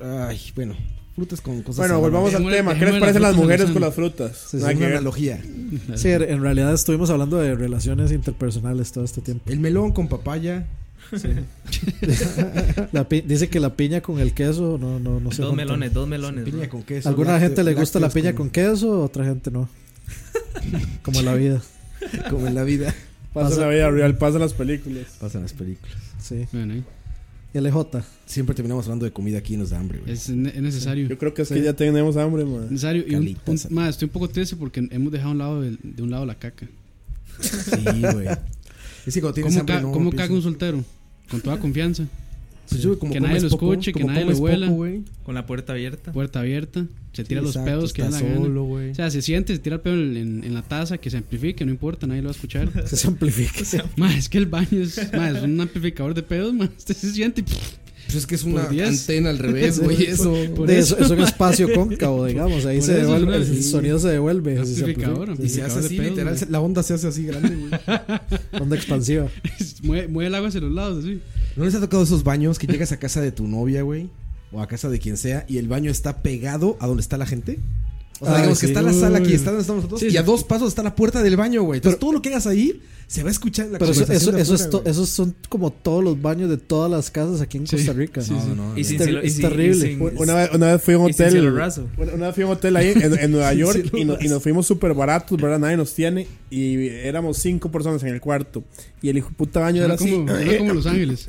Speaker 4: Ay, bueno. Frutas con cosas.
Speaker 3: Bueno,
Speaker 4: saladas.
Speaker 3: volvamos al
Speaker 5: Dejémosle-
Speaker 3: tema. ¿Qué les
Speaker 5: dejémosle
Speaker 3: parecen
Speaker 5: las
Speaker 3: las
Speaker 5: frutas
Speaker 3: mujeres
Speaker 5: al
Speaker 3: con
Speaker 5: gusano.
Speaker 3: las frutas?
Speaker 6: Sí, sí,
Speaker 3: Nada
Speaker 4: Es
Speaker 3: que
Speaker 4: una
Speaker 3: ver.
Speaker 4: analogía.
Speaker 6: Sí, en realidad estuvimos hablando de relaciones interpersonales todo este tiempo.
Speaker 4: El melón con papaya.
Speaker 6: La pi- dice que la piña con el queso, no, no, no se
Speaker 7: Dos
Speaker 6: juntan.
Speaker 7: melones, dos melones.
Speaker 4: Piña
Speaker 7: man.
Speaker 4: con queso.
Speaker 6: Alguna
Speaker 4: lácteo-
Speaker 6: gente le gusta la
Speaker 4: lácteos
Speaker 6: piña con queso, otra gente no. Como en la vida.
Speaker 4: Como en la vida.
Speaker 3: Pasa en la vida real, pasa en las películas.
Speaker 4: Pasan las películas.
Speaker 6: Sí.
Speaker 5: Bueno, ahí.
Speaker 6: LJ.
Speaker 4: Siempre terminamos hablando de comida aquí y nos da hambre, güey.
Speaker 5: es, ne- es necesario.
Speaker 3: Yo creo que es que ya tenemos hambre, man.
Speaker 5: Necesario. Y un- un-
Speaker 4: Calitas.
Speaker 5: ma, estoy un poco triste porque hemos dejado a un lado el- de un lado la caca.
Speaker 4: Sí, güey. Es que cuando tienes
Speaker 5: ¿Cómo,
Speaker 4: hambre,
Speaker 5: ca-
Speaker 4: no,
Speaker 5: cómo
Speaker 4: piensas-
Speaker 5: caga un soltero? Con toda confianza.
Speaker 4: Pues yo, como
Speaker 5: Que nadie
Speaker 4: comes
Speaker 5: lo
Speaker 4: poco,
Speaker 5: escuche, que
Speaker 4: como
Speaker 5: nadie lo
Speaker 4: comes
Speaker 5: huela.
Speaker 4: poco, güey.
Speaker 7: Con la puerta abierta.
Speaker 5: Puerta abierta. Se tira
Speaker 4: Sí,
Speaker 5: los
Speaker 4: exacto,
Speaker 5: pedos que da
Speaker 4: está
Speaker 5: la gana.
Speaker 4: solo, güey.
Speaker 5: O sea, se siente, se tira el pedo en, en- en la taza, que se amplifique, no importa, nadie lo va a escuchar.
Speaker 6: Que se amplifique.
Speaker 5: ma, es que el baño es, ma, es un amplificador de pedos, ma. Usted se siente y pff,
Speaker 4: Pues es que es una
Speaker 5: Por diez.
Speaker 4: antena al revés, güey, eso.
Speaker 5: Por
Speaker 6: De
Speaker 5: eso.
Speaker 6: eso, es un espacio cóncavo, digamos. Ahí
Speaker 5: por
Speaker 6: se
Speaker 5: eso es
Speaker 6: devuelve,
Speaker 5: una-
Speaker 6: el sonido se devuelve. así se
Speaker 5: amplificador.
Speaker 6: amplifica.
Speaker 4: Y se hace
Speaker 5: amplificador de
Speaker 4: así,
Speaker 5: pedos,
Speaker 4: literal,
Speaker 5: ma.
Speaker 4: se- la onda se hace así grande, güey.
Speaker 6: Onda expansiva.
Speaker 5: mueve, mueve el agua hacia los lados, así.
Speaker 4: ¿No les ha tocado esos baños que llegas a casa de tu novia, güey? O a casa de quien sea y el baño está pegado a donde está la gente? O sea,
Speaker 6: Ah,
Speaker 4: digamos que
Speaker 6: sí.
Speaker 4: está la sala aquí,
Speaker 5: Uy.
Speaker 4: está donde estamos nosotros
Speaker 5: Sí,
Speaker 4: y a
Speaker 5: sí.
Speaker 4: dos pasos está la puerta del baño, güey. Entonces todo lo que hagas ahí se va a escuchar en la
Speaker 6: Pero eso,
Speaker 4: conversación
Speaker 6: eso,
Speaker 4: de
Speaker 6: eso, es
Speaker 4: afuera,
Speaker 6: to-
Speaker 4: güey.
Speaker 6: esos son como todos los baños de todas las casas aquí en
Speaker 5: Sí.
Speaker 6: Costa Rica.
Speaker 5: Sí, sí.
Speaker 4: no,
Speaker 7: Y sin
Speaker 6: Es
Speaker 7: cielo- y
Speaker 6: ter- es
Speaker 7: sin- y
Speaker 6: terrible.
Speaker 7: sin-
Speaker 3: Una vez, una vez fui a un
Speaker 7: Y sin
Speaker 3: hotel.
Speaker 7: cielo raso.
Speaker 3: Una, una vez fui a un hotel ahí en, en Nueva York y, no- y nos fuimos súper baratos, ¿verdad? Nadie nos tiene. Y éramos cinco personas en el cuarto. Y el hijo de puta baño era
Speaker 5: Era
Speaker 3: así.
Speaker 5: como, era como Los Ángeles.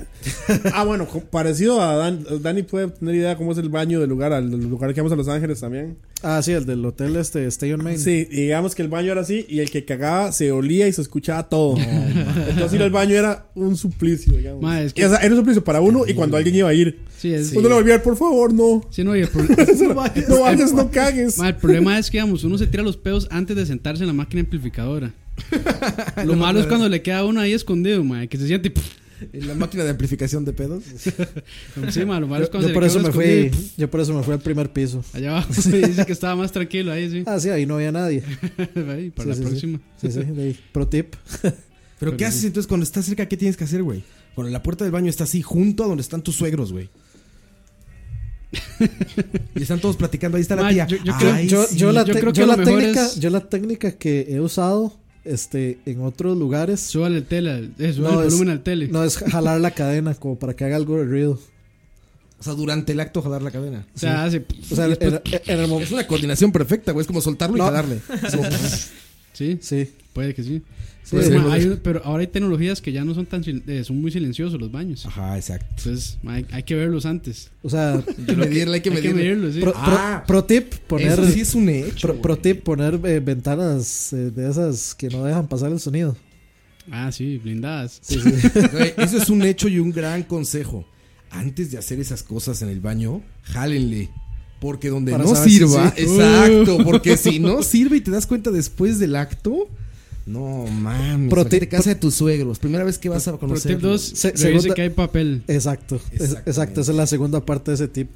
Speaker 3: Ah, bueno, co- parecido a Dan, Dani puede tener idea cómo es el baño del lugar, al del lugar que vamos a Los Ángeles también.
Speaker 6: Ah, sí, el de del hotel este Stay on Main.
Speaker 3: Sí, y digamos que el baño era así y el que cagaba se olía y se escuchaba todo. Entonces ir al baño era un suplicio, digamos.
Speaker 5: Ma, es que-
Speaker 3: O sea, era un suplicio para uno y cuando alguien iba a ir.
Speaker 5: Sí, es-
Speaker 3: Uno le volvía a ir, por favor, no.
Speaker 5: Sí, no, y el problema.
Speaker 3: No
Speaker 5: Em,
Speaker 3: vayas, no cagues.
Speaker 5: el problema es que, digamos, uno se tira los pedos antes de sentarse en la máquina amplificadora. Lo malo es cuando le queda uno ahí escondido, ma, que se siente.
Speaker 4: ¿En la máquina de amplificación de pedos?
Speaker 5: Sí, ma, lo malo es
Speaker 6: Yo, yo
Speaker 5: cuando se
Speaker 6: por
Speaker 5: le
Speaker 6: eso
Speaker 5: queda uno
Speaker 6: me fui,
Speaker 5: escondido.
Speaker 6: yo por eso me fui al primer piso.
Speaker 5: Allá abajo se dice que estaba más tranquilo ahí, sí.
Speaker 6: Ah, sí, ahí no había nadie.
Speaker 5: Ahí,
Speaker 6: Sí,
Speaker 5: para la
Speaker 6: sí, sí.
Speaker 5: próxima.
Speaker 6: Sí, sí, de ahí. Pro tip.
Speaker 4: Pero ¿qué haces entonces cuando estás cerca? ¿Qué tienes que hacer, güey? Cuando la puerta del baño está así, junto a donde están tus suegros, güey. y están todos platicando, ahí está la
Speaker 5: Ma,
Speaker 4: tía.
Speaker 5: yo- yo
Speaker 4: Ay,
Speaker 5: creo-
Speaker 6: yo,
Speaker 4: sí.
Speaker 6: Ah, yo la,
Speaker 5: yo
Speaker 6: te-
Speaker 5: creo que
Speaker 6: yo
Speaker 5: lo
Speaker 6: la
Speaker 5: mejor
Speaker 6: técnica,
Speaker 5: es-
Speaker 6: yo la técnica que he usado este, en otros lugares
Speaker 5: Súbale el, tele, eh, súbale
Speaker 6: No,
Speaker 5: el
Speaker 6: es-
Speaker 5: volumen al tele.
Speaker 6: no es jalar la cadena como para que haga algo de ruido.
Speaker 4: O sea, durante el acto jalar la cadena.
Speaker 5: o sea, hace.
Speaker 6: O sea,
Speaker 5: y
Speaker 6: en,
Speaker 5: después-
Speaker 6: en el momento.
Speaker 4: Es una coordinación perfecta, güey. Es como soltarlo y
Speaker 6: No.
Speaker 4: jalarle. Es como-
Speaker 5: sí,
Speaker 6: Sí.
Speaker 5: puede que sí.
Speaker 6: Sí,
Speaker 5: Pero,
Speaker 4: sí,
Speaker 5: ma,
Speaker 4: puede
Speaker 5: hay
Speaker 4: ser.
Speaker 5: un- pero ahora hay tecnologías que ya no son tan. sil- eh, son muy silenciosos los baños.
Speaker 4: Ajá, exacto.
Speaker 5: Entonces, ma, hay, hay que verlos antes.
Speaker 6: O sea,
Speaker 4: Medirle, hay que
Speaker 5: Hay que
Speaker 4: medirle.
Speaker 5: medirlos, sí.
Speaker 6: pro, pro-
Speaker 4: Ah.
Speaker 6: pro tip, poner,
Speaker 4: Eso sí es un hecho.
Speaker 6: pro,
Speaker 4: güey.
Speaker 6: pro tip, poner eh, ventanas eh, de esas que no dejan pasar el sonido.
Speaker 5: Ah, sí, blindadas.
Speaker 4: Güey, Eso es un hecho y un gran consejo. Antes de hacer esas cosas en el baño, jálenle. Porque donde
Speaker 6: Para
Speaker 4: no
Speaker 6: saber si
Speaker 4: sirva,
Speaker 6: sí.
Speaker 5: Uh.
Speaker 4: exacto. Porque si no sirve y te das cuenta después del acto, no mames.
Speaker 6: Pro
Speaker 4: Te
Speaker 6: tip-
Speaker 4: casa de tus suegros. Primera vez que vas a
Speaker 5: Pro
Speaker 4: conocer.
Speaker 5: tip 2,
Speaker 6: Se-
Speaker 5: revise
Speaker 6: segunda-
Speaker 5: que hay papel.
Speaker 6: Exacto, es-
Speaker 4: Exactamente.
Speaker 6: exacto, esa es la segunda parte de ese tip.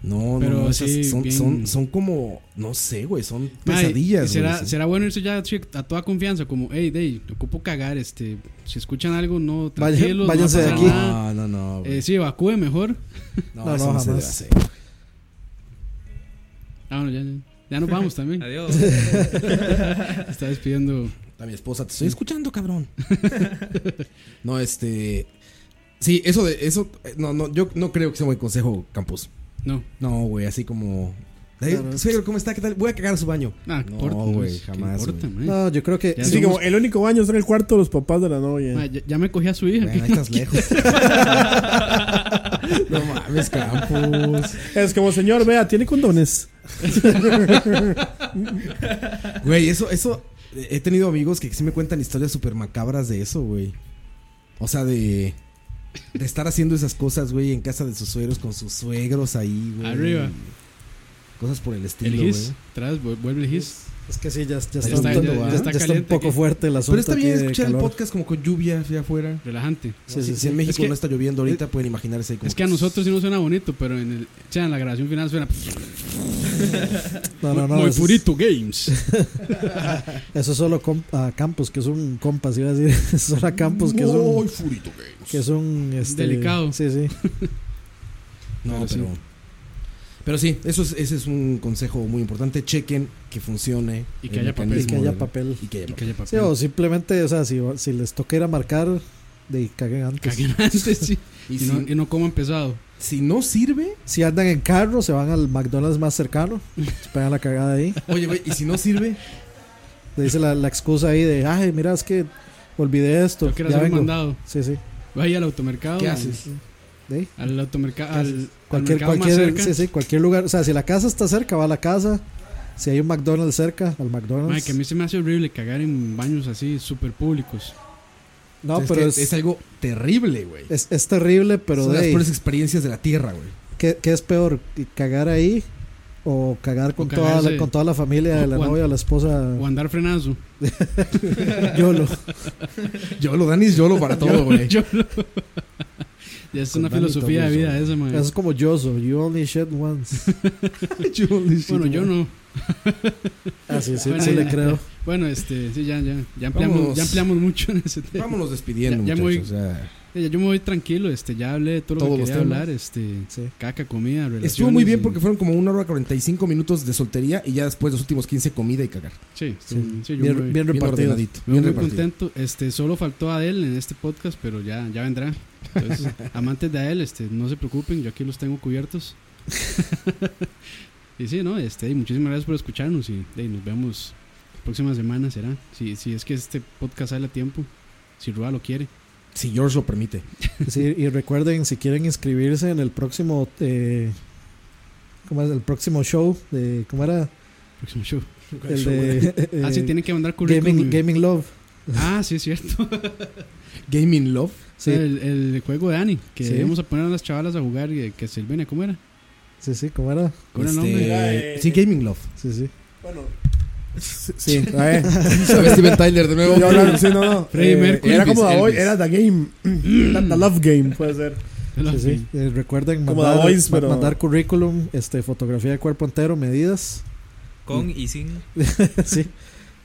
Speaker 4: No,
Speaker 5: Pero
Speaker 4: no, no. esas
Speaker 5: sí,
Speaker 4: son,
Speaker 5: bien-
Speaker 4: son, son como, no sé, güey. Son
Speaker 5: Ma, y-
Speaker 4: pesadillas,
Speaker 5: y será,
Speaker 4: güey.
Speaker 5: será bueno irse ya así a toda confianza, como, hey, Dey, ocupo cagar, este, si escuchan algo, no,
Speaker 6: Vaya-
Speaker 5: tranquilos, no va a
Speaker 6: váyanse de
Speaker 5: pasar
Speaker 6: aquí.
Speaker 5: nada.
Speaker 4: No, no, no. güey.
Speaker 5: Eh, sí, evacúe mejor.
Speaker 4: no,
Speaker 6: no,
Speaker 4: eso
Speaker 6: no,
Speaker 4: no se debe
Speaker 6: jamás.
Speaker 4: hacer.
Speaker 5: Ah, bueno, ya, ya, ya nos vamos también.
Speaker 7: Adiós.
Speaker 5: Está despidiendo.
Speaker 4: A mi esposa, te estoy escuchando, cabrón. no, este. Sí, eso de. Eso. eh, No, no, yo no creo que sea un buen consejo, Campos.
Speaker 5: No,
Speaker 4: No, güey, así como. ¿eh? "Ay,
Speaker 6: Claro.
Speaker 4: suegro, ¿cómo está? ¿Qué tal? Voy a cagar a su baño.
Speaker 5: ah,
Speaker 4: no,
Speaker 5: corta,
Speaker 4: güey,
Speaker 5: es que
Speaker 4: jamás.
Speaker 5: importa,
Speaker 4: güey.
Speaker 5: man.
Speaker 6: No, yo creo que
Speaker 5: Ya
Speaker 3: Así
Speaker 5: somos-
Speaker 3: como el único baño está en el cuarto de los papás de la novia.
Speaker 5: Ma, ya, ya me cogí a su hija.
Speaker 4: Bueno,
Speaker 5: ¿qué-
Speaker 4: ahí estás lejos. no mames, Campos.
Speaker 3: Es como, señor, vea, tiene condones.
Speaker 4: Güey, eso, eso. eh, He tenido amigos que sí me cuentan historias súper macabras de eso, güey. O sea, de. De estar haciendo esas cosas, güey, en casa de sus suegros, con sus suegros ahí, güey.
Speaker 5: Arriba.
Speaker 4: Cosas por el
Speaker 5: El
Speaker 4: estilo,
Speaker 5: his,
Speaker 4: güey.
Speaker 5: atrás, vu- vuelve el his.
Speaker 6: es que sí, ya, ya, está,
Speaker 5: está,
Speaker 6: un- ya
Speaker 5: ya- ya está
Speaker 6: está un
Speaker 5: caliente
Speaker 6: poco
Speaker 5: aquí.
Speaker 6: fuerte el asunto.
Speaker 4: Pero está bien
Speaker 6: aquí de
Speaker 4: escuchar el
Speaker 6: calor.
Speaker 4: podcast como con lluvia ya afuera.
Speaker 5: Relajante.
Speaker 6: Sí,
Speaker 4: si,
Speaker 6: sí,
Speaker 4: si
Speaker 6: sí.
Speaker 4: en México
Speaker 5: Es que-
Speaker 4: no está lloviendo ahorita, pueden imaginarse ahí como
Speaker 5: Es que a nosotros sí no suena bonito, pero en, el, o sea, en la grabación final suena.
Speaker 6: No, no, no,
Speaker 5: muy
Speaker 6: eso es-
Speaker 5: purito games.
Speaker 6: Eso es solo com- a Campos, que es un compas, iba a decir. Es solo a Campos, que es un. Que es un. Este,
Speaker 5: Delicado.
Speaker 6: Sí, sí.
Speaker 4: No,
Speaker 5: Pero sí.
Speaker 4: pero. Pero sí, eso es, ese es un consejo muy importante. Chequen que funcione.
Speaker 5: Y que
Speaker 4: el
Speaker 5: haya papel.
Speaker 6: Y
Speaker 4: mecanismo
Speaker 6: que haya
Speaker 4: del-
Speaker 6: papel.
Speaker 4: Y que haya
Speaker 5: Y
Speaker 4: papel.
Speaker 5: que haya papel.
Speaker 6: Sí, o simplemente, o sea, si, si les toca ir a marcar, de caguen antes.
Speaker 5: Caguen antes, sí.
Speaker 4: Y,
Speaker 5: Y,
Speaker 4: si,
Speaker 5: no, y no coman pesado.
Speaker 4: si no sirve,
Speaker 6: Si andan en carro, se van al McDonald's más cercano. Se pegan la cagada ahí.
Speaker 4: oye, güey, y si no sirve,
Speaker 6: Le dice la, la excusa ahí de, ay, mira, es que olvidé esto.
Speaker 5: Yo quiero
Speaker 6: ya
Speaker 5: hacer un
Speaker 6: vengo".
Speaker 5: mandado.
Speaker 6: Sí, sí.
Speaker 5: Vaya al automercado.
Speaker 4: ¿qué
Speaker 5: al-
Speaker 4: haces?
Speaker 6: De ahí.
Speaker 5: Al automercado.
Speaker 6: ¿Qué haces?
Speaker 5: Al,
Speaker 6: Cualquier,
Speaker 5: al mercado más
Speaker 6: cualquier,
Speaker 5: cerca.
Speaker 6: sí, sí, cualquier lugar. O sea, si la casa está cerca, va a la casa. Si hay un McDonald's cerca, al McDonald's.
Speaker 5: Madre, que a mí se me hace horrible cagar en baños así súper públicos.
Speaker 6: No,
Speaker 4: es,
Speaker 6: pero
Speaker 4: que
Speaker 6: es,
Speaker 4: es algo terrible, güey.
Speaker 6: es- es terrible, pero
Speaker 4: Son
Speaker 6: de
Speaker 4: las
Speaker 6: ahí,
Speaker 4: peores experiencias de la tierra, güey.
Speaker 6: ¿qué, qué es peor? ¿Cagar ahí? ¿O cagar con, toda,
Speaker 5: cagarse.
Speaker 6: la, con toda la familia de la
Speaker 5: O an-
Speaker 6: novia o la esposa?
Speaker 5: O andar frenazo.
Speaker 6: Yolo.
Speaker 4: Yo lo Dani es yolo para todo, güey.
Speaker 5: Yo lo- ya es
Speaker 4: Con
Speaker 5: una
Speaker 4: Dani
Speaker 5: filosofía de
Speaker 4: Toruso.
Speaker 5: vida esa, madre.
Speaker 6: Eso es como Yoso. You only shed once.
Speaker 5: Bueno, yo no.
Speaker 6: Ah, sí, sí,
Speaker 5: Bueno,
Speaker 6: sí
Speaker 5: ya,
Speaker 6: le
Speaker 5: ya.
Speaker 6: creo.
Speaker 5: Bueno, este, sí, ya, ya. Ya ampliamos,
Speaker 4: Vámonos.
Speaker 5: ya ampliamos mucho en ese tema.
Speaker 4: Vámonos despidiendo,
Speaker 5: Ya- ya
Speaker 4: muchachos. ya.
Speaker 5: Sí, ya Yo me voy tranquilo, este, ya hablé de todo lo
Speaker 4: Todos
Speaker 5: que
Speaker 4: los
Speaker 5: quería
Speaker 4: temas.
Speaker 5: hablar, este,
Speaker 6: Sí.
Speaker 5: caca, comida, relaciones.
Speaker 4: Estuvo muy bien
Speaker 5: y-
Speaker 4: porque fueron como una hora 45 minutos de soltería y ya después los últimos 15 comida y cagar.
Speaker 5: Sí, sí,
Speaker 6: Sí.
Speaker 5: sí, yo
Speaker 6: bien,
Speaker 5: muy,
Speaker 6: bien
Speaker 4: Bien
Speaker 6: repartido.
Speaker 4: ordenadito.
Speaker 5: me voy
Speaker 4: Bien
Speaker 5: muy
Speaker 4: repartido.
Speaker 5: contento. Este, solo faltó Adel en este podcast, pero ya, ya vendrá. Entonces, amantes de Adel, este, no se preocupen, yo aquí los tengo cubiertos. y sí, no, este, y muchísimas gracias por escucharnos y, de, nos vemos próxima semana será. Si, si es que este podcast sale a tiempo, si Rua lo quiere.
Speaker 4: Si George lo permite.
Speaker 6: Sí, y recuerden, si quieren inscribirse en el próximo. eh, ¿Cómo es? El próximo show. De, ¿Cómo era?
Speaker 5: Próximo show.
Speaker 6: El de.
Speaker 5: ah, sí,
Speaker 6: eh,
Speaker 5: tienen que mandar currículum.
Speaker 6: Gaming, Gaming Love.
Speaker 5: Ah, sí, es cierto.
Speaker 4: Gaming Love.
Speaker 6: Sí.
Speaker 5: El, el juego de Ani, que
Speaker 6: Sí.
Speaker 5: íbamos a poner a las chavalas a jugar y que Silvina, ¿cómo era?
Speaker 6: Sí, sí, ¿cómo era?
Speaker 5: ¿Cómo era el
Speaker 4: Este,
Speaker 5: nombre?
Speaker 3: eh,
Speaker 4: sí, Gaming Love.
Speaker 6: Sí, sí.
Speaker 3: Bueno,
Speaker 6: Sí, a ver.
Speaker 9: Steven Tyler de nuevo.
Speaker 3: yo hablando- sí, no, no.
Speaker 5: Freddie
Speaker 3: eh,
Speaker 5: Mercury,
Speaker 3: era como
Speaker 5: Elvis,
Speaker 3: The Voice,
Speaker 5: Elvis.
Speaker 3: era The Game. la, la Love Game, puede ser.
Speaker 6: Sí, sí. Eh, recuerden
Speaker 3: Como
Speaker 6: mandar,
Speaker 3: la voice,
Speaker 6: ma-
Speaker 3: pero-
Speaker 6: mandar currículum, este, fotografía de cuerpo entero, medidas.
Speaker 7: Con y sin.
Speaker 6: sí.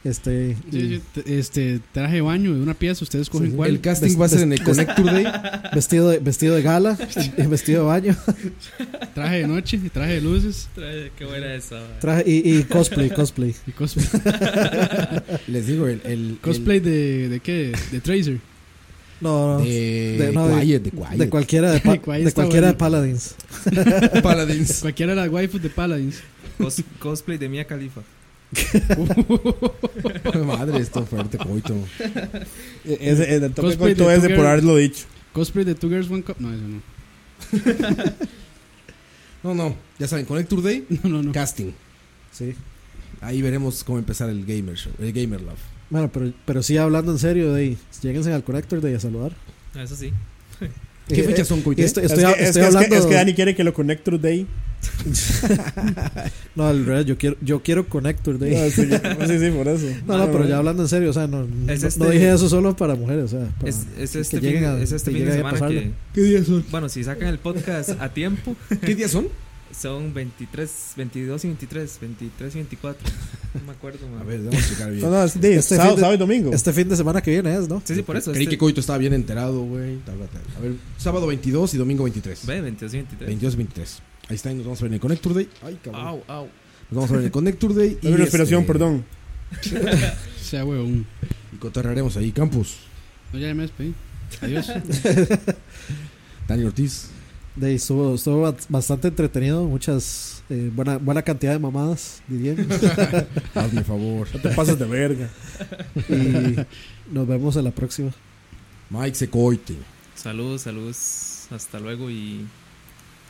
Speaker 6: Este,
Speaker 5: Sí,
Speaker 6: y
Speaker 5: sí, t- este traje de baño de una pieza, ustedes cogen
Speaker 6: sí.
Speaker 5: cuál.
Speaker 4: El casting va a ser en el Connect Today.
Speaker 6: vestido, de, vestido de gala, y vestido de baño,
Speaker 5: Traje de noche y traje de luces
Speaker 7: Trae- Qué buena esa. ma.
Speaker 6: traje- y, y cosplay, cosplay.
Speaker 5: y cosplay.
Speaker 4: Les digo, el, el-
Speaker 5: ¿Cosplay de, de qué? De Tracer.
Speaker 6: No, no.
Speaker 4: el-
Speaker 6: De,
Speaker 4: de,
Speaker 6: no, de-
Speaker 4: Quiet, de Quiet.
Speaker 6: cualquiera de, pa-
Speaker 5: Ahí
Speaker 6: de
Speaker 5: está
Speaker 6: cualquiera de
Speaker 5: bueno.
Speaker 6: Paladins.
Speaker 4: Paladins.
Speaker 5: Cualquiera de las waifus de Paladins.
Speaker 7: Cos- cosplay de Mia Khalifa.
Speaker 4: Madre, esto fuerte, coito.
Speaker 3: E- Ese,
Speaker 6: eh,
Speaker 3: el toque
Speaker 5: Cosplay
Speaker 3: con
Speaker 5: de
Speaker 3: todo ese
Speaker 5: Tucker.
Speaker 3: por haberlo dicho.
Speaker 5: Cosplay de Two Girls One Cup. No, eso no.
Speaker 4: No, no, ya saben, Connect Today,
Speaker 5: No, no, no.
Speaker 4: casting.
Speaker 6: Sí.
Speaker 4: Ahí veremos cómo empezar el Gamer Show, el Gamer Love.
Speaker 6: Bueno, pero, pero sí, hablando en serio, de ahí, lléguense al Connector de ahí a saludar.
Speaker 7: Ah, Eso sí.
Speaker 4: ¿Qué
Speaker 6: Eh,
Speaker 4: fechas
Speaker 6: eh,
Speaker 4: son, coito?
Speaker 6: estoy, estoy,
Speaker 3: es, que, es
Speaker 6: estoy
Speaker 3: que- es que-
Speaker 6: hablando.
Speaker 3: es que Dani quiere que lo conecte through Day.
Speaker 6: No, al revés, yo quiero, yo quiero Connector de ahí.
Speaker 3: No, Ah, sí, sí, sí, por eso. Ah,
Speaker 6: No, no, pero ya hablando en serio, o sea, no, no,
Speaker 7: Es
Speaker 6: no
Speaker 7: este-
Speaker 6: dije eso solo para mujeres, o sea, para-
Speaker 7: Es, es
Speaker 6: que
Speaker 7: este,
Speaker 6: lleguen
Speaker 7: fin,
Speaker 6: a-
Speaker 7: es este
Speaker 6: que
Speaker 7: fin de
Speaker 6: lleguen a
Speaker 7: semana que.
Speaker 6: pasarlo.
Speaker 4: ¿Qué días son?
Speaker 7: Bueno, si sacan el podcast a tiempo,
Speaker 4: ¿Qué días son?
Speaker 7: son 23, 22 y 23, 23 y 24. No me acuerdo, ma.
Speaker 4: A ver, vamos a checar bien.
Speaker 3: No, no, es de
Speaker 6: Este
Speaker 3: sábado,
Speaker 6: fin de-
Speaker 3: sábado y domingo.
Speaker 6: este fin de semana que viene es, ¿no?
Speaker 7: Sí, sí, por eso.
Speaker 4: Creí
Speaker 7: este-
Speaker 4: que Coito estaba bien enterado, güey. Tal, tal, tal. A ver, sábado 22 y domingo 23.
Speaker 7: Ve, 22 y 23.
Speaker 4: 22 y 23. Ahí está, y nos vamos a ver en el Connect Today. Ay, cabrón.
Speaker 7: Au, au.
Speaker 4: Nos vamos a ver en el Connect Today.
Speaker 3: Dame una respiración,
Speaker 4: este,
Speaker 3: perdón.
Speaker 5: Sea huevón.
Speaker 4: Y cotorrearemos ahí, Campus.
Speaker 5: No, ya me despedí. Adiós.
Speaker 4: Dani Ortiz.
Speaker 6: De ahí estuvo, estuvo ba- bastante entretenido, muchas, eh, buena, buena cantidad de mamadas, dirían.
Speaker 4: Hazme favor.
Speaker 3: Te pasas de verga.
Speaker 6: y nos vemos en la próxima.
Speaker 4: Mike Secoite.
Speaker 7: Saludos, saludos. Hasta luego y.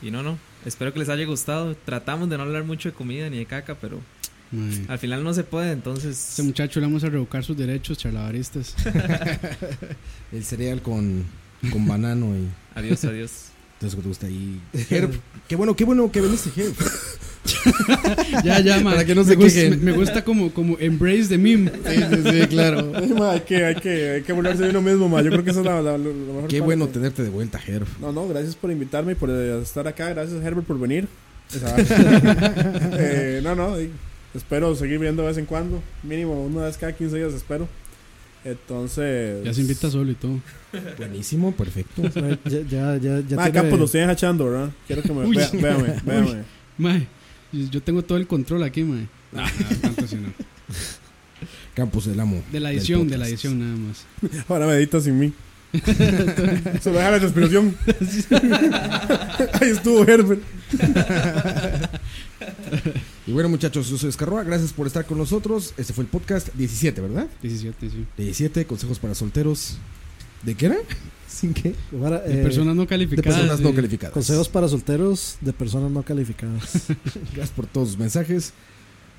Speaker 7: Y no, no. Espero que les haya gustado. Tratamos de no hablar mucho de comida ni de caca, pero
Speaker 5: Mae.
Speaker 7: al final no se puede, entonces.
Speaker 5: Este muchacho le vamos a revocar sus derechos charlavaristas.
Speaker 4: El cereal con, con banano y.
Speaker 7: Adiós, adiós.
Speaker 4: Entonces, que te gusta ahí. Herb. Qué bueno, qué bueno que veniste, Herb.
Speaker 5: ya, ya, mae.
Speaker 4: Para que no
Speaker 5: me,
Speaker 4: se
Speaker 5: gusta, me,
Speaker 4: quejen.
Speaker 5: me gusta como, como embrace the meme.
Speaker 4: Sí, claro.
Speaker 3: Ay, ma, hay, que, hay, que, hay que volverse de uno mismo, ma. Yo creo que esa es la, la- la- la mejor
Speaker 4: Qué
Speaker 3: parte.
Speaker 4: bueno tenerte de vuelta, Herb.
Speaker 3: No, no, gracias por invitarme y por eh, estar acá. Gracias, Herbert, por venir. O sea, eh, no, no, eh, espero seguir viendo de vez en cuando. Mínimo una vez cada 15 días, espero. Entonces.
Speaker 5: Ya se invita solo y todo.
Speaker 4: Buenísimo, perfecto.
Speaker 6: Ya, ya, ya, ya
Speaker 3: Ma,
Speaker 6: tiene-
Speaker 3: Ah, Campos, lo estoy hachando, ¿verdad? Quiero que me.
Speaker 5: Uy.
Speaker 3: vea- véame, véame.
Speaker 5: Mae, yo tengo todo el control aquí, mae. No, Ah, no, tanto así no.
Speaker 4: Campos del amo.
Speaker 5: De la
Speaker 4: del
Speaker 5: edición, de la
Speaker 4: podcast.
Speaker 5: edición nada más.
Speaker 3: Ahora medita sin mí. Se lo deja la respiración. Ahí estuvo Herbert.
Speaker 4: Y bueno, muchachos, yo soy Escarroa. Gracias por estar con nosotros. Este fue el podcast 17, ¿verdad?
Speaker 5: 17, sí.
Speaker 4: 17, consejos para solteros. ¿De qué era? ¿Sin qué?
Speaker 6: para,
Speaker 5: De
Speaker 6: eh,
Speaker 5: personas no
Speaker 4: De
Speaker 5: calificadas.
Speaker 4: personas no
Speaker 5: sí.
Speaker 4: calificadas.
Speaker 6: Consejos para solteros de personas no calificadas.
Speaker 4: Gracias por todos sus mensajes.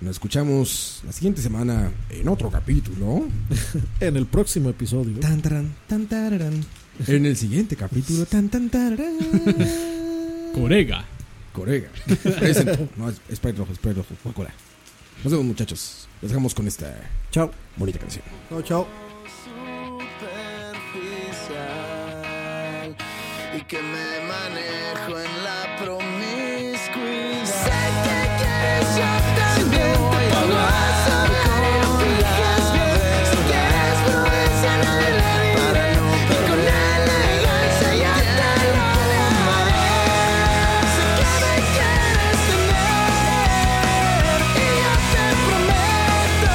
Speaker 4: Nos escuchamos la siguiente semana en otro capítulo.
Speaker 6: en el próximo episodio.
Speaker 4: Tan, tarán, tan, tararán. En el siguiente capítulo. Tan, tan, tararán.
Speaker 5: Corega.
Speaker 4: Corega. Presento. No, es, es Sprite Rojo, Sprite Rojo. Coca-Cola. Nos vemos, muchachos. Los dejamos con esta
Speaker 6: Chao.
Speaker 4: bonita canción.
Speaker 6: Chao, chao.
Speaker 11: superficial y que me manejo en la promiscuidad. Sé que quieres yo también te pongo a saber no fijas bien. Si quieres prudencia no le diré y con elegancia ya te lo dejaré. Sé que me quieres tener y yo te prometo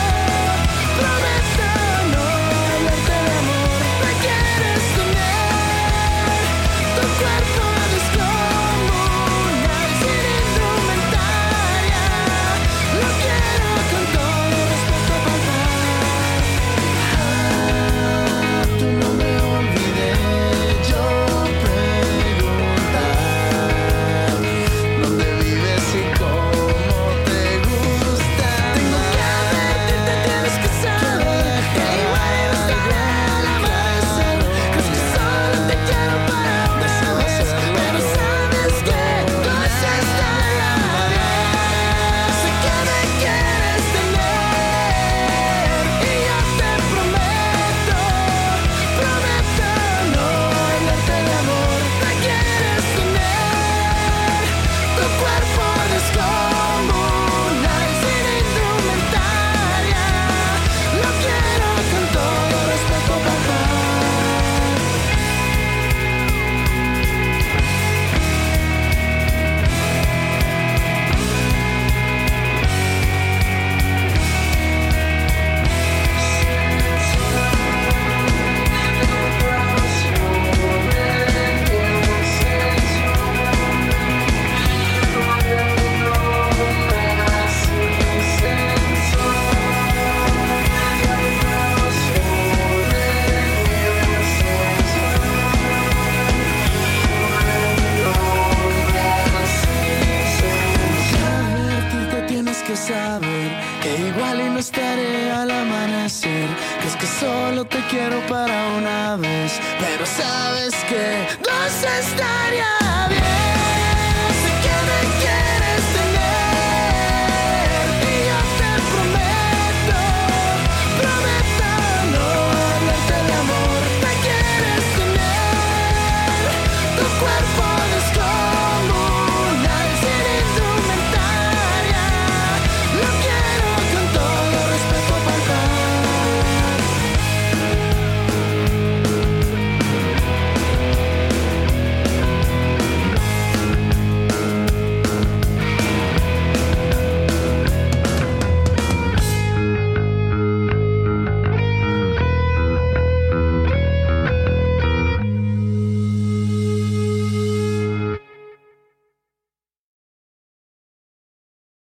Speaker 11: Promesa no hablarte de amor Me quieres tener Tu cuerpo descomunal Sin indumentaria
Speaker 10: quiero para una vez, pero sabes que dos estaría bien.